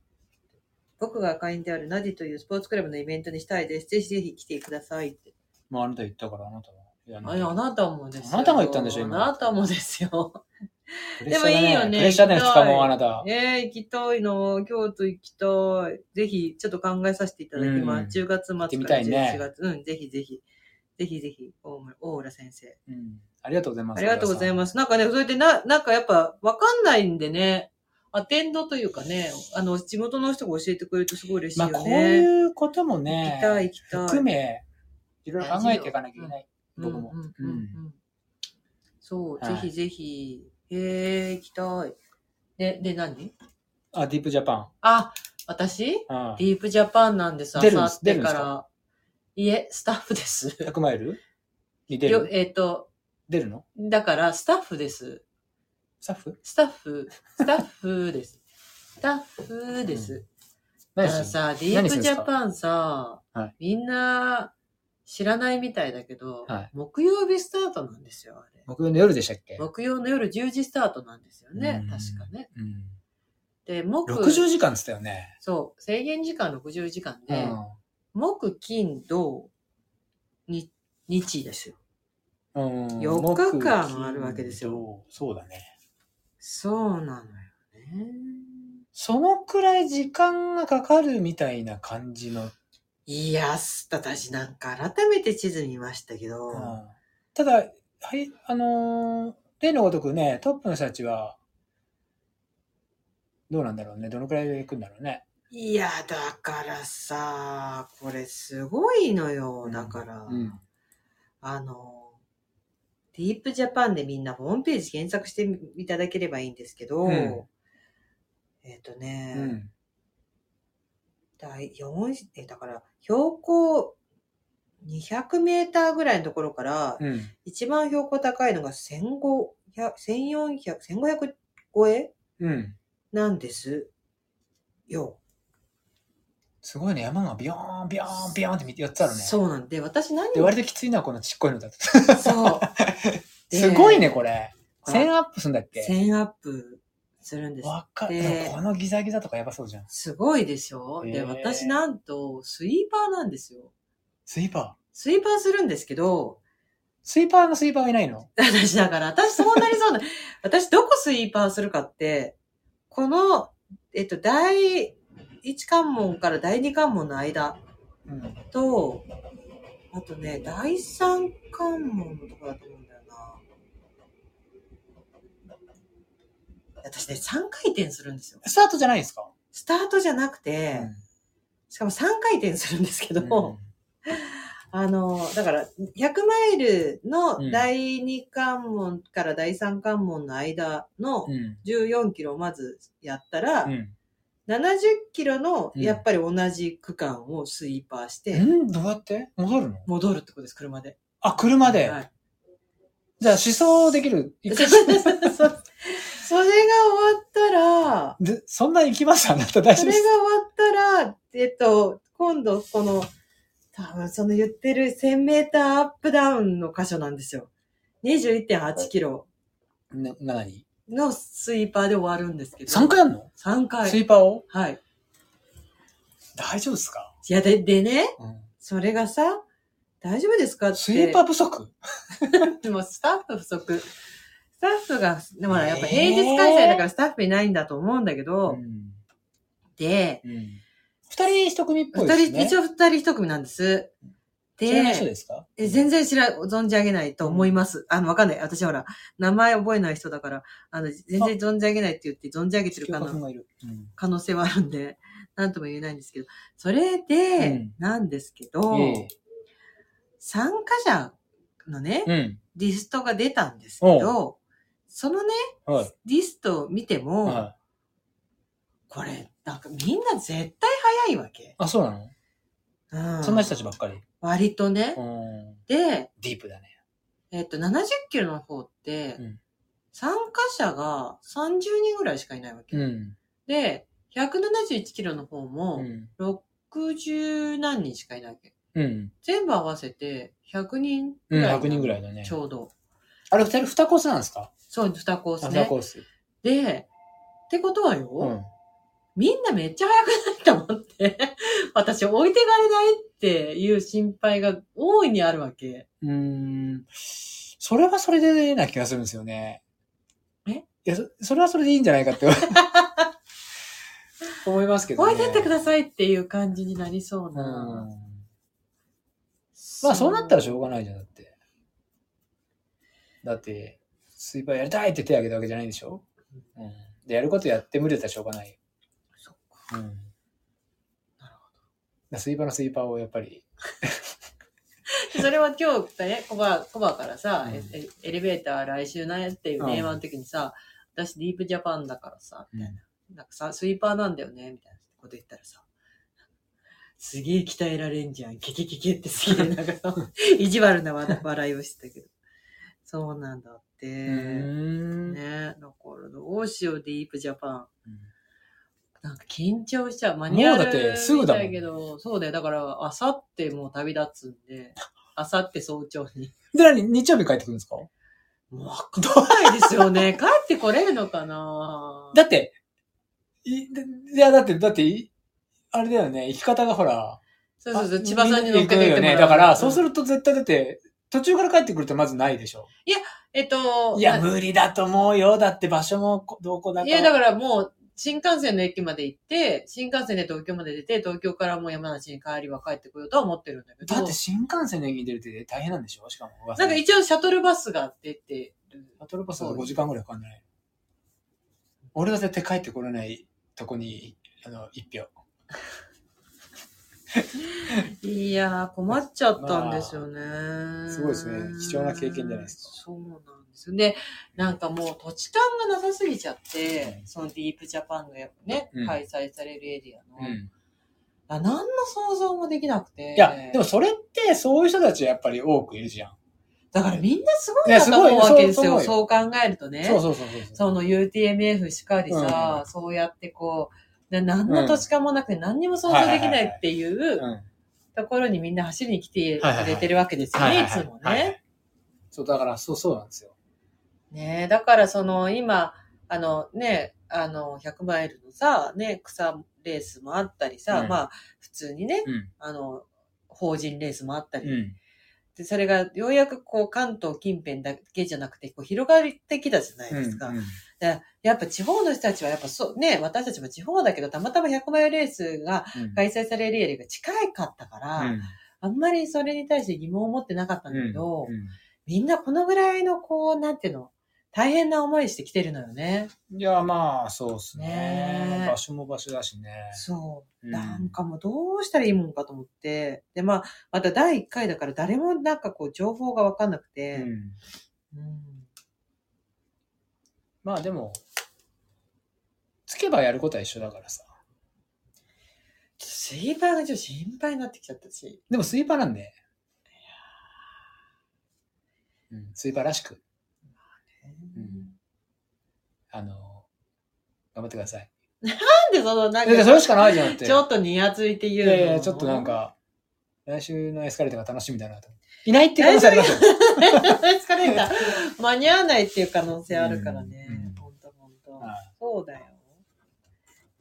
[SPEAKER 1] 僕が会員であるナディというスポーツクラブのイベントにしたいです。ぜひぜひ来てくださいって。
[SPEAKER 2] まあ、あなた行ったから、あなたは。いや、
[SPEAKER 1] あいや、あなたもですよ。
[SPEAKER 2] あなたが言ったんでしょ今
[SPEAKER 1] あなたもですよ。
[SPEAKER 2] プレッシャーだ
[SPEAKER 1] でもいいよね
[SPEAKER 2] プレッシャーだよ、
[SPEAKER 1] 行き
[SPEAKER 2] 2
[SPEAKER 1] たい
[SPEAKER 2] 日もあなた。
[SPEAKER 1] ええ行きたいの。京都行きたい。ぜひ、ちょっと考えさせていただきます。
[SPEAKER 2] うん
[SPEAKER 1] 10月末か
[SPEAKER 2] 行ってみた
[SPEAKER 1] ら
[SPEAKER 2] いね
[SPEAKER 1] 11月。うん、ぜひぜひ。ぜひぜひ、大村大浦先生。
[SPEAKER 2] うん。ありがとうございます。。
[SPEAKER 1] ありがとうございますす。なんかね、それでな、なんかやっぱわかんないんでね、アテンドというかね、あの、地元の人が教えてくれるとすごい嬉しい
[SPEAKER 2] ま
[SPEAKER 1] よ
[SPEAKER 2] あ、
[SPEAKER 1] ね。
[SPEAKER 2] こういうこともね
[SPEAKER 1] 行、きたい行きたい。
[SPEAKER 2] 含め、いろいろ考えていかなきゃいけない。僕も
[SPEAKER 1] う。んうんうんうんそう、
[SPEAKER 2] はい
[SPEAKER 1] ぜひぜひ。へえ、行きたい。で、で何
[SPEAKER 2] あ、ディープジャパ
[SPEAKER 1] あ、私
[SPEAKER 2] ン。う
[SPEAKER 1] ディープジャパンなんです。
[SPEAKER 2] 出るん
[SPEAKER 1] あ
[SPEAKER 2] です
[SPEAKER 1] さって
[SPEAKER 2] 出るんで
[SPEAKER 1] か
[SPEAKER 2] す
[SPEAKER 1] ら。いえ、スタッフです。
[SPEAKER 2] ん。100マイルに出
[SPEAKER 1] よ
[SPEAKER 2] る
[SPEAKER 1] えっ、と、
[SPEAKER 2] 出るの
[SPEAKER 1] だからスタッフです。
[SPEAKER 2] スタッフ
[SPEAKER 1] スタッフ、スタッフです。スタッフです。だ
[SPEAKER 2] 何
[SPEAKER 1] から
[SPEAKER 2] する
[SPEAKER 1] さ、ディープジャパンさ、
[SPEAKER 2] はい
[SPEAKER 1] みんな知らないみたいだけど、
[SPEAKER 2] はい
[SPEAKER 1] 木曜日スタートなんですよ、あれ。
[SPEAKER 2] 木曜の夜でしたっけ
[SPEAKER 1] 木曜の夜10時スタートなんですよね
[SPEAKER 2] う、ん
[SPEAKER 1] 確かね。
[SPEAKER 2] うん。
[SPEAKER 1] で、木、
[SPEAKER 2] 60時間っつったよね。
[SPEAKER 1] そう、制限時間60時間
[SPEAKER 2] う
[SPEAKER 1] で、
[SPEAKER 2] ん。
[SPEAKER 1] 木、金、土、日、日ですよ。
[SPEAKER 2] うん
[SPEAKER 1] 四日間あるわけですよ。
[SPEAKER 2] 木金土そうだね。
[SPEAKER 1] そうなのよね。
[SPEAKER 2] そのくらい時間がかかるみたいな感じの。
[SPEAKER 1] いや、す私なんか改めて地図見ましたけど、
[SPEAKER 2] うんただ、はい、あのー例のごとくね、トップの人たちは、どうなんだろうね。どのくらいで行くんだろうね。
[SPEAKER 1] いや、だからさ、これすごいのよ。だから、
[SPEAKER 2] うん。
[SPEAKER 1] あの、ディープジャパンでみんなホームページ検索していただければいいんですけど、
[SPEAKER 2] うん
[SPEAKER 1] えっ、と
[SPEAKER 2] う
[SPEAKER 1] ね、
[SPEAKER 2] ん。
[SPEAKER 1] 第4え、だから、標高200メーターぐらいのところから、
[SPEAKER 2] うん。
[SPEAKER 1] 一番標高高いのが1500、1400、1500超え
[SPEAKER 2] うん。
[SPEAKER 1] なんですよ。
[SPEAKER 2] すごいね。山がビヨーン、ビヨーン、ビヨーンって見て4つあるね。
[SPEAKER 1] そうなんで、私何
[SPEAKER 2] で、
[SPEAKER 1] を
[SPEAKER 2] 割ときついのはこのちっこいのだと。
[SPEAKER 1] そう。
[SPEAKER 2] [LAUGHS] すごいね、これ。
[SPEAKER 1] これ
[SPEAKER 2] 1000アップすんだっけ
[SPEAKER 1] 1000アップするんです。
[SPEAKER 2] わか
[SPEAKER 1] で
[SPEAKER 2] る。でもこのギザギザとかやばそうじゃん。
[SPEAKER 1] すごいでしょ
[SPEAKER 2] へ
[SPEAKER 1] で、
[SPEAKER 2] ー
[SPEAKER 1] 私なんと、スイーパーなんですよ。
[SPEAKER 2] スイーパー。
[SPEAKER 1] スイーパーするんですけど、
[SPEAKER 2] スイーパーのスイーパーはいないの
[SPEAKER 1] 私だから、私そうなりそうな、 [LAUGHS] 私どこスイーパーするかって、この、えっと、第一関門から第二関門の間
[SPEAKER 2] うん。
[SPEAKER 1] と、あとね、第三関門のとこだと思うんだよな。私ね、3回転するんですよ。
[SPEAKER 2] スタートじゃないんですか
[SPEAKER 1] スタートじゃなくて、
[SPEAKER 2] うん
[SPEAKER 1] しかも3回転するんですけど、
[SPEAKER 2] うん
[SPEAKER 1] あの、だから、100マイルの第2関門から第3関門の間の
[SPEAKER 2] うん。
[SPEAKER 1] 14キロをまずやったら、
[SPEAKER 2] うん
[SPEAKER 1] 70キロの
[SPEAKER 2] うん
[SPEAKER 1] やっぱり同じ区間をスイーパーして、
[SPEAKER 2] うん、どうやって戻るの
[SPEAKER 1] 戻るってことです、車で。
[SPEAKER 2] あ、車で。
[SPEAKER 1] はい
[SPEAKER 2] じゃあ、思想でき [LAUGHS] る。一
[SPEAKER 1] そう
[SPEAKER 2] 回
[SPEAKER 1] そうそうそうそれが終わったら、
[SPEAKER 2] で、そんな行きますあなた大
[SPEAKER 1] そ
[SPEAKER 2] 丈夫
[SPEAKER 1] れ
[SPEAKER 2] で
[SPEAKER 1] が終
[SPEAKER 2] す。
[SPEAKER 1] わったら、えっと、今度この、多分その言ってる1000メーターアップダウンの箇所なんですよ。21.8キロ。
[SPEAKER 2] な、な何
[SPEAKER 1] のスイーパーで終わるんですけど。
[SPEAKER 2] ?3 回やんの
[SPEAKER 1] ?3 回。
[SPEAKER 2] スイーパーを
[SPEAKER 1] はい。
[SPEAKER 2] 大丈夫ですか
[SPEAKER 1] いや、で、でね、
[SPEAKER 2] うん
[SPEAKER 1] それがさ、大丈夫ですかって。
[SPEAKER 2] スイーパー不足
[SPEAKER 1] でもスタッフ不足。スタッフが、でもやっぱ平日開催だからスタッフいないんだと思うんだけど、
[SPEAKER 2] ん。
[SPEAKER 1] で、
[SPEAKER 2] うん二人一組っぽ
[SPEAKER 1] 二
[SPEAKER 2] いで
[SPEAKER 1] 人、
[SPEAKER 2] すね。
[SPEAKER 1] 一応二人一組なんです。
[SPEAKER 2] 知らない人
[SPEAKER 1] で、
[SPEAKER 2] ですか
[SPEAKER 1] え全然知ら、存じ上げないと思います。あの、わかんない。私ほら、名前覚えない人だから、あの、全然存じ上げないって言って、存じ上げてる
[SPEAKER 2] 清
[SPEAKER 1] かな
[SPEAKER 2] 岡君がいる。うん
[SPEAKER 1] 可能性はあるんで、なんとも言えないんですけど、それで
[SPEAKER 2] ん、
[SPEAKER 1] なんですけど、
[SPEAKER 2] ええ
[SPEAKER 1] 参加者のね、
[SPEAKER 2] うん。
[SPEAKER 1] リストが出たんですけど、そのね、
[SPEAKER 2] はい。
[SPEAKER 1] リストを見ても、
[SPEAKER 2] はい。
[SPEAKER 1] これ、なんかみんな絶対早いわけ。
[SPEAKER 2] あ、そうなの
[SPEAKER 1] う
[SPEAKER 2] そんな人たちばっかり。
[SPEAKER 1] 割とね。
[SPEAKER 2] うん。
[SPEAKER 1] で、
[SPEAKER 2] ディープだね。
[SPEAKER 1] えっと、70キロの方って、
[SPEAKER 2] うん
[SPEAKER 1] 参加者が30人ぐらいしかいないわけ。
[SPEAKER 2] うん。
[SPEAKER 1] で、171キロの方
[SPEAKER 2] う
[SPEAKER 1] も、
[SPEAKER 2] ん。
[SPEAKER 1] 60何人しかいないわけ。
[SPEAKER 2] うん。
[SPEAKER 1] 全部合わせて100人
[SPEAKER 2] う
[SPEAKER 1] ぐ
[SPEAKER 2] ん、
[SPEAKER 1] らい。
[SPEAKER 2] 100人ぐらいだね
[SPEAKER 1] ち。ょうど。
[SPEAKER 2] あれ、二人二コースなんですか
[SPEAKER 1] そう、2コー
[SPEAKER 2] あ
[SPEAKER 1] ス
[SPEAKER 2] 二
[SPEAKER 1] ね
[SPEAKER 2] コ。ース。
[SPEAKER 1] で、ってことはよ、
[SPEAKER 2] うん。
[SPEAKER 1] みんなめっちゃ早くないと思って、 [LAUGHS] 私置いてかれないっていう心配が大いにあるわけ。
[SPEAKER 2] うーんそれはそれでな気がするんですよね。
[SPEAKER 1] え
[SPEAKER 2] いや、そそれはそれでいいんじゃないかって思いますけど
[SPEAKER 1] 置 [LAUGHS]
[SPEAKER 2] ね。
[SPEAKER 1] いてってくださいっていう感じになりそう
[SPEAKER 2] うん
[SPEAKER 1] な。
[SPEAKER 2] まあそうなったらしょうがないじゃん、だって。だって、スイーパーやりたいって手挙げたわけじゃないでしょ、うん、で、やることやって無理だったらしょうがないよ。
[SPEAKER 1] そっか
[SPEAKER 2] うん。だスイーパーのスイーパーをやっぱり。
[SPEAKER 4] [LAUGHS] それは今日、ね、コバ、コバからさ、
[SPEAKER 2] うん
[SPEAKER 4] エエレベーター来週なんやっていう電話の時にさ、私ディープジャパンだからさ、みたいな。なんかさ、スイーパーなんだよね、みたいなこと言ったらさ、すげえ鍛えられんじゃん、ケケケケってすげえ、なんか
[SPEAKER 2] [LAUGHS]
[SPEAKER 4] さ、
[SPEAKER 1] 意地悪なわだ笑いをしてたけど。そうなんだって。ね
[SPEAKER 2] ん
[SPEAKER 1] だから、どうしよう、ディープジャパン。
[SPEAKER 2] うん
[SPEAKER 1] なんか緊張しちゃう。マニュアル
[SPEAKER 2] もうだってすぐだもん
[SPEAKER 1] みたいけど、そうだよ。だから、あさってもう旅立つん
[SPEAKER 2] [LAUGHS]
[SPEAKER 1] で、あさって早朝に。
[SPEAKER 2] で、何日曜日帰ってくるんですか
[SPEAKER 1] もうわかんないですよ [LAUGHS] ね。帰ってこれるのかな
[SPEAKER 2] だって、い、いや、だって、だってい、あれだよね、生き方がほら、
[SPEAKER 1] そうそうそう、
[SPEAKER 2] あ
[SPEAKER 1] 千葉さんに乗っけて
[SPEAKER 2] 行く
[SPEAKER 1] いっ
[SPEAKER 2] よ
[SPEAKER 1] てもら
[SPEAKER 2] ね。
[SPEAKER 1] う。
[SPEAKER 2] だから、そうす
[SPEAKER 1] る。
[SPEAKER 2] ると絶対だって、途中から帰ってくるってまずないでしょ。
[SPEAKER 1] えっと、
[SPEAKER 2] いや、
[SPEAKER 1] ま
[SPEAKER 2] 無理だと思うよ。だって場所もこどこだ
[SPEAKER 1] あ
[SPEAKER 2] か。
[SPEAKER 1] いや、だからもう、新幹線の駅まで行って、新幹線で東京まで出て、東京からもう山梨に帰りは帰ってこようとは思ってるんだけど。
[SPEAKER 2] だって新幹線の駅に出るって大変なんでしょしかも。
[SPEAKER 1] なんか一応シャトルバスが出てる。
[SPEAKER 2] バトルパスだと5時間ぐらいかかんない。俺は絶対帰ってこれないとこに、あの、一票。
[SPEAKER 1] いやー、困っちゃったんですよね、
[SPEAKER 2] すごいですね貴重な経験じゃないですか
[SPEAKER 1] そうなんですよ。で、なんかもう土地勘がなさすぎちゃって、そのディープジャパンのね、
[SPEAKER 2] うん
[SPEAKER 1] 開催されるエリア
[SPEAKER 2] う
[SPEAKER 1] の、
[SPEAKER 2] ん。
[SPEAKER 1] あ何の想像もできなくて。
[SPEAKER 2] いや、でもそれってそういう人たちやっぱり多くいるじゃん。
[SPEAKER 1] だからみんなすごい
[SPEAKER 2] いや
[SPEAKER 1] な
[SPEAKER 2] す
[SPEAKER 1] と
[SPEAKER 2] ごい
[SPEAKER 1] 思うわけですよ。
[SPEAKER 2] そう
[SPEAKER 1] そう考えるとね。
[SPEAKER 2] そうそうそうそうそう。
[SPEAKER 1] その UTMF しかりさ、そうやってこう、な何の土地勘もなくて何にも想像できないっていう、
[SPEAKER 2] うん。
[SPEAKER 1] ところにみんな走りに来て
[SPEAKER 2] はいはい
[SPEAKER 1] くれてるわけですよね、いつもね。。
[SPEAKER 2] そう、だから、そう、そうなんですよ。
[SPEAKER 1] ねだからその今、あのね、あの、100マイルのさ、ね、草レースもあったりさ、
[SPEAKER 2] うん
[SPEAKER 1] まあ、普通にね、
[SPEAKER 2] うん。
[SPEAKER 1] あの、法人レースもあったり、
[SPEAKER 2] うん。
[SPEAKER 1] で、それがようやくこう関東近辺だけじゃなくて、こう広がってきたじゃないですか。
[SPEAKER 2] うん
[SPEAKER 1] でやっぱ地方の人たちはやっぱそう、ね、私たちも地方だけど、たまたま100マイルレースが
[SPEAKER 2] うん
[SPEAKER 1] 開催されるエリアが近かったから、
[SPEAKER 2] うん
[SPEAKER 1] あんまりそれに対して疑問を持ってなかったんだけど、
[SPEAKER 2] うん
[SPEAKER 1] みんなこのぐらいのこう、なんていうの、大変な思いしてきてるのよね。
[SPEAKER 2] いや、まあ、そうです
[SPEAKER 1] ね
[SPEAKER 2] ね。
[SPEAKER 1] え
[SPEAKER 2] 場所も場所だしね。
[SPEAKER 1] そうう。
[SPEAKER 2] ん
[SPEAKER 1] なんかもうどうしたらいいもんかと思って。で、まあ、また第1回だから誰もなんかこう情報がわかんなく
[SPEAKER 2] う
[SPEAKER 1] て。
[SPEAKER 2] ん
[SPEAKER 1] うん。
[SPEAKER 2] まあ、でも、つけばやることは一緒だからさ。
[SPEAKER 1] ちょっとスイーパーがちょっと心配になってきちゃったし。
[SPEAKER 2] でも、スイーパーなんで。うんスイーパーらしく、んあの、頑張ってください。
[SPEAKER 1] なんでその、なん
[SPEAKER 2] いやそ
[SPEAKER 1] か、
[SPEAKER 2] れしかないじゃんだって。
[SPEAKER 1] ちょっとにやついて言う
[SPEAKER 2] い
[SPEAKER 1] の。
[SPEAKER 2] やいや、ちょっとなん。か、来週のエスカレーターが楽しみだなと。いないっていう可能性ありますよ。
[SPEAKER 1] [LAUGHS] 疲れた。間に合わないっていう可能性あるからね
[SPEAKER 2] うんうん。
[SPEAKER 1] ほんとほんと。
[SPEAKER 2] は
[SPEAKER 1] そうだよ。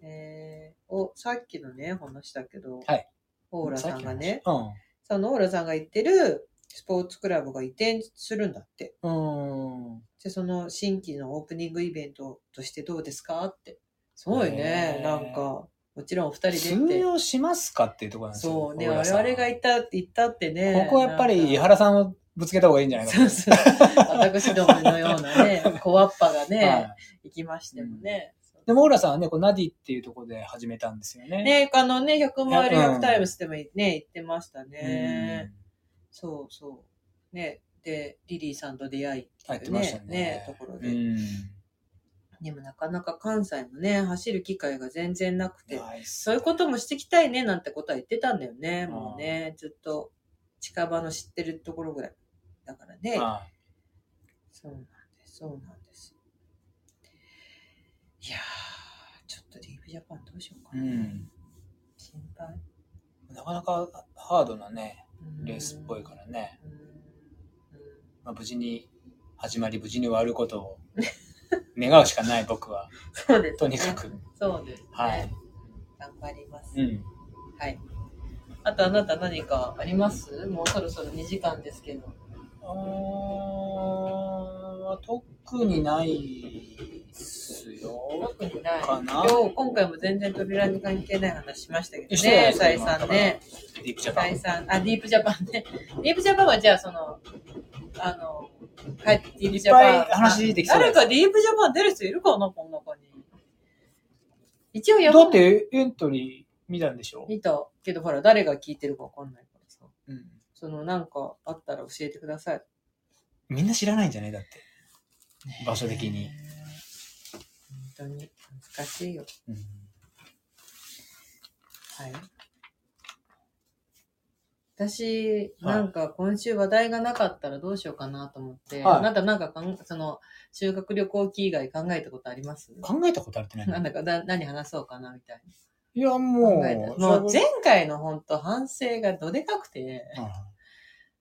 [SPEAKER 1] えー、お、さっきのね、話だけど。
[SPEAKER 2] はい。
[SPEAKER 1] オーラさんがね。、
[SPEAKER 2] うん。
[SPEAKER 1] そのオーラさんが行ってるスポーツクラブが移転するんだって。
[SPEAKER 2] うーん。
[SPEAKER 1] で、その新規のオープニングイベントとしてどうですかって。すごいね
[SPEAKER 2] へ。ー
[SPEAKER 1] なんか、もちろんお二人
[SPEAKER 2] 通
[SPEAKER 1] でって。
[SPEAKER 2] 用しますかっていうところなんですよ。
[SPEAKER 1] そうね、
[SPEAKER 2] 小倉
[SPEAKER 1] 我
[SPEAKER 2] さん
[SPEAKER 1] 々が行ったって言ったってね。
[SPEAKER 2] ここはやっぱり、井
[SPEAKER 1] なんか
[SPEAKER 2] 原さんをぶつけた方がいいんじゃないか
[SPEAKER 1] そう
[SPEAKER 2] と。
[SPEAKER 1] そう。私どものような
[SPEAKER 2] [LAUGHS]
[SPEAKER 1] ね、小わっぱが
[SPEAKER 2] はい
[SPEAKER 1] ね、行きましてもね。
[SPEAKER 2] でも、オーラさんはね、こうナディっていうところで始めたんですよね。
[SPEAKER 1] ね、あのね、100マイル
[SPEAKER 2] うん
[SPEAKER 1] 100タイムスでもね、行ってました
[SPEAKER 2] うん
[SPEAKER 1] ね。そうそう。ね、で、リリーさんと出会いって
[SPEAKER 2] 入
[SPEAKER 1] い
[SPEAKER 2] って
[SPEAKER 1] う
[SPEAKER 2] ました
[SPEAKER 1] ね
[SPEAKER 2] ね。、
[SPEAKER 1] ねところで、
[SPEAKER 2] うん。
[SPEAKER 1] でもなかなか関西もね、走る機会が全然なくて、
[SPEAKER 2] ナイス
[SPEAKER 1] そういうこともしてきたいね、なんてことは言ってたんだよね、もうね、ずっと近場の知ってるところぐらい。だからね、
[SPEAKER 2] は
[SPEAKER 1] そうなんです、そうなんです。いやー、ちょっとリーブジャパンどうしようか
[SPEAKER 2] い
[SPEAKER 1] な。
[SPEAKER 2] うん
[SPEAKER 1] 心配。
[SPEAKER 2] なかなかハードなね、
[SPEAKER 1] うん
[SPEAKER 2] レースっぽいからね。
[SPEAKER 1] うん
[SPEAKER 2] まあ、無事に始まり、無事に終わることを願うしか
[SPEAKER 1] [LAUGHS]
[SPEAKER 2] ない僕は、
[SPEAKER 1] そうですね。
[SPEAKER 2] とにかく。
[SPEAKER 1] そうですね。
[SPEAKER 2] はい。
[SPEAKER 1] 頑張ります。
[SPEAKER 2] うん。
[SPEAKER 1] はい。あとあなた何かありますもうそろそろ2時間ですけど。
[SPEAKER 2] あー特にないっすよ。
[SPEAKER 1] 特にない。
[SPEAKER 2] かな
[SPEAKER 1] 今日、今回も全然扉に関係ない話しましたけど
[SPEAKER 2] してない
[SPEAKER 1] ね
[SPEAKER 2] で。す
[SPEAKER 1] 再三ね。
[SPEAKER 2] ディープジャパン
[SPEAKER 1] 再。三。あ、ディープジャパンね。 [LAUGHS] ディープジャパンはじゃあその、あの、はい、ディープジャパン。
[SPEAKER 2] いっぱい話できそうで
[SPEAKER 1] 誰
[SPEAKER 2] す
[SPEAKER 1] かディープジャパン出る人いるかなこの中に。一応や
[SPEAKER 2] だってエントリー見たんでしょ、
[SPEAKER 1] 見たけどほら、誰が聞いてるかわかんないからさ。
[SPEAKER 2] うん、
[SPEAKER 1] そのなんかあったら教えてください。
[SPEAKER 2] みんな知らないんじゃないだって。場所的に
[SPEAKER 1] ね。本当に難しいよ。
[SPEAKER 2] うん
[SPEAKER 1] はい。私、なんか今週話題がなかったらどうしようかなと思って、
[SPEAKER 2] はい
[SPEAKER 1] あなたなんかかん、その、修学旅行期以外考えたことあります
[SPEAKER 2] 考えたことあるって
[SPEAKER 1] な
[SPEAKER 2] 何
[SPEAKER 1] んだかだ何話そうかなみたい
[SPEAKER 2] いや、
[SPEAKER 1] な。考え
[SPEAKER 2] も
[SPEAKER 1] た
[SPEAKER 2] う。
[SPEAKER 1] もう前回の本当反省がどでかくて、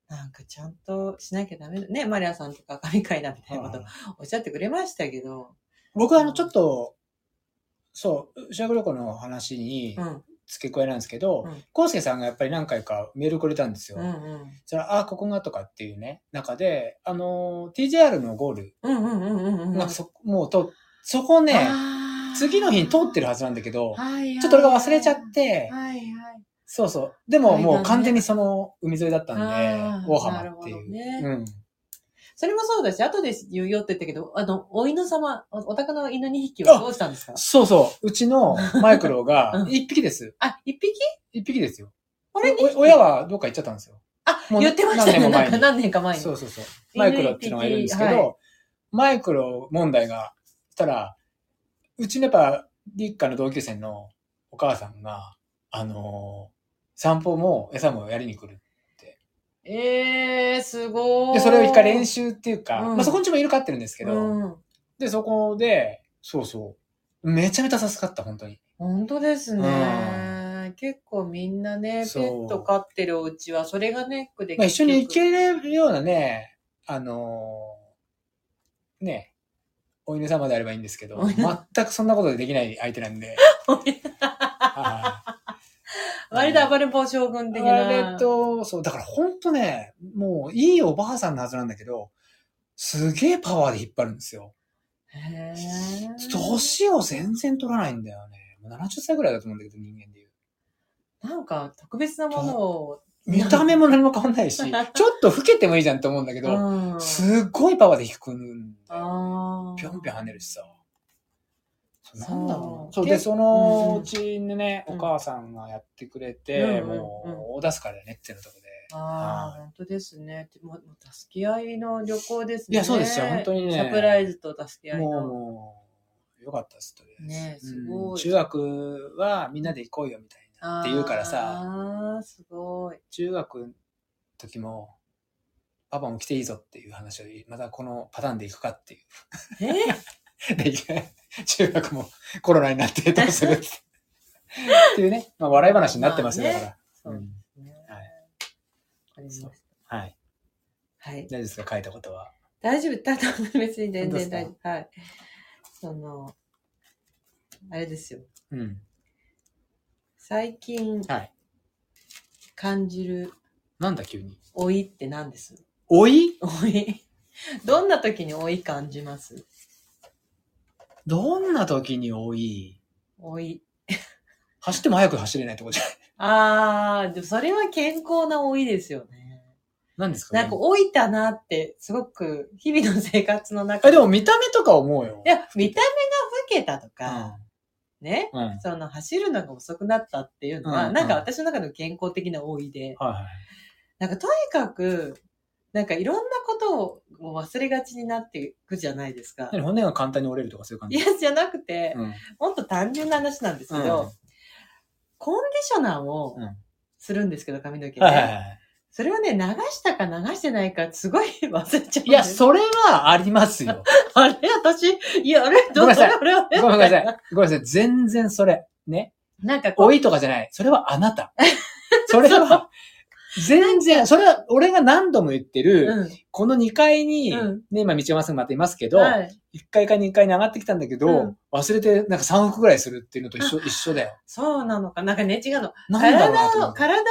[SPEAKER 1] なんかちゃんとしなきゃダメだ。ね、マリアさんとか神会だみたいなことおっしゃってくれましたけど、
[SPEAKER 2] 僕はあの、ちょっと、そう、修学旅行の話に
[SPEAKER 1] うん、
[SPEAKER 2] 付け加えなんですけど、
[SPEAKER 1] うん
[SPEAKER 2] 康介さんがやっぱり何回かメールくれたんですよ。
[SPEAKER 1] うんうん。
[SPEAKER 2] それはあ、ここがとかっていうね、中で、あの、TJR のゴール、
[SPEAKER 1] うんうんうんうんうん。
[SPEAKER 2] なんかそ、もうと、そこね、
[SPEAKER 1] あー
[SPEAKER 2] 次の日に通ってるはずなんだけど、
[SPEAKER 1] はいはい
[SPEAKER 2] ちょっと俺が忘れちゃって、
[SPEAKER 1] はいはい。
[SPEAKER 2] そうそう。で
[SPEAKER 1] 海
[SPEAKER 2] も
[SPEAKER 1] 岸ね
[SPEAKER 2] もう完全にその海沿いだったんで、
[SPEAKER 1] あー
[SPEAKER 2] 大浜ってい
[SPEAKER 1] なるほど
[SPEAKER 2] う。
[SPEAKER 1] ね
[SPEAKER 2] うん。
[SPEAKER 1] それもそうだし、後で言うよって言ったけど、あの、お犬様、おお宅の犬2匹はどうしたんですか
[SPEAKER 2] そうそう。う
[SPEAKER 1] [LAUGHS]
[SPEAKER 2] ちのマイクロ
[SPEAKER 1] う
[SPEAKER 2] が
[SPEAKER 1] ん
[SPEAKER 2] 一匹です。
[SPEAKER 1] あ、1匹
[SPEAKER 2] 一匹ですよ。
[SPEAKER 1] あれ
[SPEAKER 2] おお親はどっか行っちゃったんですよ。
[SPEAKER 1] あ、
[SPEAKER 2] もう
[SPEAKER 1] 言ってましたね。
[SPEAKER 2] 何年も
[SPEAKER 1] なん
[SPEAKER 2] 前
[SPEAKER 1] か
[SPEAKER 2] に
[SPEAKER 1] 何年か前に。
[SPEAKER 2] そうそうそう。マイクロっていうのがいるんですけ
[SPEAKER 1] は
[SPEAKER 2] ど、
[SPEAKER 1] い
[SPEAKER 2] マイクロ問題がしたら、うちのやっぱ、立夏の同級生のお母さんが、あのー散歩も餌もやりに来る。
[SPEAKER 1] えー、すごーい。
[SPEAKER 2] で、それを一回練習っていうか、
[SPEAKER 1] うん
[SPEAKER 2] まあそこんちもいるかってるんですけど、
[SPEAKER 1] うん。
[SPEAKER 2] で、そこで、そうそう。めちゃめちゃ助かった、本当に。
[SPEAKER 1] 本当ですね。結構みんなね、ペ
[SPEAKER 2] そう
[SPEAKER 1] ット飼ってるお家は、それがネックで。
[SPEAKER 2] まあ、一緒に行
[SPEAKER 1] 結
[SPEAKER 2] けれるようなね、あのーね、お犬様であればいいんですけど、
[SPEAKER 1] お犬
[SPEAKER 2] 全くそんなことできない相手なん
[SPEAKER 1] [LAUGHS]
[SPEAKER 2] で。はい
[SPEAKER 1] 割と暴れん坊将軍的な。
[SPEAKER 2] あれと、そう、だから本当ね、もういいおばあさんのはずなんだけど、すげえパワーで引っ張るんですよ。
[SPEAKER 1] へー。
[SPEAKER 2] 年を全然取らないんだよね。もう70歳ぐらいだと思うんだけど、人間でいう。
[SPEAKER 1] なんか特別なものを。
[SPEAKER 2] 見た目も何も変わん
[SPEAKER 1] [LAUGHS]
[SPEAKER 2] ないし、ちょっと老けてもいいじゃんと思うんだけど、
[SPEAKER 1] うん
[SPEAKER 2] すっごいパワーで引くんだよ。
[SPEAKER 1] あ
[SPEAKER 2] ぴょんぴょん跳ねるしさ。そう
[SPEAKER 1] そう
[SPEAKER 2] なんだろうなそう
[SPEAKER 1] け
[SPEAKER 2] で、その
[SPEAKER 1] うん
[SPEAKER 2] うちにね、
[SPEAKER 1] うん
[SPEAKER 2] お母さんがやってくれて、
[SPEAKER 1] うん
[SPEAKER 2] も
[SPEAKER 1] うん
[SPEAKER 2] う、大助かりだねっていうところで。
[SPEAKER 1] あ。ああ、本当ですね。もうもう助け合いの旅行ですね。
[SPEAKER 2] いやそうですよ本当にね
[SPEAKER 1] サプライズと助け合い
[SPEAKER 2] もう、
[SPEAKER 1] の。
[SPEAKER 2] もう、よかったです、とりあえず。
[SPEAKER 1] ねえす
[SPEAKER 2] う
[SPEAKER 1] ご
[SPEAKER 2] ん
[SPEAKER 1] い
[SPEAKER 2] 中学はみんなで行こうよ、みたいな。って言うからさ、
[SPEAKER 1] ああ、すご
[SPEAKER 2] [LAUGHS]
[SPEAKER 1] い。
[SPEAKER 2] 中学の時も、パパも来ていいぞっていう話を、またこのパターンで行くかっていう。
[SPEAKER 1] え
[SPEAKER 2] で、 [LAUGHS] 中学もコロナになってどうするって。っていうね、まあ、笑い話になってますよ、
[SPEAKER 1] まあ
[SPEAKER 2] だ
[SPEAKER 1] ね
[SPEAKER 2] から。
[SPEAKER 1] そう
[SPEAKER 2] うん
[SPEAKER 1] ですね。わ
[SPEAKER 2] はい
[SPEAKER 1] かりました。
[SPEAKER 2] はい。
[SPEAKER 1] はい。
[SPEAKER 2] 大丈夫ですか書いたことは。
[SPEAKER 1] 大丈夫、 [LAUGHS] ただ別に全
[SPEAKER 2] 本当
[SPEAKER 1] 然
[SPEAKER 2] ですか
[SPEAKER 1] 大丈夫。はい。その、あれですよ。
[SPEAKER 2] うん。
[SPEAKER 1] 最近
[SPEAKER 2] はい。
[SPEAKER 1] 感じる
[SPEAKER 2] なんだ急に。
[SPEAKER 1] 老いって何です [LAUGHS]
[SPEAKER 2] 老い
[SPEAKER 1] 老い。どんな時に老い感じます
[SPEAKER 2] どんな時に老い
[SPEAKER 1] 老い。
[SPEAKER 2] 走っても早く走れないってことじゃない。
[SPEAKER 1] あー、でもそれは健康な老いですよね。
[SPEAKER 2] 何ですか
[SPEAKER 1] なんか老いたなって、すごく日々の生活の中
[SPEAKER 2] え、でも、見た目とか思うよ。
[SPEAKER 1] いや、見た目が老けたとか、ね。
[SPEAKER 2] うん。うん。はい
[SPEAKER 1] その走るのが遅くなったっていうのは、
[SPEAKER 2] うん
[SPEAKER 1] なんか私の中の健康的な老いで、
[SPEAKER 2] はい。
[SPEAKER 1] なんかとにかく、なんかいろんなことを忘れがちになっていくじゃないですか。
[SPEAKER 2] 何骨が簡単に折れるとかそういう感
[SPEAKER 1] い
[SPEAKER 2] じ
[SPEAKER 1] や、じゃなくて、
[SPEAKER 2] うん。
[SPEAKER 1] もっと単純な話なんですけど、
[SPEAKER 2] うん
[SPEAKER 1] コンディショナーを
[SPEAKER 2] うん
[SPEAKER 1] するんですけど、髪の毛ね、
[SPEAKER 2] はいはいはい。
[SPEAKER 1] それはね、流したか流してないか、すごい忘れちゃうんです。
[SPEAKER 2] いや、それはありますよ。
[SPEAKER 1] [LAUGHS] あれ私、いや、あれ
[SPEAKER 2] ごめんなさい
[SPEAKER 1] それあれ
[SPEAKER 2] ごめんなさい。ごめんなさい。全然それ。ね。
[SPEAKER 1] なんかこう
[SPEAKER 2] 老いとかじゃない。それはあ
[SPEAKER 1] [LAUGHS]
[SPEAKER 2] なた。それは、全然、それは俺が何度も言ってる、
[SPEAKER 1] うん
[SPEAKER 2] この2階に、
[SPEAKER 1] うん
[SPEAKER 2] ね、今道がまっすぐ待っていますけど、
[SPEAKER 1] はい。
[SPEAKER 2] 1階か2階に上がってきたんだけど、
[SPEAKER 1] うん
[SPEAKER 2] 忘れてなんか3億ぐらいするっていうのと一
[SPEAKER 1] [LAUGHS]
[SPEAKER 2] 緒、一緒だよ。
[SPEAKER 1] そうなのか。なんかね、違うの。
[SPEAKER 2] なんだろうな
[SPEAKER 1] 体
[SPEAKER 2] と思
[SPEAKER 1] の、
[SPEAKER 2] って。
[SPEAKER 1] 体のね、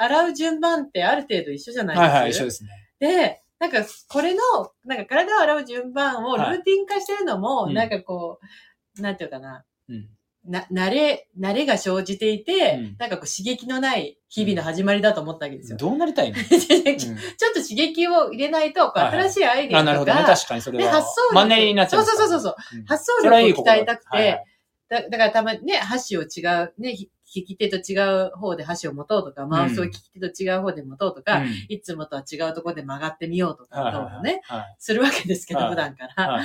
[SPEAKER 1] 洗う順番ってある程度一緒じゃない
[SPEAKER 2] は
[SPEAKER 1] です
[SPEAKER 2] い
[SPEAKER 1] か。
[SPEAKER 2] はい、一緒ですね。
[SPEAKER 1] で、なんか、これの、なんか体を洗う順番をル
[SPEAKER 2] はい
[SPEAKER 1] ーティン化してるのも、
[SPEAKER 2] うん
[SPEAKER 1] なんかこう、なんていうかな、
[SPEAKER 2] うん。
[SPEAKER 1] な、慣れ、慣れが生じていて、
[SPEAKER 2] うん
[SPEAKER 1] なんかこう刺激のない日々の始まりだと思ったわけですよ。
[SPEAKER 2] どうなり
[SPEAKER 1] [LAUGHS]
[SPEAKER 2] たいの、
[SPEAKER 1] ちょ
[SPEAKER 2] うん
[SPEAKER 1] っと刺激を入れないと、こう
[SPEAKER 2] はいはい
[SPEAKER 1] 新しいアイデア
[SPEAKER 2] あ、
[SPEAKER 1] とか、
[SPEAKER 2] なるほどね。確かにそれ
[SPEAKER 1] で、
[SPEAKER 2] は。
[SPEAKER 1] 発想力。
[SPEAKER 2] マンネリになっちゃう。
[SPEAKER 1] そうそうそうそう。
[SPEAKER 2] うん。
[SPEAKER 1] 発想
[SPEAKER 2] それはいい
[SPEAKER 1] 力を鍛
[SPEAKER 2] 心が
[SPEAKER 1] えたくて、
[SPEAKER 2] はいはい
[SPEAKER 1] だだからたまにね、箸を違う、ね、ひ利き手と違う方で箸を持とうとか、マウスを利き手と違う方で持とうとか、
[SPEAKER 2] うん
[SPEAKER 1] いつもとは違うところで曲がってみようとか、
[SPEAKER 2] はい
[SPEAKER 1] どう
[SPEAKER 2] はい
[SPEAKER 1] も
[SPEAKER 2] はい
[SPEAKER 1] ね、
[SPEAKER 2] はい
[SPEAKER 1] するわけですけど、
[SPEAKER 2] はい
[SPEAKER 1] 普段から。
[SPEAKER 2] はい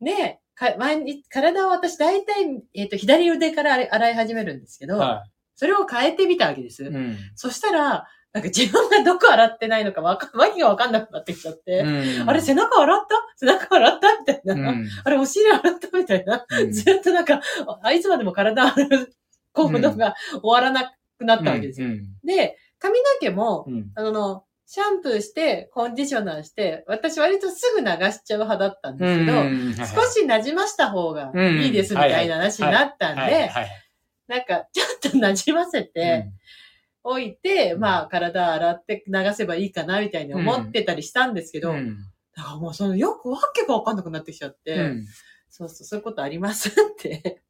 [SPEAKER 1] ねか毎日、体を私大体、えっ、と、左腕からあれ洗い始めるんですけど、
[SPEAKER 2] は
[SPEAKER 1] それを変えてみたわけです。
[SPEAKER 2] い。うん。
[SPEAKER 1] そしたら、なんか自分がどこ洗ってないのかわか、わ [LAUGHS] けがわかんなくなってきちゃって、
[SPEAKER 2] うん
[SPEAKER 1] あれ、背中洗った背中洗ったみたいな。
[SPEAKER 2] うん
[SPEAKER 1] [LAUGHS] あれ、お尻洗ったみたいな。
[SPEAKER 2] うん
[SPEAKER 1] ずっとなんか、あいつまでも体洗う行動が終わらなくなったわけですよ。
[SPEAKER 2] うん
[SPEAKER 1] で、髪の毛も、
[SPEAKER 2] うんうん
[SPEAKER 1] あの、シャンプーして、コンディショナーして、私割とすぐ流しちゃう派だったんですけど、
[SPEAKER 2] うん
[SPEAKER 1] 少
[SPEAKER 2] はい
[SPEAKER 1] し馴染ました方が
[SPEAKER 2] うん
[SPEAKER 1] いいですみたいな話になったんで、
[SPEAKER 2] はいはいはい
[SPEAKER 1] なんかちょっと馴染ませておいて、
[SPEAKER 2] うん
[SPEAKER 1] まあ体洗って流せばいいかなみたいに思ってたりしたんですけど、
[SPEAKER 2] うん
[SPEAKER 1] なんかもうそのよくわけがわかんなくなってきちゃって、
[SPEAKER 2] うん
[SPEAKER 1] そうそう、そういうことありますって。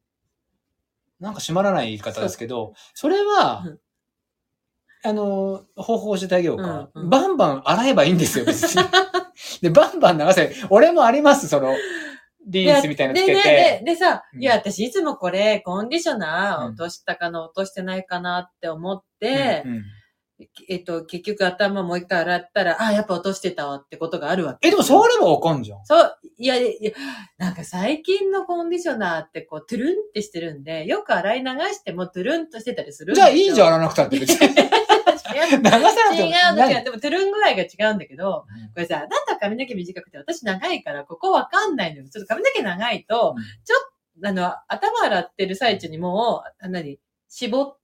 [SPEAKER 2] なんか閉まらない言い方ですけど、それは
[SPEAKER 1] うん、
[SPEAKER 2] あの、方法を教えてあげようか。
[SPEAKER 1] うんうん
[SPEAKER 2] バンバン洗えばいいんですよ、別 [LAUGHS] に。で、バンバン流せ。俺もあります、その、リースみたいなのつけ
[SPEAKER 1] で、で、
[SPEAKER 2] て。
[SPEAKER 1] で、でさ、
[SPEAKER 2] うん
[SPEAKER 1] いや、私いつもこれ、コンディショナー落としたかな、落としてないかなって思って、
[SPEAKER 2] うんうん
[SPEAKER 1] えっと、結局頭もう一回洗ったら、あ、やっぱ落としてたわってことがあるわけ。
[SPEAKER 2] え、でもそうあればわかんじゃん。
[SPEAKER 1] そう、いや、いや、なんか最近のコンディショナーってこう、トゥルンってしてるんで、よく洗い流してもトゥルンとしてたりするん
[SPEAKER 2] じゃあいいじゃ
[SPEAKER 1] ん。
[SPEAKER 2] ん、洗わなくたって別 [LAUGHS] に。流せな
[SPEAKER 1] 違
[SPEAKER 2] くて
[SPEAKER 1] う、
[SPEAKER 2] も
[SPEAKER 1] 違うの、違う。でもトゥルン具合が違うんだけど、
[SPEAKER 2] うん
[SPEAKER 1] これさ、あなた髪の毛短くて私長いから、ここわかんないのよ。ちょっと髪の毛長いと、
[SPEAKER 2] うん
[SPEAKER 1] ちょっと、あの、頭洗ってる最中にもう、あ何、絞って、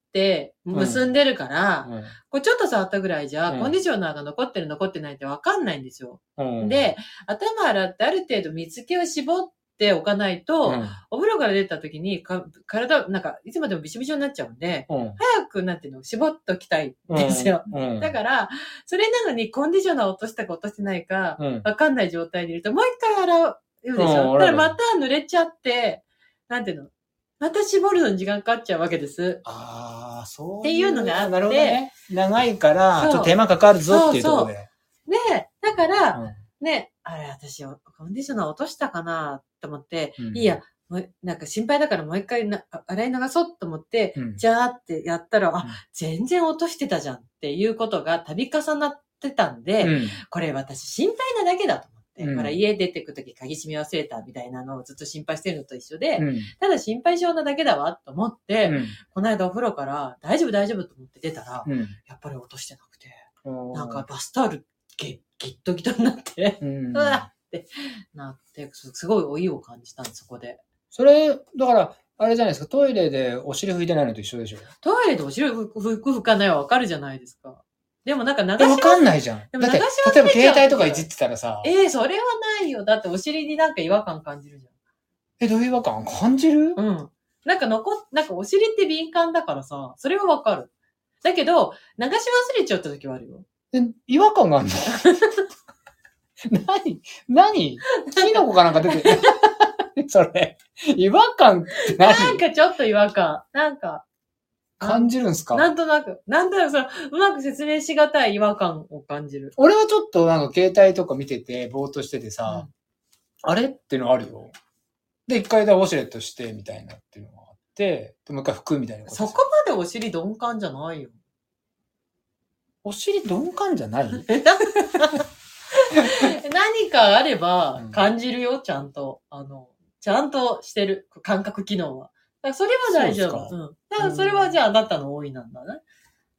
[SPEAKER 1] 結んでるから、こうちょっと触ったぐらいじゃ、
[SPEAKER 2] うん
[SPEAKER 1] コンディショナーが残ってる残ってないってわかんないんですよ。
[SPEAKER 2] うん、
[SPEAKER 1] で、頭洗ってある程度水気を絞っっておかないと、
[SPEAKER 2] うん
[SPEAKER 1] お風呂から出た時にか、体、なんか、いつまでもびしょびしょになっちゃうんで、
[SPEAKER 2] うん
[SPEAKER 1] 早くなっていうのを絞っときたいんですよ。。
[SPEAKER 2] うん
[SPEAKER 1] だから、それなのにコンディショナー落としたか落としてないか、
[SPEAKER 2] うん。
[SPEAKER 1] わかんない状態でいると、もう一回洗うでしょ。
[SPEAKER 2] うん
[SPEAKER 1] だからまた濡れちゃって、なんていうのまた絞るのに時間かかっちゃうわけです。
[SPEAKER 2] ああ、そう。
[SPEAKER 1] っていうのがあって
[SPEAKER 2] なるほどね。長いから、
[SPEAKER 1] そ
[SPEAKER 2] ちょ
[SPEAKER 1] う
[SPEAKER 2] っと手間かかるぞっていうところで。
[SPEAKER 1] ねだから、
[SPEAKER 2] うん
[SPEAKER 1] ね、あれ、私、コンディショナー落としたかなと思って、
[SPEAKER 2] うん
[SPEAKER 1] いいや、もうなんか心配だからもう一回なあ洗い流そうと思って、
[SPEAKER 2] うん
[SPEAKER 1] じゃーってやったら、
[SPEAKER 2] う
[SPEAKER 1] あ
[SPEAKER 2] ん、
[SPEAKER 1] 全然落としてたじゃんっていうことが度重なってたんで、
[SPEAKER 2] うん
[SPEAKER 1] これ私心配なだけだと思って、
[SPEAKER 2] うん
[SPEAKER 1] ほら家出てくとき鍵閉め忘れたみたいなのをずっと心配してるのと一緒で、
[SPEAKER 2] うん
[SPEAKER 1] ただ心配性なだけだわと思って、
[SPEAKER 2] うん
[SPEAKER 1] この間お風呂から大丈夫大丈夫と思って出たら、やっぱり落としてなくて、
[SPEAKER 2] うん
[SPEAKER 1] なんか、バスタオルゲギットギトになって、
[SPEAKER 2] う
[SPEAKER 1] う
[SPEAKER 2] ん
[SPEAKER 1] わってなって、すすごい老いを感じたんです、そこで。
[SPEAKER 2] それ、だから、あれじゃないですか、トイレでお尻拭いてないのと一緒でしょ。
[SPEAKER 1] トイレでお尻拭く拭く拭かないはわかるじゃないですか。でもなんか流
[SPEAKER 2] え、わ
[SPEAKER 1] し
[SPEAKER 2] かんないじゃん。
[SPEAKER 1] で
[SPEAKER 2] だ
[SPEAKER 1] も
[SPEAKER 2] っ
[SPEAKER 1] 流し
[SPEAKER 2] て
[SPEAKER 1] 忘れ、ちゃう
[SPEAKER 2] 例えば携帯とかいじってたらさ、
[SPEAKER 1] ええそれはないよ。だってお尻になんか違和感感じるじ
[SPEAKER 2] え、どういう違和感感じる
[SPEAKER 1] ゃん。うん。なんか残っ、なんかお尻って敏感だからさ、それはわかる。だけど、流し忘れちゃった時はあるよ。
[SPEAKER 2] え違和感があるの何何キノコかなんか出
[SPEAKER 1] [LAUGHS]
[SPEAKER 2] てるそれ。違和感って何
[SPEAKER 1] なんかちょっと違和感。なんか、
[SPEAKER 2] 感じるんす
[SPEAKER 1] な
[SPEAKER 2] か
[SPEAKER 1] んとなく、なんとなくその、うまく説明しがたい違和感を感じる。
[SPEAKER 2] 俺はちょっとなんか携帯とか見てて、ぼーっとしててさ、あれっていうのあるよ。で、一回でウォシュレットして、みたいなっていうのがあって、でもう一回拭くみたいなことです
[SPEAKER 1] そ
[SPEAKER 2] よ。
[SPEAKER 1] こまでお尻鈍感じゃないよ。
[SPEAKER 2] お尻鈍感じゃない
[SPEAKER 1] [LAUGHS] 何かあれば
[SPEAKER 2] うん
[SPEAKER 1] 感じるよ、ちゃんと。あの、ちゃんとしてる、感覚機能は。だからそれは大丈
[SPEAKER 2] そうっす
[SPEAKER 1] 夫。
[SPEAKER 2] か
[SPEAKER 1] うん。だからそれはじゃああなたの多いなんだね。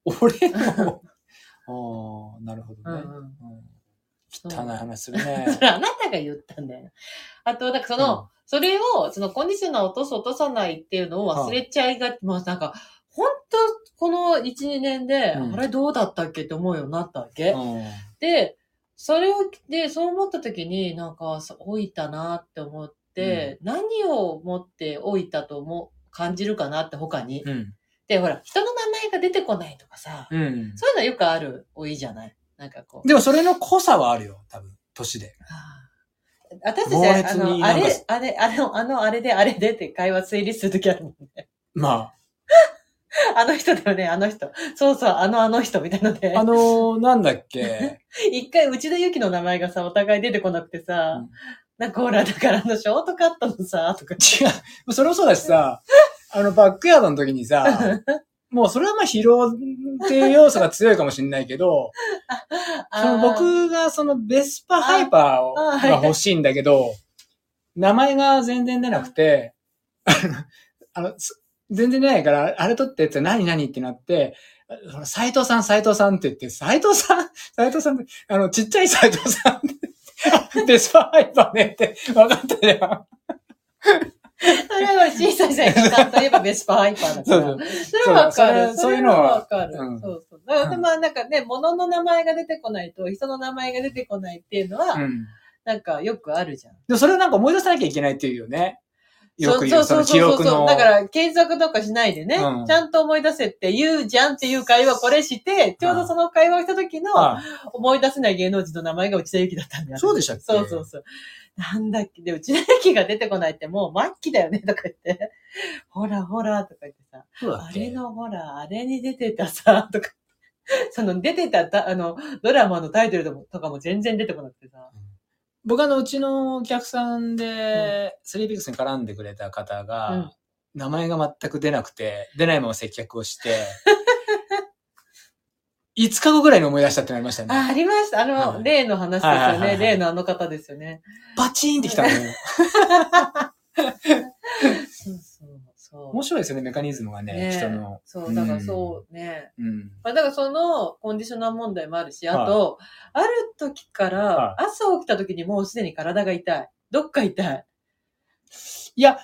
[SPEAKER 2] 俺
[SPEAKER 1] [LAUGHS]
[SPEAKER 2] も。ああ、なるほ
[SPEAKER 1] う
[SPEAKER 2] ど
[SPEAKER 1] んう
[SPEAKER 2] ね。
[SPEAKER 1] ん。
[SPEAKER 2] うん
[SPEAKER 1] そう
[SPEAKER 2] 汚い話する
[SPEAKER 1] [LAUGHS]
[SPEAKER 2] ね。
[SPEAKER 1] それあなたが言ったんだよ。あと、なんかその、
[SPEAKER 2] うん
[SPEAKER 1] それを、そのコンディショナーを落とす落とさないっていうのを忘れちゃいが、もうなんか、本当この1、2年で、
[SPEAKER 2] うん
[SPEAKER 1] あれどうだったっけって思うようになったわけ。
[SPEAKER 2] うん
[SPEAKER 1] で、それを、で、そう思った時に、なんか、そ老いたなって思って、何を持って老いたと思う、感じるかなって他に。
[SPEAKER 2] うん。
[SPEAKER 1] で、ほら、人の名前が出てこないとかさ、
[SPEAKER 2] うん。
[SPEAKER 1] そういうのはよくある老いじゃないなんかこう。
[SPEAKER 2] でもそれの濃さはあるよ、多分。年で。
[SPEAKER 1] はあ私たち、あ
[SPEAKER 2] 猛烈に
[SPEAKER 1] の、
[SPEAKER 2] な
[SPEAKER 1] あ
[SPEAKER 2] んか
[SPEAKER 1] れ、あれ、あれ、あの、あれで、あれでって会話整理するときあるもんね。 [LAUGHS]
[SPEAKER 2] ま
[SPEAKER 1] あの人だよね、あの人。そうそう、あの、あの人みたいので
[SPEAKER 2] あ、あ。のー、なんだっ
[SPEAKER 1] [LAUGHS]
[SPEAKER 2] け。
[SPEAKER 1] 一回、内田有紀の名前がさ、お互い出てこなくてさ、
[SPEAKER 2] うん
[SPEAKER 1] なんかほら、だからあの、ショートカットのさ、とか。
[SPEAKER 2] 違う。それもそうだしさ、あの、バックヤードの時にさ、もうそれはまあ疲労っていう要素が強いかもしれない
[SPEAKER 1] [LAUGHS]
[SPEAKER 2] けど、その
[SPEAKER 1] あー、
[SPEAKER 2] 僕がそのベスパハイパーを
[SPEAKER 1] あーはい
[SPEAKER 2] が欲しいんだけど、名前が全然出なくて、 [LAUGHS] あの、す全然出ないから、あれ取ってって何何ってなって、あその斉藤さん、斉藤さんって言って、斉藤さん、斉藤さんって、あの、ちっちゃい斉藤さんって、 [LAUGHS] ベスパハイパーねって分かったじゃん。
[SPEAKER 1] それは小さいさんさんといえばベスパーハイパーだか
[SPEAKER 2] [LAUGHS] そう
[SPEAKER 1] ら。
[SPEAKER 2] そう。
[SPEAKER 1] それはわか
[SPEAKER 2] そう
[SPEAKER 1] る。
[SPEAKER 2] そういうの
[SPEAKER 1] は
[SPEAKER 2] は
[SPEAKER 1] わかる。
[SPEAKER 2] うん
[SPEAKER 1] そうそう。だから、
[SPEAKER 2] うん
[SPEAKER 1] まあなんかね、物の名前が出てこないと、人の名前が出てこないっていうのは、
[SPEAKER 2] うん。
[SPEAKER 1] なんかよくあるじゃん。
[SPEAKER 2] でもそれをなんか思い出さなきゃいけないっていうよね。よく言う、その記憶の。
[SPEAKER 1] だから、検索とかしないでね、
[SPEAKER 2] うん
[SPEAKER 1] ちゃんと思い出せって言うじゃんっていう会話これして、ちょうどその会話をした時の、
[SPEAKER 2] あ
[SPEAKER 1] 思い出せない芸能人の名前が内田有紀だったんだよね。
[SPEAKER 2] そうでしたっけ
[SPEAKER 1] そうそうそう。なんだっけ、で、内田有紀が出てこないってもう末期だよね、とか言って。ほらほら、とか言ってさ。
[SPEAKER 2] そうだ
[SPEAKER 1] あ
[SPEAKER 2] っけ
[SPEAKER 1] れのほら、あれに出てたさ、とか。その出てたた、あの、ドラマのタイトルともとかも全然出てこなくてさ。
[SPEAKER 2] 僕あの、うちのお客さんで、スリーピックスに絡んでくれた方が、
[SPEAKER 1] うん
[SPEAKER 2] 名前が全く出なくて、出ないまま接客をして、5日後ぐらいに思い出したってなりましたね。
[SPEAKER 1] あ、ありました。あの、
[SPEAKER 2] はい
[SPEAKER 1] 例の話です
[SPEAKER 2] はいはい
[SPEAKER 1] よ
[SPEAKER 2] はいは
[SPEAKER 1] ね。
[SPEAKER 2] い
[SPEAKER 1] 例のあの方ですよね。
[SPEAKER 2] バチーンってき [LAUGHS] たのよ。
[SPEAKER 1] そうそう、そ
[SPEAKER 2] 面白いですよね、メカニズムがね、
[SPEAKER 1] ねえ
[SPEAKER 2] 人の
[SPEAKER 1] う。。そう、だからそうね。
[SPEAKER 2] うん。
[SPEAKER 1] まあ、だからそのコンディショナー問題もあるし、あと、ある時から
[SPEAKER 2] は、
[SPEAKER 1] 朝起きた時にもうすでに体が痛い。どっか痛い。
[SPEAKER 2] いや、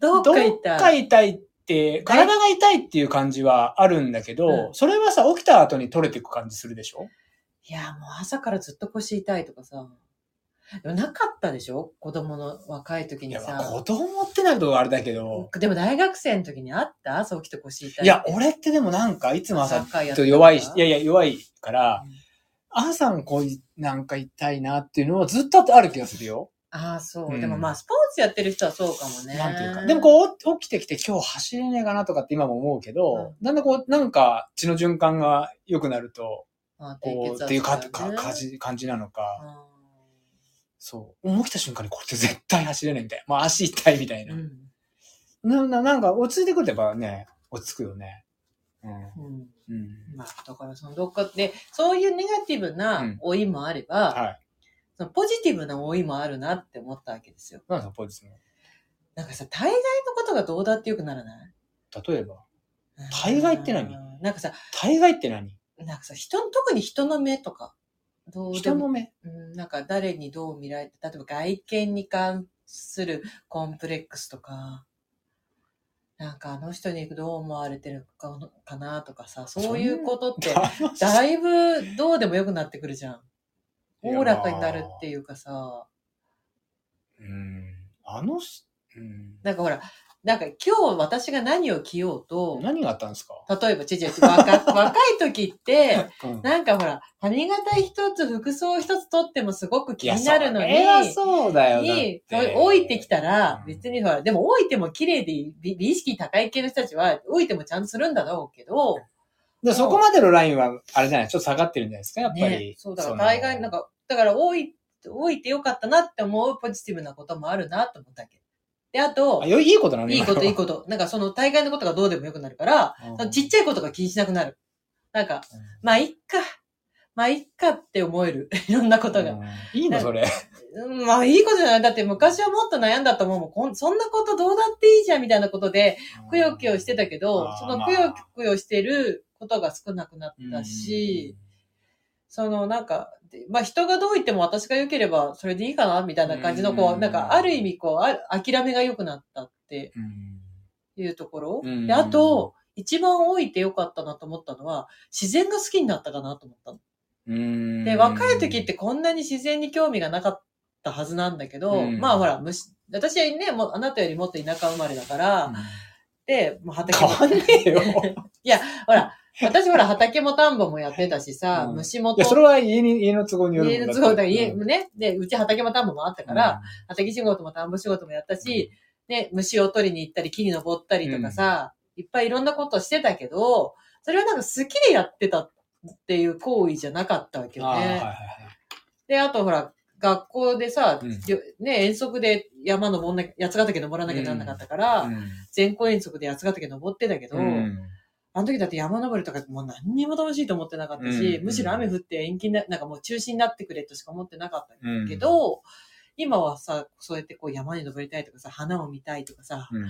[SPEAKER 1] どっ
[SPEAKER 2] どっ
[SPEAKER 1] か痛い。
[SPEAKER 2] か痛いって、体が痛いっていう感じはあるんだけど、
[SPEAKER 1] うん
[SPEAKER 2] それはさ、起きた後に取れていく感じするでしょ
[SPEAKER 1] いや、もう朝からずっと腰痛いとかさ。でもなかったでしょ子供の若い時
[SPEAKER 2] い
[SPEAKER 1] に
[SPEAKER 2] や、まあ
[SPEAKER 1] さ。
[SPEAKER 2] 子供ってなるとあれだけど、
[SPEAKER 1] でも大学生の時にあったそうきと腰痛い。
[SPEAKER 2] いや、、俺ってでもなんか、いつも朝、
[SPEAKER 1] サッカーやってたから
[SPEAKER 2] 弱いし、いやいや、弱いから
[SPEAKER 1] うん、
[SPEAKER 2] 朝もこうい、なんか痛いなっていうのはずっとある気がするよ。
[SPEAKER 1] ああ、そう、
[SPEAKER 2] うん
[SPEAKER 1] でもまあ、スポーツやってる人はそうかもね。
[SPEAKER 2] なんていうか。でもこう、起きてきて今日走れねえかなとかって今も思うけど、だんだんこう、なんか血の循環が良くなると、
[SPEAKER 1] まあ、
[SPEAKER 2] こう、っていうか、か、感じ、感じなのか、そう。もう起きた瞬間にこれって絶対走れないみたいな。まあ足痛いみたい
[SPEAKER 1] うん。う
[SPEAKER 2] な。
[SPEAKER 1] ん
[SPEAKER 2] な、な、なんか落ち着いてくるとやっぱね、落ち着くよね。う
[SPEAKER 1] うん
[SPEAKER 2] ん。うん。
[SPEAKER 1] まあ、だからそのどっかで、そういうネガティブな老いもあれば、
[SPEAKER 2] はい。
[SPEAKER 1] そのポジティブな老いもあるなって思ったわけですよ。
[SPEAKER 2] なんですか、ポジティ
[SPEAKER 1] なんかさ、大概のことがどうだってよくならない
[SPEAKER 2] ブ。例えば、大概って何
[SPEAKER 1] うんなんかさ、
[SPEAKER 2] 大概って何
[SPEAKER 1] なんかさ、人の、特に人の目とか、どうで
[SPEAKER 2] 人
[SPEAKER 1] も
[SPEAKER 2] の、目。
[SPEAKER 1] うん、なんか誰にどう見られて、例えば外見に関するコンプレックスとか、なんかあの人にどう思われてるかかなとかさ、そういうことって、
[SPEAKER 2] [LAUGHS]
[SPEAKER 1] だいぶどうでもよくなってくるじゃん。おおらかになるって
[SPEAKER 2] い
[SPEAKER 1] いうかさ、
[SPEAKER 2] や。まあうん。あのし、うん。
[SPEAKER 1] なんかほら、なんか今日私が何を着ようと、
[SPEAKER 2] 何があったんですか
[SPEAKER 1] 例えば、ちちち、若 [LAUGHS] 若い時って、
[SPEAKER 2] うん
[SPEAKER 1] なんかほら、髪型一つ、服装一つとってもすごく気になるのに、
[SPEAKER 2] いやそりゃそうだよだっ
[SPEAKER 1] に、
[SPEAKER 2] て
[SPEAKER 1] 置いてきた
[SPEAKER 2] う
[SPEAKER 1] ら
[SPEAKER 2] ん、
[SPEAKER 1] 別にほら、でも置いても綺麗でいい美、美意識高い系の人たちは、置いてもちゃんとするんだろうけど、
[SPEAKER 2] でそこまでのラインは、あれじゃない、ちょっと下がってるんじゃないですか、やっぱり。
[SPEAKER 1] ね、そうだか
[SPEAKER 2] そ
[SPEAKER 1] ら
[SPEAKER 2] の
[SPEAKER 1] 大概、なん、か、だから置い、置いてよかったなって思うポジティブなこともあるなと思ったわけど。で、あと
[SPEAKER 2] あ、よいいことなの
[SPEAKER 1] いい
[SPEAKER 2] [LAUGHS]
[SPEAKER 1] こといい
[SPEAKER 2] こ
[SPEAKER 1] こと。なんかその大概のことがどうでもよくなるから、そのちっちゃいことが気にしなくなる。なんか、まあ、いっか。まあ、いっかって思える。 [LAUGHS] いろんなことが。
[SPEAKER 2] いいの、それ。
[SPEAKER 1] うんまあ、いいことじゃない。だって昔はもっと悩んだと思うもんこん。そんなことどうだっていいじゃんみたいなことで、くよくよしてたけど
[SPEAKER 2] あ、ー
[SPEAKER 1] その
[SPEAKER 2] まあ
[SPEAKER 1] くよくよしてることが少なくなったし、そのなんか、でまあ人がどう言っても私が良ければそれでいいかなみたいな感じの、こ
[SPEAKER 2] う
[SPEAKER 1] う、
[SPEAKER 2] ん
[SPEAKER 1] なんかある意味こうあ、諦めが良くなったって
[SPEAKER 2] うん、
[SPEAKER 1] いうところ。
[SPEAKER 2] うん
[SPEAKER 1] で、あと、一番置いて良かったなと思ったのは、自然が好きになったかなと思ったの。
[SPEAKER 2] うん
[SPEAKER 1] で、若い時って、こんなに自然に興味がなかったはずなんだけど、
[SPEAKER 2] うん
[SPEAKER 1] まあほら、虫、私はね、もうあなたよりもっと田舎生まれだから、
[SPEAKER 2] うん
[SPEAKER 1] で、もう畑
[SPEAKER 2] 変
[SPEAKER 1] も [LAUGHS]
[SPEAKER 2] わんねえよ。
[SPEAKER 1] ほら、私ほら畑も田んぼもやってたしさ、
[SPEAKER 2] うん
[SPEAKER 1] 虫も
[SPEAKER 2] い
[SPEAKER 1] と
[SPEAKER 2] や、それは家に、家の都合によるもん
[SPEAKER 1] 家の都合だから家
[SPEAKER 2] うん
[SPEAKER 1] ね、で、うち畑も田んぼもあったから、畑仕事も田んぼ仕事もやったし、ね、虫を取りに行ったり、木に登ったりとかさ、いっぱいいろんなことしてたけど、それはなんか好きでやってたっていう行為じゃなかったわけ
[SPEAKER 2] あ
[SPEAKER 1] よ
[SPEAKER 2] あはいはい
[SPEAKER 1] ね。
[SPEAKER 2] はい
[SPEAKER 1] で、あとほら、学校でさ、
[SPEAKER 2] うん
[SPEAKER 1] よね、遠足で山登んな、八ヶ岳登らなきゃなんなかったから、全校遠足で八ヶ岳登ってたけど、
[SPEAKER 2] うん
[SPEAKER 1] あの時だって山登りとかもう何にも楽しいと思ってなかった
[SPEAKER 2] うん
[SPEAKER 1] し、
[SPEAKER 2] うん
[SPEAKER 1] むしろ雨降って延期な、なんかもう中止になってくれとしか思ってなかった
[SPEAKER 2] うん
[SPEAKER 1] けど、今はさ、そうやってこう山に登りたいとかさ、花を見たいとかさ、
[SPEAKER 2] うん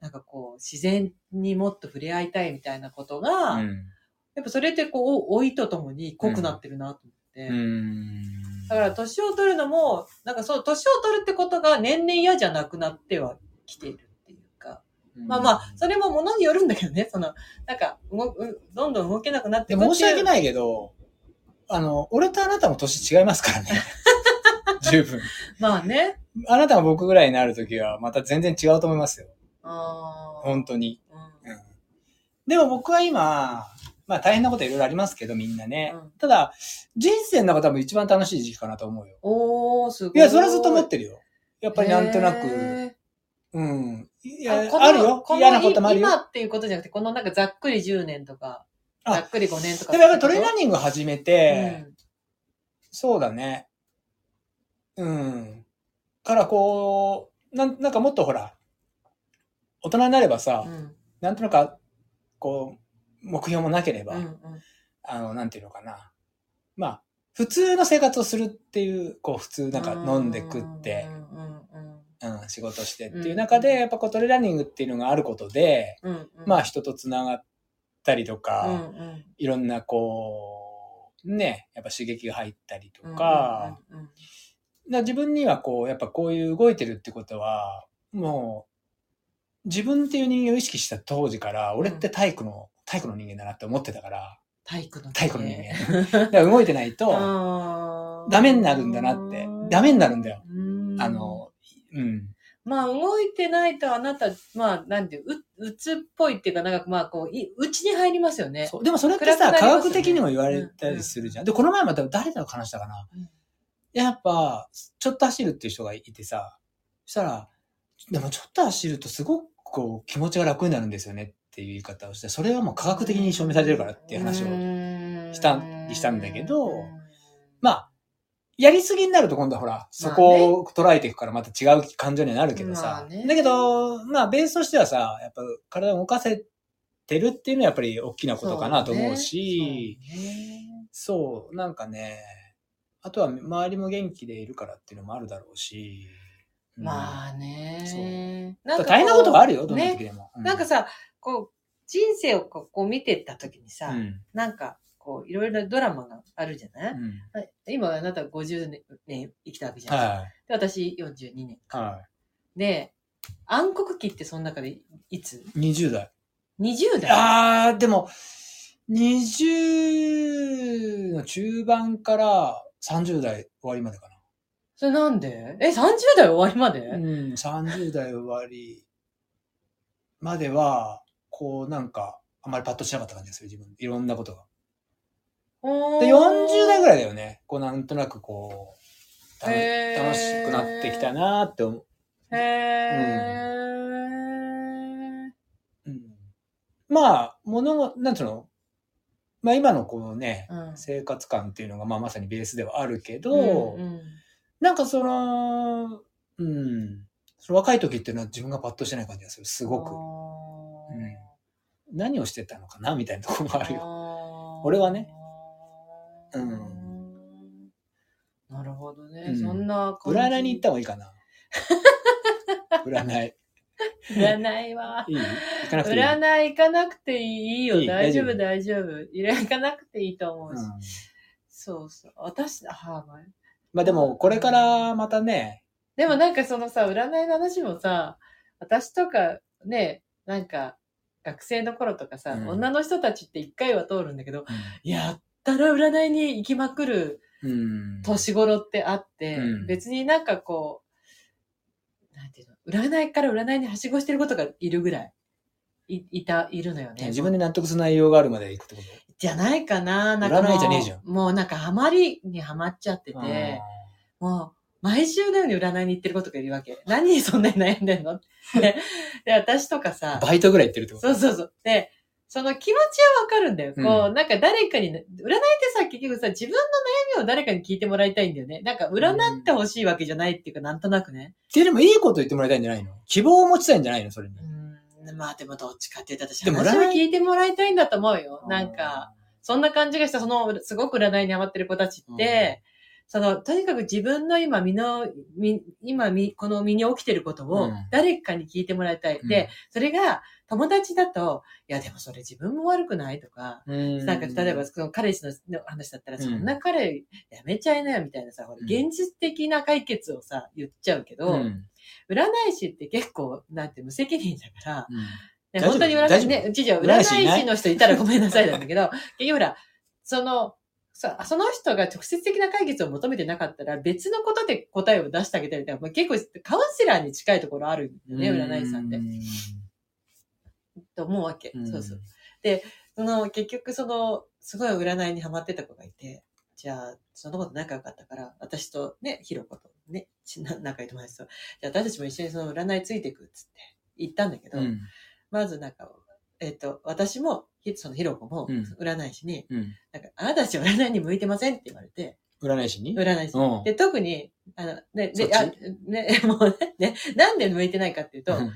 [SPEAKER 1] なんかこう自然にもっと触れ合いたいみたいなことが、
[SPEAKER 2] うん
[SPEAKER 1] やっぱそれってこう老いとともに濃くなってるなと思って。
[SPEAKER 2] うん
[SPEAKER 1] だから年を取るのも、なんかそう、年を取るってことが年々嫌じゃなくなってはきているっていうか。まあまあ、それもものによるんだけどね、その、なんか、動くどんどん動けなくなって
[SPEAKER 2] で
[SPEAKER 1] くって
[SPEAKER 2] 申し訳
[SPEAKER 1] い
[SPEAKER 2] ないけど、あの、俺とあなたも年違いま
[SPEAKER 1] [LAUGHS]
[SPEAKER 2] すからね。十分。
[SPEAKER 1] う。まあね。
[SPEAKER 2] あなたが僕ぐらいになるときは、また全然違うと思いますよ。
[SPEAKER 1] あ
[SPEAKER 2] 本当に。
[SPEAKER 1] 当。うん
[SPEAKER 2] うんでも僕は今、まあ大変なこといろいろありますけど、みんなね。
[SPEAKER 1] うん
[SPEAKER 2] ただ、人生の中多分一番楽しい時期かなと思うよ。
[SPEAKER 1] おー、すごい。
[SPEAKER 2] いや、それはずっと思ってるよ。やっぱりなんとな
[SPEAKER 1] へ
[SPEAKER 2] く。
[SPEAKER 1] ー
[SPEAKER 2] うん。いや、
[SPEAKER 1] この
[SPEAKER 2] あるよ。
[SPEAKER 1] この
[SPEAKER 2] 嫌なこともあるよ
[SPEAKER 1] 今。っていうことじゃなくて、このなんかざっくり10年とか、
[SPEAKER 2] あ
[SPEAKER 1] ざっくり5年とか。
[SPEAKER 2] でもやっぱりトレーナーニング始めて、
[SPEAKER 1] うん
[SPEAKER 2] そうだね。うん。からこう、なんなんかもっとほら、大人になればさ、
[SPEAKER 1] うん
[SPEAKER 2] なんとなく、こう、目標もなければ、
[SPEAKER 1] うんうん
[SPEAKER 2] あの、なんていうのかな。まあ、普通の生活をするっていう、こう、普通なんか飲んで食って
[SPEAKER 1] う、んうんうん
[SPEAKER 2] うん、仕事してって
[SPEAKER 1] う
[SPEAKER 2] いうん中で、やっぱこうトレーラーニングっていうのがあることで、
[SPEAKER 1] うんうん
[SPEAKER 2] まあ人と繋がったりとか、
[SPEAKER 1] うんうん
[SPEAKER 2] いろんなこう、ね、やっぱ刺激が入ったりとか、
[SPEAKER 1] うんうん
[SPEAKER 2] だから自分にはこう、やっぱこういう動いてるってことは、もう、自分っていう人間を意識した当時から、俺って体育の、体育の人間だなって思ってたから、
[SPEAKER 1] 体育の人間。
[SPEAKER 2] 体育の人間。だから動いてないと、
[SPEAKER 1] あー
[SPEAKER 2] ダメになるんだなって。ダメになるんだよ。
[SPEAKER 1] うん
[SPEAKER 2] あ、の、うん。
[SPEAKER 1] まあ動いてないとあなた、まあなんていう、う、うつっぽいっていうか、なんかまあこう、い、うちに入りますよね。
[SPEAKER 2] そうでもそれって
[SPEAKER 1] 暗くな
[SPEAKER 2] さ、
[SPEAKER 1] ります
[SPEAKER 2] 科
[SPEAKER 1] よね
[SPEAKER 2] 学的にも言われたりするじゃん。で、この前また誰と話したかな。
[SPEAKER 1] うん
[SPEAKER 2] やっぱ、ちょっと走るっていう人がいてさ、そしたら、でもちょっと走るとすごくこう気持ちが楽になるんですよねっていう言い方をして、それはもう科学的に証明されてるからっていう話を。
[SPEAKER 1] を
[SPEAKER 2] したりしたんだけどまあ、やりすぎになると今度はほら、そこを捉えていくからまた違う感情にはなるけど
[SPEAKER 1] ま
[SPEAKER 2] さ
[SPEAKER 1] あ。ね
[SPEAKER 2] だけど、まあベースとしてはさ、やっぱ体を動かせてるっていうのはやっぱり大きなことかなと思うし、
[SPEAKER 1] そうね
[SPEAKER 2] そう、なんかね、あとは周りも元気でいるからっていうのもあるだろうし。うん
[SPEAKER 1] まあ
[SPEAKER 2] そう
[SPEAKER 1] ね。なんか
[SPEAKER 2] 大変なことはあるよ、
[SPEAKER 1] こ
[SPEAKER 2] ど
[SPEAKER 1] うん
[SPEAKER 2] な時
[SPEAKER 1] ね。
[SPEAKER 2] でも。う
[SPEAKER 1] なんか、さ、こう、人生をこうこう見てった時に
[SPEAKER 2] う
[SPEAKER 1] さ、
[SPEAKER 2] ん。
[SPEAKER 1] なんか、こう、いろいろドラマがあるじゃない、
[SPEAKER 2] うん
[SPEAKER 1] はい今、あなた50年年生きたわけじゃない、
[SPEAKER 2] は
[SPEAKER 1] で私42年
[SPEAKER 2] い。は
[SPEAKER 1] で、暗黒期ってその中でいつ
[SPEAKER 2] い。20代。
[SPEAKER 1] ?20 代
[SPEAKER 2] あー、でも、20の中盤から30代終わりまでか
[SPEAKER 1] それなんでえ、30代終わりまで、
[SPEAKER 2] な。うん、30代終わりまでは、こうなんか、あんまりパッとしなかった感じがする、自分。いろんなことが。
[SPEAKER 1] おー
[SPEAKER 2] で40代ぐらいだよね。こうなんとなくこう、たの
[SPEAKER 1] へー
[SPEAKER 2] 楽しくなってきたなーって思う。
[SPEAKER 1] へー。
[SPEAKER 2] うん、まあ、物が、なんていうのまあ今のこうね、
[SPEAKER 1] うん
[SPEAKER 2] 生活感っていうのがまあまさにベースではあるけど、
[SPEAKER 1] うんうん
[SPEAKER 2] なんかその、うん、その若い時っていうのは自分がパッとしてない感じがする。すご
[SPEAKER 1] あ
[SPEAKER 2] く。
[SPEAKER 1] ー
[SPEAKER 2] うん何をしてたのかなみたいなところもあるよ。
[SPEAKER 1] よ
[SPEAKER 2] 俺はね。
[SPEAKER 1] う
[SPEAKER 2] うん
[SPEAKER 1] ん。なるほどね。
[SPEAKER 2] うん
[SPEAKER 1] そんな感じ。
[SPEAKER 2] 占いに行った方がいい
[SPEAKER 1] [LAUGHS]
[SPEAKER 2] かな。占い。
[SPEAKER 1] 占いは。
[SPEAKER 2] いい行かなくて
[SPEAKER 1] 占い行かなくていい
[SPEAKER 2] いい。
[SPEAKER 1] よ。
[SPEAKER 2] いい
[SPEAKER 1] 大丈夫、大
[SPEAKER 2] 大
[SPEAKER 1] 丈夫。いら行かなくていいと思うし。
[SPEAKER 2] うん
[SPEAKER 1] そうそう。私、あーまあ
[SPEAKER 2] まあでも、これからまたね、
[SPEAKER 1] でもなんかそのさ、占いの話もさ、私とかね、なんか学生の頃とかさ、
[SPEAKER 2] うん
[SPEAKER 1] 女の人たちって一回は通るんだけど、やったら占いに行きまくる
[SPEAKER 2] うん。
[SPEAKER 1] 年頃ってあって、
[SPEAKER 2] うん
[SPEAKER 1] 別になんかこう、なんていうの、占いから占いにはしごしてることがいるぐらい、い、いた、いるのよね。
[SPEAKER 2] 自分で納得する内容があるまで行くってこと
[SPEAKER 1] じゃないかな、なんかもう。
[SPEAKER 2] 占いじゃねえじゃん
[SPEAKER 1] もうなんかハマりにハマっちゃってて、もう、毎週のように占いに行ってることがいるわけ。何にそんなに悩んでんのって。で、私とか
[SPEAKER 2] うん
[SPEAKER 1] さ、
[SPEAKER 2] バイトぐらい行ってるってこと
[SPEAKER 1] そうそうそう。で、その気持ちはわかるんだよ。
[SPEAKER 2] うん
[SPEAKER 1] こう、なんか誰かに、占いってさ、結局さ、自分の悩みを誰かに聞いてもらいたいんだよね。なんか、占ってほしいわけじゃないっていうか、なんとなくね。
[SPEAKER 2] で、でもいいこと言ってもらいたいんじゃないの希望を持ちたいんじゃないのそれに。
[SPEAKER 1] うん、まあでもどっちかって言ったら私、
[SPEAKER 2] でも
[SPEAKER 1] 話を
[SPEAKER 2] 占い
[SPEAKER 1] 聞いてもらいたいんだと思うよ。なんか、、そんな感じがした、その、すごく占いにハマってる子たちって、その、とにかく自分の今、身の、身今、身この身に起きてること
[SPEAKER 2] う
[SPEAKER 1] を
[SPEAKER 2] ん
[SPEAKER 1] 誰かに聞いてもらいたい。で、それが友達だと、いや、でもそれ自分も悪くないとか、
[SPEAKER 2] うん、
[SPEAKER 1] なんか、例えば、
[SPEAKER 2] うん、
[SPEAKER 1] その彼氏のの話だったら、
[SPEAKER 2] うん
[SPEAKER 1] そんな彼やめちゃいなよみたいなさ、ほら
[SPEAKER 2] うん
[SPEAKER 1] 現実的な解決をさ、言っちゃうけど、
[SPEAKER 2] うん
[SPEAKER 1] 占い師って結構、なんて無責任だから、ね、
[SPEAKER 2] 大丈夫
[SPEAKER 1] 本当に
[SPEAKER 2] 大
[SPEAKER 1] 占い
[SPEAKER 2] 丈
[SPEAKER 1] 師、
[SPEAKER 2] 夫
[SPEAKER 1] ね、うちじゃ占
[SPEAKER 2] 占
[SPEAKER 1] い
[SPEAKER 2] い師いない
[SPEAKER 1] 師の人いたらごめんなさいなんだけど、結局ほら、その、そその人が直接的な解決を求めてなかったら別のことで答えを出してあげたりとか、まあ、結構カウンセラーに近いところあるんだよね、占い師さんって。と思うわけ。
[SPEAKER 2] ん
[SPEAKER 1] そうそう。。その、結局その、すごい占いにハマってた子がいて、じゃあ、その子と仲良かったから、私とね、ひろことね、ちな仲良い友達と、じゃあ私たちも一緒にその占いついていくっつって行ったんだけど、
[SPEAKER 2] うん。
[SPEAKER 1] まずなんか、えっ、と、私も、ひそのひろこも、
[SPEAKER 2] うん
[SPEAKER 1] 占い師に、
[SPEAKER 2] うん。
[SPEAKER 1] なんか、あなたたち占いに向いてませんって言われて、
[SPEAKER 2] 占い師に
[SPEAKER 1] 占い師に。
[SPEAKER 2] うん
[SPEAKER 1] で、特に、あの、ね、
[SPEAKER 2] そ
[SPEAKER 1] で、
[SPEAKER 2] っち
[SPEAKER 1] あ、ね、 [LAUGHS] もうねね、なんで向いてないかっていうと、
[SPEAKER 2] うん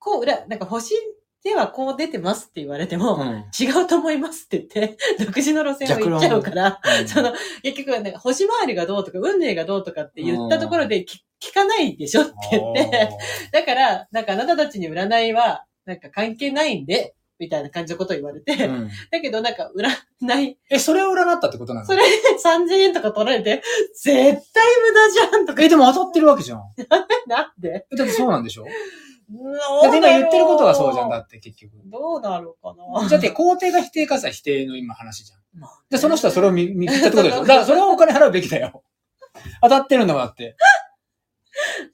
[SPEAKER 1] こう、裏、なんか星ではこう出てますって言われても、
[SPEAKER 2] うん
[SPEAKER 1] 違うと思いますって言って、 [LAUGHS] 独自の路線を行っちゃうから、 [LAUGHS] その、結局はね、星回りがどうとか、運命がどうとかって言ったところでき聞かないでしょって言って、だから、なんかあなたたちに占いは、なんか関係ないんで、みたいな感じのことを言われて、
[SPEAKER 2] おーうん
[SPEAKER 1] だけどなんか
[SPEAKER 2] [LAUGHS]
[SPEAKER 1] 占い、
[SPEAKER 2] え、それを占ったってことなの
[SPEAKER 1] それ3000円とか取られて、絶対無駄じゃんとか、
[SPEAKER 2] え、でも当たってるわけじゃん。
[SPEAKER 1] なんで
[SPEAKER 2] えだってそうなんでしょだ
[SPEAKER 1] だ
[SPEAKER 2] って今言ってることがそうじゃんだ。って結局。
[SPEAKER 1] どうなるかな。
[SPEAKER 2] だって肯定が否定かさ否定の今話じゃん。
[SPEAKER 1] まあ
[SPEAKER 2] で、その人はそれを見見切ったってことでし
[SPEAKER 1] そう
[SPEAKER 2] ょだからそれはお金払うべきだよ。当たってるんだもんだって。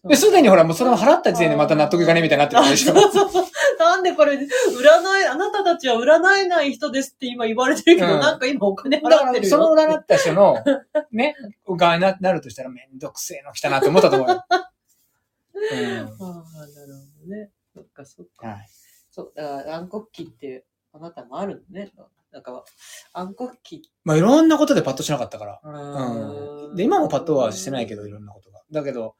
[SPEAKER 2] で、すでにほら、もうそれを払った時点でまた納得いかねえみたいになってるでしょ。
[SPEAKER 1] そうそうそう。なんでこれ、占い、あなたたちは占えない人ですって今言われてるけど、
[SPEAKER 2] うん
[SPEAKER 1] なんか今お金
[SPEAKER 2] だか
[SPEAKER 1] 払って
[SPEAKER 2] ら、
[SPEAKER 1] る
[SPEAKER 2] その
[SPEAKER 1] よ。
[SPEAKER 2] 占った人の、ね、がななるとしたらめんどくせえの来たなって思ったと思うよ。うん
[SPEAKER 1] ああ、なるほどね。そっかそっか。
[SPEAKER 2] はい
[SPEAKER 1] そう、だから暗黒期ってあなたもあるのね。なんか、暗黒期って。
[SPEAKER 2] まあ、いろんなことでパッとしなかったから。
[SPEAKER 1] う
[SPEAKER 2] うん。で、今もパッとはしてないけ
[SPEAKER 1] ど。
[SPEAKER 2] ど、いろんなことが。だけど、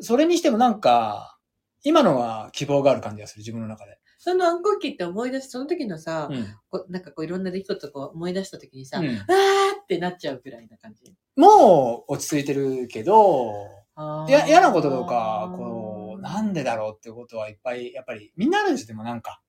[SPEAKER 2] それにしてもなんか、今のは希望がある感じがする、自分の中で。
[SPEAKER 1] その暗黒期って思い出し、その時のさ、
[SPEAKER 2] うん
[SPEAKER 1] こうなんかこういろんな出来事をこう思い出した時にさ、
[SPEAKER 2] う
[SPEAKER 1] わ
[SPEAKER 2] ん
[SPEAKER 1] ーってなっちゃうぐらいな感じ。
[SPEAKER 2] もう落ち着いてるけど、
[SPEAKER 1] あー
[SPEAKER 2] や、嫌なこととか、こう、なんでだろうっていうことはいっぱい、やっぱり、みんなあるんですよ、でもなんか。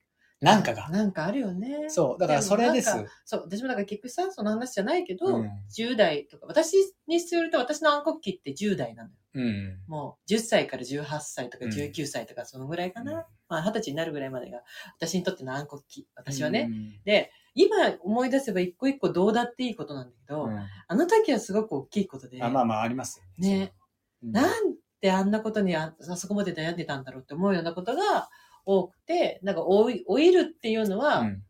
[SPEAKER 2] なんかが。
[SPEAKER 1] なんかあるよね。
[SPEAKER 2] そう。だからそれです
[SPEAKER 1] も。なんそう、私もなんか結局さ、その話じゃないけど、
[SPEAKER 2] うん
[SPEAKER 1] 10代とか、私にすると私の暗黒期って10代なのよ。
[SPEAKER 2] うん。
[SPEAKER 1] もう10歳から18歳とか
[SPEAKER 2] うん
[SPEAKER 1] 19歳とかそのぐらいかな。まあ20歳になるぐらいまでが、私にとっての暗黒期、私はね。
[SPEAKER 2] うん。
[SPEAKER 1] で、今思い出せば一個一個どうだっていいことなんだけど、
[SPEAKER 2] うん
[SPEAKER 1] あの時はすごく大きいことで、
[SPEAKER 2] あまあまあ、ありますよ
[SPEAKER 1] ね。
[SPEAKER 2] うん
[SPEAKER 1] なんであんなことにああそこまで悩んでたんだろうって思うようなことが多くて、なんか老い老いるっていうのは、
[SPEAKER 2] うん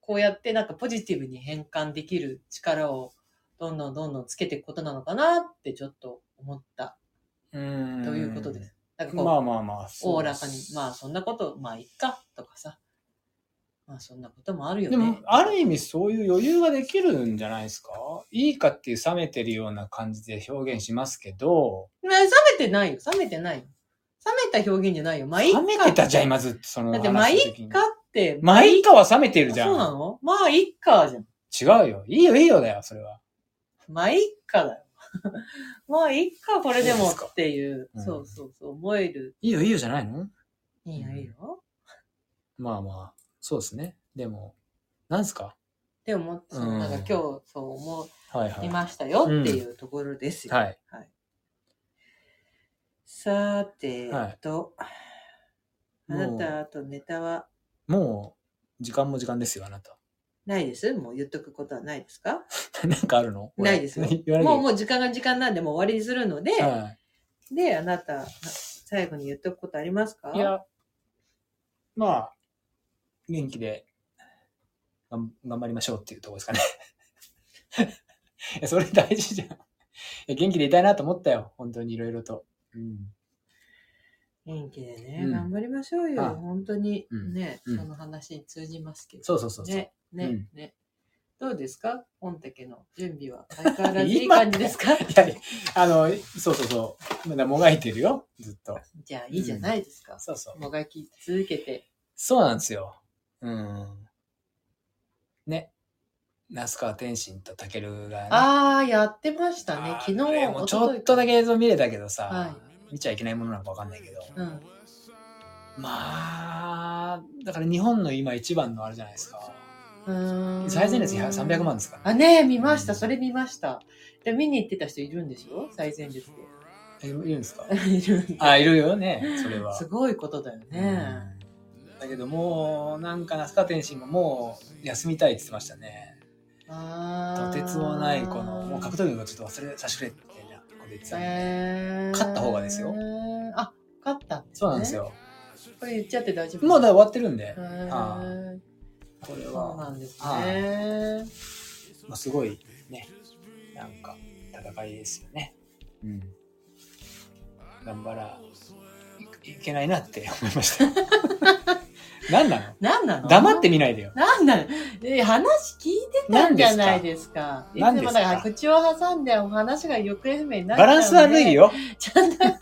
[SPEAKER 1] こうやってなんかポジティブに変換できる力をどんどんどんどんつけていくことなのかなってちょっと思った
[SPEAKER 2] うん。
[SPEAKER 1] ということです。なんかこう、
[SPEAKER 2] まあまあまあ。
[SPEAKER 1] お
[SPEAKER 2] そう
[SPEAKER 1] おらかに、まあそんなこと、まあいっかとかさ。まあそんなこともあるよ
[SPEAKER 2] で
[SPEAKER 1] ね。
[SPEAKER 2] も、ある意味そういう余裕ができるんじゃないですかいいかっていう冷めてるような感じで表現しますけど、
[SPEAKER 1] まあ冷めてないよ、冷めてないよ。冷めた表現じゃないよ。まあいっか。
[SPEAKER 2] 冷めてたじゃん、今ずっとその
[SPEAKER 1] だ
[SPEAKER 2] 話
[SPEAKER 1] って、
[SPEAKER 2] の
[SPEAKER 1] まあい
[SPEAKER 2] 時
[SPEAKER 1] っ
[SPEAKER 2] に
[SPEAKER 1] かって、
[SPEAKER 2] まあいいかは冷めてるじゃ。
[SPEAKER 1] そうなんのまあいっかじゃん。
[SPEAKER 2] 違うよ。いいよ、いいよだよ、それは。
[SPEAKER 1] まあいっかだよ。 [LAUGHS] まあいっか、これでも
[SPEAKER 2] そうですか
[SPEAKER 1] っていう、
[SPEAKER 2] うん
[SPEAKER 1] そうそうそう、思える。
[SPEAKER 2] いいよ、いいよじゃないの
[SPEAKER 1] いいよ、いいよ。
[SPEAKER 2] まあまあ、そうですね。でも、なんですか
[SPEAKER 1] って思って、その
[SPEAKER 2] うん
[SPEAKER 1] なんか今日そう思
[SPEAKER 2] はいはいい。
[SPEAKER 1] ましたよっていうところですよ。
[SPEAKER 2] はい。
[SPEAKER 1] さて
[SPEAKER 2] はい
[SPEAKER 1] と、あ
[SPEAKER 2] も
[SPEAKER 1] な
[SPEAKER 2] う
[SPEAKER 1] たとネタは
[SPEAKER 2] もう、時間も時間ですよ、あなた。 [LAUGHS]
[SPEAKER 1] ないですもう言っとくことはないですか
[SPEAKER 2] なんかあるの
[SPEAKER 1] ないですよ。
[SPEAKER 2] 言われ
[SPEAKER 1] もうもう時間が時間なんでもう終わりにするので、
[SPEAKER 2] は
[SPEAKER 1] で、あなた、最後に言っとくことありますか
[SPEAKER 2] い。いや、まあ、元気で、がん頑張りましょうっていうところですかね。 [LAUGHS] いやそれ大事じゃん。いや元気でいたいなと思ったよ。本当にいろいろと。うん。
[SPEAKER 1] 元気でね、
[SPEAKER 2] うん
[SPEAKER 1] 頑張りましょうよ。
[SPEAKER 2] はい
[SPEAKER 1] 本当に
[SPEAKER 2] うん
[SPEAKER 1] ね、
[SPEAKER 2] うん
[SPEAKER 1] その話に通じますけど。
[SPEAKER 2] そうそうそうそう。
[SPEAKER 1] ね、ね、
[SPEAKER 2] うん
[SPEAKER 1] ね。どうですか御嶽の準備は相変わらずいい
[SPEAKER 2] 今
[SPEAKER 1] 感じですか
[SPEAKER 2] [LAUGHS] いや、あの、そうそうそう。まだもがいてるよ。ずっと。
[SPEAKER 1] じゃあいいじゃないですか。
[SPEAKER 2] そうそう。
[SPEAKER 1] もがき続けて。
[SPEAKER 2] そうなんですよ。うん。ね。那須川天心とタケルがね。
[SPEAKER 1] ああ、やってましたね。
[SPEAKER 2] あ
[SPEAKER 1] 昨日
[SPEAKER 2] れもちょっとだけ。映像見れたけどさ、
[SPEAKER 1] は
[SPEAKER 2] 見ちゃいけないものなのかわかんないけど。
[SPEAKER 1] 一昨日うん。
[SPEAKER 2] まあ、だから日本の今一番のあれじゃないですか。
[SPEAKER 1] うーん
[SPEAKER 2] 最前列100 300万ですから
[SPEAKER 1] あ、
[SPEAKER 2] ね。
[SPEAKER 1] ねえ見ました。それ見ました。で、見に行ってた人いるんでしょ最前列
[SPEAKER 2] えいるんですか
[SPEAKER 1] で。いるんだ
[SPEAKER 2] [LAUGHS] あ、いるよね、それは。
[SPEAKER 1] [LAUGHS] すごいことだよね。
[SPEAKER 2] うんだけどもう、なんか那須川天心ももう休みたいって言ってましたね。
[SPEAKER 1] あ
[SPEAKER 2] と
[SPEAKER 1] ー
[SPEAKER 2] てつもない、この、もう格闘技がちょっと忘れさせてくれみたいなこと言ってたんで
[SPEAKER 1] えー
[SPEAKER 2] 勝った方がですよ。
[SPEAKER 1] あ、勝った。
[SPEAKER 2] そうなんです。よ。
[SPEAKER 1] これ言っちゃって大丈夫
[SPEAKER 2] もうだから終わってるんで
[SPEAKER 1] へ、ー
[SPEAKER 2] はこれ
[SPEAKER 1] そう
[SPEAKER 2] は、
[SPEAKER 1] なんです
[SPEAKER 2] は
[SPEAKER 1] ね。
[SPEAKER 2] まあ、すごいね、なんか戦いですよね。うん。頑張らいいけないなって思いました。 [LAUGHS] 何な
[SPEAKER 1] なんな
[SPEAKER 2] の
[SPEAKER 1] の
[SPEAKER 2] 黙って見ないでよ。
[SPEAKER 1] なんなのえ話聞いてたんじゃないですか。いつ
[SPEAKER 2] 何ですか
[SPEAKER 1] もだから口を挟んでお話が行方不明になっちゃ
[SPEAKER 2] バ
[SPEAKER 1] う
[SPEAKER 2] ランス悪い。よ。
[SPEAKER 1] ちゃんと、ち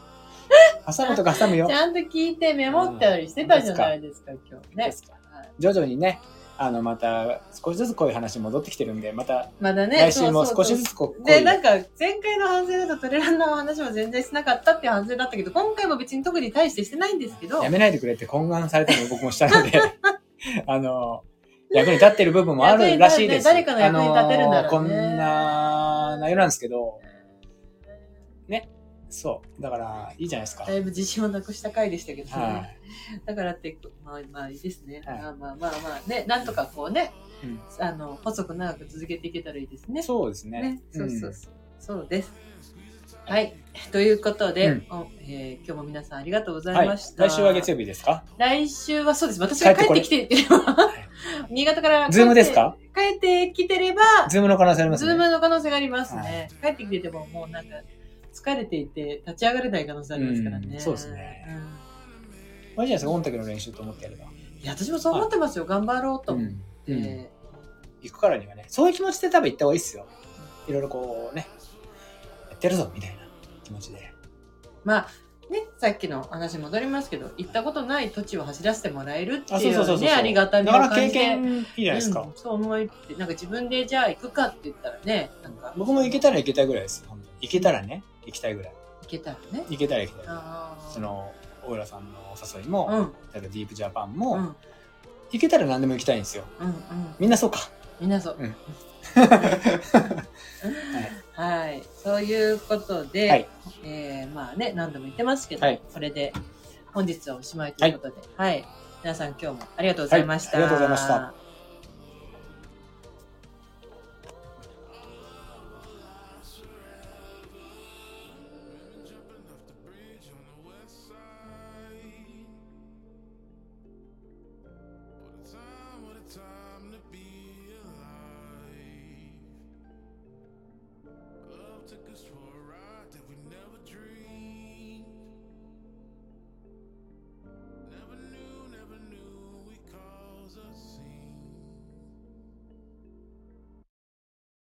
[SPEAKER 2] [LAUGHS] 挟むとか挟むよ。
[SPEAKER 1] ゃんと聞いてメモったりしてたじゃないですか、今日
[SPEAKER 2] で
[SPEAKER 1] ね。
[SPEAKER 2] すか
[SPEAKER 1] はい
[SPEAKER 2] 徐々にね、あの、また少しずつこういう話戻ってきてるんで、また
[SPEAKER 1] まだね、
[SPEAKER 2] 来週も
[SPEAKER 1] そうそうそ
[SPEAKER 2] 少
[SPEAKER 1] う
[SPEAKER 2] しずつこう、こう
[SPEAKER 1] で、
[SPEAKER 2] い
[SPEAKER 1] なん
[SPEAKER 2] う
[SPEAKER 1] か、前回の反省だとトレランの話も全然しなかったっていう反省だったけど、今回も別に特に対してしてないんですけど、
[SPEAKER 2] やめないでくれって懇願されたの僕もし
[SPEAKER 1] [LAUGHS]
[SPEAKER 2] たので、あの、役に立ってる部分もあるらしいです。
[SPEAKER 1] 役に立って誰かの役に立てるならね
[SPEAKER 2] あのこんな内容なんですけど、そう。だから、いいじゃないですか。
[SPEAKER 1] だいぶ自信をなくした回でしたけどね。
[SPEAKER 2] はい。
[SPEAKER 1] だからって、まあまあいいですね。
[SPEAKER 2] はい
[SPEAKER 1] まあまあまあまあね、なんとかこうね、
[SPEAKER 2] うん
[SPEAKER 1] あの、細く長く続けていけたらいいですね。
[SPEAKER 2] そうですね
[SPEAKER 1] ね。。そうそううんそう。そうです。はい。ということで、
[SPEAKER 2] うん
[SPEAKER 1] おえー今日も皆さんありがとうござ
[SPEAKER 2] はいい。
[SPEAKER 1] ました。
[SPEAKER 2] 来週は月曜日ですか
[SPEAKER 1] 来週はそうです。私が帰ってきてれば、 [LAUGHS] 新潟から帰って
[SPEAKER 2] ズームですか
[SPEAKER 1] 帰ってきてれば、
[SPEAKER 2] ズームの可能性あります
[SPEAKER 1] ズ
[SPEAKER 2] ね。
[SPEAKER 1] ームの可能性がありますね。帰ってきてても、もうなんか、疲れていて、立ち上がれない可能性ありますからね。
[SPEAKER 2] うんそうですね
[SPEAKER 1] うん。
[SPEAKER 2] あれじゃないですか、オンタクの練習と思ってやれば。
[SPEAKER 1] いや、私もそう思ってますよ。頑張ろうと
[SPEAKER 2] う
[SPEAKER 1] 思っ
[SPEAKER 2] ん。
[SPEAKER 1] て。
[SPEAKER 2] うん行くからにはね、そういう気持ちで多分行った方がいいっすよ。いろいろこうね、やってやるぞ、みたいな気持ちで。
[SPEAKER 1] ね、さっきの話戻りますけど、行ったことない土地を走らせてもらえるって
[SPEAKER 2] あ、
[SPEAKER 1] い
[SPEAKER 2] そう
[SPEAKER 1] う
[SPEAKER 2] そうそうそう。
[SPEAKER 1] ね、ありがたみを
[SPEAKER 2] なかなか
[SPEAKER 1] 感
[SPEAKER 2] 経
[SPEAKER 1] じて。
[SPEAKER 2] 験いいじゃないですか
[SPEAKER 1] うん。そう思いって、なんか自分でじゃあ行くかって言ったらね、なんか、
[SPEAKER 2] 僕も行けたら行けたいぐらいです。本当に行けたらね、行きたいぐらい。
[SPEAKER 1] 行けたらね。
[SPEAKER 2] 行けたら行きたいぐらい。
[SPEAKER 1] ああ。
[SPEAKER 2] その、大浦さんのお誘いうも、
[SPEAKER 1] ん、
[SPEAKER 2] 例えばディープジャパン
[SPEAKER 1] うん、うん、う
[SPEAKER 2] も、
[SPEAKER 1] ん
[SPEAKER 2] 行けたら何でも行きたいんですよ。
[SPEAKER 1] うん。
[SPEAKER 2] みんなそうか。
[SPEAKER 1] みんなそう。 [LAUGHS]
[SPEAKER 2] うん
[SPEAKER 1] はい。そういうことで、
[SPEAKER 2] はい
[SPEAKER 1] えーまあね、何度も言ってますけど、
[SPEAKER 2] はい
[SPEAKER 1] これで本日はおしまいということで、はい。皆さん今日もありがとうございました。
[SPEAKER 2] はいありがとうございました。
[SPEAKER 5] What a time, what a time.